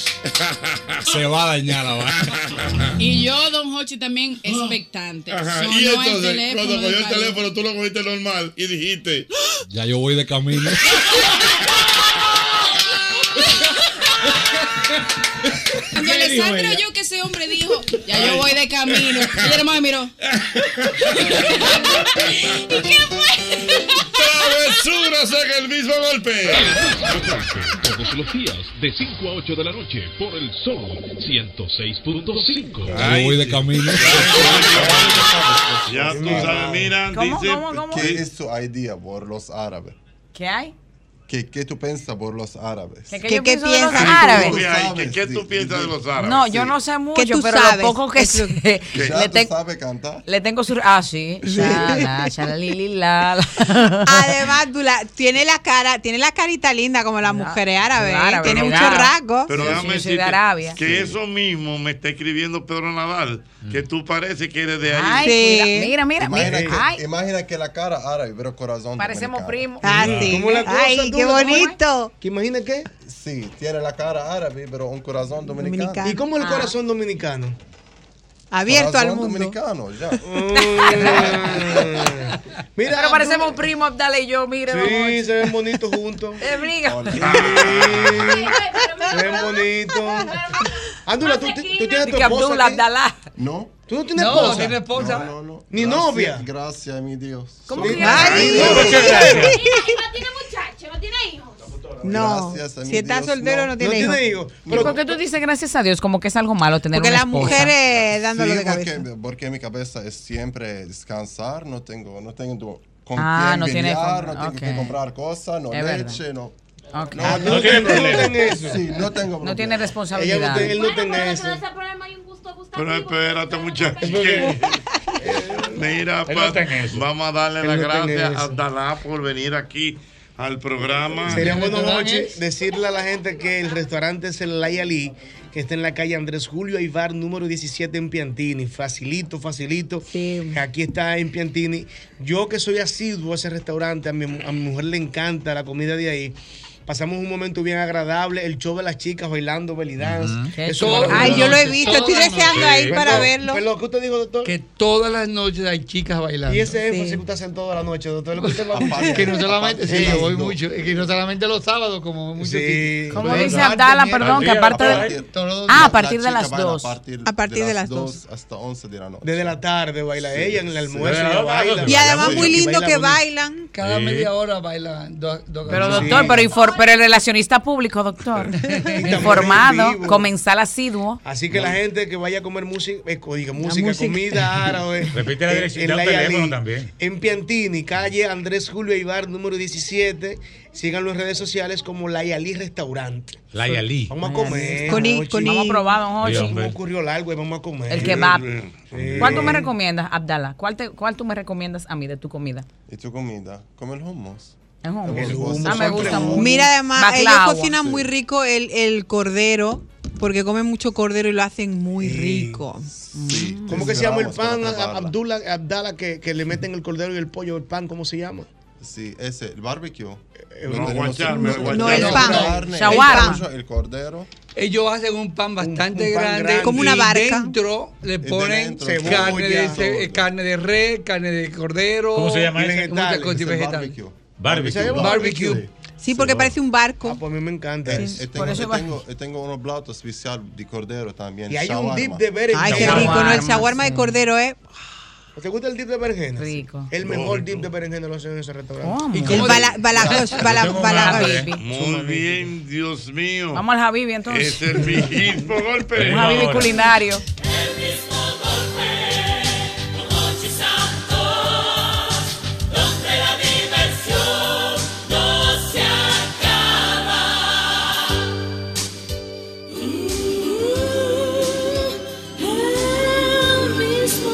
Speaker 2: Se va a dañar la vaina.
Speaker 20: Y yo, Don Hochi, también expectante.
Speaker 2: Ajá,
Speaker 20: Sonó
Speaker 2: y
Speaker 20: el
Speaker 2: entonces,
Speaker 20: teléfono.
Speaker 2: cuando
Speaker 20: de
Speaker 2: cogió el
Speaker 20: Faruk.
Speaker 2: teléfono, tú lo cogiste normal
Speaker 30: *gasps*
Speaker 2: y dijiste, ya yo voy de
Speaker 28: *laughs*
Speaker 2: camino.
Speaker 20: Cuando
Speaker 2: ¿Qué dijo
Speaker 20: Alessandra
Speaker 2: ella?
Speaker 20: oyó que ese hombre dijo, ya yo voy de camino. Y el hermano me miró. ¿Y qué
Speaker 2: ¡Travesuras en el mismo golpe!
Speaker 28: Todos los días, de 5 a 8 de la noche, por el Sol 106.5.
Speaker 2: Ya yo voy de camino.
Speaker 23: Ya tú sabes, mira,
Speaker 30: ¿Cómo,
Speaker 23: dice
Speaker 30: cómo, cómo?
Speaker 27: ¿Qué es tu idea por los árabes?
Speaker 30: ¿Qué hay?
Speaker 27: que qué tú piensas por los árabes.
Speaker 30: Que, que ¿Qué- yo qué pienso de los piensas? árabes.
Speaker 23: Tú sabes,
Speaker 27: ¿Qué, tú piensas de
Speaker 23: los
Speaker 30: No, yo no sé mucho,
Speaker 23: tú
Speaker 30: pero
Speaker 23: sabes?
Speaker 30: lo poco que sé.
Speaker 27: Ya
Speaker 30: Le,
Speaker 27: Ah, tú
Speaker 30: te-
Speaker 27: sabes cantar.
Speaker 30: le tengo sur. Ah, sí. Shala, shala, li, li, la, la.
Speaker 13: Además, tú la- tiene la cara, tiene la carita linda como las mujeres árabes.
Speaker 30: árabe,
Speaker 13: tiene muchos
Speaker 30: claro.
Speaker 13: rasgos.
Speaker 23: Pero déjame
Speaker 30: yo soy de
Speaker 23: decirte
Speaker 30: Arabia.
Speaker 23: que
Speaker 30: Sí.
Speaker 23: eso mismo me está escribiendo Pedro Nadal, que tú parece que eres de ahí.
Speaker 30: Ay, cuida- mira, mira,
Speaker 27: Imagina,
Speaker 30: mira.
Speaker 27: Que,
Speaker 30: Ay.
Speaker 27: imagina que la cara árabe, pero corazón.
Speaker 30: Parecemos primos.
Speaker 27: ¿Cómo la cosa,
Speaker 13: Ay,
Speaker 27: tú,
Speaker 13: qué
Speaker 27: cómo es?
Speaker 13: bonito.
Speaker 5: ¿Que imagina qué?
Speaker 27: Sí, tiene la cara árabe, pero un corazón dominicano.
Speaker 5: ¿Y cómo
Speaker 30: Ah.
Speaker 5: el corazón dominicano?
Speaker 27: Abierto al Corazón mundo. dominicano, ya.
Speaker 5: *laughs* Mira,
Speaker 30: pero parecemos primos, Abdala y yo, mira. Eh,
Speaker 5: Sí, se ven bonitos juntos.
Speaker 30: Es briga.
Speaker 5: Se ven bonitos. Ándula, tú, tú tienes tu
Speaker 30: Dice Abdullah,
Speaker 5: esposa. aquí?
Speaker 30: Abdalá.
Speaker 27: No.
Speaker 5: ¿Tú no tienes
Speaker 30: No,
Speaker 5: esposa?
Speaker 30: tiene esposa.
Speaker 5: No,
Speaker 27: no, no.
Speaker 5: Ni
Speaker 27: Gracias,
Speaker 5: novia.
Speaker 27: Gracias, mi Dios.
Speaker 30: ¿Cómo
Speaker 27: Sí.
Speaker 30: que gracias? Ay, no, muchas
Speaker 16: *laughs*
Speaker 13: gracias.
Speaker 22: no tiene muchacho, no tiene hijos.
Speaker 13: No,
Speaker 27: Gracias a mi
Speaker 13: si está
Speaker 27: Dios,
Speaker 13: soltero no,
Speaker 27: no.
Speaker 13: tiene
Speaker 27: No
Speaker 13: hijos.
Speaker 27: tiene hijos.
Speaker 30: ¿Y por qué tú dices gracias a Dios? Como que es algo malo tener
Speaker 13: Porque
Speaker 30: una
Speaker 13: las
Speaker 30: esposa.
Speaker 13: mujeres dándolo
Speaker 27: Sí,
Speaker 13: de
Speaker 27: porque-
Speaker 13: cabeza.
Speaker 27: Porque, mi cabeza es siempre descansar, no tengo, no tengo con
Speaker 30: Ah,
Speaker 27: quién
Speaker 30: no tiene con-
Speaker 27: pelear, no tengo
Speaker 30: ok.
Speaker 27: que comprar cosas, no
Speaker 30: Es verdad.
Speaker 27: leche, no.
Speaker 30: Ok.
Speaker 27: No,
Speaker 30: Ah,
Speaker 27: no
Speaker 30: no
Speaker 27: tengo
Speaker 30: tiene problema.
Speaker 27: Sí, no tengo
Speaker 30: No tiene responsabilidad.
Speaker 5: Ella no tiene- él no tiene eso.
Speaker 23: Pero espérate, muchachos. Mira,
Speaker 5: Él no
Speaker 23: pa-
Speaker 5: está en eso.
Speaker 23: vamos a darle
Speaker 5: Él
Speaker 23: las
Speaker 5: no está en
Speaker 23: gracias a
Speaker 5: eso.
Speaker 23: Dalá por venir aquí al programa.
Speaker 5: Sería ¿eh? bueno, noche decirle a la gente que el restaurante es el Layalí, que está en la calle Andrés Julio Aibar, número 17 en Piantini. Facilito, facilito. Aquí está en Piantini. Yo que soy asiduo a ese restaurante, a mi, a mi mujer le encanta la comida de ahí. Pasamos un momento bien agradable, el show de las chicas bailando belly dance.
Speaker 13: Qué
Speaker 5: Eso
Speaker 13: chulo.
Speaker 5: maravilloso.
Speaker 13: Ay, yo lo he visto, estoy Toda la deseando noche. ahí para
Speaker 5: Perdón,
Speaker 13: verlo.
Speaker 5: perdón, ¿qué usted dijo, doctor?
Speaker 2: Que todas las noches hay chicas bailando.
Speaker 5: Y ese énfasis que usted hace en toda la noche, doctor. lo que
Speaker 2: *laughs*
Speaker 5: usted va-
Speaker 2: que no solamente, sí,
Speaker 5: Sí.
Speaker 2: yo voy mucho, que no solamente los sábados, como muchos
Speaker 5: Sí.
Speaker 2: sitios.
Speaker 30: Como
Speaker 2: Pero
Speaker 30: dice
Speaker 2: martes,
Speaker 30: Abdala,
Speaker 2: miércoles,
Speaker 30: perdón, que
Speaker 2: todos los
Speaker 30: aparte de-
Speaker 2: días, todos los
Speaker 30: Ah,
Speaker 2: días.
Speaker 30: a partir de
Speaker 27: chica
Speaker 30: las
Speaker 27: baila
Speaker 30: dos.
Speaker 27: A partir,
Speaker 30: A partir de las dos.
Speaker 27: dos hasta 11 de la noche.
Speaker 5: Desde la tarde baila
Speaker 27: Sí,
Speaker 5: ella en el
Speaker 27: sí.
Speaker 5: almuerzo.
Speaker 27: Desde la
Speaker 5: ella
Speaker 27: tarde,
Speaker 5: baila.
Speaker 27: Y además
Speaker 5: Baila
Speaker 27: muy
Speaker 5: bonito,
Speaker 27: lindo que
Speaker 5: bonito.
Speaker 13: bailan.
Speaker 2: Cada
Speaker 5: Sí.
Speaker 2: media hora bailan dos dos
Speaker 30: Pero
Speaker 2: canciones.
Speaker 30: doctor, pero, infor- pero el relacionista público,
Speaker 5: *laughs*
Speaker 30: doctor.
Speaker 5: en
Speaker 30: Informado,
Speaker 5: vivo.
Speaker 30: comensal asiduo.
Speaker 5: Así que la gente que vaya a comer música, eh, co- diga, música,
Speaker 30: música.
Speaker 5: comida árabe.
Speaker 7: *laughs* Repite la
Speaker 5: en-
Speaker 7: dirección,
Speaker 5: en
Speaker 7: da
Speaker 5: la
Speaker 7: teléfono
Speaker 5: Yalí,
Speaker 7: también.
Speaker 5: En Piantini, calle Andrés Julio Ibar, número 17. Síganlo en redes sociales como La Yalí Restaurante.
Speaker 7: La Yalí.
Speaker 5: Vamos a comer.
Speaker 30: Con i-
Speaker 5: Hochi.
Speaker 30: con i- Vamos a probar, don Hochi.
Speaker 5: Eso Se me ocurrió largo y vamos a comer. Mm,
Speaker 30: El kebab.
Speaker 5: Sí.
Speaker 30: ¿Cuál tú me recomiendas, Abdala? ¿Cuál, te- ¿Cuál tú me recomiendas a mí de tu comida?
Speaker 27: ¿Y tu comida? Come el hummus.
Speaker 30: El hummus.
Speaker 27: El
Speaker 30: Ah, me gusta mucho.
Speaker 13: Mira, además,
Speaker 30: Baklava.
Speaker 13: ellos cocinan muy rico el, el cordero, porque comen mucho cordero y lo hacen muy rico. Mm.
Speaker 5: ¿Cómo que se llama el pan? Ab- Abdullah, Abdala, que, que le meten el cordero y el pollo, el pan, ¿cómo se llama? Eh,
Speaker 27: Sí, ese, el barbecue.
Speaker 23: no,
Speaker 27: Donde
Speaker 23: guacharme,
Speaker 27: nosotros-
Speaker 23: No, el
Speaker 27: la
Speaker 23: pan.
Speaker 27: carne,
Speaker 23: Shawarma.
Speaker 27: El, cordero.
Speaker 2: Ellos hacen un pan bastante
Speaker 27: pan
Speaker 2: grande,
Speaker 27: grande. Como una
Speaker 2: y
Speaker 27: barca.
Speaker 2: dentro le
Speaker 27: de
Speaker 2: ponen
Speaker 27: dentro, cebolla,
Speaker 2: carne, de,
Speaker 27: todo.
Speaker 2: ce- carne de res, carne de cordero.
Speaker 7: ¿Cómo se llama
Speaker 2: y
Speaker 7: ese?
Speaker 2: Muchas cosas y
Speaker 7: Es el
Speaker 2: vegetales.
Speaker 7: Barbecue.
Speaker 2: Barbecue.
Speaker 13: Sí, porque parece un barco.
Speaker 5: Ah, pues a mí me encanta.
Speaker 27: Eh,
Speaker 5: eso.
Speaker 27: eh, tengo, eh, tengo, eh, tengo unos platos especiales de cordero también.
Speaker 5: Y hay un
Speaker 27: shawarma.
Speaker 5: dip de berenjena.
Speaker 13: Ay, qué rico, ¿no? El shawarma de cordero, ¿eh?
Speaker 5: ¿Te gusta el dip de berenjena?
Speaker 30: Rico.
Speaker 5: El mejor dip de berenjena lo hacen en ese restaurante.
Speaker 30: ¿Y
Speaker 13: El bala- balagosh, bala- balagosh.
Speaker 23: Muy bien, Dios mío.
Speaker 30: Vamos al Javibi
Speaker 23: Es
Speaker 30: entonces.
Speaker 23: el mismo golpe.
Speaker 30: Un Javibi culinario.
Speaker 19: Noche Santos, donde la diversión no se acaba. Uh, el mismo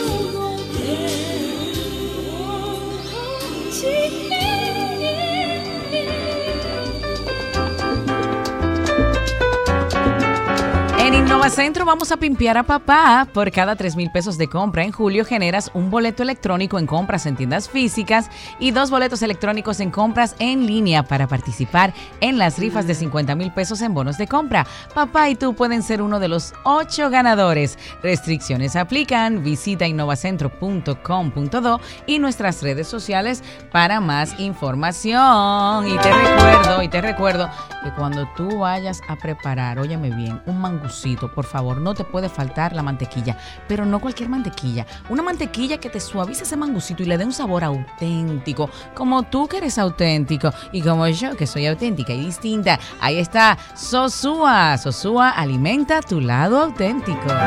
Speaker 30: En Innovacentro vamos a pimpear a papá. Por cada 3 mil pesos de compra en julio generas un boleto electrónico en compras en tiendas físicas y dos boletos electrónicos en compras en línea para participar en las rifas de 50 mil pesos en bonos de compra. Papá y tú pueden ser uno de los ocho ganadores. Restricciones aplican. Visita innovacentro.com.do y nuestras redes sociales para más información. Y te recuerdo, y te recuerdo que cuando tú vayas a preparar, óyeme bien, un mangucito, por favor, no te puede faltar la mantequilla, pero no cualquier mantequilla, una mantequilla que te suavice ese mangucito y le dé un sabor auténtico, como tú que eres auténtico y como yo que soy auténtica y distinta. Ahí está Sosúa, Sosúa alimenta tu lado auténtico.
Speaker 23: Está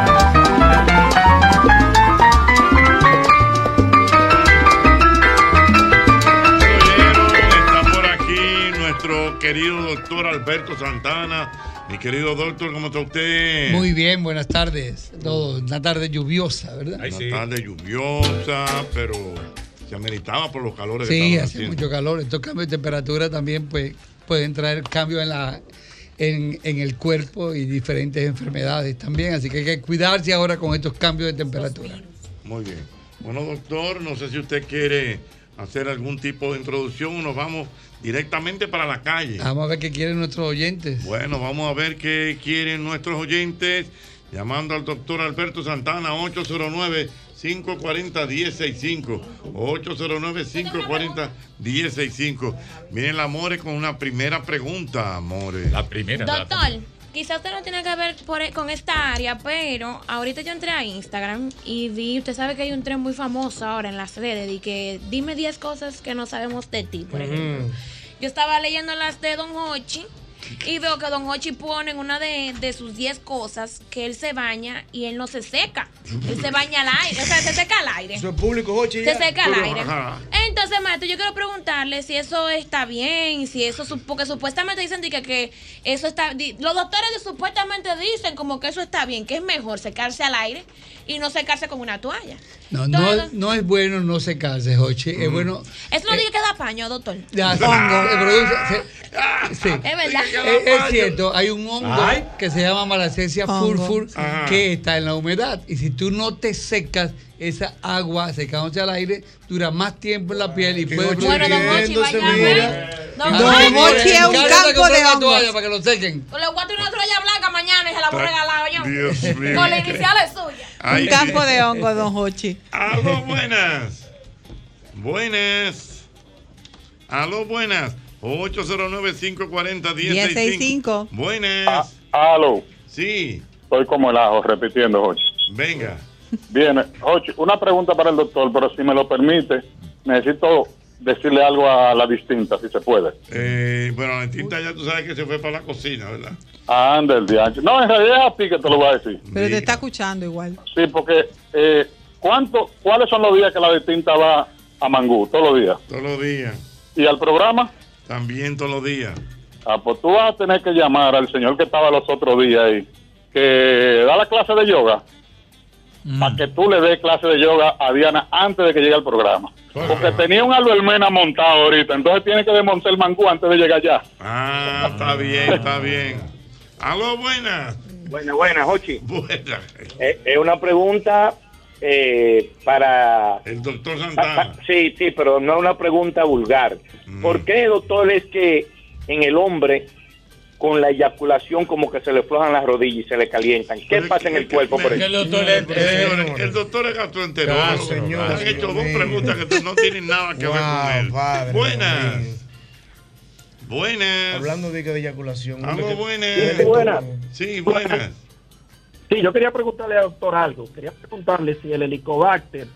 Speaker 23: por aquí nuestro doctor Alberto Santana. Mi querido doctor, ¿cómo está usted?
Speaker 21: Muy bien, buenas tardes. Todo, una tarde lluviosa, ¿verdad?
Speaker 23: Una tarde lluviosa, pero se ameritaba por los calores que
Speaker 21: Sí,
Speaker 23: estaban
Speaker 21: hace
Speaker 23: haciendo.
Speaker 21: mucho calor. Estos cambios de temperatura también pues, pueden traer cambios en, la, en, en el cuerpo y diferentes enfermedades también. Así que hay que cuidarse ahora con estos cambios de temperatura.
Speaker 23: Muy bien. Bueno, doctor, no sé si usted quiere hacer algún tipo de introducción o nos vamos directamente para la calle.
Speaker 21: Vamos a ver qué quieren nuestros oyentes.
Speaker 23: Bueno, vamos a ver qué quieren nuestros oyentes. Llamando al doctor Alberto Santana, 809-540-1065. 809-540-1065. Miren, la More con una primera pregunta, More.
Speaker 10: La primera.
Speaker 16: Doctor, quizás usted no tiene que ver por- e, con esta área, pero ahorita yo entré a Instagram y vi, usted sabe que hay un tren muy famoso ahora en las redes y que dime 10 cosas que no sabemos de ti, por
Speaker 30: Mm.
Speaker 16: ejemplo. Yo estaba leyendo las de Don Hochi y veo que Don Hochi pone en una de, de sus 10 cosas que él se baña y él no se seca. Él se baña al aire, o sea, se seca al aire.
Speaker 5: Eso es público, Jochi.
Speaker 16: Se seca al aire. Entonces, maestro, yo quiero preguntarle si eso está bien, si eso, su- porque supuestamente dicen di que, que eso está, di- los doctores di- supuestamente dicen como que eso está bien, que es mejor secarse al aire y no secarse con una toalla.
Speaker 21: No, no, no es bueno no secarse, Jochi. Es bueno.
Speaker 16: Eso no dice que da paño, doctor.
Speaker 21: Ya, hongo, se produce. se- sí.
Speaker 16: Es verdad.
Speaker 21: Es, es cierto, hay un hongo
Speaker 16: Ay.
Speaker 21: que se llama malacesia
Speaker 16: Hongo.
Speaker 21: furfur
Speaker 16: Ajá.
Speaker 21: que está en la humedad. Y si tú no te secas, esa agua secándose al aire dura más tiempo en la piel y puede
Speaker 16: Ochi Bueno, don Ochi,
Speaker 21: Entonces,
Speaker 16: vaya,
Speaker 21: mira.
Speaker 16: Don
Speaker 21: Entonces,
Speaker 16: Ochi.
Speaker 21: mira,
Speaker 16: Ochi es un
Speaker 21: encárgate comprar
Speaker 16: campo de
Speaker 21: una
Speaker 16: hongos.
Speaker 21: toalla para que lo sequen.
Speaker 16: Le voy a tirar una toalla blanca mañana y se la voy a regalar, yo.
Speaker 23: Dios mío.
Speaker 16: Con la inicial es suya.
Speaker 23: Ay,
Speaker 13: un campo
Speaker 23: sí.
Speaker 13: de hongo, don Hochi.
Speaker 23: Aló, buenas. Buenas. Aló, buenas. 809-540-1065.
Speaker 13: 1065.
Speaker 23: Buenas.
Speaker 32: Aló.
Speaker 23: Sí.
Speaker 32: Estoy como el ajo, repitiendo, Jochi.
Speaker 23: Venga.
Speaker 32: Bien, Jochi, una pregunta para el doctor, pero si me lo permite, necesito decirle algo a la distinta, si se puede.
Speaker 23: Eh, bueno, la tinta ya tú sabes que se fue para la cocina, ¿verdad?
Speaker 32: A Ander Diancho. No, en realidad a ti que te lo voy a decir.
Speaker 13: Pero te está escuchando igual.
Speaker 32: Sí, porque eh, ¿cuánto, ¿cuáles son los días que la distinta va a Mangú? Todos los días.
Speaker 23: Todos los días.
Speaker 32: ¿Y al programa?
Speaker 23: También todos los días.
Speaker 32: Ah, pues tú vas a tener que llamar al señor que estaba los otros días ahí, que da la clase de yoga, para que tú le des clase de yoga a Diana antes de que llegue al programa. Porque tenía un albermena montado ahorita, entonces tiene que desmontar el mangú antes de llegar allá.
Speaker 23: Ah, está bien, está bien. Aló, buenas.
Speaker 11: Buenas, buenas, Jochi.
Speaker 23: Buenas.
Speaker 11: Eh, Es una pregunta eh, para...
Speaker 23: El doctor Santana.
Speaker 11: sí, sí, pero no es una pregunta vulgar. ¿Por qué, doctor, es que en el hombre con la eyaculación como que se le flojan las rodillas y se le calientan? ¿Qué pasa en el cuerpo por
Speaker 10: El
Speaker 11: eso?
Speaker 10: doctor es- Ah,
Speaker 23: Señores, el doctor es gastroenterólogo. Han hecho dos preguntas que no tienen nada que ver con él. buenas. Buenas.
Speaker 34: Hablando de, de eyaculación.
Speaker 23: Aló, buenas. Ah, Sí, buenas.
Speaker 35: Sí, yo quería preguntarle al doctor algo. Quería preguntarle si el helicobacter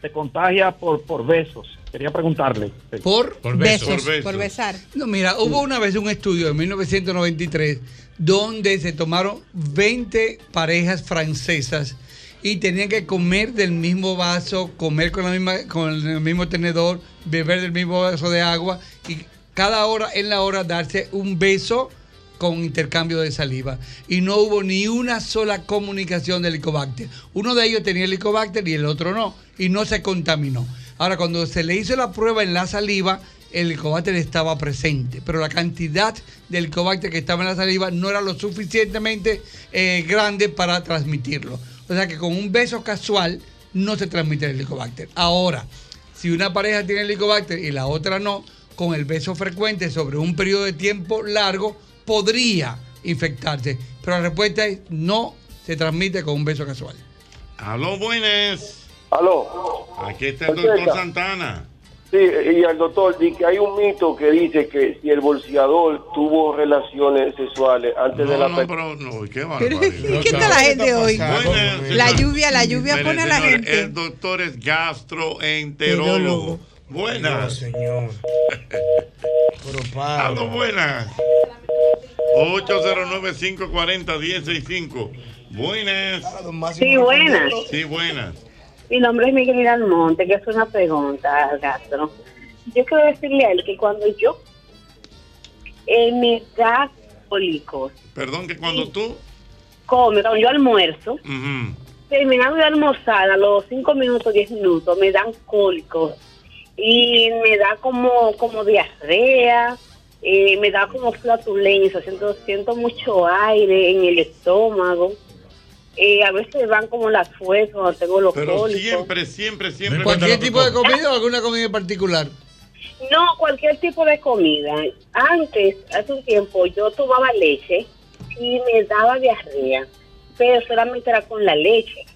Speaker 35: se contagia por, por besos. Quería preguntarle.
Speaker 21: Por,
Speaker 13: Besos, Por besar.
Speaker 21: No, mira, hubo una vez un estudio en 1993 donde se tomaron 20 parejas francesas y tenían que comer del mismo vaso, comer con, la misma, con el mismo tenedor, beber del mismo vaso de agua y cada hora en la hora darse un beso con intercambio de saliva. Y no hubo ni una sola comunicación de helicobacter. Uno de ellos tenía helicobacter y el otro no. Y no se contaminó. Ahora, cuando se le hizo la prueba en la saliva, el helicobacter estaba presente. Pero la cantidad de helicobacter que estaba en la saliva no era lo suficientemente eh, grande para transmitirlo. O sea que con un beso casual no se transmite el helicobacter. Ahora, si una pareja tiene helicobacter y la otra no, con el beso frecuente sobre un periodo de tiempo largo, podría infectarse. Pero la respuesta es no se transmite con un beso casual.
Speaker 23: Aló, buenas.
Speaker 11: Aló.
Speaker 23: Aquí está el
Speaker 11: Perfecta.
Speaker 23: doctor Santana.
Speaker 11: Sí, y al doctor, di que hay un mito que dice que si el bolseador tuvo relaciones sexuales antes de
Speaker 23: No,
Speaker 11: la...
Speaker 23: no, pero no, qué
Speaker 11: Pero,
Speaker 23: barbaridad.
Speaker 11: ¿qué tal la gente hoy?
Speaker 23: Buenas,
Speaker 11: La
Speaker 23: señores.
Speaker 11: lluvia, la lluvia
Speaker 23: Miren,
Speaker 11: pone a la
Speaker 23: señores,
Speaker 11: gente.
Speaker 23: El doctor es gastroenterólogo. Buenas. señor. Aló, buenas. 809-540-165. Buenas.
Speaker 4: Sí, buenas.
Speaker 23: Sí, buenas.
Speaker 4: Mi nombre es Miguel Almonte, que es una pregunta al gastro. Yo quiero decirle a él que cuando yo hemicrácticos.
Speaker 23: Perdón que cuando tú...
Speaker 4: Come, cuando yo almuerzo,
Speaker 23: Ujú.
Speaker 4: terminando de almorzar, a los 5 minutos, 10 minutos, me dan cólicos. Y me da como, como diarrea, eh, me da como flatulencia, siento, siento mucho aire en el estómago. Eh, a veces van como las fuerzas cuando tengo los
Speaker 23: Pero
Speaker 4: cólicos.
Speaker 23: siempre, siempre, siempre...
Speaker 21: ¿Cualquier tipo de comida o alguna comida en particular?
Speaker 4: No, cualquier tipo de comida. Antes, hace un tiempo, yo tomaba leche y me daba diarrea, pero solamente era con la leche.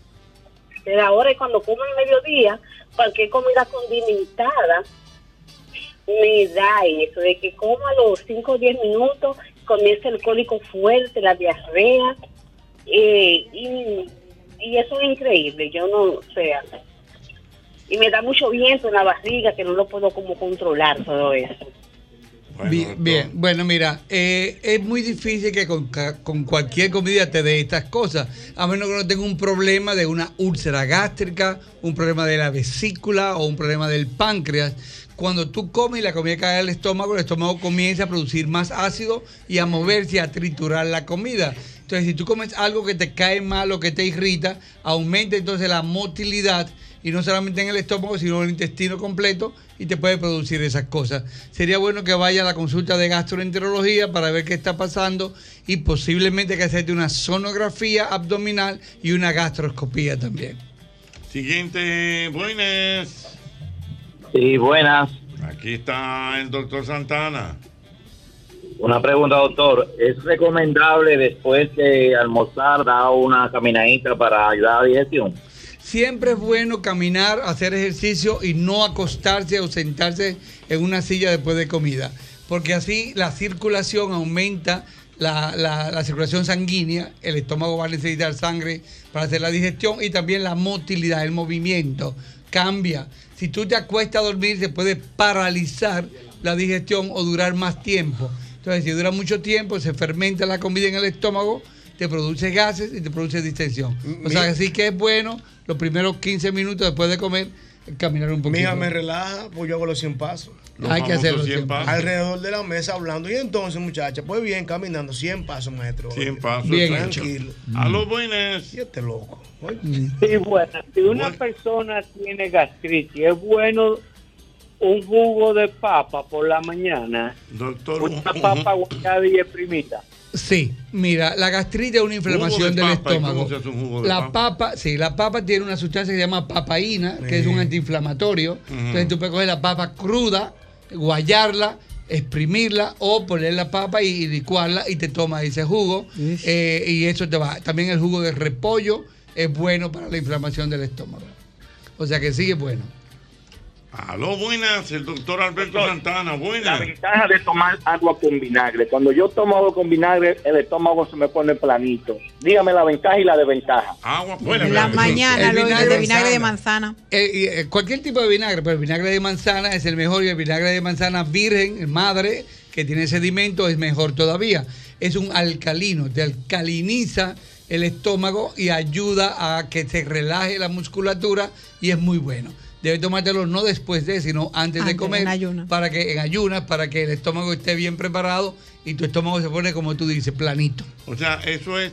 Speaker 4: Pero ahora cuando como al mediodía, cualquier comida condimentada me da eso, de que como a los 5 o 10 minutos comienza el cólico fuerte, la diarrea, eh, y, y eso es increíble, yo no, o sea, y me da mucho viento en la barriga que no lo puedo como controlar todo eso.
Speaker 21: Bien, bien. bueno, mira, eh, es muy difícil que con, ca- con cualquier comida te dé estas cosas, a menos que no tenga un problema de una úlcera gástrica, un problema de la vesícula o un problema del páncreas. Cuando tú comes y la comida cae al estómago, el estómago comienza a producir más ácido y a moverse, a triturar la comida. Entonces, si tú comes algo que te cae mal o que te irrita, aumenta entonces la motilidad y no solamente en el estómago, sino en el intestino completo y te puede producir esas cosas. Sería bueno que vaya a la consulta de gastroenterología para ver qué está pasando y posiblemente que hacerte una sonografía abdominal y una gastroscopía también.
Speaker 23: Siguiente, buenas.
Speaker 25: Sí, buenas.
Speaker 23: Aquí está el doctor Santana.
Speaker 25: Una pregunta, doctor. ¿Es recomendable después de almorzar dar una caminadita para ayudar a la digestión?
Speaker 21: Siempre es bueno caminar, hacer ejercicio y no acostarse o sentarse en una silla después de comida, porque así la circulación aumenta, la, la- la circulación sanguínea, el estómago va a necesitar sangre para hacer la digestión y también la motilidad, el movimiento cambia. Si tú te acuestas a dormir se puede paralizar la digestión o durar más tiempo. Entonces, si dura mucho tiempo, se fermenta la comida en el estómago, te produce gases y te produce distensión. O sea, así que es bueno los primeros 15 minutos después de comer caminar un poquito.
Speaker 5: Mija me relaja, pues yo hago los 100 pasos.
Speaker 21: Los Hay que famosos hacer los 100 100 pasos.
Speaker 5: Alrededor de la mesa hablando. Y entonces, muchacha, pues bien, caminando 100 pasos, maestro.
Speaker 23: 100 pasos,
Speaker 5: Bien
Speaker 23: exacto.
Speaker 5: tranquilo.
Speaker 23: A los buenas.
Speaker 5: Y este loco. Oye.
Speaker 9: Sí, bueno, si una persona tiene gastritis, es bueno un jugo de papa por la mañana.
Speaker 23: Doctor,
Speaker 9: una papa guayada y exprimida.
Speaker 21: Sí, mira, la gastritis es una inflamación
Speaker 9: de
Speaker 21: del
Speaker 9: papa, ¿y cómo
Speaker 21: estómago.
Speaker 9: se hace un jugo de
Speaker 21: la papa? sí, la papa tiene una sustancia que se llama papaína, que es un antiinflamatorio. Entonces tú puedes coger la papa cruda, guayarla, exprimirla o poner la papa y, y licuarla y te tomas ese jugo eh, y eso te va. También el jugo de repollo es bueno para la inflamación del estómago. O sea que sí es bueno.
Speaker 9: Ah,
Speaker 23: A los buenas, el doctor Alberto Santana. Buenas.
Speaker 9: Ventaja de tomar agua con vinagre. Cuando yo tomo agua con vinagre, el estómago se me pone planito. Dígame la ventaja y la desventaja.
Speaker 23: Agua,
Speaker 9: buena.
Speaker 13: La mañana,
Speaker 21: El
Speaker 13: lo
Speaker 21: vinagre
Speaker 13: de
Speaker 21: de
Speaker 13: vinagre de manzana.
Speaker 21: Eh, y, eh, cualquier tipo de vinagre, pero el vinagre de manzana es el mejor y el vinagre de manzana virgen, madre, que tiene sedimento, es mejor todavía. Es un alcalino, te alcaliniza el estómago y ayuda a que se relaje la musculatura y es muy bueno. Debe tomártelo no después de, sino antes, de
Speaker 13: Antes,
Speaker 21: comer,
Speaker 13: en ayunas.
Speaker 21: para que en ayunas, para que el estómago esté bien preparado y tu estómago se pone como tú dices, planito.
Speaker 23: O sea, eso es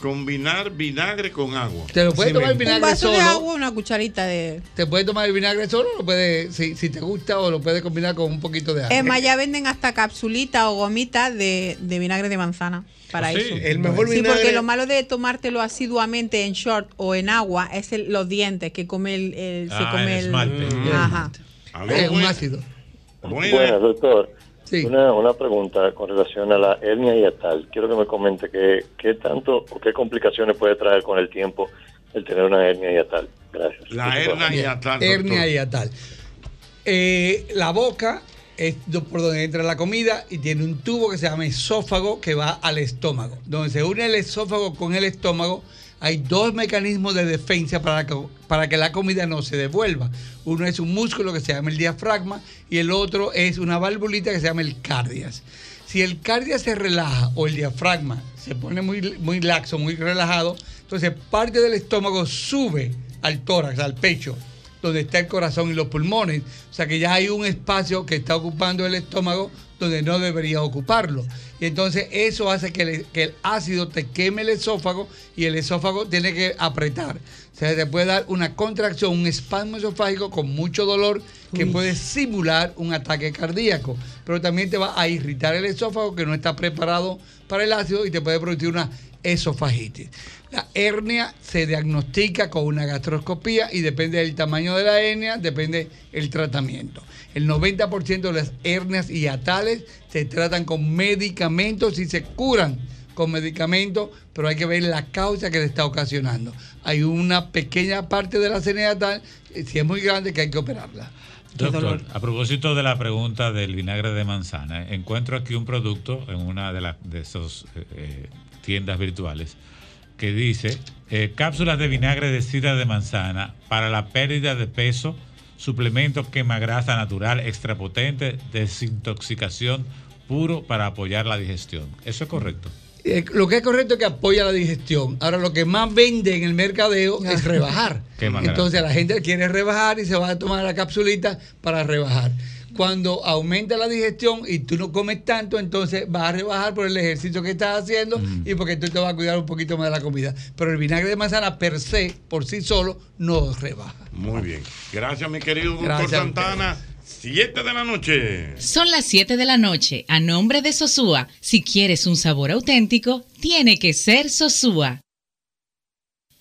Speaker 23: combinar vinagre con agua.
Speaker 21: Te lo puedes tomar el
Speaker 13: Un
Speaker 21: vinagre
Speaker 13: vaso de
Speaker 21: solo.
Speaker 13: agua, una cucharita de.
Speaker 21: Te puedes tomar el vinagre solo, lo puedes, si, si te gusta, o lo puedes combinar con un poquito de agua.
Speaker 13: Es más, ya venden hasta capsulita o gomita de, de vinagre de manzana para
Speaker 21: Ah, sí.
Speaker 13: eso.
Speaker 21: El mejor
Speaker 13: Sí,
Speaker 21: vinagre-
Speaker 13: porque lo malo de tomártelo asiduamente en short o en agua es el- los dientes que come el, el- se
Speaker 9: Ah,
Speaker 13: come
Speaker 9: el
Speaker 13: el,
Speaker 9: esmalte. Mm.
Speaker 13: ajá.
Speaker 21: Es un ácido.
Speaker 9: Bueno, doctor. Una, una pregunta con relación a la hernia hiatal. Quiero que me comente qué, qué tanto o qué complicaciones puede traer con el tiempo el tener una hernia hiatal. Gracias.
Speaker 23: La hernia hiatal.
Speaker 21: Hernia hiatal. Eh, la boca es do- por donde entra la comida y tiene un tubo que se llama esófago que va al estómago. Donde se une el esófago con el estómago, hay dos mecanismos de defensa para que, para que la comida no se devuelva. Uno es un músculo que se llama el diafragma y el otro es una valvulita que se llama el cardias. Si el cardia se relaja o el diafragma se pone muy, muy laxo, muy relajado, entonces parte del estómago sube al tórax, al pecho donde está el corazón y los pulmones. O sea que ya hay un espacio que está ocupando el estómago donde no debería ocuparlo. Y entonces eso hace que, le- que el ácido te queme el esófago y el esófago tiene que apretar. O sea, te puede dar una contracción, un espasmo esofágico con mucho dolor que
Speaker 3: Uy.
Speaker 21: puede simular un ataque cardíaco. Pero también te va a irritar el esófago que no está preparado para el ácido y te puede producir una esofagitis. La hernia se diagnostica con una gastroscopía y depende del tamaño de la hernia, depende el tratamiento. El 90% de las hernias hiatales se tratan con medicamentos y se curan con medicamentos, pero hay que ver la causa que le está ocasionando. Hay una pequeña parte de la hernia hiatal, eh, si es muy grande, que hay que operarla.
Speaker 7: Doctor, a propósito de la pregunta del vinagre de manzana, eh, encuentro aquí un producto en una de las de esas tiendas virtuales que dice eh, cápsulas de vinagre de sidra de manzana para la pérdida de peso, suplemento quema grasa natural extra potente, desintoxicación puro para apoyar la digestión. Eso es correcto.
Speaker 21: Eh, lo que es correcto es que apoya la digestión. Ahora, lo que más vende en el mercadeo es rebajar.
Speaker 7: Quema grasa.
Speaker 21: Entonces la gente quiere rebajar y se va a tomar la capsulita para rebajar. Cuando aumenta la digestión y tú no comes tanto, entonces vas a rebajar por el ejercicio que estás haciendo y porque tú te vas a cuidar un poquito más de la comida. Pero el vinagre de manzana per se, por sí solo, no rebaja.
Speaker 23: Muy bien. Gracias, mi querido doctor
Speaker 21: Gracias a
Speaker 23: Santana. Siete de la noche.
Speaker 14: Son las 7 de la noche. A nombre de Sosúa, si quieres un sabor auténtico, tiene que ser Sosúa.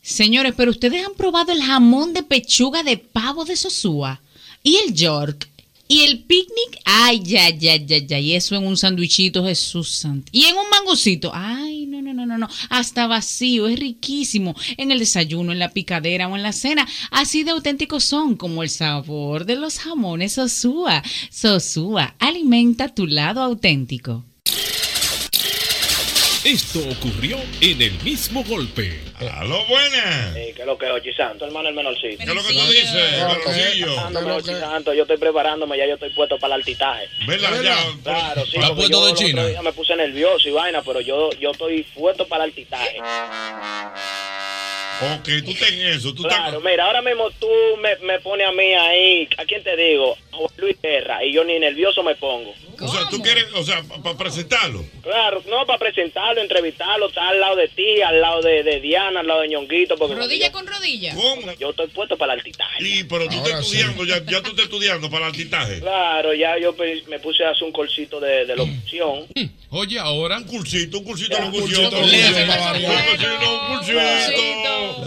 Speaker 14: Señores, pero ustedes han probado el jamón de pechuga de pavo de Sosúa y el York y el picnic. Ay, ya, ya, ya, ya. Y eso en un sandwichito, Jesús santo. Y en un mangocito. Ay, no, no, no, no, no. Hasta vacío, es riquísimo. En el desayuno, en la picadera o en la cena. Así de auténticos son como el sabor de los jamones Sosúa. Sosúa, alimenta tu lado auténtico.
Speaker 28: Esto ocurrió en el mismo golpe.
Speaker 23: ¡A lo buena!
Speaker 15: Sí, que lo que oye, Santo, hermano, el menorcito. Ah, ¿Qué es lo que
Speaker 23: tú dices, menorcillo?
Speaker 15: Santo, yo estoy preparándome, ya yo estoy puesto para el altitaje.
Speaker 23: ¿Verdad? Ya,
Speaker 15: Claro, sí,
Speaker 23: ¿Estás
Speaker 15: porque
Speaker 23: puesto
Speaker 15: yo
Speaker 23: de
Speaker 15: el otro
Speaker 23: China?
Speaker 15: día me puse nervioso y vaina, pero yo, yo estoy puesto para el altitaje.
Speaker 23: Ok, tú ten eso. Tú
Speaker 15: Claro, mira, ahora mismo tú me, me pones a mí ahí, ¿a quién te digo? A Juan Luis Guerra, y yo ni nervioso me pongo.
Speaker 23: O sea, tú quieres, o sea, para presentarlo.
Speaker 15: Claro, no, para presentarlo, entrevistarlo, estar al lado de ti, al lado de, de Diana, al lado de Ñonguito. Porque
Speaker 20: Rodilla con rodilla.
Speaker 15: Yo estoy puesto para el altitaje.
Speaker 23: Sí, pero tú estás estudiando, ya, ya tú estás estudiando para el altitaje.
Speaker 15: Claro, ya yo pe- me puse a hacer un colcito de, de locución.
Speaker 20: Mm.
Speaker 28: Oye, ahora. Un
Speaker 23: cursito, un cursito,
Speaker 15: un cursito.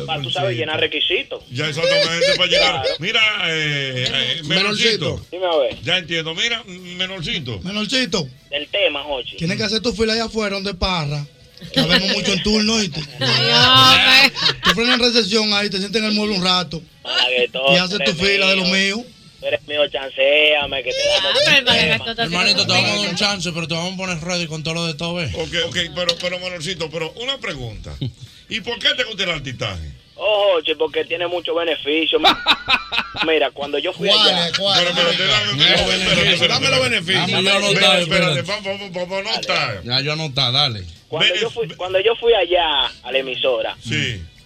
Speaker 15: Para Ah, tú sabes llenar requisitos.
Speaker 23: Ya exactamente para llegar. Mira, eh, eh, menorcito.
Speaker 15: Dime a ver.
Speaker 23: Ya entiendo, mira, menorcito.
Speaker 3: Menorcito,
Speaker 15: Del tema, Jochi.
Speaker 3: tienes que hacer tu fila allá afuera donde parra.
Speaker 5: *laughs*
Speaker 3: Que vemos mucho en turno, ¿oíste? Tú frenas en recesión ahí, te sientes en el mueble un rato.
Speaker 15: Malaguetón,
Speaker 3: Y haces
Speaker 15: tú
Speaker 3: tu
Speaker 15: eres
Speaker 3: fila de lo mío.
Speaker 15: Tú eres mío, chanceame, que te damos.
Speaker 2: Hermanito, te vamos a dar un chance, pero te vamos a poner ready con todo lo de todo, ¿ves?
Speaker 23: Ok, ok, pero, pero menorcito, pero una pregunta. ¿Y por qué te gusta el altitaje?
Speaker 15: Oh, Jochi, porque tiene mucho beneficio.
Speaker 23: *laughs*
Speaker 15: mi- Mira, cuando yo fui allá.
Speaker 23: Pero, pero, te dame, dame los beneficios.
Speaker 2: Dame los beneficios.
Speaker 23: Espérate, vamos, vamos, vamos, a anotar.
Speaker 2: Ya yo anotá, dale.
Speaker 15: Cuando yo, fui, cuando yo fui allá a la emisora,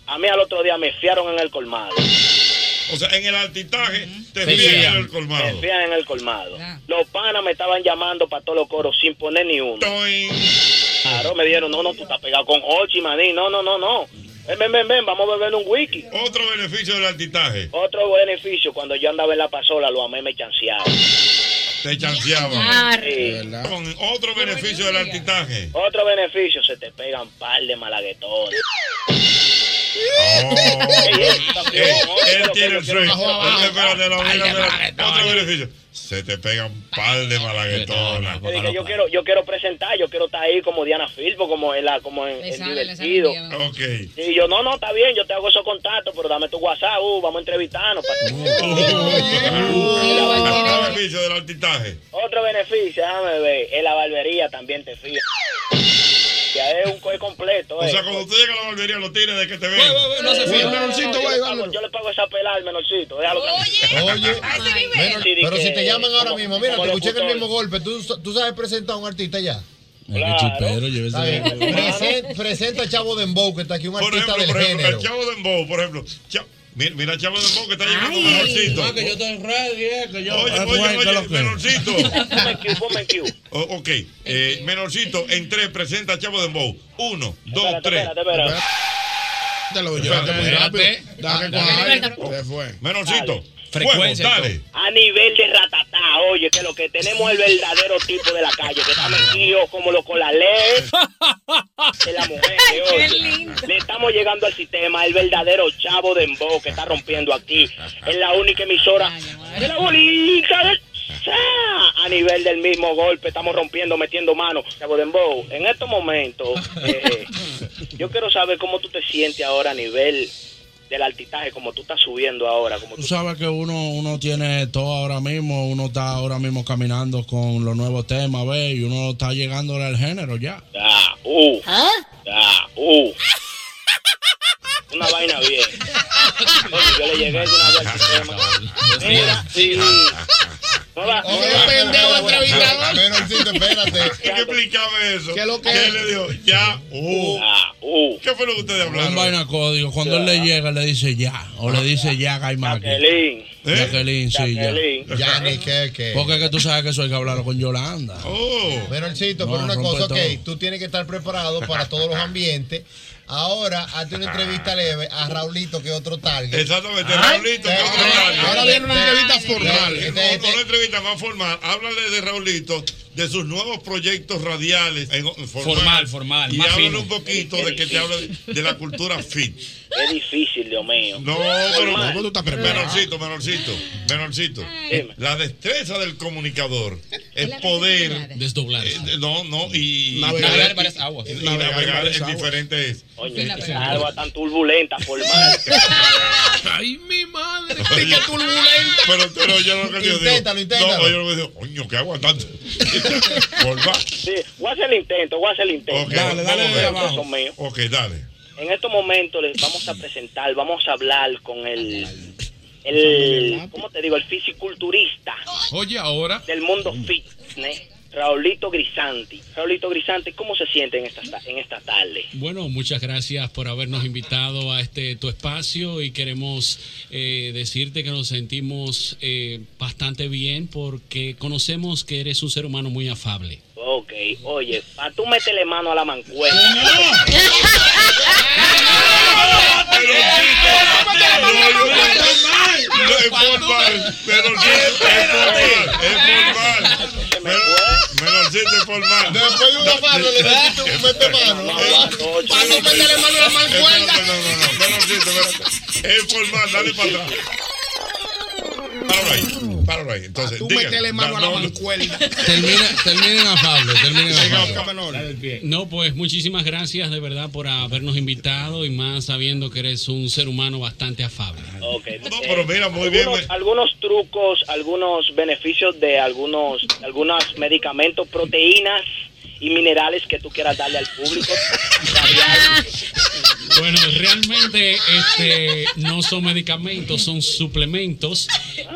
Speaker 15: a mí al otro día me fiaron en el colmado.
Speaker 23: O sea, en el altitaje te
Speaker 15: Me
Speaker 23: fían en el colmado.
Speaker 15: Me fían en el colmado. Los panas me estaban llamando para todos los coros sin poner ni uno. Claro, me dijeron, no, no, tú estás pegado con Ochi, maní. No, no, no, no. Ven, ven, ven, ven, vamos a beber un wiki.
Speaker 23: Otro beneficio del altitaje.
Speaker 15: Otro beneficio, cuando yo andaba en la pasola, los amé me chanceaban.
Speaker 23: Te chanceaban. Con otro beneficio del altitaje.
Speaker 15: Otro beneficio, se te pegan par de malaguetones.
Speaker 23: Oh, eh, Él tiene el sueño. Espérate, espérate, no, mira, mira. Otro beneficio. Se te pegan un par de malaguetonas.
Speaker 15: Yo dije, yo quiero, yo quiero presentar, yo quiero estar ahí como Diana Filpo, como en la, como en, en divertido.
Speaker 23: Ok.
Speaker 15: Y yo, no, no, está bien, yo te hago esos contactos, pero dame tu WhatsApp, uh, vamos a
Speaker 6: *laughs*
Speaker 15: entrevistarnos. pa' *laughs* que-
Speaker 23: Otro beneficio del altitaje.
Speaker 15: Otro beneficio, déjame ver, en la barbería también te fías. Ya es un coe completo.
Speaker 23: O
Speaker 15: eh.
Speaker 23: sea, cuando tú llegas a la barbería, los tigres de que te ven.
Speaker 15: No, no, no,
Speaker 23: Menorcito,
Speaker 15: no, yo
Speaker 23: güey,
Speaker 15: le pago- Yo le pago esa pelada al menorcito. *laughs*
Speaker 6: Oye, Bueno, pero si te llaman ahora mismo, mira, te escuché en el mismo
Speaker 15: gol.
Speaker 6: golpe. ¿Tú, tú sabes presentar a un artista ya?
Speaker 2: Claro. chipero, llévese.
Speaker 6: Está bien. Presen- Presenta a Chavo Dembow, que está aquí, un artista
Speaker 23: Por ejemplo,
Speaker 6: del
Speaker 23: por ejemplo,
Speaker 6: género.
Speaker 23: el Chavo Dembow, por ejemplo. Cha- Mira, mira Chavo de Boca que está llegando
Speaker 2: Ay,
Speaker 23: menorcito.
Speaker 2: no, Ah, que yo estoy ready, eh, que yo-
Speaker 23: Oye,
Speaker 2: Ah,
Speaker 23: oye,
Speaker 2: bueno,
Speaker 23: oye,
Speaker 2: lo
Speaker 23: *laughs*
Speaker 2: que-
Speaker 23: menorcito.
Speaker 2: *laughs*
Speaker 23: O- ok, eh, menorcito, en tres, presenta a Chavo de Bow. Uno, dos, tres.
Speaker 2: espérate, espérate.
Speaker 23: Te lo
Speaker 2: llevaste muy rápido. Dale, dale, dale. Se fue.
Speaker 23: Menorcito,
Speaker 2: Frecuencia
Speaker 23: frecuencia, dale.
Speaker 2: y
Speaker 15: A nivel de ratatá, oye, que lo que tenemos es el verdadero tipo de la calle, que está metido como lo con la ley de la mujer, oye. Le estamos llegando al sistema, el verdadero chavo de embo que está rompiendo aquí. Es la única emisora de la bolita del Sa. a nivel del mismo golpe, estamos rompiendo, metiendo mano. Chavo de embo, en estos momentos, eh, yo quiero saber cómo tú te sientes ahora a nivel del altitaje, como tú estás subiendo ahora, como
Speaker 2: Tú sabes que uno, uno tiene todo ahora mismo, uno está ahora mismo caminando con los nuevos temas, ¿ves? Y uno está llegándole al género ya.
Speaker 15: Ya, uh. Ya, uh. Una vaina bien. Oye, yo le llegué de una vez al sistema. Mira, sí. No la- no la- no la voy a-
Speaker 23: Menorcito, espérate. Hay que explicarme eso. ¿Qué
Speaker 2: lo que
Speaker 23: ¿Qué
Speaker 2: es?
Speaker 23: le dijo? Ya, uh.
Speaker 2: Ah,
Speaker 23: ¿Qué fue lo que ustedes
Speaker 2: Un
Speaker 23: hablaron?
Speaker 2: vaina código. Cuando él le llega, le dice ya. O le dice ya, Gaimaki.
Speaker 23: ¿Eh?
Speaker 15: Jacqueline.
Speaker 2: Jacqueline, sí, ya.
Speaker 15: Jacqueline.
Speaker 6: Ya, ni qué, qué.
Speaker 2: Porque es que tú sabes que eso hay que hablarlo con Yolanda.
Speaker 3: Oh.
Speaker 6: Menorcito, por
Speaker 2: No,
Speaker 6: una
Speaker 2: rompe
Speaker 6: cosa, ok,
Speaker 2: todo.
Speaker 6: tú tienes que estar preparado para todos los ambientes. Ahora, hazte una entrevista leve a Raulito, que es otro target.
Speaker 23: Exactamente,
Speaker 6: Ay,
Speaker 23: Raulito. Este,
Speaker 6: te-
Speaker 23: que otro target.
Speaker 6: ahora viene
Speaker 3: Este
Speaker 6: una entrevista
Speaker 23: Te-
Speaker 6: formal. Este,
Speaker 23: te-
Speaker 6: Te-
Speaker 23: Una entrevista más formal. Háblale de Raulito, de sus nuevos proyectos radiales. en-
Speaker 15: Formal, formal,
Speaker 23: Y
Speaker 15: más
Speaker 23: háblale
Speaker 15: fino.
Speaker 23: un poquito de que te hable de la cultura fit.
Speaker 15: Es difícil, Dios mío.
Speaker 23: No, pero no, tú estás Menorcito, menorcito, menorcito. Eh, La destreza del comunicador es poder eh,
Speaker 2: desdoblar.
Speaker 23: no, no, y
Speaker 2: Navegar
Speaker 23: y-
Speaker 2: en varias aguas.
Speaker 23: Y
Speaker 2: Navegar en
Speaker 23: navegar
Speaker 2: varias
Speaker 23: en
Speaker 2: aguas.
Speaker 23: diferentes.
Speaker 15: Oye, qué agua tan turbulenta, formal.
Speaker 23: *laughs* Ay, mi madre. Qué turbulenta. Pero, pero yo lo que yo digo.
Speaker 15: Inténtalo, inténtalo.
Speaker 23: No, yo lo que digo, coño, qué agua tanto. Formal.
Speaker 15: Sí, voy a hacer el intento, voy a hacer el intento.
Speaker 23: Ok, Dale, dale,
Speaker 15: Vamos a
Speaker 23: dale,
Speaker 15: ver,
Speaker 23: abajo.
Speaker 15: Dios mío.
Speaker 23: Ok, dale.
Speaker 15: En estos momentos les vamos a presentar, vamos a hablar con el, el ¿cómo te digo? El fisiculturista.
Speaker 28: Oye, ahora.
Speaker 15: Del mundo fitness, Raulito Grisanti. Raulito Grisanti, ¿cómo se siente en esta, ta- en esta tarde?
Speaker 22: Bueno, muchas gracias por habernos invitado a este tu espacio y queremos eh, decirte que nos sentimos eh, bastante bien porque conocemos que eres un ser humano muy afable.
Speaker 15: Ok, oye, pa' tú métele mano a la mancuerna.
Speaker 23: No, es formal. Menorcito, es formal. Es formal. Men- Menorcito es formal. Después de una mano le metiste un mete mano. Eh, Para no meterle mano a la mancuerna. No, no, no, menorcito, espérate. Es formal, dale para atrás. Páralo ahí, páralo ahí. Entonces,
Speaker 2: tú
Speaker 23: dígale.
Speaker 2: métele mano a la mancuerna.
Speaker 22: Termina, terminen afable, terminen
Speaker 2: afable.
Speaker 22: No, pues muchísimas gracias de verdad por habernos invitado y más sabiendo que eres un ser humano bastante afable.
Speaker 15: Okay.
Speaker 22: pero mira, muy bien,
Speaker 15: algunos, algunos trucos, algunos beneficios de algunos, algunos medicamentos, proteínas y minerales que tú quieras darle al público.
Speaker 22: Bueno, realmente este, no son medicamentos, son suplementos.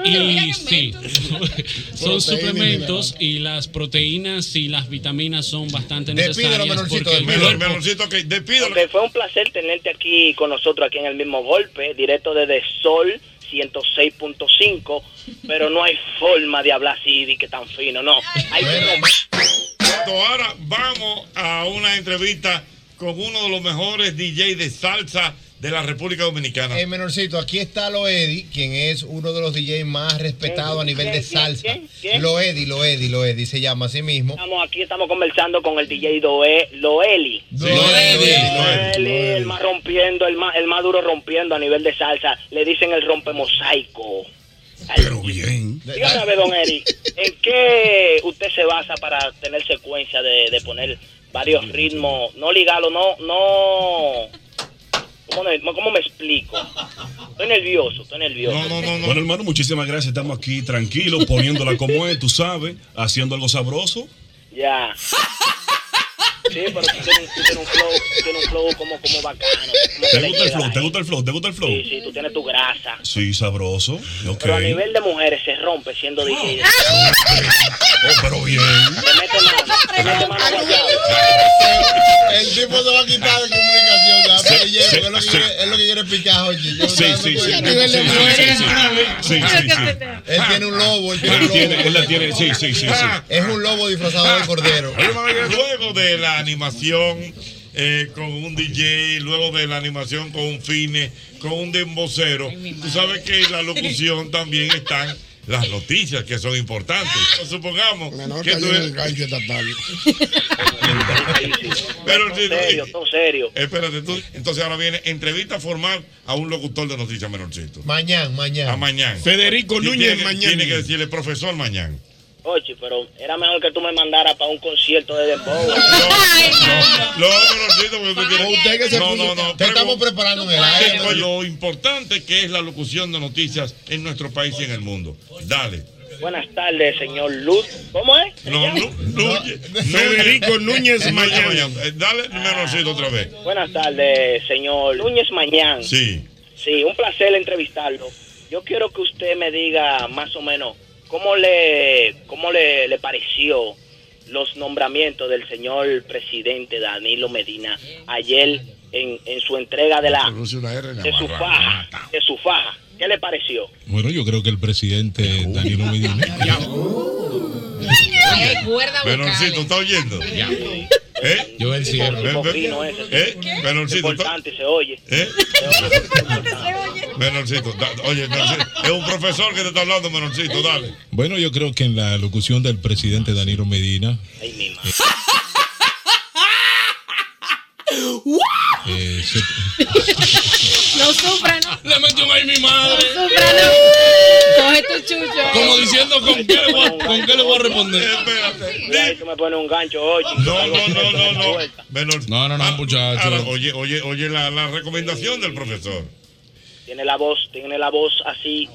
Speaker 22: Y sí, *laughs*
Speaker 6: Proteína
Speaker 22: son
Speaker 6: y
Speaker 22: suplementos y las proteínas y las vitaminas son bastante
Speaker 23: Despídelo,
Speaker 22: necesarias.
Speaker 23: menorcito.
Speaker 22: porque el
Speaker 23: Menor-
Speaker 22: cuerpo-
Speaker 23: Menorcito, que despídelo.
Speaker 15: Ok, fue un placer tenerte aquí con nosotros, aquí en el mismo golpe, directo desde Sol 106.5, pero no hay forma de hablar así, de que tan fino, no. Hay que romper.
Speaker 23: Perfecto, ahora vamos a una entrevista con uno de los mejores DJ de salsa de la República Dominicana.
Speaker 6: Eh, menorcito, aquí está Loedi, quien es uno de los DJs más respetados a nivel de
Speaker 15: ¿Quién, quién,
Speaker 6: salsa.
Speaker 15: quién, quién?
Speaker 6: Loedi, Loedi, Loedi, se llama así mismo.
Speaker 15: Estamos aquí, estamos conversando con el DJ Doe, Loeli. Loeli, el más rompiendo, el más, el más duro rompiendo a nivel de salsa. Le dicen el rompe mosaico. Pero
Speaker 28: bien.
Speaker 15: Dígame, a ver, don Eri, ¿en qué usted se basa para tener secuencia de, de poner varios ritmos? No ligarlo, no, no. ¿Cómo, me- cómo me explico? Estoy nervioso, estoy nervioso.
Speaker 27: Bueno, hermano, muchísimas gracias. Estamos aquí tranquilos, poniéndola como es, tú sabes, haciendo algo sabroso.
Speaker 15: Ya. Sí, pero tú tienes, tú tienes un flow, tú tienes un flow como, como bacano. como que
Speaker 3: ¿Te
Speaker 15: le
Speaker 3: gusta el
Speaker 15: llega a
Speaker 3: flow?
Speaker 15: la
Speaker 3: ¿Te gusta el flow? ¿Te gusta el flow?
Speaker 15: gente. Sí, tú tienes tu grasa.
Speaker 3: Sí, sabroso. Ok. Ah.
Speaker 15: Pero a nivel de mujeres se rompe siendo DJ.
Speaker 3: Oh, pero bien.
Speaker 6: El tipo se va a quitar de comunicación, ya, Ah, pero
Speaker 3: Sí,
Speaker 6: ya,
Speaker 3: sí,
Speaker 6: porque es lo que
Speaker 3: sí.
Speaker 6: quiere- es lo que quiere picar, oye. Yo
Speaker 3: Sí,
Speaker 6: me estoy
Speaker 3: sí,
Speaker 6: dando
Speaker 3: sí.
Speaker 6: cuenta. El nivel de
Speaker 3: Sí,
Speaker 6: mujeres
Speaker 3: sí, sí.
Speaker 6: grave.
Speaker 3: Sí, sí, sí.
Speaker 6: ¿eh? Él tiene un lobo, él tiene
Speaker 3: Él
Speaker 6: un
Speaker 3: tiene,
Speaker 6: lobo. Ah,
Speaker 3: él la tiene, sí, sí, sí,
Speaker 23: Ah.
Speaker 3: sí.
Speaker 6: Es un lobo disfrazado de cordero.
Speaker 23: Luego de la animación eh, con un DJ, luego de la animación con un fine, con un dembocero, tú sabes que en la locución también están las noticias que son importantes.
Speaker 24: Ah,
Speaker 23: Supongamos que tú eres- Pero si- eh,
Speaker 15: Todo serio.
Speaker 23: Espérate tú. Entonces ahora viene entrevista formal a un locutor de noticias menorcito.
Speaker 6: Mañana, mañana.
Speaker 23: A mañana.
Speaker 15: Federico
Speaker 23: Y
Speaker 15: Núñez
Speaker 23: tiene que-
Speaker 15: Mañán.
Speaker 23: Tiene que decirle profesor mañana.
Speaker 15: Oye, pero era mejor que tú me mandaras para un concierto de Dembow. Ah.
Speaker 23: No, menorcito, porque tú quieres-
Speaker 6: Usted que se
Speaker 23: No,
Speaker 6: puso-
Speaker 23: no, no.
Speaker 6: te estamos preparando en el aire.
Speaker 23: Pero lo importante que es la locución de noticias en nuestro país y en el mundo. Dale.
Speaker 15: Buenas tardes, señor Luz. ¿Cómo es?
Speaker 23: No,
Speaker 15: ¿Se
Speaker 23: Lu- Núñez-
Speaker 15: Federico Núñez Mañán.
Speaker 23: Eh, Dale, menorcito, otra vez.
Speaker 15: llama? Buenas tardes, señor Núñez Mañán.
Speaker 23: Sí.
Speaker 15: Sí, un placer entrevistarlo. Yo quiero que usted me diga más o menos cómo le, cómo le, le pareció los nombramientos del señor presidente Danilo Medina ayer en, en su entrega de la de su faja, de su faja. ¿Qué le pareció?
Speaker 28: Bueno, yo creo que el presidente Danilo Medina.
Speaker 15: Recuerda
Speaker 23: Menorcito, ¿está oyendo? ¿Eh?
Speaker 28: Yo el cielo.
Speaker 23: Ven, ven. ¿Eh? Menorcito, ¿está-
Speaker 15: Importante se oye.
Speaker 23: ¿Eh? Menorcito, da- oye, Menorcito, es un profesor que te está hablando, Menorcito, dale.
Speaker 28: Bueno, yo creo que en la locución del presidente Danilo Medina. eh, se-
Speaker 20: No sufran.
Speaker 3: Le metió un ay mi madre.
Speaker 20: Coge tu chucho.
Speaker 3: Como diciendo con qué le voy a, con qué le voy a responder.
Speaker 15: Ahí tú me pones un gancho, oye.
Speaker 23: No, no, no, no, no. Ah,
Speaker 28: No, no, no, muchachos.
Speaker 23: Ahora, oye, oye, oye la, la recomendación del profesor.
Speaker 15: Tiene la voz, tiene la voz así,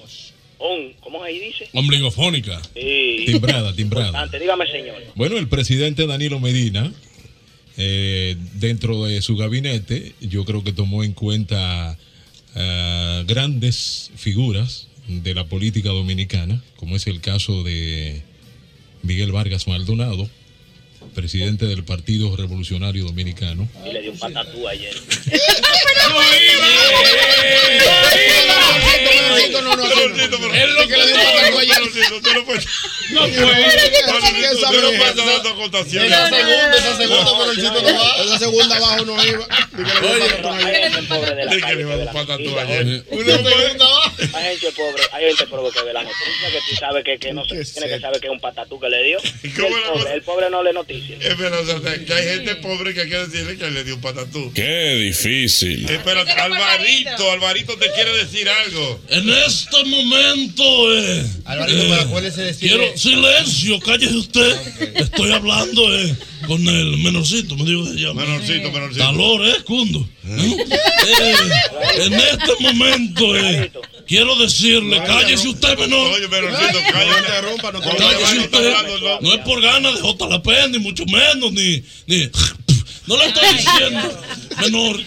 Speaker 15: on, ¿cómo ahí dice?
Speaker 28: Ombligofónica.
Speaker 15: Sí.
Speaker 28: Timbrada, timbrada.
Speaker 15: Importante, dígame señor.
Speaker 28: Bueno, el presidente Danilo Medina, eh, dentro de su gabinete, yo creo que tomó en cuenta ah, grandes figuras de la política dominicana, como es el caso de Miguel Vargas Maldonado, presidente del Partido Revolucionario Dominicano.
Speaker 15: Y le dio un patatú ayer.
Speaker 23: *laughs* No
Speaker 6: puede.
Speaker 23: Menorcito, tú no puedes dar
Speaker 6: En
Speaker 23: otra acotación.
Speaker 6: la segunda, esa segunda, pero el sitio no va. Esa segunda abajo no iba.
Speaker 23: Es que le va a dar patatú
Speaker 15: eh.
Speaker 23: ayer.
Speaker 6: Una segunda abajo.
Speaker 15: Hay gente pobre, hay gente pobre que ve las noticias, que tú sabes que, que no se tiene que saber que es un patatú que le dio. Y el, pobre, el pobre no le noticia.
Speaker 23: Espera, Eh, o sea, que hay gente pobre que hay que decirle que le dio un patatú.
Speaker 24: Qué difícil.
Speaker 23: Espérate, Alvarito, Alvarito te quiere decir algo.
Speaker 24: En este momento, eh.
Speaker 6: Alvarito,
Speaker 24: eh,
Speaker 6: pero acuérdese decir-
Speaker 24: Quiero silencio, cállese usted. Estoy hablando eh, con el menorcito, me digo que se llama.
Speaker 23: Menorcito, menorcito.
Speaker 24: Calor, eh, Cundo.
Speaker 23: *laughs*
Speaker 24: ¿Eh? Eh, en este momento, eh. Quiero decirle, cállese usted, menor.
Speaker 23: Oye, menorcito, cállese.
Speaker 6: interrumpa, no
Speaker 24: Cállese usted. No es por ganas de J. La P, ni mucho menos, ni. ni *laughs* no le estoy diciendo, menor,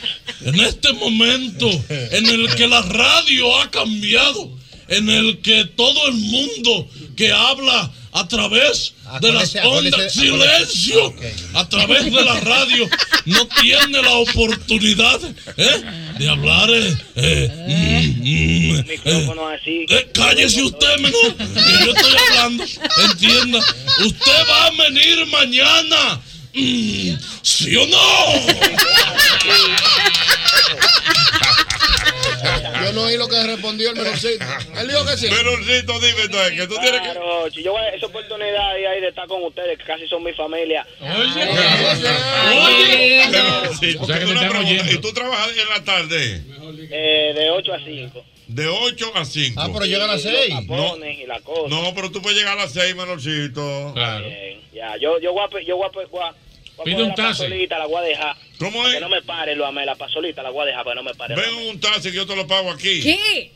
Speaker 24: en este momento en el que la radio ha cambiado, en el que todo el mundo que habla a través de las
Speaker 6: Acuérdese, acuérdese,
Speaker 24: ondas,
Speaker 6: acuérdese.
Speaker 24: silencio, a través de la
Speaker 6: *laughs*
Speaker 24: radio, no tiene la oportunidad ¿eh? de hablar. eh, eh, mm, mm,
Speaker 15: Micrófono así.
Speaker 24: eh, cállese usted, menor, que yo estoy hablando. Entienda, usted va a venir mañana. Mm, ¿Sí o no?
Speaker 6: Yo no oí lo que respondió el menorcito. Él dijo que sí.
Speaker 23: Menorcito, dime entonces que tú tienes que.
Speaker 15: Claro, si yo voy a esa oportunidad ahí, ahí de estar con ustedes, que casi son mi familia. Ah, pues,
Speaker 23: Ah. Oye,
Speaker 15: Oye.
Speaker 23: Menorcito, una pregunta. ¿Y tú trabajas en la tarde?
Speaker 15: Eh, de 8 a 5.
Speaker 23: De 8 a 5.
Speaker 6: Ah, pero llega a las seis.
Speaker 23: No,
Speaker 15: y la cosa.
Speaker 23: no, pero tú puedes llegar a las 6, Menorcito. Claro.
Speaker 15: Ya, yo, yo voy a, pe- yo voy a, pe- voy a- voy a
Speaker 23: Pide
Speaker 15: poner
Speaker 23: un
Speaker 15: la
Speaker 23: taxi.
Speaker 15: pasolita, la voy a dejar.
Speaker 23: ¿Cómo
Speaker 15: Para Que no me pare, lo amé, la pasolita, la voy a dejar para que no me pare.
Speaker 23: Ven un taxi que yo te lo pago aquí.
Speaker 15: ¿Qué?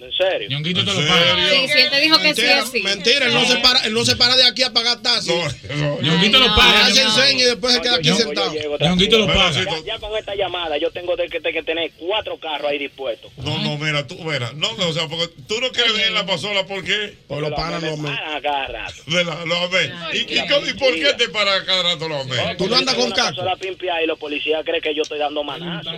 Speaker 15: ¿En serio?
Speaker 24: Ñonguito te
Speaker 15: lo
Speaker 24: paga.
Speaker 4: Sí, si él te dijo que sí,
Speaker 3: Mentira,
Speaker 4: es sí.
Speaker 3: Mentira, él no, se para, él no se para de aquí a pagar taxi.
Speaker 24: Ñonguito
Speaker 3: Ay,
Speaker 24: lo
Speaker 3: no.
Speaker 24: paga.
Speaker 3: Le hace enseña y después se queda aquí
Speaker 15: yo- yo
Speaker 3: sentado.
Speaker 15: llego
Speaker 24: Ñonguito lo
Speaker 15: tranquilo.
Speaker 24: paga.
Speaker 15: Ya, ya con esta llamada yo tengo de que, de que tener cuatro carros ahí dispuestos.
Speaker 23: No, no, mira, tú, mira. No, no, o sea, porque tú no quieres venir en la pasola, ¿por qué?
Speaker 15: Por los panas, los me- paran a cada rato.
Speaker 23: ¿Verdad? Los amé. ¿Y, y, cómo- y por qué te para a cada rato los amé?
Speaker 15: Porque yo tengo una consola pimpia y los policías creen que yo estoy dando manazo.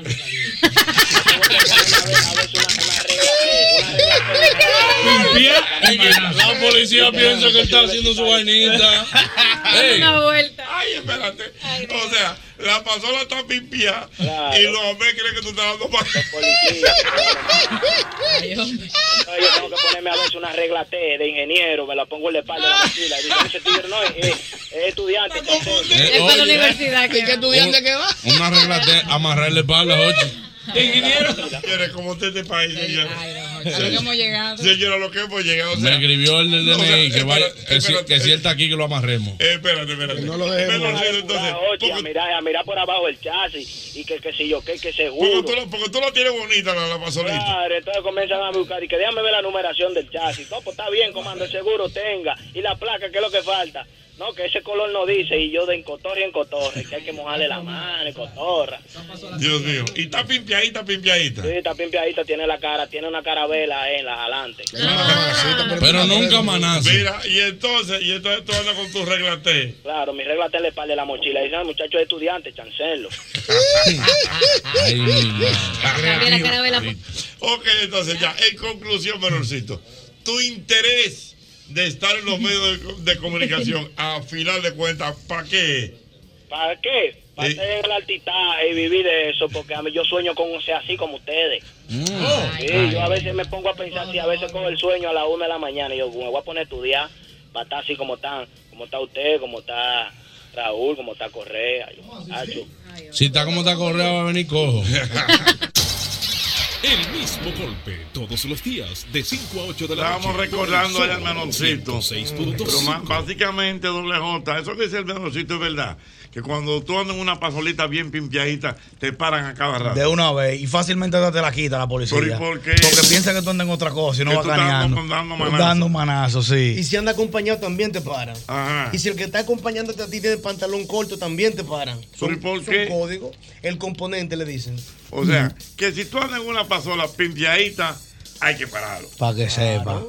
Speaker 2: La policía piensa que está haciendo su vainita.
Speaker 23: Ey.
Speaker 4: Una vuelta.
Speaker 23: Ay, espérate. O sea, la pasola está pimpia y los amé creen que tú estás dando para.
Speaker 15: No, yo tengo que ponerme a veces una regla T de ingeniero, me la pongo en la espalda de la mochila y digo, ese tigre no es, es- es estudiante.
Speaker 2: Eh, Es para la oye.
Speaker 4: universidad
Speaker 15: Ah, que
Speaker 2: estudiante
Speaker 15: que va?
Speaker 2: Una regla de amarrarle espalda, oye.
Speaker 23: Ingeniero. Señores, como usted este país, señora.
Speaker 4: A lo que hemos llegado.
Speaker 23: Señora, lo que hemos llegado. *laughs* O
Speaker 2: Me
Speaker 23: sea,
Speaker 2: escribió el del
Speaker 23: No, o sea, eh,
Speaker 2: DNI que, vaya,
Speaker 23: espera,
Speaker 2: que, si,
Speaker 23: espera,
Speaker 2: que si él está aquí que lo amarremos.
Speaker 23: eh, espérate, espérate. No lo
Speaker 15: Ay, curado, oye, a mirar, a mirar por abajo el chasis y que, que si yo que, que seguro.
Speaker 23: Porque tú, la, porque tú la tienes bonita, la, la pasolita.
Speaker 15: Claro, entonces comienzan a buscar y que déjame ver la numeración del chasis. No, pues está bien, comando, el seguro tenga. Y la placa, ¿qué es lo que falta? No, que ese color no dice. Y yo de encotorre en cotorre, que hay que mojarle la mano, en cotorra.
Speaker 23: Dios mío. Y está pimpiadita, pimpiadita.
Speaker 15: Sí, está pimpiadita, tiene la cara, tiene una carabela en la adelante.
Speaker 2: Pero nunca manazo.
Speaker 23: Mira, y entonces, y entonces tú andas con tu regla T.
Speaker 15: Claro, mi regla está en la espalda de la mochila. Dicen, "Ah, muchacho es estudiante, chancelo.
Speaker 2: Ay, mi madre.
Speaker 4: Carabela, carabela.
Speaker 23: Ok, entonces ya, en conclusión, menorcito, tu interés de estar en los medios de, de comunicación, a final de cuentas, ¿para qué?
Speaker 15: ¿Para qué? Eh, Para ser el altitaje y vivir de eso, porque a mí yo sueño con o sea así como ustedes. Sí, yo a veces me pongo a pensar así, a veces cojo el sueño a las una de la mañana y yo me voy a poner a estudiar para estar así como están, como está usted, como está Raúl, como está Correa. Yo, "Acho".
Speaker 3: Si está como está correa, va a venir cojo.
Speaker 28: El mismo golpe todos los días de 5 a 8 de la noche.
Speaker 23: Estábamos recordando al menorcito. Pero ma-
Speaker 28: 6.5.
Speaker 23: básicamente, doble J, eso que dice el menorcito es verdad. Que cuando tú andas en una pasolita bien pimpiadita, te paran a cada rato.
Speaker 9: De una vez. Y fácilmente te la quita la policía.
Speaker 23: Pero, ¿y por qué?
Speaker 9: Porque piensa que tú andas en otra cosa y no
Speaker 23: Que
Speaker 9: va
Speaker 23: tú estás
Speaker 9: caneando.
Speaker 23: dando- dando
Speaker 9: Tú
Speaker 23: manazo.
Speaker 9: Dando manazo,
Speaker 5: Y
Speaker 9: sí.
Speaker 5: si anda acompañado también te paran.
Speaker 23: Ajá.
Speaker 5: Y si el que está acompañándote a ti tiene pantalón corto también te paran.
Speaker 23: ¿Pero y por
Speaker 5: es
Speaker 23: qué?
Speaker 5: un código. El componente le dicen.
Speaker 23: O sea, que si tú andas en una pasola pimpiadita, hay que pararlo.
Speaker 9: Para que sepa.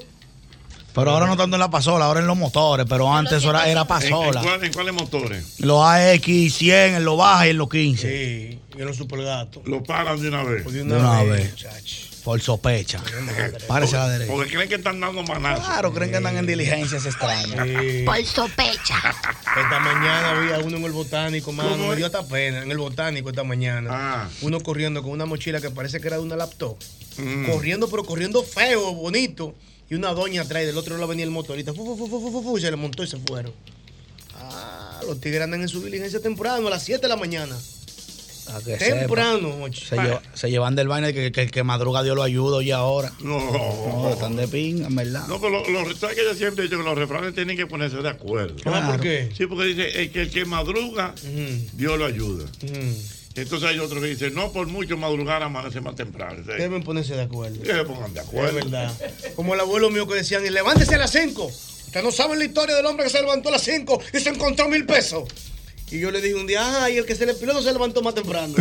Speaker 9: Pero ahora no tanto en la pasola, ahora en los motores. Pero antes eso era, era
Speaker 23: ¿En, en
Speaker 9: pasola.
Speaker 23: cuál- en cuáles motores?
Speaker 9: Los AX100, en los bajas y en los 15.
Speaker 5: Sí, yo no supo el gato.
Speaker 23: Lo paran de una vez.
Speaker 9: De una vez. Por sospecha. Párese a la derecha.
Speaker 23: Porque creen que están dando manazo.
Speaker 9: Claro, creen que andan en diligencias extrañas.
Speaker 5: Por
Speaker 9: sospecha.
Speaker 5: Esta mañana había uno en el botánico, mano. Me dio hasta pena. En el botánico esta mañana.
Speaker 23: Ah.
Speaker 5: Uno corriendo con una mochila que parece que era de una laptop.
Speaker 23: Mm.
Speaker 5: Corriendo, pero corriendo feo, bonito. Y una doña atrás y del otro lado venía el motorista. Fu, fu, fu, fu, fu, fu, fu, y se le montó y se fueron. Ah, los tigres andan en su diligencia temprano, a las 7 de la mañana.
Speaker 9: Pa' que sepa.
Speaker 5: Temprano, ocho.
Speaker 9: Se, lleva- se llevan del vaina que, que, que madruga Dios lo ayuda y ahora.
Speaker 23: No.
Speaker 9: pero están de pinga, en verdad.
Speaker 23: No, pero los lo, ¿sabes que yo siempre he dicho que los refranes tienen que ponerse de acuerdo.
Speaker 5: Ah,
Speaker 9: Claro. ¿Por qué?
Speaker 23: Sí, porque dice, el que, el que madruga, Dios lo ayuda.
Speaker 5: Mm.
Speaker 23: Entonces hay otro que dice, no por mucho madrugar amanece más temprano. Sí.
Speaker 5: Deben ponerse de acuerdo.
Speaker 23: Que se pongan de acuerdo.
Speaker 5: Es verdad.
Speaker 23: *laughs*
Speaker 5: Como el abuelo mío que decían, y levántese a las 5. Ustedes no saben la historia del hombre que se levantó a las 5 y se encontró mil pesos. Y yo le dije un día, ay, el que se le piló no se levantó más
Speaker 23: *laughs*
Speaker 5: temprano.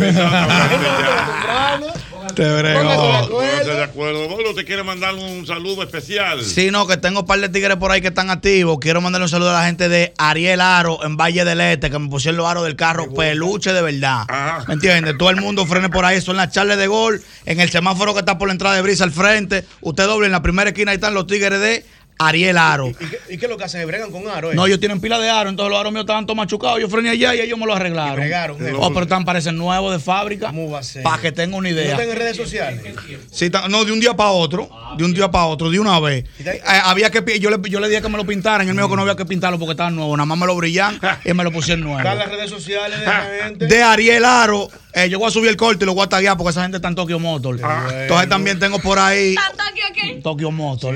Speaker 9: Te
Speaker 23: Pónganse
Speaker 9: brego.
Speaker 23: pónganse de acuerdo. Bolo, te quiere mandar un saludo especial.
Speaker 9: Sí, no, que tengo un par de tigres por ahí que están activos. Quiero mandarle un saludo a la gente de Ariel Aro en Valle del Este, que me pusieron los aros del carro peluche de verdad. ¿Me entiendes? Todo el mundo frene por ahí. Son las charlas de gol. En el semáforo que está por la entrada de brisa al frente. Usted doble en la primera esquina. Ahí están los tigres de Ariel Aro.
Speaker 5: ¿Y qué, y qué es lo que hacen? Bregan con aro. eh?
Speaker 9: No, ellos tienen pila de aro, entonces los aros míos estaban todos machucados. Yo frené allá y ellos me lo arreglaron.
Speaker 5: Y bregaron, jefe.
Speaker 9: oh, pero están, parecen nuevos de fábrica. Para que tenga una
Speaker 5: ¿No
Speaker 9: idea.
Speaker 5: están en redes sociales?
Speaker 9: Sí, está- no, de un día para otro, de un día para otro, de una vez. Eh, había que, pi- yo le, yo le dije que me lo pintaran, él me dijo que no había que pintarlo porque estaba nuevo, nada más me lo brillan y me lo pusieron nuevo.
Speaker 23: Ah,
Speaker 5: Están las redes sociales de la gente.
Speaker 9: De Ariel Aro Eh, yo voy a subir el corte y lo voy a taguear porque esa gente está en Tokyo Motor. Entonces también tengo por ahí. Tokyo Motor.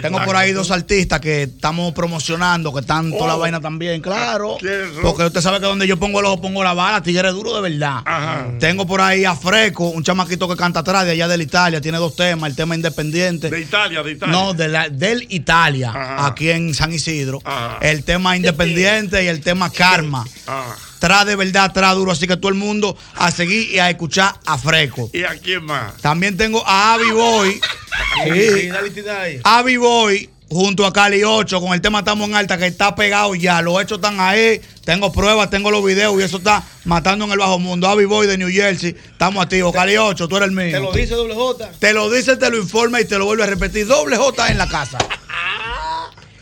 Speaker 9: Tengo por ahí dos artistas que estamos promocionando, que están toda
Speaker 23: Oh.
Speaker 9: la vaina también,
Speaker 23: Ah,
Speaker 9: claro. Porque usted sabe que donde yo pongo el ojo pongo la bala, tigre duro de verdad. Mm. Tengo por ahí a Freco, un chamaquito que canta atrás de allá de la Italia, tiene dos temas, el tema independiente.
Speaker 23: De Italia, de Italia.
Speaker 9: No, de la- del Italia, aquí en San Isidro. El tema independiente y el tema karma.
Speaker 23: Ah,
Speaker 9: Tra de verdad, tra duro, así que todo el mundo a seguir y a escuchar a Freco.
Speaker 23: ¿Y a quién más?
Speaker 9: También tengo a Abby Boy. Sí. Abby Boy junto a Cali 8 con el tema Estamos en Alta que está pegado ya. Los hechos están ahí. Tengo pruebas, tengo los videos y eso está matando en el bajo mundo. Abby Boy de New Jersey. Estamos activos. Cali 8, tú eres el mío.
Speaker 5: Te lo dice doble J.
Speaker 9: Te lo dice, te lo informa y te lo vuelve a repetir. Doble J en la casa.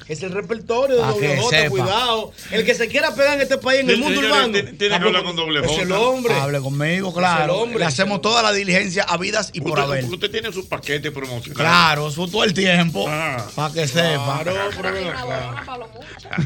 Speaker 5: Es el repertorio de
Speaker 9: Pa'
Speaker 5: doble
Speaker 9: que
Speaker 5: J,
Speaker 9: sepa.
Speaker 5: cuidado. El que se quiera pegar en este país, en el mundo urbano. Es el hombre.
Speaker 9: Hable conmigo,
Speaker 5: Es
Speaker 9: claro.
Speaker 5: el hombre.
Speaker 9: Le hacemos toda la diligencia a vidas y por
Speaker 23: Usted-
Speaker 9: haber.
Speaker 23: Usted tiene su paquete promocional. Ah.
Speaker 9: Claro, eso todo el tiempo. Para que sepa.
Speaker 5: Claro, pero ven acá.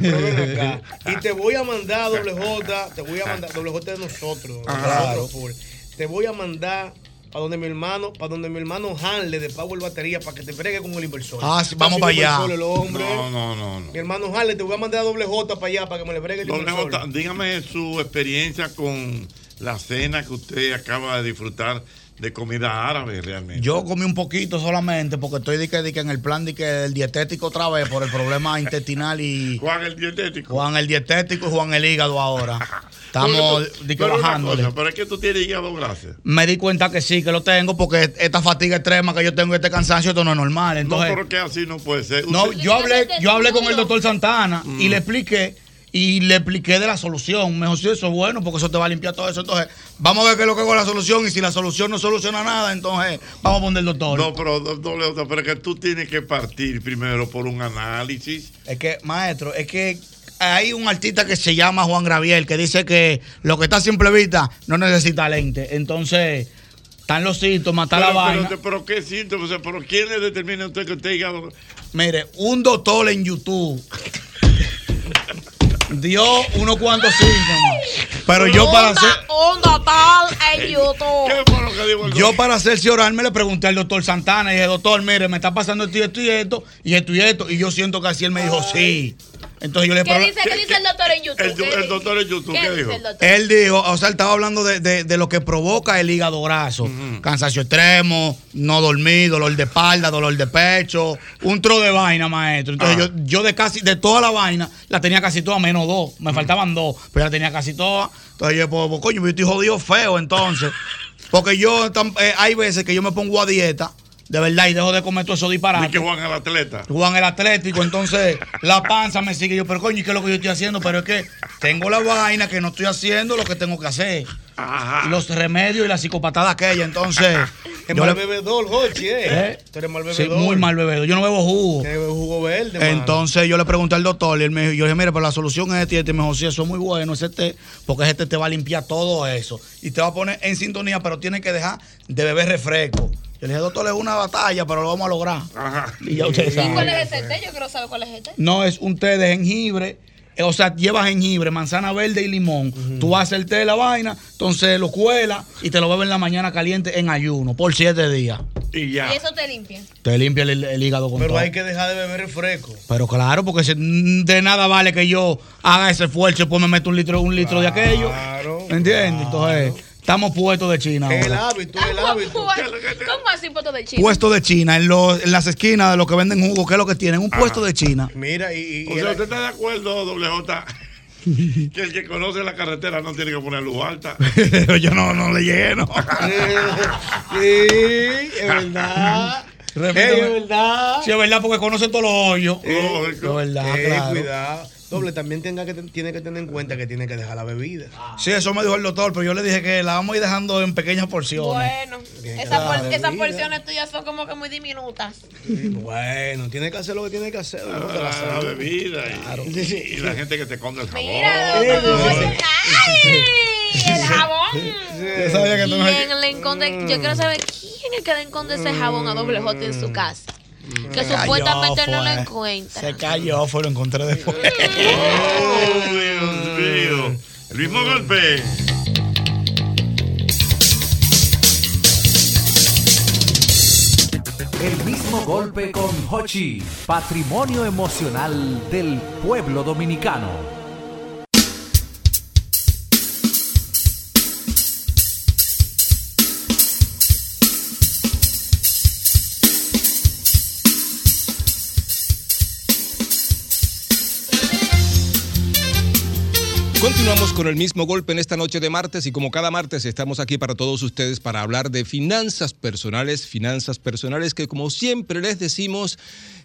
Speaker 5: Pero ven acá.
Speaker 9: *laughs*
Speaker 5: Y te voy a mandar doble J, te voy a mandar doble J de nosotros.
Speaker 9: Ah,
Speaker 5: de
Speaker 9: claro.
Speaker 5: nosotros, full. Te voy a mandar para donde mi hermano, para donde mi hermano Hanle de Power Batería para que te fregue con el inversor.
Speaker 9: Ah, sí, vamos
Speaker 5: Está
Speaker 9: para
Speaker 5: sin
Speaker 9: allá.
Speaker 5: inversor el hombre.
Speaker 23: No, no, no. no.
Speaker 5: Mi hermano Hanle, te voy a mandar doble J para allá para que me le fregue el
Speaker 23: Doble
Speaker 5: inversor.
Speaker 23: J, dígame su experiencia con la cena que usted acaba de disfrutar de comida árabe realmente.
Speaker 9: Yo comí un poquito solamente porque estoy de que, de que en el plan de que del dietético otra vez por el
Speaker 23: *laughs*
Speaker 9: problema intestinal y.
Speaker 23: Juan el dietético.
Speaker 9: Juan el dietético y Juan el hígado
Speaker 23: *laughs*
Speaker 9: ahora. Estamos
Speaker 23: Pero-
Speaker 9: de que
Speaker 23: pero una
Speaker 9: bajándole.
Speaker 23: cosa, pero es que tú tienes hígado graso.
Speaker 9: Me di cuenta que sí, que lo tengo porque esta fatiga extrema que yo tengo y este cansancio, esto no es normal.
Speaker 23: No,
Speaker 9: Entonces,
Speaker 23: pero que así no puede ser.
Speaker 9: No,
Speaker 23: Usted- Mm.
Speaker 9: yo hablé, yo hablé con el doctor Santana y le expliqué y le expliqué de la solución. Me dijo, sí, eso es bueno porque eso te va a limpiar todo eso. Entonces, vamos a ver qué es lo que hago la solución y si la solución no soluciona nada, entonces vamos a poner el doctor.
Speaker 23: No, pero do- doble J, pero es que tú tienes que partir primero por un análisis.
Speaker 9: Es que, maestro, es que hay un artista que se llama Juan Graviel que dice que lo que está a simple vista no necesita lente. Entonces, están los síntomas, está la
Speaker 23: pero,
Speaker 9: vaina.
Speaker 23: pero, pero qué síntomas, o sea, pero quién le determina a usted que usted hígado.
Speaker 9: Mire, un doctor en YouTube *laughs* dio unos cuantos síntomas. Pero yo para hacer.
Speaker 16: Un total en YouTube.
Speaker 23: ¿Qué fue lo que dijo
Speaker 9: Yo para hacer orarme le pregunté al doctor Santana y dije, doctor, mire, me está pasando esto y esto y esto y esto y esto. Y yo siento que así él me dijo, sí. Entonces yo le
Speaker 16: ¿Qué
Speaker 9: pregunté-
Speaker 16: dice, ¿Qué dice el doctor en YouTube?
Speaker 23: El,
Speaker 16: ¿Qué
Speaker 23: el
Speaker 16: dice?
Speaker 23: doctor en YouTube, ¿qué,
Speaker 16: ¿Qué
Speaker 23: dijo?
Speaker 16: dice el doctor?
Speaker 9: Él dijo, o sea, él estaba hablando de, de- de lo que provoca el hígado graso. Cansancio extremo, no dormir, dolor de espalda, dolor de pecho, un tro de vaina, maestro. Entonces yo, yo de casi, de toda la vaina, la tenía casi toda, menos dos. Me faltaban dos, pero la tenía casi toda. Entonces yo, pues, pues, coño, yo estoy jodido feo entonces. Porque yo, tam- eh, hay veces que yo me pongo a dieta, de verdad, y dejo de comer todo eso disparate.
Speaker 23: Y que Juan el atleta.
Speaker 9: Juan el Atlético, entonces la panza me sigue yo, pero coño, ¿y qué es lo que yo estoy haciendo? Pero es que tengo la vaina que no estoy haciendo lo que tengo que hacer. Los remedios y la psicopatada aquella, entonces.
Speaker 5: *laughs* Es
Speaker 9: yo
Speaker 5: mal
Speaker 9: le-
Speaker 5: bebedor, Jochi, eh.
Speaker 9: ¿Eh?
Speaker 5: Tú eres mal
Speaker 9: Sí,
Speaker 5: bebedor.
Speaker 9: muy mal bebedor. Yo no bebo jugo.
Speaker 5: Te bebe jugo verde, mano.
Speaker 9: Entonces yo le pregunté al doctor y él me dijo, yo le dije, mira, pero la solución es este y este. Y Me dijo, sí, eso es muy bueno, ese té, porque ese té te va a limpiar todo eso. Y te va a poner en sintonía, pero tienes que dejar de beber refresco. Yo le dije, doctor, es una batalla, pero lo vamos a lograr. Y ya ustedes saben.
Speaker 16: ¿Cuál es este té? Yo quiero saber cuál es este.
Speaker 9: No, es un té de jengibre. Eh, O sea, lleva jengibre, manzana verde y limón. Tú haces el té de la vaina, entonces lo cuelas y te lo bebes en la mañana caliente en ayuno por siete días.
Speaker 23: Y
Speaker 16: Y eso te limpia.
Speaker 9: Te limpia el, el hígado con
Speaker 5: Pero
Speaker 9: todo.
Speaker 5: hay que dejar de beber refresco.
Speaker 9: Pero claro, porque se- de nada vale que yo haga ese esfuerzo y después me meto un litro, un litro de aquello. ¿Me entiendes? Entonces, estamos puestos de China
Speaker 5: El
Speaker 9: ahora.
Speaker 5: hábito, el hábito.
Speaker 16: ¿Cómo así puesto de chile?
Speaker 9: Puesto de China, en, los- en las esquinas de los que venden jugo, ¿qué es lo que tienen? Un puesto de China.
Speaker 5: Mira, y.
Speaker 23: O sea, ¿usted está de acuerdo, doble J? *laughs* Que el que conoce la carretera no tiene que poner luz alta.
Speaker 9: yo no, no le lleno.
Speaker 23: *laughs*
Speaker 5: sí, es verdad.
Speaker 2: *laughs*
Speaker 5: Ey, es verdad.
Speaker 9: Sí, es verdad, porque conocen todos los hoyos.
Speaker 5: Eh,
Speaker 9: es verdad,
Speaker 5: eh,
Speaker 9: Ah, claro.
Speaker 5: cuidado. Doble, también tenga que, tiene que tener en cuenta que tiene que dejar la bebida.
Speaker 23: Ah.
Speaker 9: Sí, eso me dijo el doctor, pero yo le dije que la vamos a ir dejando en pequeñas porciones.
Speaker 16: Bueno,
Speaker 5: Bien,
Speaker 16: esa por-
Speaker 5: claro,
Speaker 16: esas
Speaker 5: mira.
Speaker 16: porciones tuyas son como que muy diminutas.
Speaker 5: Bueno, tiene que hacer lo que tiene que hacer.
Speaker 23: La, Ah, la bebida y, y la gente que te esconde el jabón. Oh,
Speaker 16: ¡Ay! El jabón.
Speaker 9: Yo sabía que tú no-
Speaker 16: ¿Quién le enconde- Yo quiero saber quién es que le enconde ese jabón a doble J en
Speaker 9: Mm.
Speaker 16: su casa. Que
Speaker 9: Se cayó,
Speaker 16: supuestamente él no lo
Speaker 9: fue.
Speaker 16: encuentra.
Speaker 9: Se cayó, fue, lo encontré después.
Speaker 23: Oh, Dios mío. El mismo golpe.
Speaker 25: El mismo golpe con Hochi, patrimonio emocional del pueblo dominicano.
Speaker 26: Continuamos con el mismo golpe en esta noche de martes y como cada martes estamos aquí para todos ustedes para hablar de finanzas personales, finanzas personales que como siempre les decimos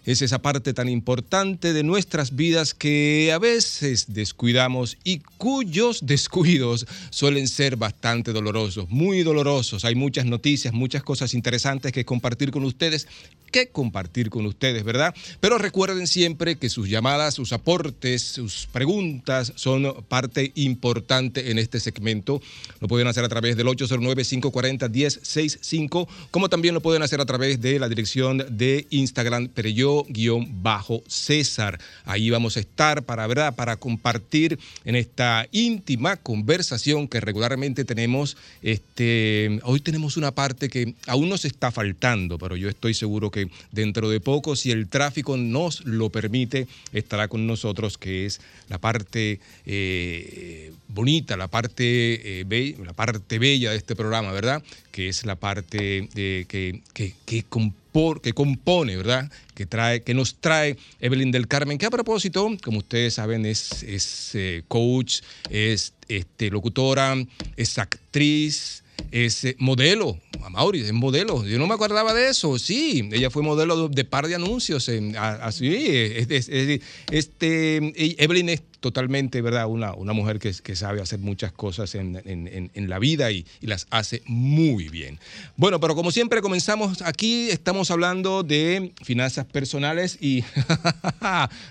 Speaker 26: es esa parte tan importante de nuestras vidas que a veces descuidamos y cuyos descuidos suelen ser bastante dolorosos, muy dolorosos. Hay muchas noticias, muchas cosas interesantes que compartir con ustedes que compartir con ustedes, ¿verdad? Pero recuerden siempre que sus llamadas, sus aportes, sus preguntas son parte importante en este segmento. Lo pueden hacer a través del 809-540-1065, como también lo pueden hacer a través de la dirección de Instagram Pereyo-César. Ahí vamos a estar para, ¿verdad? Para compartir en esta íntima conversación que regularmente tenemos. Este, hoy tenemos una parte que aún nos está faltando, pero yo estoy seguro que dentro de poco, si el tráfico nos lo permite, estará con nosotros, que es la parte eh, bonita, la parte, eh, be- la parte bella de este programa, ¿verdad? Que es la parte de, que, que, que compor- que compone, ¿verdad? Que, trae, que nos trae Evelyn del Carmen, que a propósito, como ustedes saben, es, es, eh, coach, es este, locutora, es actriz, es eh, modelo, a Mauri, es modelo. Yo no me acordaba de eso, sí. Ella fue modelo de, de par de anuncios. en- a- así, es- es- es- este, e- Evelyn es totalmente, ¿verdad? Una, una mujer que, que sabe hacer muchas cosas en, en- en- en la vida y, y las hace muy bien. Bueno, pero como siempre comenzamos aquí, estamos hablando de finanzas personales y *laughs*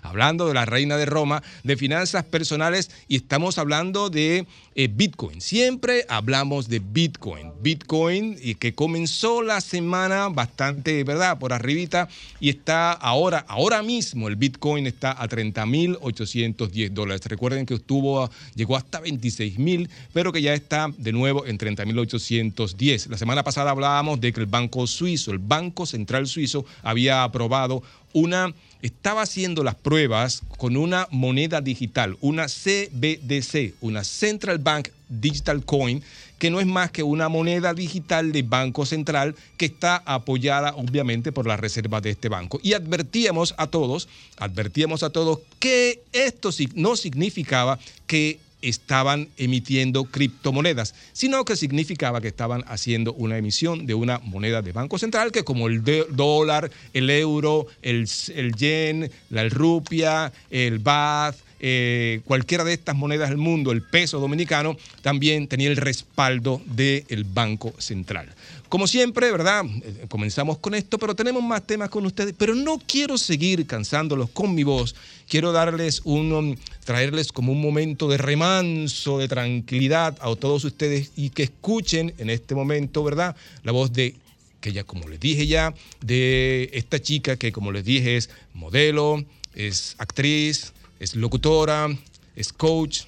Speaker 26: hablando de la reina de Roma, de finanzas personales y estamos hablando de eh, Bitcoin. Siempre hablamos de Bitcoin. Bitcoin y que comenzó la semana bastante, ¿verdad? Por arribita y está ahora, ahora mismo el Bitcoin está a 30.810 dólares. Recuerden que estuvo, a- llegó hasta 26.000, pero que ya está de nuevo en 30.810. La semana pasada hablábamos de que el Banco Suizo, el Banco Central Suizo, había aprobado una estaba haciendo las pruebas con una moneda digital, una CBDC, una Central Bank Digital Coin, que no es más que una moneda digital de Banco Central que está apoyada obviamente por las reservas de este banco. Y advertíamos a todos, advertíamos a todos que esto sig- no significaba que estaban emitiendo criptomonedas, sino que significaba que estaban haciendo una emisión de una moneda de Banco Central que como el de- dólar, el euro, el, s- el yen, la rupia, el baht, eh, cualquiera de estas monedas del mundo, el peso dominicano, también tenía el respaldo del Banco Central. Como siempre, ¿verdad? Eh, Comenzamos con esto, pero tenemos más temas con ustedes. Pero no quiero seguir cansándolos con mi voz. Quiero darles un, um, traerles como un momento de remanso, de tranquilidad a todos ustedes y que escuchen en este momento, ¿verdad? La voz de que ya, como les dije ya, de esta chica que, como les dije, es modelo, es actriz, es locutora, es coach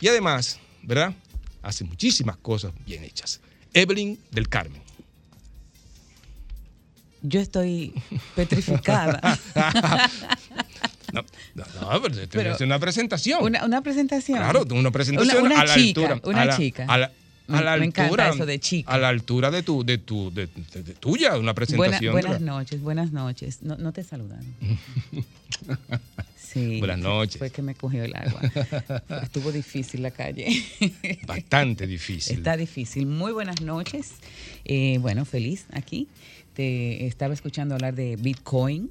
Speaker 26: y además, ¿verdad? Hace muchísimas cosas bien hechas. Evelyn del Carmen.
Speaker 36: Yo estoy petrificada.
Speaker 26: No, *laughs* no, no, pero te- te
Speaker 36: Pero-
Speaker 26: voy a hacer una presentación.
Speaker 36: Una, una presentación.
Speaker 26: claro, una presentación
Speaker 36: Una, una
Speaker 26: a la
Speaker 36: chica,
Speaker 26: altura.
Speaker 36: Una
Speaker 26: a la,
Speaker 36: chica.
Speaker 26: A la, a
Speaker 36: Me-
Speaker 26: la
Speaker 36: me encanta
Speaker 26: altura,
Speaker 36: eso de chica.
Speaker 26: A la altura de tu, de tu, de, de- de tuya, una
Speaker 36: Buena-
Speaker 26: presentación.
Speaker 36: buenas noches, buenas noches. No, no
Speaker 26: *laughs*
Speaker 36: te saludaron. Sí.
Speaker 26: Buenas noches.
Speaker 36: Fue que me cogió el agua. Estuvo difícil la calle.
Speaker 26: Bastante difícil.
Speaker 36: Está difícil. Muy buenas noches. Eh, bueno, feliz aquí. Te estaba escuchando hablar de Bitcoin.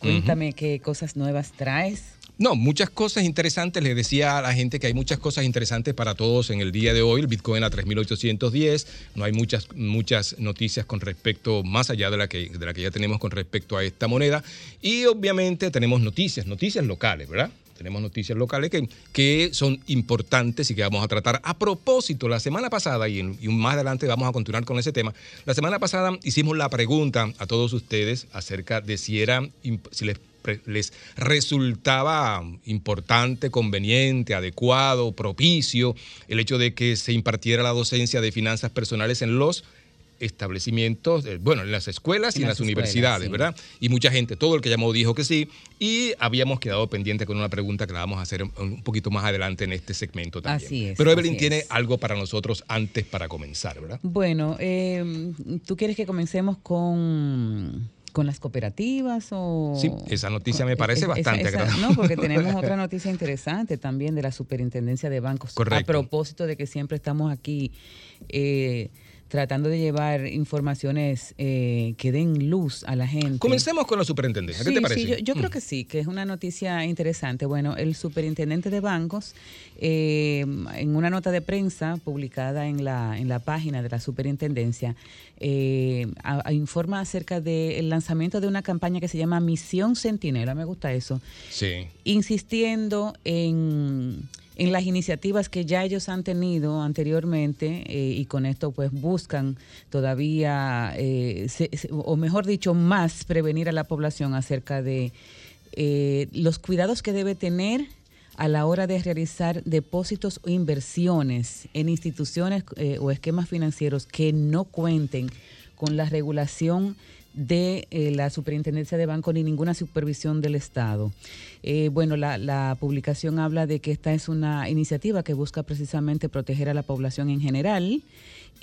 Speaker 36: Cuéntame qué cosas nuevas traes.
Speaker 26: No, muchas cosas interesantes. Les decía a la gente que hay muchas cosas interesantes para todos en el día de hoy. El Bitcoin a 3.810. No hay muchas, muchas noticias con respecto, más allá de la, que, de la que ya tenemos con respecto a esta moneda. Y obviamente tenemos noticias, noticias locales, ¿verdad? Tenemos noticias locales que, que son importantes y que vamos a tratar. A propósito, la semana pasada, y, en- y más adelante vamos a continuar con ese tema, la semana pasada hicimos la pregunta a todos ustedes acerca de si, era, imp- si les pre- les resultaba importante, conveniente, adecuado, propicio el hecho de que se impartiera la docencia de finanzas personales en los establecimientos, eh, bueno, en las escuelas y en, las,
Speaker 7: escuelas,
Speaker 26: universidades,
Speaker 7: sí.
Speaker 26: ¿verdad? Y mucha gente, todo el que llamó dijo que sí. Y habíamos quedado pendiente con una pregunta que la vamos a hacer un, un poquito más adelante en este segmento también.
Speaker 36: Así es,
Speaker 26: Pero Evelyn
Speaker 36: así
Speaker 26: tiene
Speaker 36: es.
Speaker 26: algo para nosotros antes para comenzar, ¿verdad?
Speaker 36: Bueno, eh, ¿tú quieres que comencemos con, con las cooperativas o...?
Speaker 26: Sí, esa noticia me parece
Speaker 36: Esa-
Speaker 26: bastante
Speaker 36: esa-
Speaker 26: agradable.
Speaker 36: No,
Speaker 26: *laughs*
Speaker 36: porque tenemos otra noticia interesante también de la Superintendencia de Bancos.
Speaker 26: Correcto.
Speaker 36: A propósito de que siempre estamos aquí eh, tratando de llevar informaciones eh, que den luz a la gente.
Speaker 26: Comencemos con la superintendencia. ¿Qué
Speaker 36: Sí,
Speaker 26: te parece? Mm.
Speaker 36: sí, yo, yo creo que sí, que es una noticia interesante. Bueno, el superintendente de bancos, eh, en una nota de prensa publicada en la, en la página de la superintendencia, eh, a- a- informa acerca del lanzamiento de una campaña que se llama Misión Centinela, me gusta eso,
Speaker 26: Sí.
Speaker 36: insistiendo en, en las iniciativas que ya ellos han tenido anteriormente eh, y con esto pues buscan todavía, eh, se- se- o mejor dicho, más prevenir a la población acerca de eh, los cuidados que debe tener a la hora de realizar depósitos o inversiones en instituciones eh, o esquemas financieros que no cuenten con la regulación de eh, la superintendencia de banco ni ninguna supervisión del Estado. Eh, bueno, la, la publicación habla de que esta es una iniciativa que busca precisamente proteger a la población en general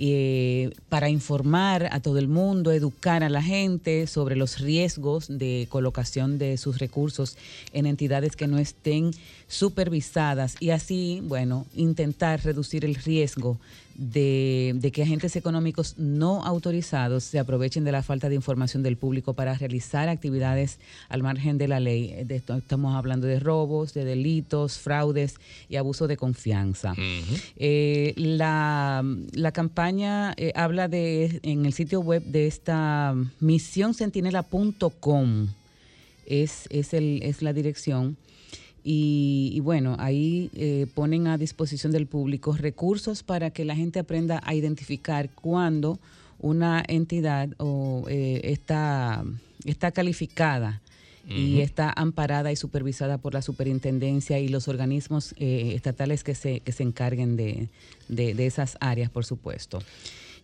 Speaker 36: eh, para informar a todo el mundo, educar a la gente sobre los riesgos de colocación de sus recursos en entidades que no estén supervisadas y así, bueno, intentar reducir el riesgo de, de que agentes económicos no autorizados se aprovechen de la falta de información del público para realizar actividades al margen de la ley. Eh, de esto estamos hablando de robos, de delitos, fraudes y abuso de confianza. Eh, la, la campaña eh, habla de en el sitio web de esta misioncentinela.com. Es, es, el, es la dirección. Y, y bueno, ahí eh, ponen a disposición del público recursos para que la gente aprenda a identificar cuando una entidad o, eh, está, está calificada y
Speaker 21: Ujú.
Speaker 36: está amparada y supervisada por la superintendencia y los organismos eh, estatales que se, que se encarguen de, de- de esas áreas, por supuesto.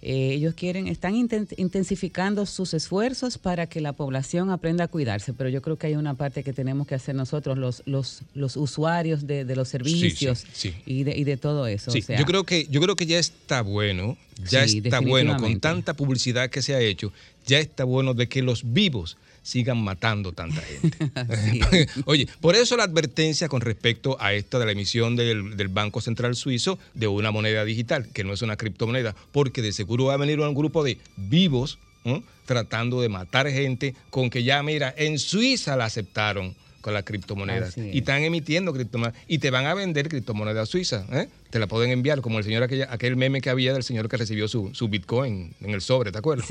Speaker 36: Eh, ellos quieren, están inten- intensificando sus esfuerzos para que la población aprenda a cuidarse, pero yo creo que hay una parte que tenemos que hacer nosotros, los, los, los usuarios de, de los servicios
Speaker 26: sí.
Speaker 36: Y, de, y de todo eso.
Speaker 26: Sí,
Speaker 36: o sea,
Speaker 26: yo creo que yo creo que ya está bueno, ya
Speaker 36: Sí,
Speaker 26: está bueno con
Speaker 36: definitivamente.
Speaker 26: tanta publicidad que se ha hecho, ya está bueno de que los vivos sigan matando tanta
Speaker 36: *laughs*
Speaker 26: gente. *laughs* Oye, por eso la advertencia con respecto a esta de la emisión del, del Banco Central Suizo de una moneda digital, que no es una criptomoneda, porque de seguro va a venir un grupo de vivos ¿no? tratando de matar gente con que ya, mira, en Suiza la aceptaron con las criptomonedas
Speaker 7: Así es.
Speaker 26: y están emitiendo criptomonedas y te van a vender criptomonedas suizas. ¿eh? Te la pueden enviar, como el señor aquella- aquel meme que había del señor que recibió su, su Bitcoin en el sobre, ¿te acuerdas?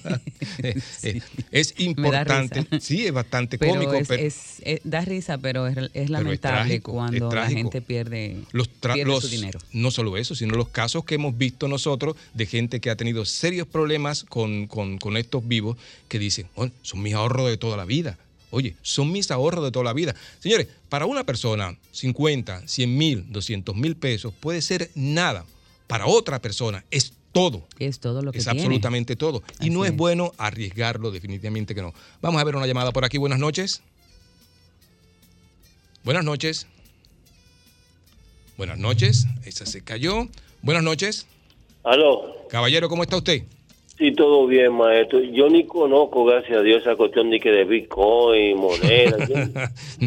Speaker 26: *laughs* Eh,
Speaker 36: *laughs*
Speaker 26: eh, es
Speaker 36: Me da risa.
Speaker 26: importante, sí, es bastante
Speaker 36: pero
Speaker 26: cómico,
Speaker 36: es-
Speaker 26: pero
Speaker 36: es- eh, da risa, pero es, es lamentable
Speaker 26: trágico, es
Speaker 36: cuando la
Speaker 26: trágico.
Speaker 36: gente pierde,
Speaker 26: los, tra-
Speaker 36: pierde
Speaker 26: los-
Speaker 36: su dinero.
Speaker 26: No solo eso, sino los casos que hemos visto nosotros de gente que ha tenido serios problemas con, con- con estos vivos que dicen, "Oh, son mis ahorros de toda la vida. Oye, son mis ahorros de toda la vida. Señores, para una persona, 50, 100 mil, 200 mil pesos puede ser nada. Para otra persona es todo.
Speaker 36: Es todo lo que
Speaker 26: Es
Speaker 36: tiene.
Speaker 26: absolutamente todo. Y no es bueno arriesgarlo, definitivamente que no. Vamos a ver una llamada por aquí. Buenas noches. Buenas noches. Buenas noches. Esa se cayó. Buenas noches.
Speaker 13: Aló,
Speaker 26: Caballero, ¿cómo está usted?
Speaker 13: sí, todo bien, maestro. Yo ni conozco, gracias a Dios, esa cuestión de que de Bitcoin, moneda.
Speaker 26: *laughs*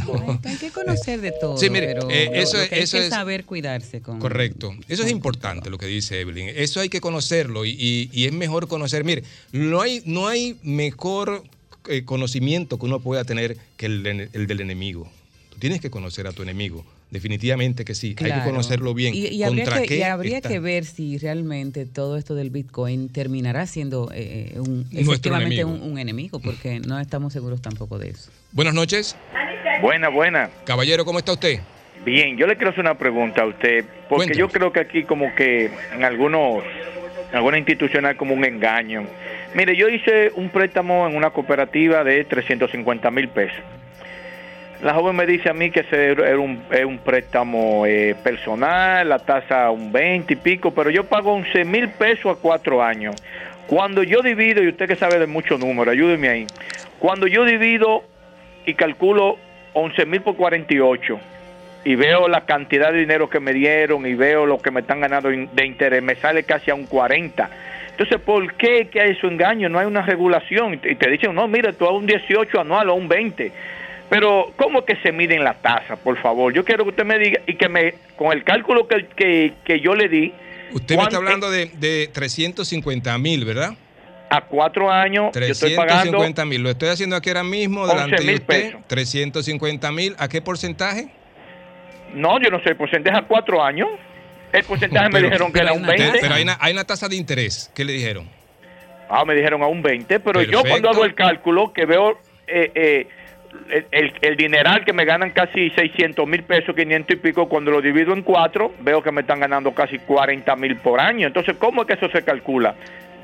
Speaker 36: Hay que conocer de todo.
Speaker 26: Sí, mire,
Speaker 36: pero
Speaker 26: eh,
Speaker 36: lo-
Speaker 26: eso
Speaker 36: lo
Speaker 26: es-
Speaker 36: que hay
Speaker 26: eso
Speaker 36: que
Speaker 26: es-
Speaker 36: saber cuidarse con.
Speaker 26: Correcto. Eso es importante lo que dice Evelyn. Eso hay que conocerlo y, y- y es mejor conocer. Mire, no hay, no hay mejor eh, conocimiento que uno pueda tener que el, de- el del enemigo. Tú tienes que conocer a tu enemigo. Definitivamente que sí. Hay que
Speaker 36: Claro.
Speaker 26: conocerlo bien.
Speaker 36: Y, y
Speaker 26: ¿Contra
Speaker 36: habría, que,
Speaker 26: qué
Speaker 36: y habría
Speaker 26: está?
Speaker 36: que ver si realmente todo esto del Bitcoin terminará siendo eh, un,
Speaker 26: Nuestro
Speaker 36: efectivamente
Speaker 26: enemigo.
Speaker 36: Un, un enemigo, porque no estamos seguros tampoco de eso.
Speaker 26: Buenas noches.
Speaker 9: Buena, buena.
Speaker 26: Caballero, ¿cómo está usted?
Speaker 9: Bien, yo le quiero hacer una pregunta a usted, porque yo creo que aquí como que en algunos, en alguna institución hay como un engaño. Mire, yo hice un préstamo en una cooperativa de 350 mil pesos. La joven me dice a mí que ese era un, era un préstamo eh, personal, la tasa un 20 y pico, pero yo pago 11 mil pesos a cuatro años.
Speaker 12: Cuando yo divido, y usted que sabe de muchos números, ayúdeme ahí. Cuando yo divido y calculo 11 mil por 48 y veo la cantidad de dinero que me dieron y veo lo que me están ganando in- de interés, me sale casi a un 40. Entonces, ¿por qué que hay su engaño? No hay una regulación. Y te- Y te dicen, no, mira, tú a un 18 anual o a un 20. Pero, ¿cómo que se miden la tasa, por favor? Yo quiero que usted me diga y que me, con el cálculo que, que, que yo le di,
Speaker 26: Usted me
Speaker 12: ¿Cuánto?
Speaker 26: está hablando de, de 350 mil, ¿verdad?
Speaker 12: A cuatro años yo estoy pagando-
Speaker 26: 350 mil. Lo estoy haciendo aquí ahora mismo
Speaker 12: 11
Speaker 26: delante de
Speaker 12: mil
Speaker 26: usted. 350 mil. ¿A qué porcentaje?
Speaker 12: no, yo no sé, el porcentaje a cuatro años. El porcentaje me dijeron que era un 20.
Speaker 26: Pero hay una, hay una tasa de interés. ¿Qué le dijeron?
Speaker 12: Ah, me dijeron a un 20, pero yo
Speaker 26: Perfecto.
Speaker 12: cuando hago el cálculo que veo eh, eh, el- el, el dineral que me ganan casi 600 mil pesos, 500 y pico, cuando lo divido en cuatro, veo que me están ganando casi 40 mil por año. Entonces, ¿cómo es que eso se calcula?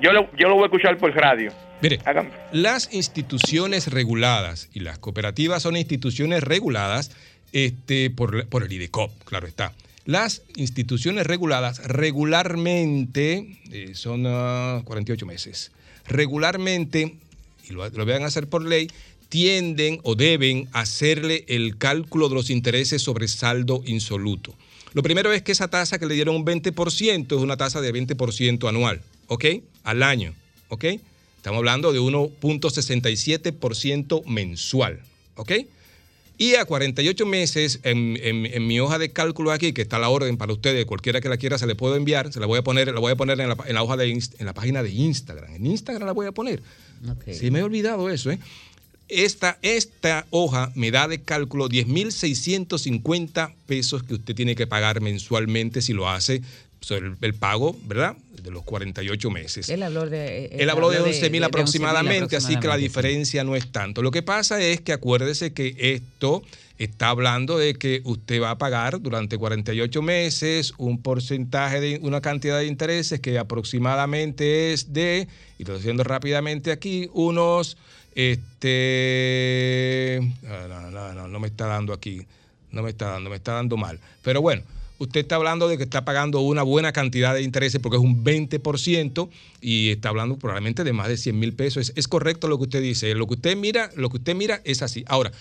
Speaker 12: Yo lo, yo lo voy a escuchar por radio.
Speaker 26: Mire,
Speaker 12: Hágame.
Speaker 26: las instituciones reguladas y las cooperativas son instituciones reguladas este, por, por el IDECOP, claro está. Las instituciones reguladas regularmente, eh, son ah, 48 meses, regularmente, y lo, lo vean hacer por ley, tienden o deben hacerle el cálculo de los intereses sobre saldo insoluto. Lo primero es que esa tasa que le dieron un 20% es una tasa de 20% anual, ¿ok? Al año, ¿ok? Estamos hablando de 1.67% mensual, ¿ok? Y a 48 meses, en, en- en mi hoja de cálculo aquí, que está la orden para ustedes, cualquiera que la quiera se le puedo enviar, se la voy a poner, la voy a poner en la, en la hoja de Inst- en la página de Instagram. En Instagram la voy a poner. Se me ha olvidado eso, ¿eh? Esta, esta hoja me da de cálculo 10.650 pesos que usted tiene que pagar mensualmente si lo hace pues, el, el pago, ¿verdad? De los 48 meses.
Speaker 36: Él habló de.
Speaker 26: Él habló de 11 mil
Speaker 36: de 11.000
Speaker 26: aproximadamente, así que la
Speaker 36: aproximadamente.
Speaker 26: diferencia no es tanto. Lo que pasa es que acuérdese que esto está hablando de que usted va a pagar durante 48 meses un porcentaje de una cantidad de intereses que aproximadamente es de, y lo estoy haciendo rápidamente aquí, unos, este, ah, no, no, no, no me está dando aquí, no me está dando, me está dando mal. Pero bueno, usted está hablando de que está pagando una buena cantidad de intereses porque es un 20% y está hablando probablemente de más de 100 mil pesos. Es, es correcto lo que usted dice. Lo que usted mira, lo que usted mira es así. Ahora,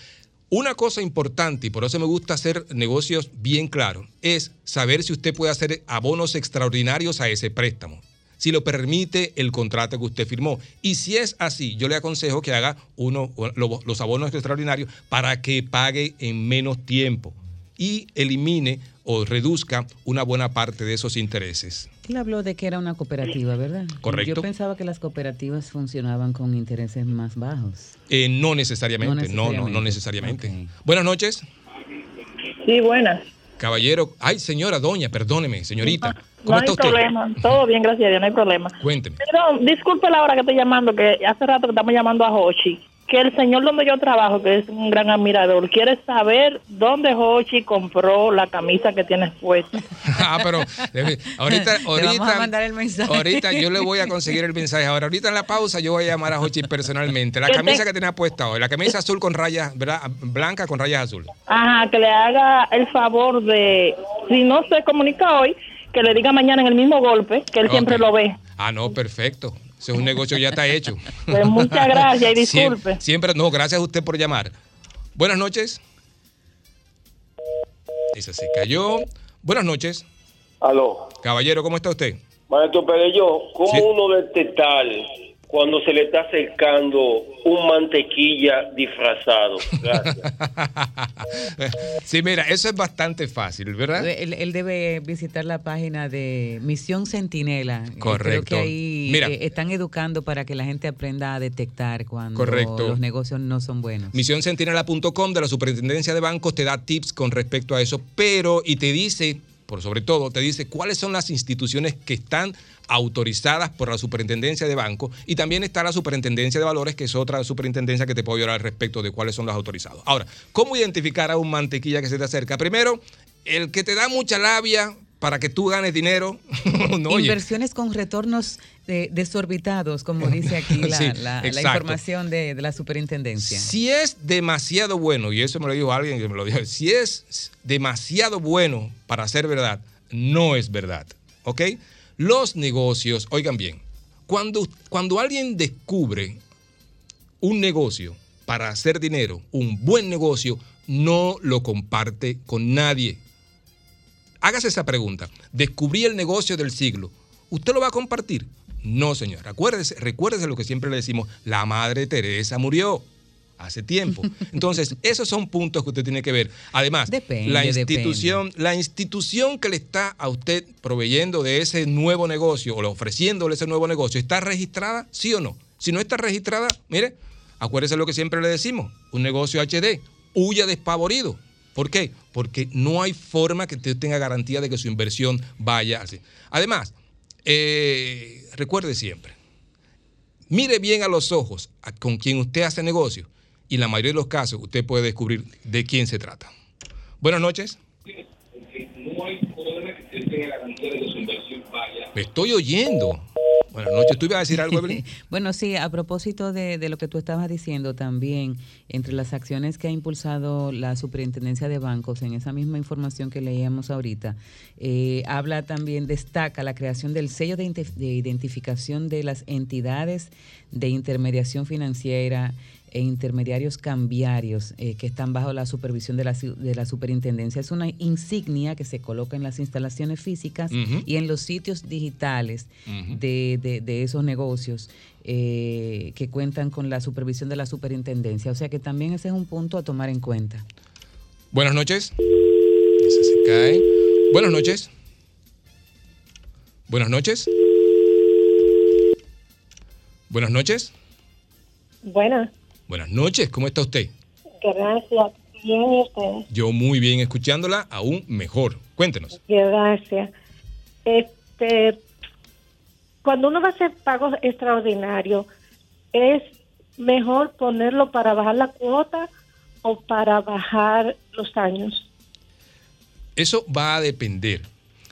Speaker 26: una cosa importante, y por eso me gusta hacer negocios bien claros, es saber si usted puede hacer abonos extraordinarios a ese préstamo si lo permite el contrato que usted firmó. Y si es así, yo le aconsejo que haga uno, lo- los abonos extraordinarios para que pague en menos tiempo y elimine o reduzca una buena parte de esos intereses.
Speaker 36: Él habló de que era una cooperativa, ¿verdad?
Speaker 26: Correcto.
Speaker 36: Yo pensaba que las cooperativas funcionaban con intereses más bajos.
Speaker 26: Eh, no necesariamente, no,
Speaker 36: No
Speaker 26: no, no,
Speaker 36: necesariamente.
Speaker 26: necesariamente. Buenas noches,
Speaker 37: Sí, buenas.
Speaker 26: caballero. Ay, señora, doña, perdóneme, señorita.
Speaker 37: No
Speaker 26: ¿Cómo
Speaker 37: hay
Speaker 26: está usted?
Speaker 37: problema. Todo bien, gracias a Dios, no hay problema.
Speaker 26: Cuénteme.
Speaker 37: Pero disculpe la hora que estoy llamando, que hace rato que estamos llamando a Hochi. Que el señor donde yo trabajo, que es un gran admirador, quiere saber dónde Hochi compró la camisa que tienes puesta.
Speaker 26: *laughs* Ah, pero eh, ahorita,
Speaker 36: Te vamos a
Speaker 26: ahorita,
Speaker 36: mandar el mensaje.
Speaker 26: ahorita yo le voy a conseguir el mensaje. Ahora, ahorita en la pausa yo voy a llamar a Hochi personalmente. La
Speaker 37: Que
Speaker 26: camisa
Speaker 37: te-
Speaker 26: que tenía puesta hoy, la camisa azul con rayas, ¿verdad? Blanca con rayas azul.
Speaker 37: Ajá, que le haga el favor de, si no se comunica hoy, que le diga mañana en el mismo golpe, que él siempre lo ve.
Speaker 26: Ah, no, perfecto. Ese es un negocio ya está hecho.
Speaker 37: Pues muchas gracias
Speaker 26: *laughs*
Speaker 37: y
Speaker 26: Siem-
Speaker 37: disculpe.
Speaker 26: Siempre, no, gracias a usted por llamar. Buenas noches. Esa se cayó. Buenas noches.
Speaker 11: Aló.
Speaker 26: Caballero, ¿cómo está usted?
Speaker 11: Maestro Perello, ¿cómo uno
Speaker 27: este
Speaker 11: detectar cuando se le está acercando un mantequilla disfrazado? Gracias.
Speaker 26: Sí, mira, eso es bastante fácil, ¿verdad?
Speaker 36: Eh, Él, él debe visitar la página de Misión Centinela. Creo
Speaker 26: Correcto.
Speaker 36: que ahí
Speaker 26: Mira.
Speaker 36: eh, están educando para que la gente aprenda a detectar cuando
Speaker 26: Correcto.
Speaker 36: los negocios no son buenos.
Speaker 26: Misioncentinela.com de la Superintendencia de Bancos te da tips con respecto a eso, pero y te dice, por sobre todo, te dice cuáles son las instituciones que están autorizadas por la Superintendencia de Bancos y también está la Superintendencia de Valores, que es otra superintendencia que te puede ayudar al respecto de cuáles son los autorizados. Ahora, ¿cómo identificar a un mantequilla que se te acerca? Primero, el que te da mucha labia para que tú ganes dinero. *laughs* *laughs* no, oye.
Speaker 36: Inversiones con retornos eh,
Speaker 26: *laughs*
Speaker 36: desorbitados, como dice aquí la,
Speaker 26: Sí,
Speaker 36: la- la
Speaker 26: exacto.
Speaker 36: información de, de la superintendencia.
Speaker 26: Si es demasiado bueno, y eso me lo dijo alguien que me lo dijo, si es demasiado bueno para ser verdad, no es verdad. ¿Ok? Los negocios, oigan bien, Cuando, cuando alguien descubre un negocio para hacer dinero, un buen negocio, no lo comparte con nadie. Hágase esa pregunta. Descubrí el negocio del siglo. ¿Usted lo va a compartir? No, señor. Acuérdese, recuérdese lo que siempre le decimos, la madre Teresa murió hace
Speaker 36: *laughs*
Speaker 26: tiempo. Entonces, esos son puntos que usted tiene que ver. Además,
Speaker 36: Depende,
Speaker 26: la institución, la institución que le está a usted proveyendo de ese nuevo negocio o le ofreciéndole ese nuevo negocio, ¿está registrada? ¿Sí o no? Si no está registrada, mire, acuérdese lo que siempre le decimos, un negocio HD, huya despavorido. ¿Por qué? Porque no hay forma que usted tenga garantía de que su inversión vaya así. Además, eh, recuerde siempre, mire bien a los ojos a con quien usted hace negocio y en la mayoría de los casos usted puede descubrir de quién se trata. Buenas noches. Me estoy oyendo. Buenas noches. ¿Tú ibas a decir algo, Evelyn?
Speaker 36: Bueno, sí, a propósito de, de lo que tú estabas diciendo también, entre las acciones que ha impulsado la superintendencia de bancos, en esa misma información que leíamos ahorita, eh, habla también, destaca la creación del sello de, inte- de identificación de las entidades de intermediación financiera e intermediarios cambiarios eh, que están bajo la supervisión de la, ci- de la superintendencia. Es una insignia que se coloca en las instalaciones físicas
Speaker 3: Ujú.
Speaker 36: y en los sitios digitales
Speaker 3: Ujú.
Speaker 36: de, de- de esos negocios eh, que cuentan con la supervisión de la superintendencia. O sea que también ese es un punto a tomar en cuenta.
Speaker 26: Buenas noches. Ese se cae. Buenas noches. Buenas noches. Buenas noches.
Speaker 4: Buenas,
Speaker 26: Buenas noches. ¿Cómo está usted?
Speaker 4: gracias. Bien, ¿y ustedes?
Speaker 26: Yo muy bien escuchándola, aún mejor. Cuéntenos.
Speaker 4: Gracias. Este, cuando uno va a hacer pagos extraordinarios, ¿es mejor ponerlo para bajar la cuota o para bajar los años?
Speaker 26: Eso va a depender.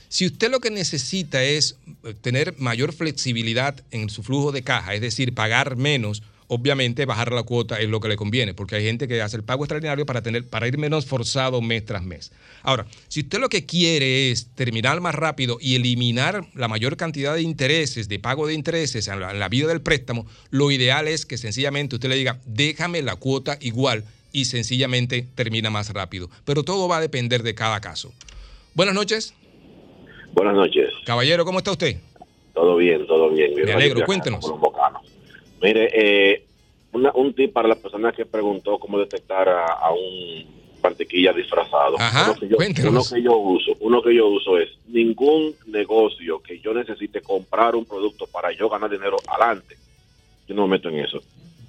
Speaker 26: Si usted lo que necesita es eh, tener mayor flexibilidad en su flujo de caja, es decir, pagar menos, obviamente bajar la cuota es lo que le conviene, porque hay gente que hace el pago extraordinario para, tener, para ir menos forzado mes tras mes. Ahora, si usted lo que quiere es terminar más rápido y eliminar la mayor cantidad de intereses, de pago de intereses en la, en la vida del préstamo, lo ideal es que sencillamente usted le diga, déjame la cuota igual y sencillamente termina más rápido. Pero todo va a depender de cada caso. Buenas noches.
Speaker 38: Buenas noches.
Speaker 26: Caballero, ¿cómo está usted?
Speaker 38: Todo bien, todo bien.
Speaker 26: Me alegro, cuéntenos.
Speaker 38: Mire, eh, una- un tip para la persona que preguntó cómo detectar a, a un mantequilla disfrazado.
Speaker 26: Ajá,
Speaker 38: uno, que yo,
Speaker 26: cuéntenos.
Speaker 38: uno que yo uso, uno que yo uso es ningún negocio que yo necesite comprar un producto para yo ganar dinero adelante. Yo no me meto en eso.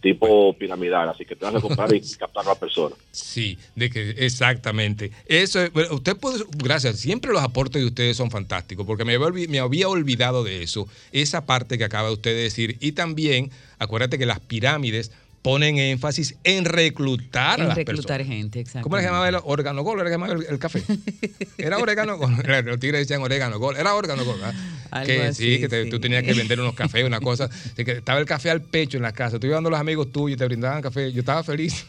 Speaker 38: Tipo piramidal, así que te vas a comprar
Speaker 26: *laughs*
Speaker 38: y captar a la persona.
Speaker 26: Sí, de que exactamente. Eso es- bueno, usted puede, gracias, siempre los aportes de ustedes son fantásticos, porque me había, olvi- me había olvidado de eso, esa parte que acaba usted de decir. Y también, acuérdate que las pirámides ponen énfasis en reclutar a
Speaker 36: en
Speaker 26: Ah, las
Speaker 36: reclutar
Speaker 26: personas.
Speaker 36: gente, exacto.
Speaker 26: ¿Cómo le llamaba el organo gol? ¿Era que llamaba el, el café? Era orégano gol. *laughs* Los tigres decían orégano gol. Era orégano gol. ¿verdad?
Speaker 36: Algo
Speaker 26: Que sí,
Speaker 36: así,
Speaker 26: que te- tú
Speaker 36: sí.
Speaker 26: tenías que vender unos cafés, una cosa. De que estaba el café al pecho en la casa. Tú ibas dando a los amigos tuyos, te brindaban café. Yo estaba feliz.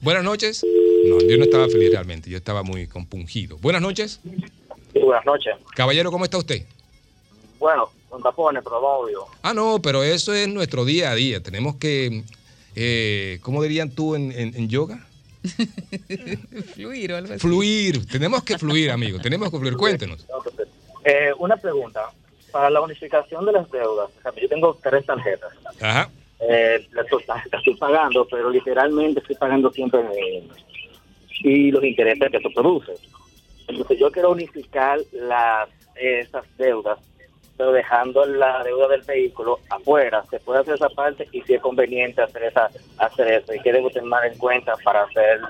Speaker 26: Buenas noches. No, yo no estaba feliz realmente. Yo estaba muy compungido. Buenas noches.
Speaker 14: Sí, buenas noches.
Speaker 26: Caballero, ¿cómo está usted?
Speaker 14: Bueno, con tapones, pero obvio.
Speaker 26: Ah, no, pero eso es nuestro día a día. Tenemos que, eh, ¿cómo dirían tú en, en- en yoga?
Speaker 36: *laughs* Fluir o algo así.
Speaker 26: Fluir. Tenemos que fluir, amigo. Tenemos que
Speaker 36: *laughs*
Speaker 26: fluir. Cuéntenos.
Speaker 14: Eh, una pregunta. Para la unificación de las deudas, o sea, yo tengo tres tarjetas.
Speaker 26: Ajá.
Speaker 14: Eh, las, estoy, las estoy pagando, pero literalmente estoy pagando siempre lo mismo. Y los intereses que se producen. Entonces yo quiero unificar las esas deudas, pero dejando la deuda del vehículo afuera. Se puede hacer esa parte y si es conveniente hacer esa hacer eso. ¿Y qué debo tomar en cuenta para hacer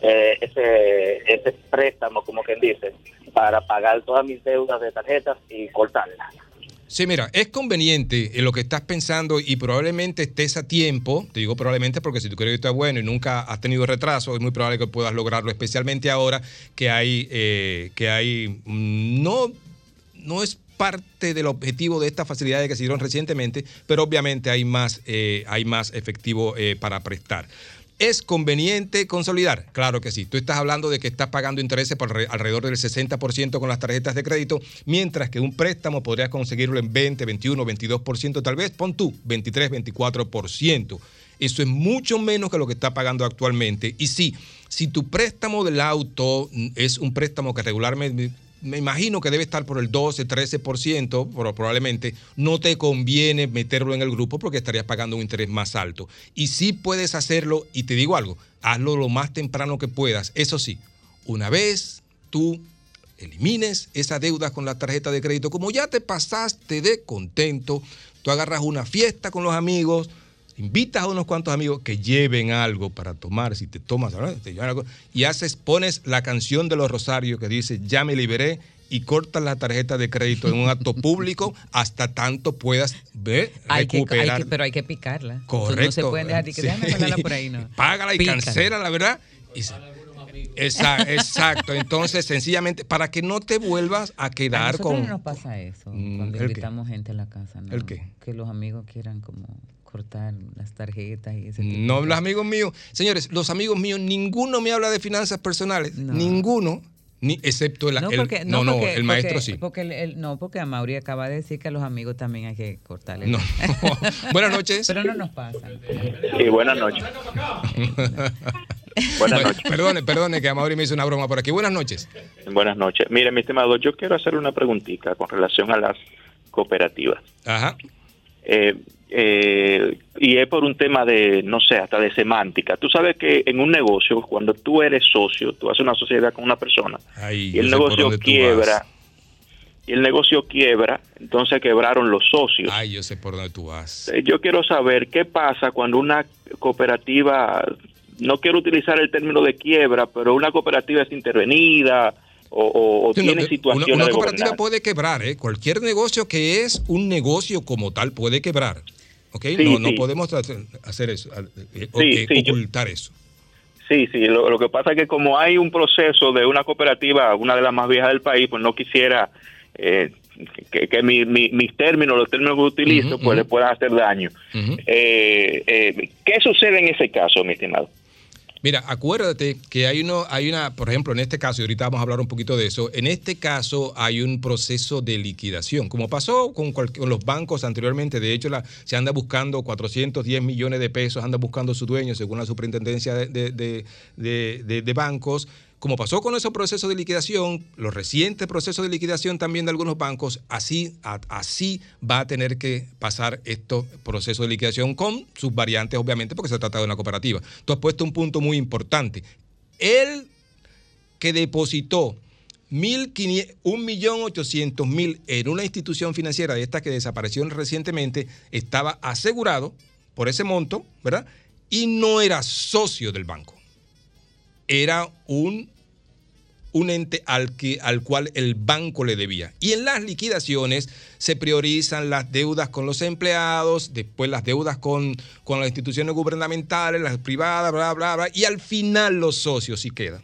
Speaker 14: eh, ese, ese préstamo, como quien dice, para pagar todas mis deudas de tarjetas y cortarlas?
Speaker 26: Sí, mira, es conveniente en lo que estás pensando y probablemente estés a tiempo. Te digo probablemente porque si tu crédito es bueno y nunca has tenido retraso, es muy probable que puedas lograrlo, especialmente ahora que hay, eh, que hay, mm, no, no es parte del objetivo de estas facilidades que se dieron recientemente, pero obviamente hay más, eh, hay más efectivo eh, para prestar. ¿Es conveniente consolidar? Claro que sí. Tú estás hablando de que estás pagando intereses por alre- alrededor del 60% con las tarjetas de crédito, mientras que un préstamo podrías conseguirlo en 20, 21, 22%, tal vez, pon tú, 23, 24%. Eso es mucho menos que lo que está pagando actualmente. Y sí, si tu préstamo del auto mm, es un préstamo que regularmente, me imagino que debe estar por el 12, 13%, pero probablemente no te conviene meterlo en el grupo porque estarías pagando un interés más alto. Y sí puedes hacerlo, y te digo algo, hazlo lo más temprano que puedas. Eso sí, una vez tú elimines esas deudas con la tarjeta de crédito, como ya te pasaste de contento, tú agarras una fiesta con los amigos, invitas a unos cuantos amigos que lleven algo para tomar, si te tomas ¿no? te llevan algo, y haces, pones la canción de los Rosarios que dice, ya me liberé, y cortas la tarjeta de crédito en un acto público hasta tanto puedas ver,
Speaker 36: *laughs* Hay que, hay
Speaker 26: recuperar.
Speaker 36: que- pero hay que picarla.
Speaker 26: Correcto.
Speaker 36: No se pueden dejar de que
Speaker 26: Sí.
Speaker 36: déjame guardarla por ahí, no.
Speaker 26: *laughs* Págala y
Speaker 36: Pícala.
Speaker 26: cancela, la verdad. Y se- Esa- exacto. Entonces, sencillamente, para que no te vuelvas a
Speaker 36: A
Speaker 26: quedar
Speaker 36: nosotros
Speaker 26: con.
Speaker 36: no nos pasa eso
Speaker 26: Mm,
Speaker 36: cuando
Speaker 26: ¿el qué?
Speaker 36: invitamos gente a la casa, ¿no?
Speaker 26: ¿El qué?
Speaker 36: Que los amigos quieran como cortar las tarjetas y ese tipo
Speaker 26: No,
Speaker 36: de
Speaker 26: los amigos míos, señores, los amigos míos, ninguno me habla de finanzas personales, ninguno, ni, excepto el,
Speaker 36: No,
Speaker 26: el-
Speaker 36: porque,
Speaker 26: no, no,
Speaker 36: porque-
Speaker 26: el maestro
Speaker 36: porque-
Speaker 26: sí.
Speaker 36: *laughs* Porque el- el- no, porque a Mauri acaba de decir que a los amigos también hay que cortarle. *laughs*
Speaker 26: No. Buenas noches.
Speaker 36: Pero no nos pasa.
Speaker 12: Sí, buenas
Speaker 36: *laughs*
Speaker 12: noches.
Speaker 26: Buenas noches. Perdone, perdone que Amaury me hizo una broma por aquí. Buenas noches.
Speaker 12: Buenas noches. Mire, mi estimado, yo quiero hacerle una preguntita con relación a las cooperativas.
Speaker 26: Ajá.
Speaker 12: Eh, eh, y es por un tema de, no sé, hasta de semántica. Tú sabes que en un negocio, cuando tú eres socio, tú haces una sociedad con una persona
Speaker 26: Ahí,
Speaker 12: y el
Speaker 26: yo sé por
Speaker 12: negocio
Speaker 26: dónde tú
Speaker 12: quiebra,
Speaker 26: vas.
Speaker 12: y el negocio quiebra, entonces quebraron los socios.
Speaker 26: Ay, yo sé por dónde tú vas.
Speaker 12: Eh, Yo quiero saber qué pasa cuando una cooperativa, no quiero utilizar el término de quiebra, pero una cooperativa es intervenida o, o- o
Speaker 26: Sí, no,
Speaker 12: tiene
Speaker 26: una-
Speaker 12: situaciones
Speaker 26: una,
Speaker 12: de
Speaker 26: cooperativa
Speaker 12: gobernanza.
Speaker 26: puede quebrar, ¿eh? Cualquier negocio que es un negocio como tal puede quebrar. ¿Ok?
Speaker 12: Sí,
Speaker 26: no, no
Speaker 12: sí.
Speaker 26: podemos hacer- hacer eso, eh, o-
Speaker 12: Sí,
Speaker 26: eh,
Speaker 12: sí, yo-
Speaker 26: ocultar eso.
Speaker 12: Sí, sí, lo, lo que pasa es que como hay un proceso de una cooperativa, una de las más viejas del país, pues no quisiera eh, que, que mi- mi- mis términos, los términos que utilizo, pues le puedan hacer daño. Eh, eh, ¿Qué sucede en ese caso, mi estimado?
Speaker 26: Mira, acuérdate que hay uno, hay una, por ejemplo, en este caso, y ahorita vamos a hablar un poquito de eso, en este caso hay un proceso de liquidación, como pasó con, cual- con los bancos anteriormente, de hecho la- se anda buscando 410 millones de pesos, anda buscando su dueño, según la superintendencia de, de- de- de- de- de bancos. Como pasó con esos procesos de liquidación, los recientes procesos de liquidación también de algunos bancos, así, a- así va a tener que pasar estos procesos de liquidación con sus variantes, obviamente, porque se trata de una cooperativa. Tú has puesto un punto muy importante. El que depositó 1.500 1.800.000 en una institución financiera de esta que desapareció recientemente estaba asegurado por ese monto, ¿verdad? Y no era socio del banco. Era un un ente al, que, al cual el banco le debía. Y en las liquidaciones se priorizan las deudas con los empleados, después las deudas con, con las instituciones gubernamentales, las privadas, bla, bla, bla, y al final los socios sí quedan.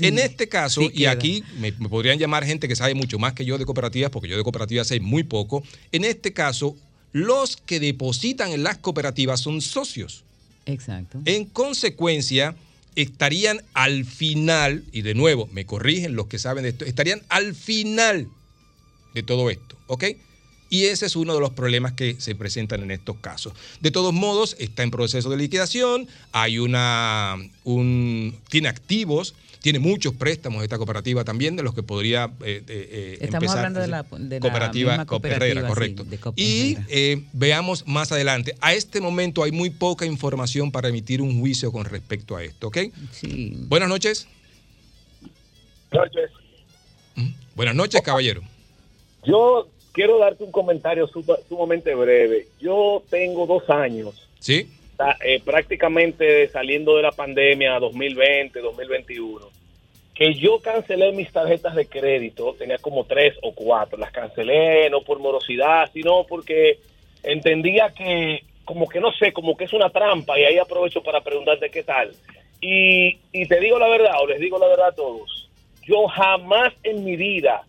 Speaker 26: en este caso,
Speaker 22: sí
Speaker 26: y
Speaker 22: queda.
Speaker 26: aquí me, me podrían llamar gente que sabe mucho más que yo de cooperativas, porque yo de cooperativas sé muy poco, en este caso, los que depositan en las cooperativas son socios.
Speaker 36: Exacto.
Speaker 26: En consecuencia, estarían al final, y de nuevo, me corrigen los que saben de esto, estarían al final de todo esto, ¿ok? Y ese es uno de los problemas que se presentan en estos casos. De todos modos, está en proceso de liquidación, hay una, un, tiene activos, tiene muchos préstamos esta cooperativa también, de los que podría eh, eh, eh,
Speaker 36: Estamos
Speaker 26: empezar-
Speaker 36: hablando de la, de la
Speaker 26: cooperativa,
Speaker 36: misma
Speaker 26: Coperrera,
Speaker 36: cooperativa, sí,
Speaker 26: correcto.
Speaker 36: de Cop-
Speaker 26: Y eh, veamos más adelante. A este momento hay muy poca información para emitir un juicio con respecto a esto, ¿ok?
Speaker 36: Sí.
Speaker 26: Buenas noches. Mm, Buenas noches, caballero.
Speaker 27: Yo quiero darte un comentario suma- sumamente breve. Yo tengo dos años,
Speaker 26: ¿Sí?
Speaker 27: ta- eh, prácticamente saliendo de la pandemia 2020, 2021, que yo cancelé mis tarjetas de crédito, tenía como tres o cuatro, las cancelé, no por morosidad, sino porque entendía que, como que no sé, como que es una trampa, y ahí aprovecho para preguntarte qué tal. Y, y te digo la verdad, o les digo la verdad a todos, yo jamás en mi vida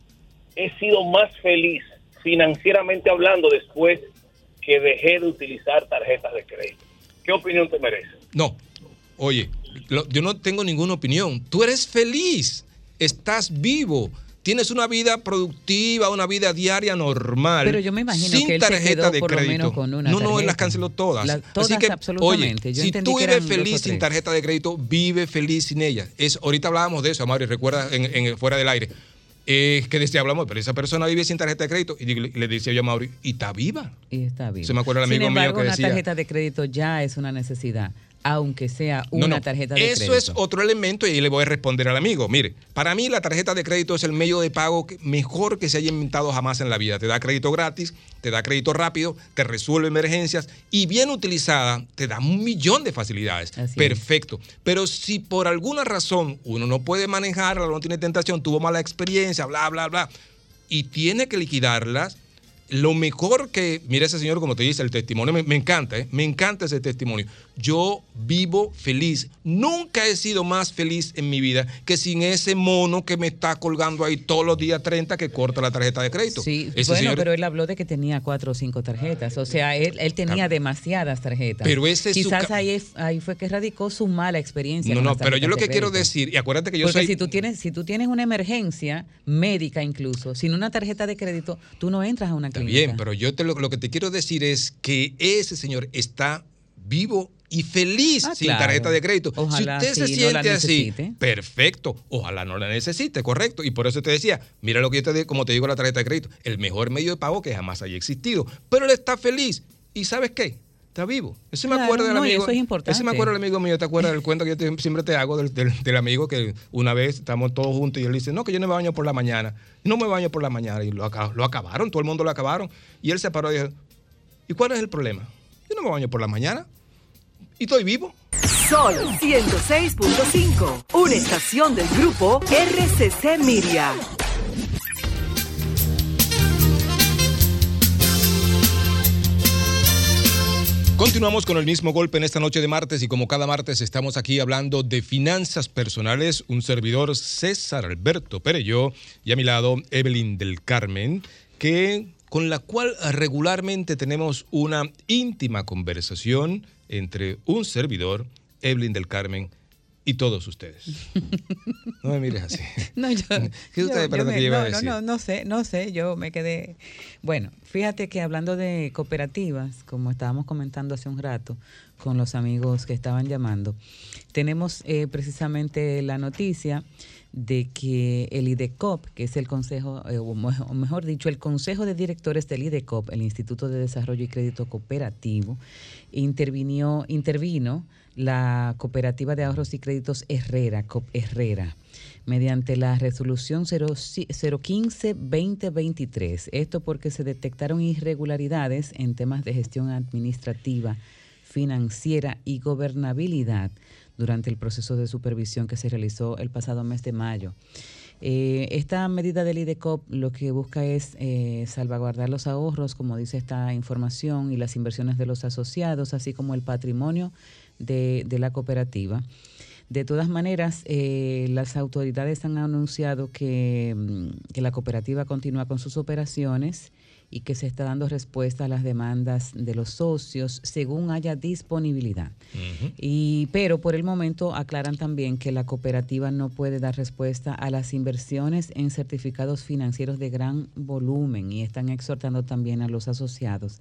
Speaker 27: he sido más feliz financieramente hablando después que dejé de utilizar tarjetas de crédito. ¿Qué opinión te merece?
Speaker 26: No. Oye, lo- yo no tengo ninguna opinión. Tú eres feliz, estás vivo, tienes una vida productiva, una vida diaria normal.
Speaker 36: Pero yo me imagino
Speaker 26: sin
Speaker 36: que él se
Speaker 26: tarjeta
Speaker 36: quedó
Speaker 26: de
Speaker 36: por lo
Speaker 26: crédito.
Speaker 36: menos con una
Speaker 26: no, no, él
Speaker 36: tarjeta.
Speaker 26: las canceló todas.
Speaker 36: La- todas,
Speaker 26: Así que,
Speaker 36: absolutamente.
Speaker 26: Oye,
Speaker 36: Yo
Speaker 26: si
Speaker 36: entendí
Speaker 26: tú
Speaker 36: que
Speaker 26: eres
Speaker 36: eran dos o
Speaker 26: feliz sin
Speaker 36: tres.
Speaker 26: tarjeta de crédito, vive feliz sin ella. Es, ahorita hablábamos de eso, Mario, recuerda en, en- fuera del aire. Es que decía, hablamos, pero esa persona vive sin tarjeta de crédito. Y le, le decía yo a Mauri, y está viva.
Speaker 36: Y está viva.
Speaker 26: Se me acuerda el amigo
Speaker 36: Sin embargo,
Speaker 26: mío que
Speaker 36: una
Speaker 26: decía.
Speaker 36: tarjeta de crédito ya es una necesidad, aunque sea
Speaker 26: No,
Speaker 36: una
Speaker 26: no.
Speaker 36: tarjeta de
Speaker 26: Eso
Speaker 36: crédito.
Speaker 26: es otro elemento y ahí le voy a responder al amigo. Mire, para mí la tarjeta de crédito es el medio de pago que- mejor que se haya inventado jamás en la vida. Te da crédito gratis, te da crédito rápido, te resuelve emergencias y bien utilizada te da un millón de facilidades. Perfecto. Pero si por alguna razón uno no puede manejarla, no tiene tentación, tuvo mala experiencia, bla, bla, bla, y tiene que liquidarlas, lo mejor que, mira ese señor como te dice, el testimonio, me, me encanta, ¿eh? me encanta ese testimonio. Yo vivo feliz. Nunca he sido más feliz en mi vida que sin ese mono que me está colgando ahí todos los días 30 que corta la tarjeta de crédito.
Speaker 36: Sí,
Speaker 26: Ese
Speaker 36: bueno,
Speaker 26: señor-
Speaker 36: pero él habló de que tenía cuatro o cinco tarjetas. O sea, él, él tenía demasiadas tarjetas.
Speaker 26: Pero ese es su
Speaker 36: Quizás
Speaker 26: ca-
Speaker 36: ahí, es- ahí fue que radicó su mala experiencia.
Speaker 26: no,
Speaker 36: con
Speaker 26: no,
Speaker 36: las
Speaker 26: pero yo
Speaker 36: tarjetas
Speaker 26: lo
Speaker 36: de
Speaker 26: que quiero
Speaker 36: crédito.
Speaker 26: decir, y acuérdate que yo
Speaker 36: Porque
Speaker 26: soy...
Speaker 36: si tú tienes si tú tienes una emergencia médica incluso, sin una tarjeta de crédito, tú no entras a una
Speaker 26: Está
Speaker 36: clínica.
Speaker 26: Bien, pero yo te lo, lo que te quiero decir es que ese señor está vivo y feliz
Speaker 36: Ah,
Speaker 26: sin
Speaker 36: claro.
Speaker 26: tarjeta de crédito.
Speaker 36: Ojalá
Speaker 26: si usted se
Speaker 36: sí, no la
Speaker 26: siente así,
Speaker 36: necesite.
Speaker 26: perfecto. Ojalá no la necesite, correcto. Y por eso te decía, mira lo que yo te digo, como te digo la tarjeta de crédito, el mejor medio de pago que jamás haya existido. Pero él está feliz. ¿Y sabes qué? Está vivo. Eso me
Speaker 36: Claro,
Speaker 26: acuerdo del
Speaker 36: no, y
Speaker 26: amigo.
Speaker 36: eso es importante.
Speaker 26: ese me acuerdo del amigo mío. ¿Te acuerdas del cuento que yo te- siempre te hago del, del- del amigo que una vez estamos todos juntos y él dice, no, que yo no me baño por la mañana. No me baño por la mañana. Y lo, aca- lo acabaron, todo el mundo lo acabaron. Y él se paró y dijo, ¿y cuál es el problema? Yo no me baño por la mañana. Y estoy vivo.
Speaker 22: Sol 106.5, una estación del grupo RCC Miria.
Speaker 26: Continuamos con el mismo golpe en esta noche de martes y como cada martes estamos aquí hablando de finanzas personales, un servidor César Alberto Perello y a mi lado Evelyn del Carmen, que con la cual regularmente tenemos una íntima conversación entre un servidor, Evelyn del Carmen, y todos ustedes. No me mires así.
Speaker 36: No, yo,
Speaker 26: ¿Qué usted espera que yo iba a
Speaker 36: no,
Speaker 26: decir?
Speaker 36: no, no, no sé, no sé, yo me quedé. Bueno, fíjate que hablando de cooperativas, como estábamos comentando hace un rato con los amigos que estaban llamando, tenemos eh, precisamente la noticia de que el IDECOP, que es el consejo, eh, o me- o mejor dicho, el consejo de directores del IDECOP, el Instituto de Desarrollo y Crédito Cooperativo, intervino, intervino la cooperativa de ahorros y créditos Herrera, COP Herrera mediante la resolución 015-2023. Esto porque se detectaron irregularidades en temas de gestión administrativa, financiera y gobernabilidad durante el proceso de supervisión que se realizó el pasado mes de mayo. Eh, esta medida del IDECOP lo que busca es eh, salvaguardar los ahorros, como dice esta información, y las inversiones de los asociados, así como el patrimonio de, de la cooperativa. De todas maneras, eh, las autoridades han anunciado que, mm, que la cooperativa continúa con sus operaciones y que se está dando respuesta a las demandas de los socios según haya disponibilidad. Y, pero por el momento aclaran también que la cooperativa no puede dar respuesta a las inversiones en certificados financieros de gran volumen y están exhortando también a los asociados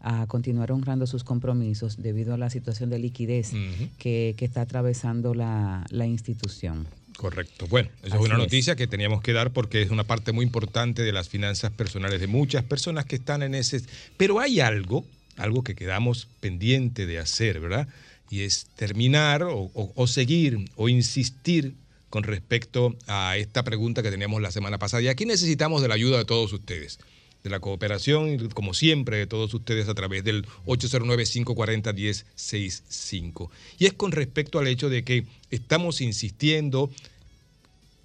Speaker 36: a continuar honrando sus compromisos debido a la situación de liquidez que, que está atravesando la, la institución.
Speaker 26: Correcto. Bueno, eso
Speaker 36: Así
Speaker 26: es una
Speaker 36: es.
Speaker 26: noticia que teníamos que dar porque es una parte muy importante de las finanzas personales de muchas personas que están en ese... Pero hay algo, algo que quedamos pendiente de hacer, ¿verdad? Y es terminar o, o- o seguir o insistir con respecto a esta pregunta que teníamos la semana pasada. Y aquí necesitamos de la ayuda de todos ustedes de la cooperación y como siempre de todos ustedes a través del 809-540-1065. Y es con respecto al hecho de que estamos insistiendo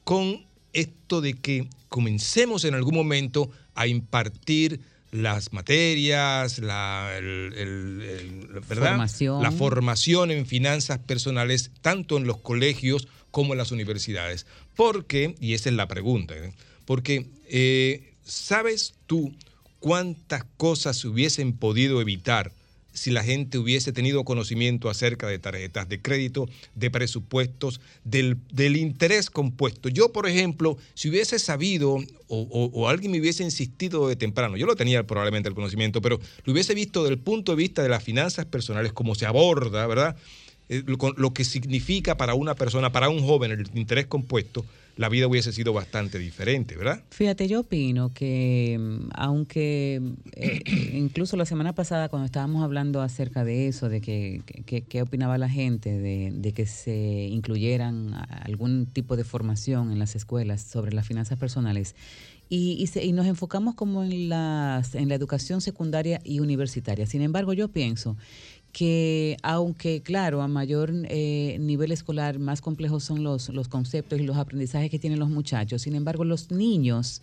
Speaker 26: con esto de que comencemos en algún momento a impartir las materias, la, el- el- el- ¿verdad?
Speaker 36: Formación.
Speaker 26: la formación en finanzas personales, tanto en los colegios como en las universidades. Porque, y esa es la pregunta, ¿eh? porque eh, ¿sabes tú cuántas cosas se hubiesen podido evitar si la gente hubiese tenido conocimiento acerca de tarjetas de crédito, de presupuestos, del, del interés compuesto. Yo, por ejemplo, si hubiese sabido o, o- o alguien me hubiese insistido de temprano, yo lo tenía probablemente el conocimiento, pero lo hubiese visto del punto de vista de las finanzas personales, cómo se aborda, ¿verdad? eh, lo, con- lo que significa para una persona, para un joven, el interés compuesto, la vida hubiese sido bastante diferente, ¿verdad?
Speaker 36: Fíjate, yo opino que mm, aunque eh, incluso la semana pasada cuando estábamos hablando acerca de eso, de que, que- que- qué opinaba la gente, de, de que se incluyeran a- algún tipo de formación en las escuelas sobre las finanzas personales, y, y se- y nos enfocamos como en, las, en la educación secundaria y universitaria. Sin embargo, yo pienso que aunque claro, a mayor eh, nivel escolar, más complejos son los, los conceptos y los aprendizajes que tienen los muchachos. Sin embargo, los niños,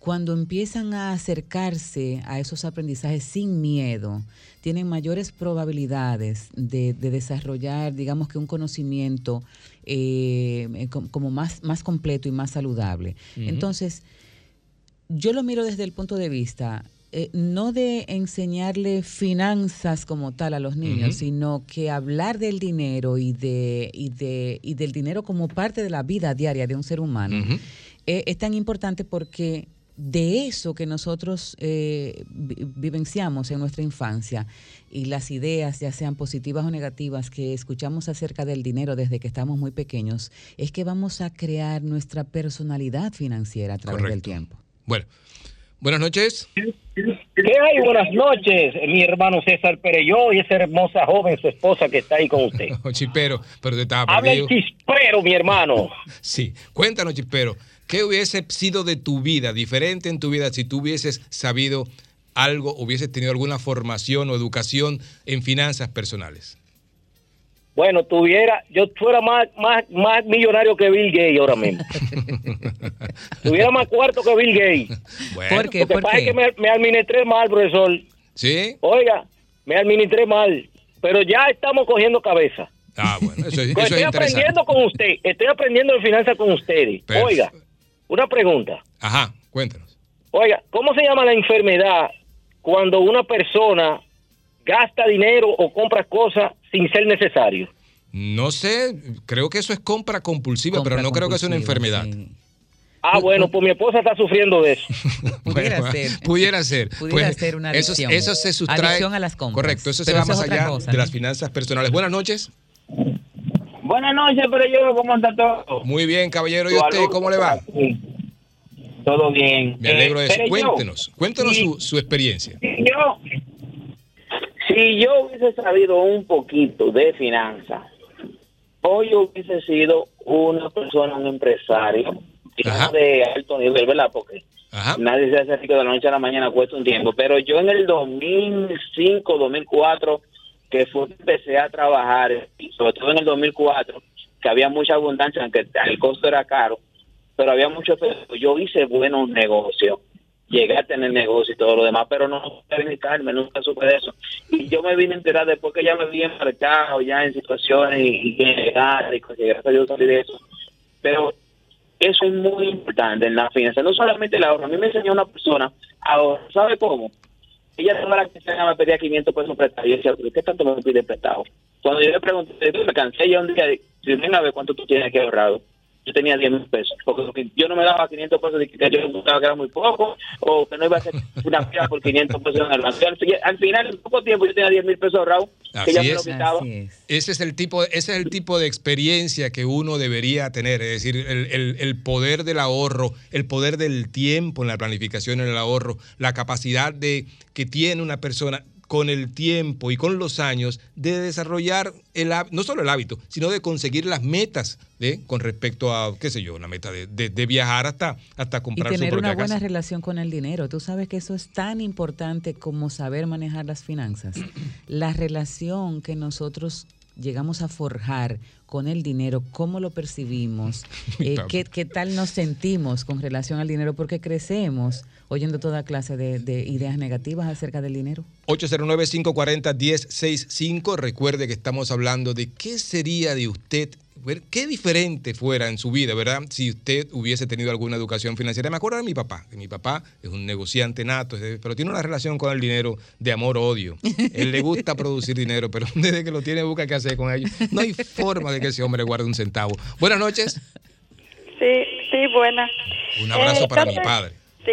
Speaker 36: cuando empiezan a acercarse a esos aprendizajes sin miedo, tienen mayores probabilidades de, de desarrollar, digamos que un conocimiento eh, eh, com- como más, más completo y más saludable.
Speaker 30: Ujú.
Speaker 36: Entonces, yo lo miro desde el punto de vista eh, no de enseñarle finanzas como tal a los niños,
Speaker 30: Ujú.
Speaker 36: sino que hablar del dinero y de y de y del dinero como parte de la vida diaria de un ser humano eh, es tan importante porque de eso que nosotros eh, vi- vivenciamos en nuestra infancia y las ideas, ya sean positivas o negativas, que escuchamos acerca del dinero desde que estamos muy pequeños, es que vamos a crear nuestra personalidad financiera a través del
Speaker 26: Correcto.
Speaker 36: tiempo.
Speaker 26: Bueno, buenas noches.
Speaker 11: ¿Qué hay? Buenas noches, mi hermano César Pereyó y esa hermosa joven, su esposa que está ahí
Speaker 26: *laughs*
Speaker 11: con usted.
Speaker 26: Chispero, pero te estaba
Speaker 11: Habla el
Speaker 26: perdido.
Speaker 11: chispero, mi hermano.
Speaker 26: *laughs* Sí, cuéntanos, Chispero, ¿qué hubiese sido de tu vida, diferente en tu vida, si tú hubieses sabido algo, hubieses tenido alguna formación o educación en finanzas personales?
Speaker 11: Bueno, tuviera, yo fuera más, más, más millonario que Bill Gates
Speaker 26: *laughs*
Speaker 11: ahora mismo. tuviera más cuarto que Bill Gates.
Speaker 26: Bueno. ¿Por qué?
Speaker 11: Lo que
Speaker 26: ¿Por
Speaker 11: pasa
Speaker 26: qué?
Speaker 11: es que me, me administré mal, profesor.
Speaker 26: ¿Sí?
Speaker 11: Oiga, me administré mal, pero ya estamos cogiendo cabeza.
Speaker 26: Ah, bueno, eso, es-
Speaker 11: *laughs* Pues
Speaker 26: eso
Speaker 11: estoy
Speaker 26: es interesante.
Speaker 11: aprendiendo con usted, estoy aprendiendo de finanzas con ustedes.
Speaker 26: Perfecto.
Speaker 11: Oiga, una pregunta.
Speaker 26: Ajá, cuéntanos.
Speaker 11: Oiga, ¿cómo se llama la enfermedad cuando una persona gasta dinero o compra cosas sin ser necesario?
Speaker 26: No sé, creo que eso es compra compulsiva, pero no creo que sea una enfermedad.
Speaker 11: Ah, bueno, pues mi esposa está sufriendo de eso.
Speaker 26: Pudiera ser. Pudiera ser. Pues,
Speaker 11: Pudiera ser una
Speaker 26: eso-
Speaker 11: adicción.
Speaker 26: Eso, se sustrae.
Speaker 11: Adicción a las compras.
Speaker 26: Correcto, eso se
Speaker 11: Pero
Speaker 26: va
Speaker 11: eso es
Speaker 26: más
Speaker 11: otra
Speaker 26: allá
Speaker 11: cosa,
Speaker 26: de
Speaker 11: ¿no?
Speaker 26: las finanzas personales. Buenas noches.
Speaker 15: Buenas noches, pero yo ¿cómo está todo?
Speaker 26: Muy bien, caballero. ¿Y usted cómo le va?
Speaker 15: Todo bien.
Speaker 26: Me alegro de
Speaker 15: Eh,
Speaker 26: eso.
Speaker 15: pero yo-
Speaker 26: Cuéntenos, cuéntenos su, su experiencia.
Speaker 15: Si yo, si yo hubiese sabido un poquito de finanzas, hoy yo hubiese sido una persona, un empresario digamos, de alto nivel, ¿verdad? Porque nadie se hace rico de la noche a la mañana, cuesta un tiempo. Pero yo en el 2005, 2004, que fue que empecé a trabajar, y sobre todo en el 2004, que había mucha abundancia, aunque el costo era caro, pero había mucho esfuerzo. Yo hice buenos negocios llegué a tener negocio y todo lo demás, pero no supe dedicarme, nunca supe de eso. Y yo me vine a enterar después que ya me vi embarcado, ya en situaciones y y llegar, y que gracias a Dios salí de eso. Pero eso es muy importante en la finanza, no solamente el ahorro. A mí me enseñó una persona a ahorrar, ¿sabe cómo? Ella toda la quincena me pedía 500 pesos prestado. Yo decía, ¿por qué tanto me pide prestado? Cuando yo le pregunté, me cansé ya un día, dije, venga a ver cuánto tú tienes aquí ahorrado yo tenía 10 mil pesos, porque lo que yo no me daba 500 pesos, de que yo pensaba que era muy poco, o que no iba a hacer una fila por 500 pesos en el banco. Al, fi- al final, en poco tiempo, yo tenía 10 mil pesos ahorrados, que
Speaker 26: Así
Speaker 15: ya me lo
Speaker 26: es.
Speaker 15: quitaba.
Speaker 26: Ese es, el tipo, ese es el tipo de experiencia que uno debería tener, es decir, el, el- el poder del ahorro, el poder del tiempo en la planificación, en el ahorro, la capacidad de, que tiene una persona con el tiempo y con los años de desarrollar el, há- no solo el hábito, sino de conseguir las metas ¿eh? con respecto a, qué sé yo, una meta de, de- de viajar hasta, hasta
Speaker 36: Y
Speaker 26: comprar su
Speaker 36: tener
Speaker 26: propia
Speaker 36: una buena
Speaker 26: casa.
Speaker 36: relación con el dinero. Tú sabes que eso es tan importante como saber manejar las
Speaker 26: *clears throat*
Speaker 36: finanzas. La relación que nosotros llegamos a forjar con el dinero, cómo lo
Speaker 26: *laughs*
Speaker 36: percibimos, eh,
Speaker 30: Pablo.
Speaker 36: qué, qué tal nos sentimos con relación al dinero, porque crecemos oyendo toda clase de- de ideas negativas acerca del dinero.
Speaker 26: 809-540-1065. Recuerde que estamos hablando de qué sería de usted ver qué diferente fuera en su vida, ¿verdad? Si usted hubiese tenido alguna educación financiera. Me acuerdo de mi papá, que mi papá es un negociante nato, es de- pero tiene una relación con el dinero de amor-odio. Él le gusta producir dinero, pero *laughs* desde que lo tiene busca qué hacer con ello. No hay forma de que ese hombre guarde un centavo. Buenas noches.
Speaker 39: Sí, sí, buena.
Speaker 26: Un abrazo
Speaker 39: Eh,
Speaker 26: para
Speaker 39: yo
Speaker 26: mi
Speaker 39: te-
Speaker 26: padre.
Speaker 39: Sí,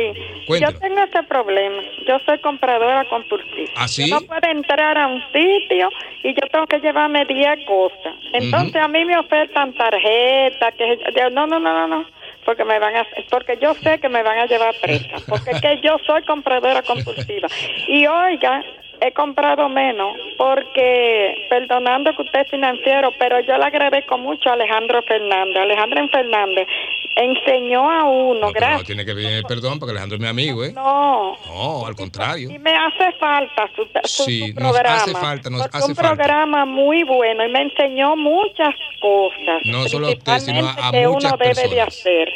Speaker 26: Cuéntelo.
Speaker 39: yo tengo este problema. Yo soy compradora compulsiva.
Speaker 26: ¿Ah, sí?
Speaker 39: Yo no puedo entrar a un sitio y yo tengo que llevarme 10 cosas. Entonces a mí me ofertan tarjeta, que yo- no, no, no, no, no, porque me van a porque yo sé que me van a llevar presa, porque es que yo soy compradora compulsiva. Y oiga, he comprado menos porque perdonando que usted es financiero, pero yo le agradezco mucho a Alejandro Fernández. Alejandro Fernández enseñó a uno,
Speaker 26: Pero
Speaker 39: gracias.
Speaker 26: no tiene que pedir perdón porque Alejandro es mi amigo, ¿eh?
Speaker 39: No,
Speaker 26: No, al contrario.
Speaker 39: y me hace falta su, su-
Speaker 26: Sí,
Speaker 39: su
Speaker 26: nos
Speaker 39: programa.
Speaker 26: hace falta, nos
Speaker 39: porque
Speaker 26: hace
Speaker 39: un
Speaker 26: falta.
Speaker 39: programa muy bueno y me enseñó muchas cosas.
Speaker 26: No solo a usted, sino a- a
Speaker 39: principalmente que
Speaker 26: muchas
Speaker 39: uno debe de
Speaker 26: personas.
Speaker 39: hacer.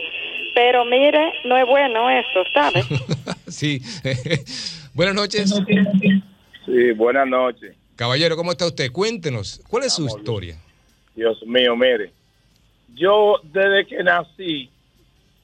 Speaker 39: Pero mire, no es bueno eso, ¿sabes?
Speaker 26: Sí. *laughs* Buenas noches.
Speaker 10: Sí, buenas noches.
Speaker 26: Caballero, ¿cómo está usted? Cuéntenos, ¿cuál es su historia?
Speaker 10: Dios mío, mire. Yo desde que nací,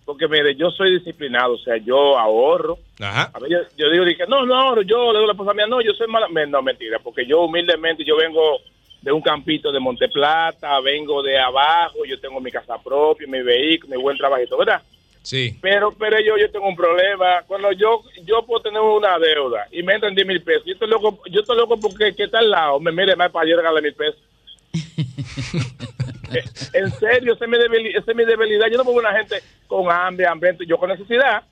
Speaker 10: porque mire, yo soy disciplinado, o sea, yo ahorro.
Speaker 26: Ajá.
Speaker 10: A ver, yo, yo digo, dije, no, no ahorro, yo le doy la esposa mía, no, yo soy mala. me- No, mentira, porque yo humildemente, yo vengo de un campito de Monteplata, vengo de abajo, yo tengo mi casa propia, mi vehículo, mi buen trabajito, ¿verdad?
Speaker 26: Sí.
Speaker 10: Pero, pero yo, yo tengo un problema. Cuando yo, yo puedo tener una deuda y me entran 10 mil pesos, yo estoy loco, yo estoy loco porque que está al lado, me mire más para yo regalar mil pesos. Eh, en serio, esa es, mi debili- esa es mi debilidad. Yo no pongo una gente con hambre, hambriento, yo con necesidad.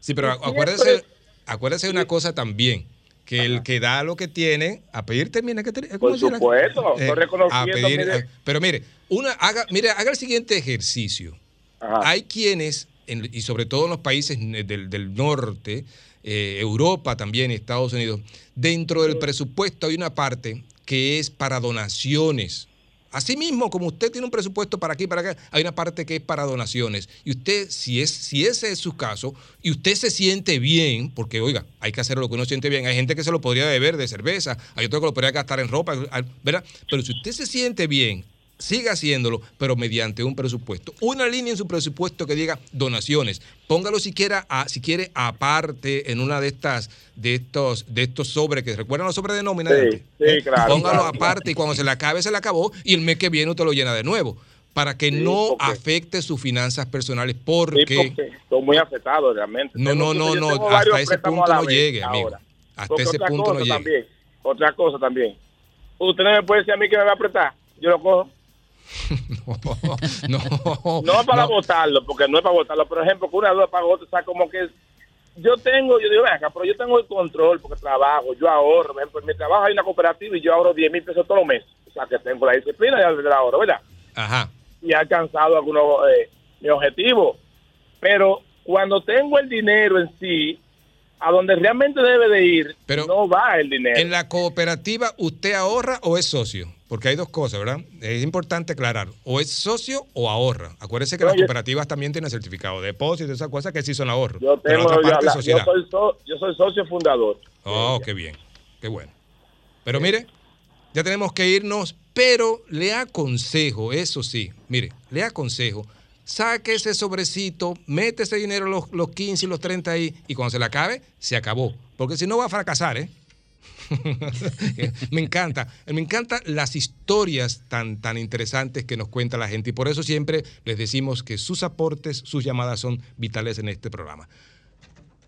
Speaker 26: Sí, pero acu- acuérdese, acuérdese de una cosa también, que el que da lo que tiene, a pedir también hay que tener. ¿cómo
Speaker 10: Por
Speaker 26: se llama?
Speaker 10: supuesto, estoy
Speaker 26: Eh, a
Speaker 10: reconociendo,
Speaker 26: pedir,
Speaker 10: mire.
Speaker 26: a- pero mire, una, haga, mire, haga el siguiente ejercicio. Hay quienes, en- y sobre todo en los países ne- del, del norte, eh, Europa también, Estados Unidos, dentro del presupuesto hay una parte que es para donaciones. Asimismo, como usted tiene un presupuesto para aquí y para acá, hay una parte que es para donaciones. Y usted, si, es, si ese es su caso, y usted se siente bien, porque oiga, hay que hacer lo que uno siente bien. Hay gente que se lo podría beber de cerveza, hay otro que lo podría gastar en ropa, al- ¿verdad? Pero si usted se siente bien, siga haciéndolo, pero mediante un presupuesto. Una línea en su presupuesto que diga donaciones. Póngalo siquiera a, si quiere aparte en una de estas, de estos, de estos sobres que recuerdan los sobres de nómina.
Speaker 10: Sí,
Speaker 26: de antes? Eh,
Speaker 10: sí, claro,
Speaker 26: Póngalo
Speaker 10: claro.
Speaker 26: aparte y cuando se le acabe, se le acabó y el mes que viene usted lo llena de nuevo. Para que no afecte sus finanzas personales, porque,
Speaker 10: Estoy muy afectado realmente.
Speaker 26: No, no, no,
Speaker 10: yo
Speaker 26: no,
Speaker 10: tengo
Speaker 26: hasta
Speaker 10: varios
Speaker 26: ese
Speaker 10: préstamos
Speaker 26: punto
Speaker 10: a la
Speaker 26: no
Speaker 10: vez
Speaker 26: llegue, amigo.
Speaker 10: ahora.
Speaker 26: Hasta
Speaker 10: Porque
Speaker 26: ese
Speaker 10: otra
Speaker 26: punto
Speaker 10: cosa
Speaker 26: no llegue.
Speaker 10: También, otra cosa también. Usted no me puede decir a mí que me va a apretar. Yo lo cojo.
Speaker 26: *laughs* no,
Speaker 10: no para votarlo, porque no es para votarlo. Por ejemplo, que una duda para otra, o sea, como que yo tengo, yo digo, "Ven acá, pero yo tengo el control porque trabajo, yo ahorro. Por ejemplo, en mi trabajo hay una cooperativa y yo ahorro 10 mil pesos todos los meses. O sea, que tengo la disciplina y el ahorro, ¿verdad?
Speaker 26: eh, Ajá.
Speaker 10: y he alcanzado algunos eh, mis objetivos. Pero cuando tengo el dinero en sí, a donde realmente debe de ir, no va el dinero.
Speaker 26: ¿En la cooperativa usted ahorra o es socio? Porque hay dos cosas, ¿verdad? Es importante aclarar. O es socio o ahorra. Acuérdese que las cooperativas también tienen certificado de depósito, esas cosas que sí son ahorro.
Speaker 10: yo,
Speaker 26: Pero la
Speaker 10: tengo,
Speaker 26: otra
Speaker 10: yo,
Speaker 26: parte es
Speaker 10: la- yo
Speaker 26: sociedad.
Speaker 10: soy so- yo soy socio fundador.
Speaker 26: Oh, qué bien, qué bueno. Pero mire, ya tenemos que irnos, pero le aconsejo, eso sí, mire, le aconsejo, saque ese sobrecito, mete ese dinero, los, los 15 y los 30 ahí, y cuando se le acabe, se acabó. Porque si no va a fracasar, ¿eh? me encanta, me encantan las historias tan, tan interesantes que nos cuenta la gente y por eso siempre les decimos que sus aportes, sus llamadas son vitales en este programa.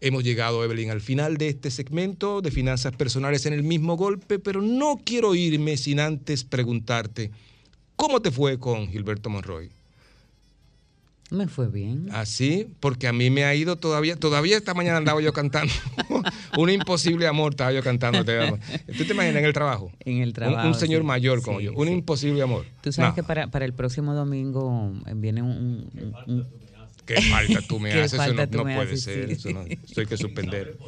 Speaker 26: Hemos llegado, Evelyn, al final de este segmento de finanzas personales en el mismo golpe, pero no quiero irme sin antes preguntarte, ¿cómo te fue con Gilberto Monroy?
Speaker 36: Me fue bien.
Speaker 26: Así, porque a mí me ha ido todavía, todavía esta mañana andaba yo cantando, *laughs* un imposible amor estaba yo cantando. te amo. ¿Tú te imaginas en el trabajo?
Speaker 36: En el
Speaker 26: Un-
Speaker 36: trabajo.
Speaker 26: Un, señor
Speaker 36: sí.
Speaker 26: mayor como
Speaker 36: Sí,
Speaker 26: yo, un
Speaker 36: sí.
Speaker 26: imposible amor.
Speaker 36: Tú sabes
Speaker 26: No,
Speaker 36: que para, para el próximo domingo eh, viene un. un- un-
Speaker 26: Qué falta tú me
Speaker 36: *laughs* Qué
Speaker 26: haces, eso
Speaker 36: falta
Speaker 26: no,
Speaker 36: tú
Speaker 26: no
Speaker 36: me
Speaker 26: puede
Speaker 36: haces,
Speaker 26: ser,
Speaker 36: sí.
Speaker 26: eso no- eso hay que *laughs* suspender.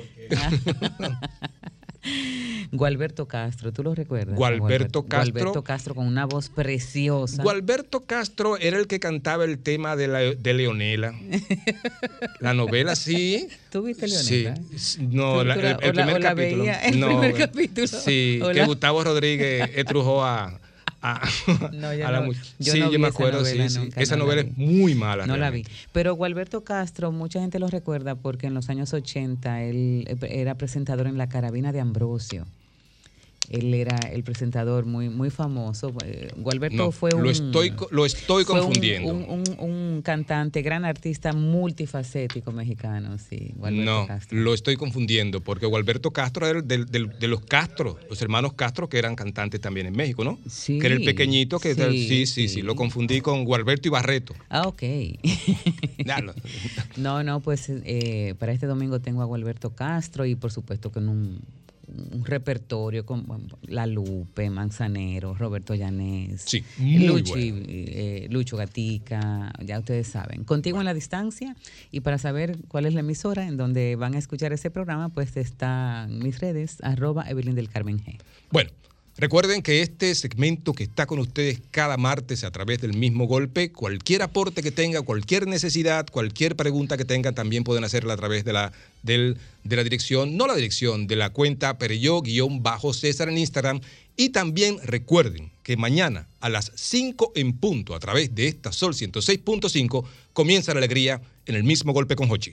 Speaker 36: Gualberto Castro, ¿tú lo recuerdas?
Speaker 26: Gualberto Castro.
Speaker 36: Gualberto Castro con una voz preciosa.
Speaker 26: Gualberto Castro era el que cantaba el tema de, la- de
Speaker 36: *laughs*
Speaker 26: Leonela. La novela, sí.
Speaker 36: ¿Tú viste
Speaker 26: Sí.
Speaker 36: Leonela?
Speaker 26: S- No,
Speaker 36: ¿Tú-
Speaker 26: la-
Speaker 36: tú
Speaker 26: el,
Speaker 36: la-
Speaker 26: el
Speaker 36: o la-
Speaker 26: primer
Speaker 36: o la
Speaker 26: capítulo.
Speaker 36: veía el
Speaker 26: No,
Speaker 36: primer
Speaker 26: eh,
Speaker 36: capítulo?
Speaker 26: Sí,
Speaker 36: ¿O
Speaker 26: que
Speaker 36: la-
Speaker 26: Gustavo Rodríguez estrujó a, a,
Speaker 36: No, *laughs* yo
Speaker 26: a la
Speaker 36: no-
Speaker 26: mu-
Speaker 36: yo
Speaker 26: sí,
Speaker 36: no
Speaker 26: yo
Speaker 36: vi
Speaker 26: me
Speaker 36: esa
Speaker 26: acuerdo, sí,
Speaker 36: novela
Speaker 26: sí.
Speaker 36: nunca,
Speaker 26: Esa
Speaker 36: no la
Speaker 26: novela
Speaker 36: vi.
Speaker 26: es muy mala.
Speaker 36: No la
Speaker 26: realmente.
Speaker 36: vi. Pero Gualberto Castro, mucha gente lo recuerda porque en los años 80 él eh, era presentador en La Carabina de Ambrosio. Él era el presentador muy muy famoso. Eh, Gualberto
Speaker 26: No,
Speaker 36: fue un
Speaker 26: lo estoy co- lo estoy
Speaker 36: fue un-
Speaker 26: confundiendo.
Speaker 36: Un, un- un cantante, gran artista multifacético mexicano, sí. Gualberto
Speaker 26: no,
Speaker 36: Castro.
Speaker 26: lo estoy confundiendo, porque Gualberto Castro era del- del- de los Castro, los hermanos Castro, que eran cantantes también en México, ¿no?
Speaker 36: Sí,
Speaker 26: que era el pequeñito, que era-
Speaker 36: sí,
Speaker 26: sí, sí, sí, lo confundí con Gualberto y
Speaker 36: *laughs*
Speaker 26: Barreto.
Speaker 36: Ah, ok. *laughs* no, no, pues eh, para este domingo tengo a Gualberto Castro y por supuesto con un, un repertorio con bueno, La Lupe, Manzanero, Roberto Llanés,
Speaker 26: muy
Speaker 36: Luchi, eh, Lucho Gatica, ya ustedes saben. Contigo en la distancia y para saber cuál es la emisora en donde van a escuchar ese programa, pues están mis redes, arroba Evelyn del Carmen G.
Speaker 26: Bueno, recuerden que este segmento que está con ustedes cada martes a través del mismo golpe, cualquier aporte que tenga, cualquier necesidad, cualquier pregunta que tengan, también pueden hacerla a través de la, del- de la dirección, no la dirección, de la cuenta Pereyó-César en Instagram. Y también recuerden que mañana a las 5 en punto, a través de esta Sol 106.5, comienza la alegría en el mismo golpe con Hochi.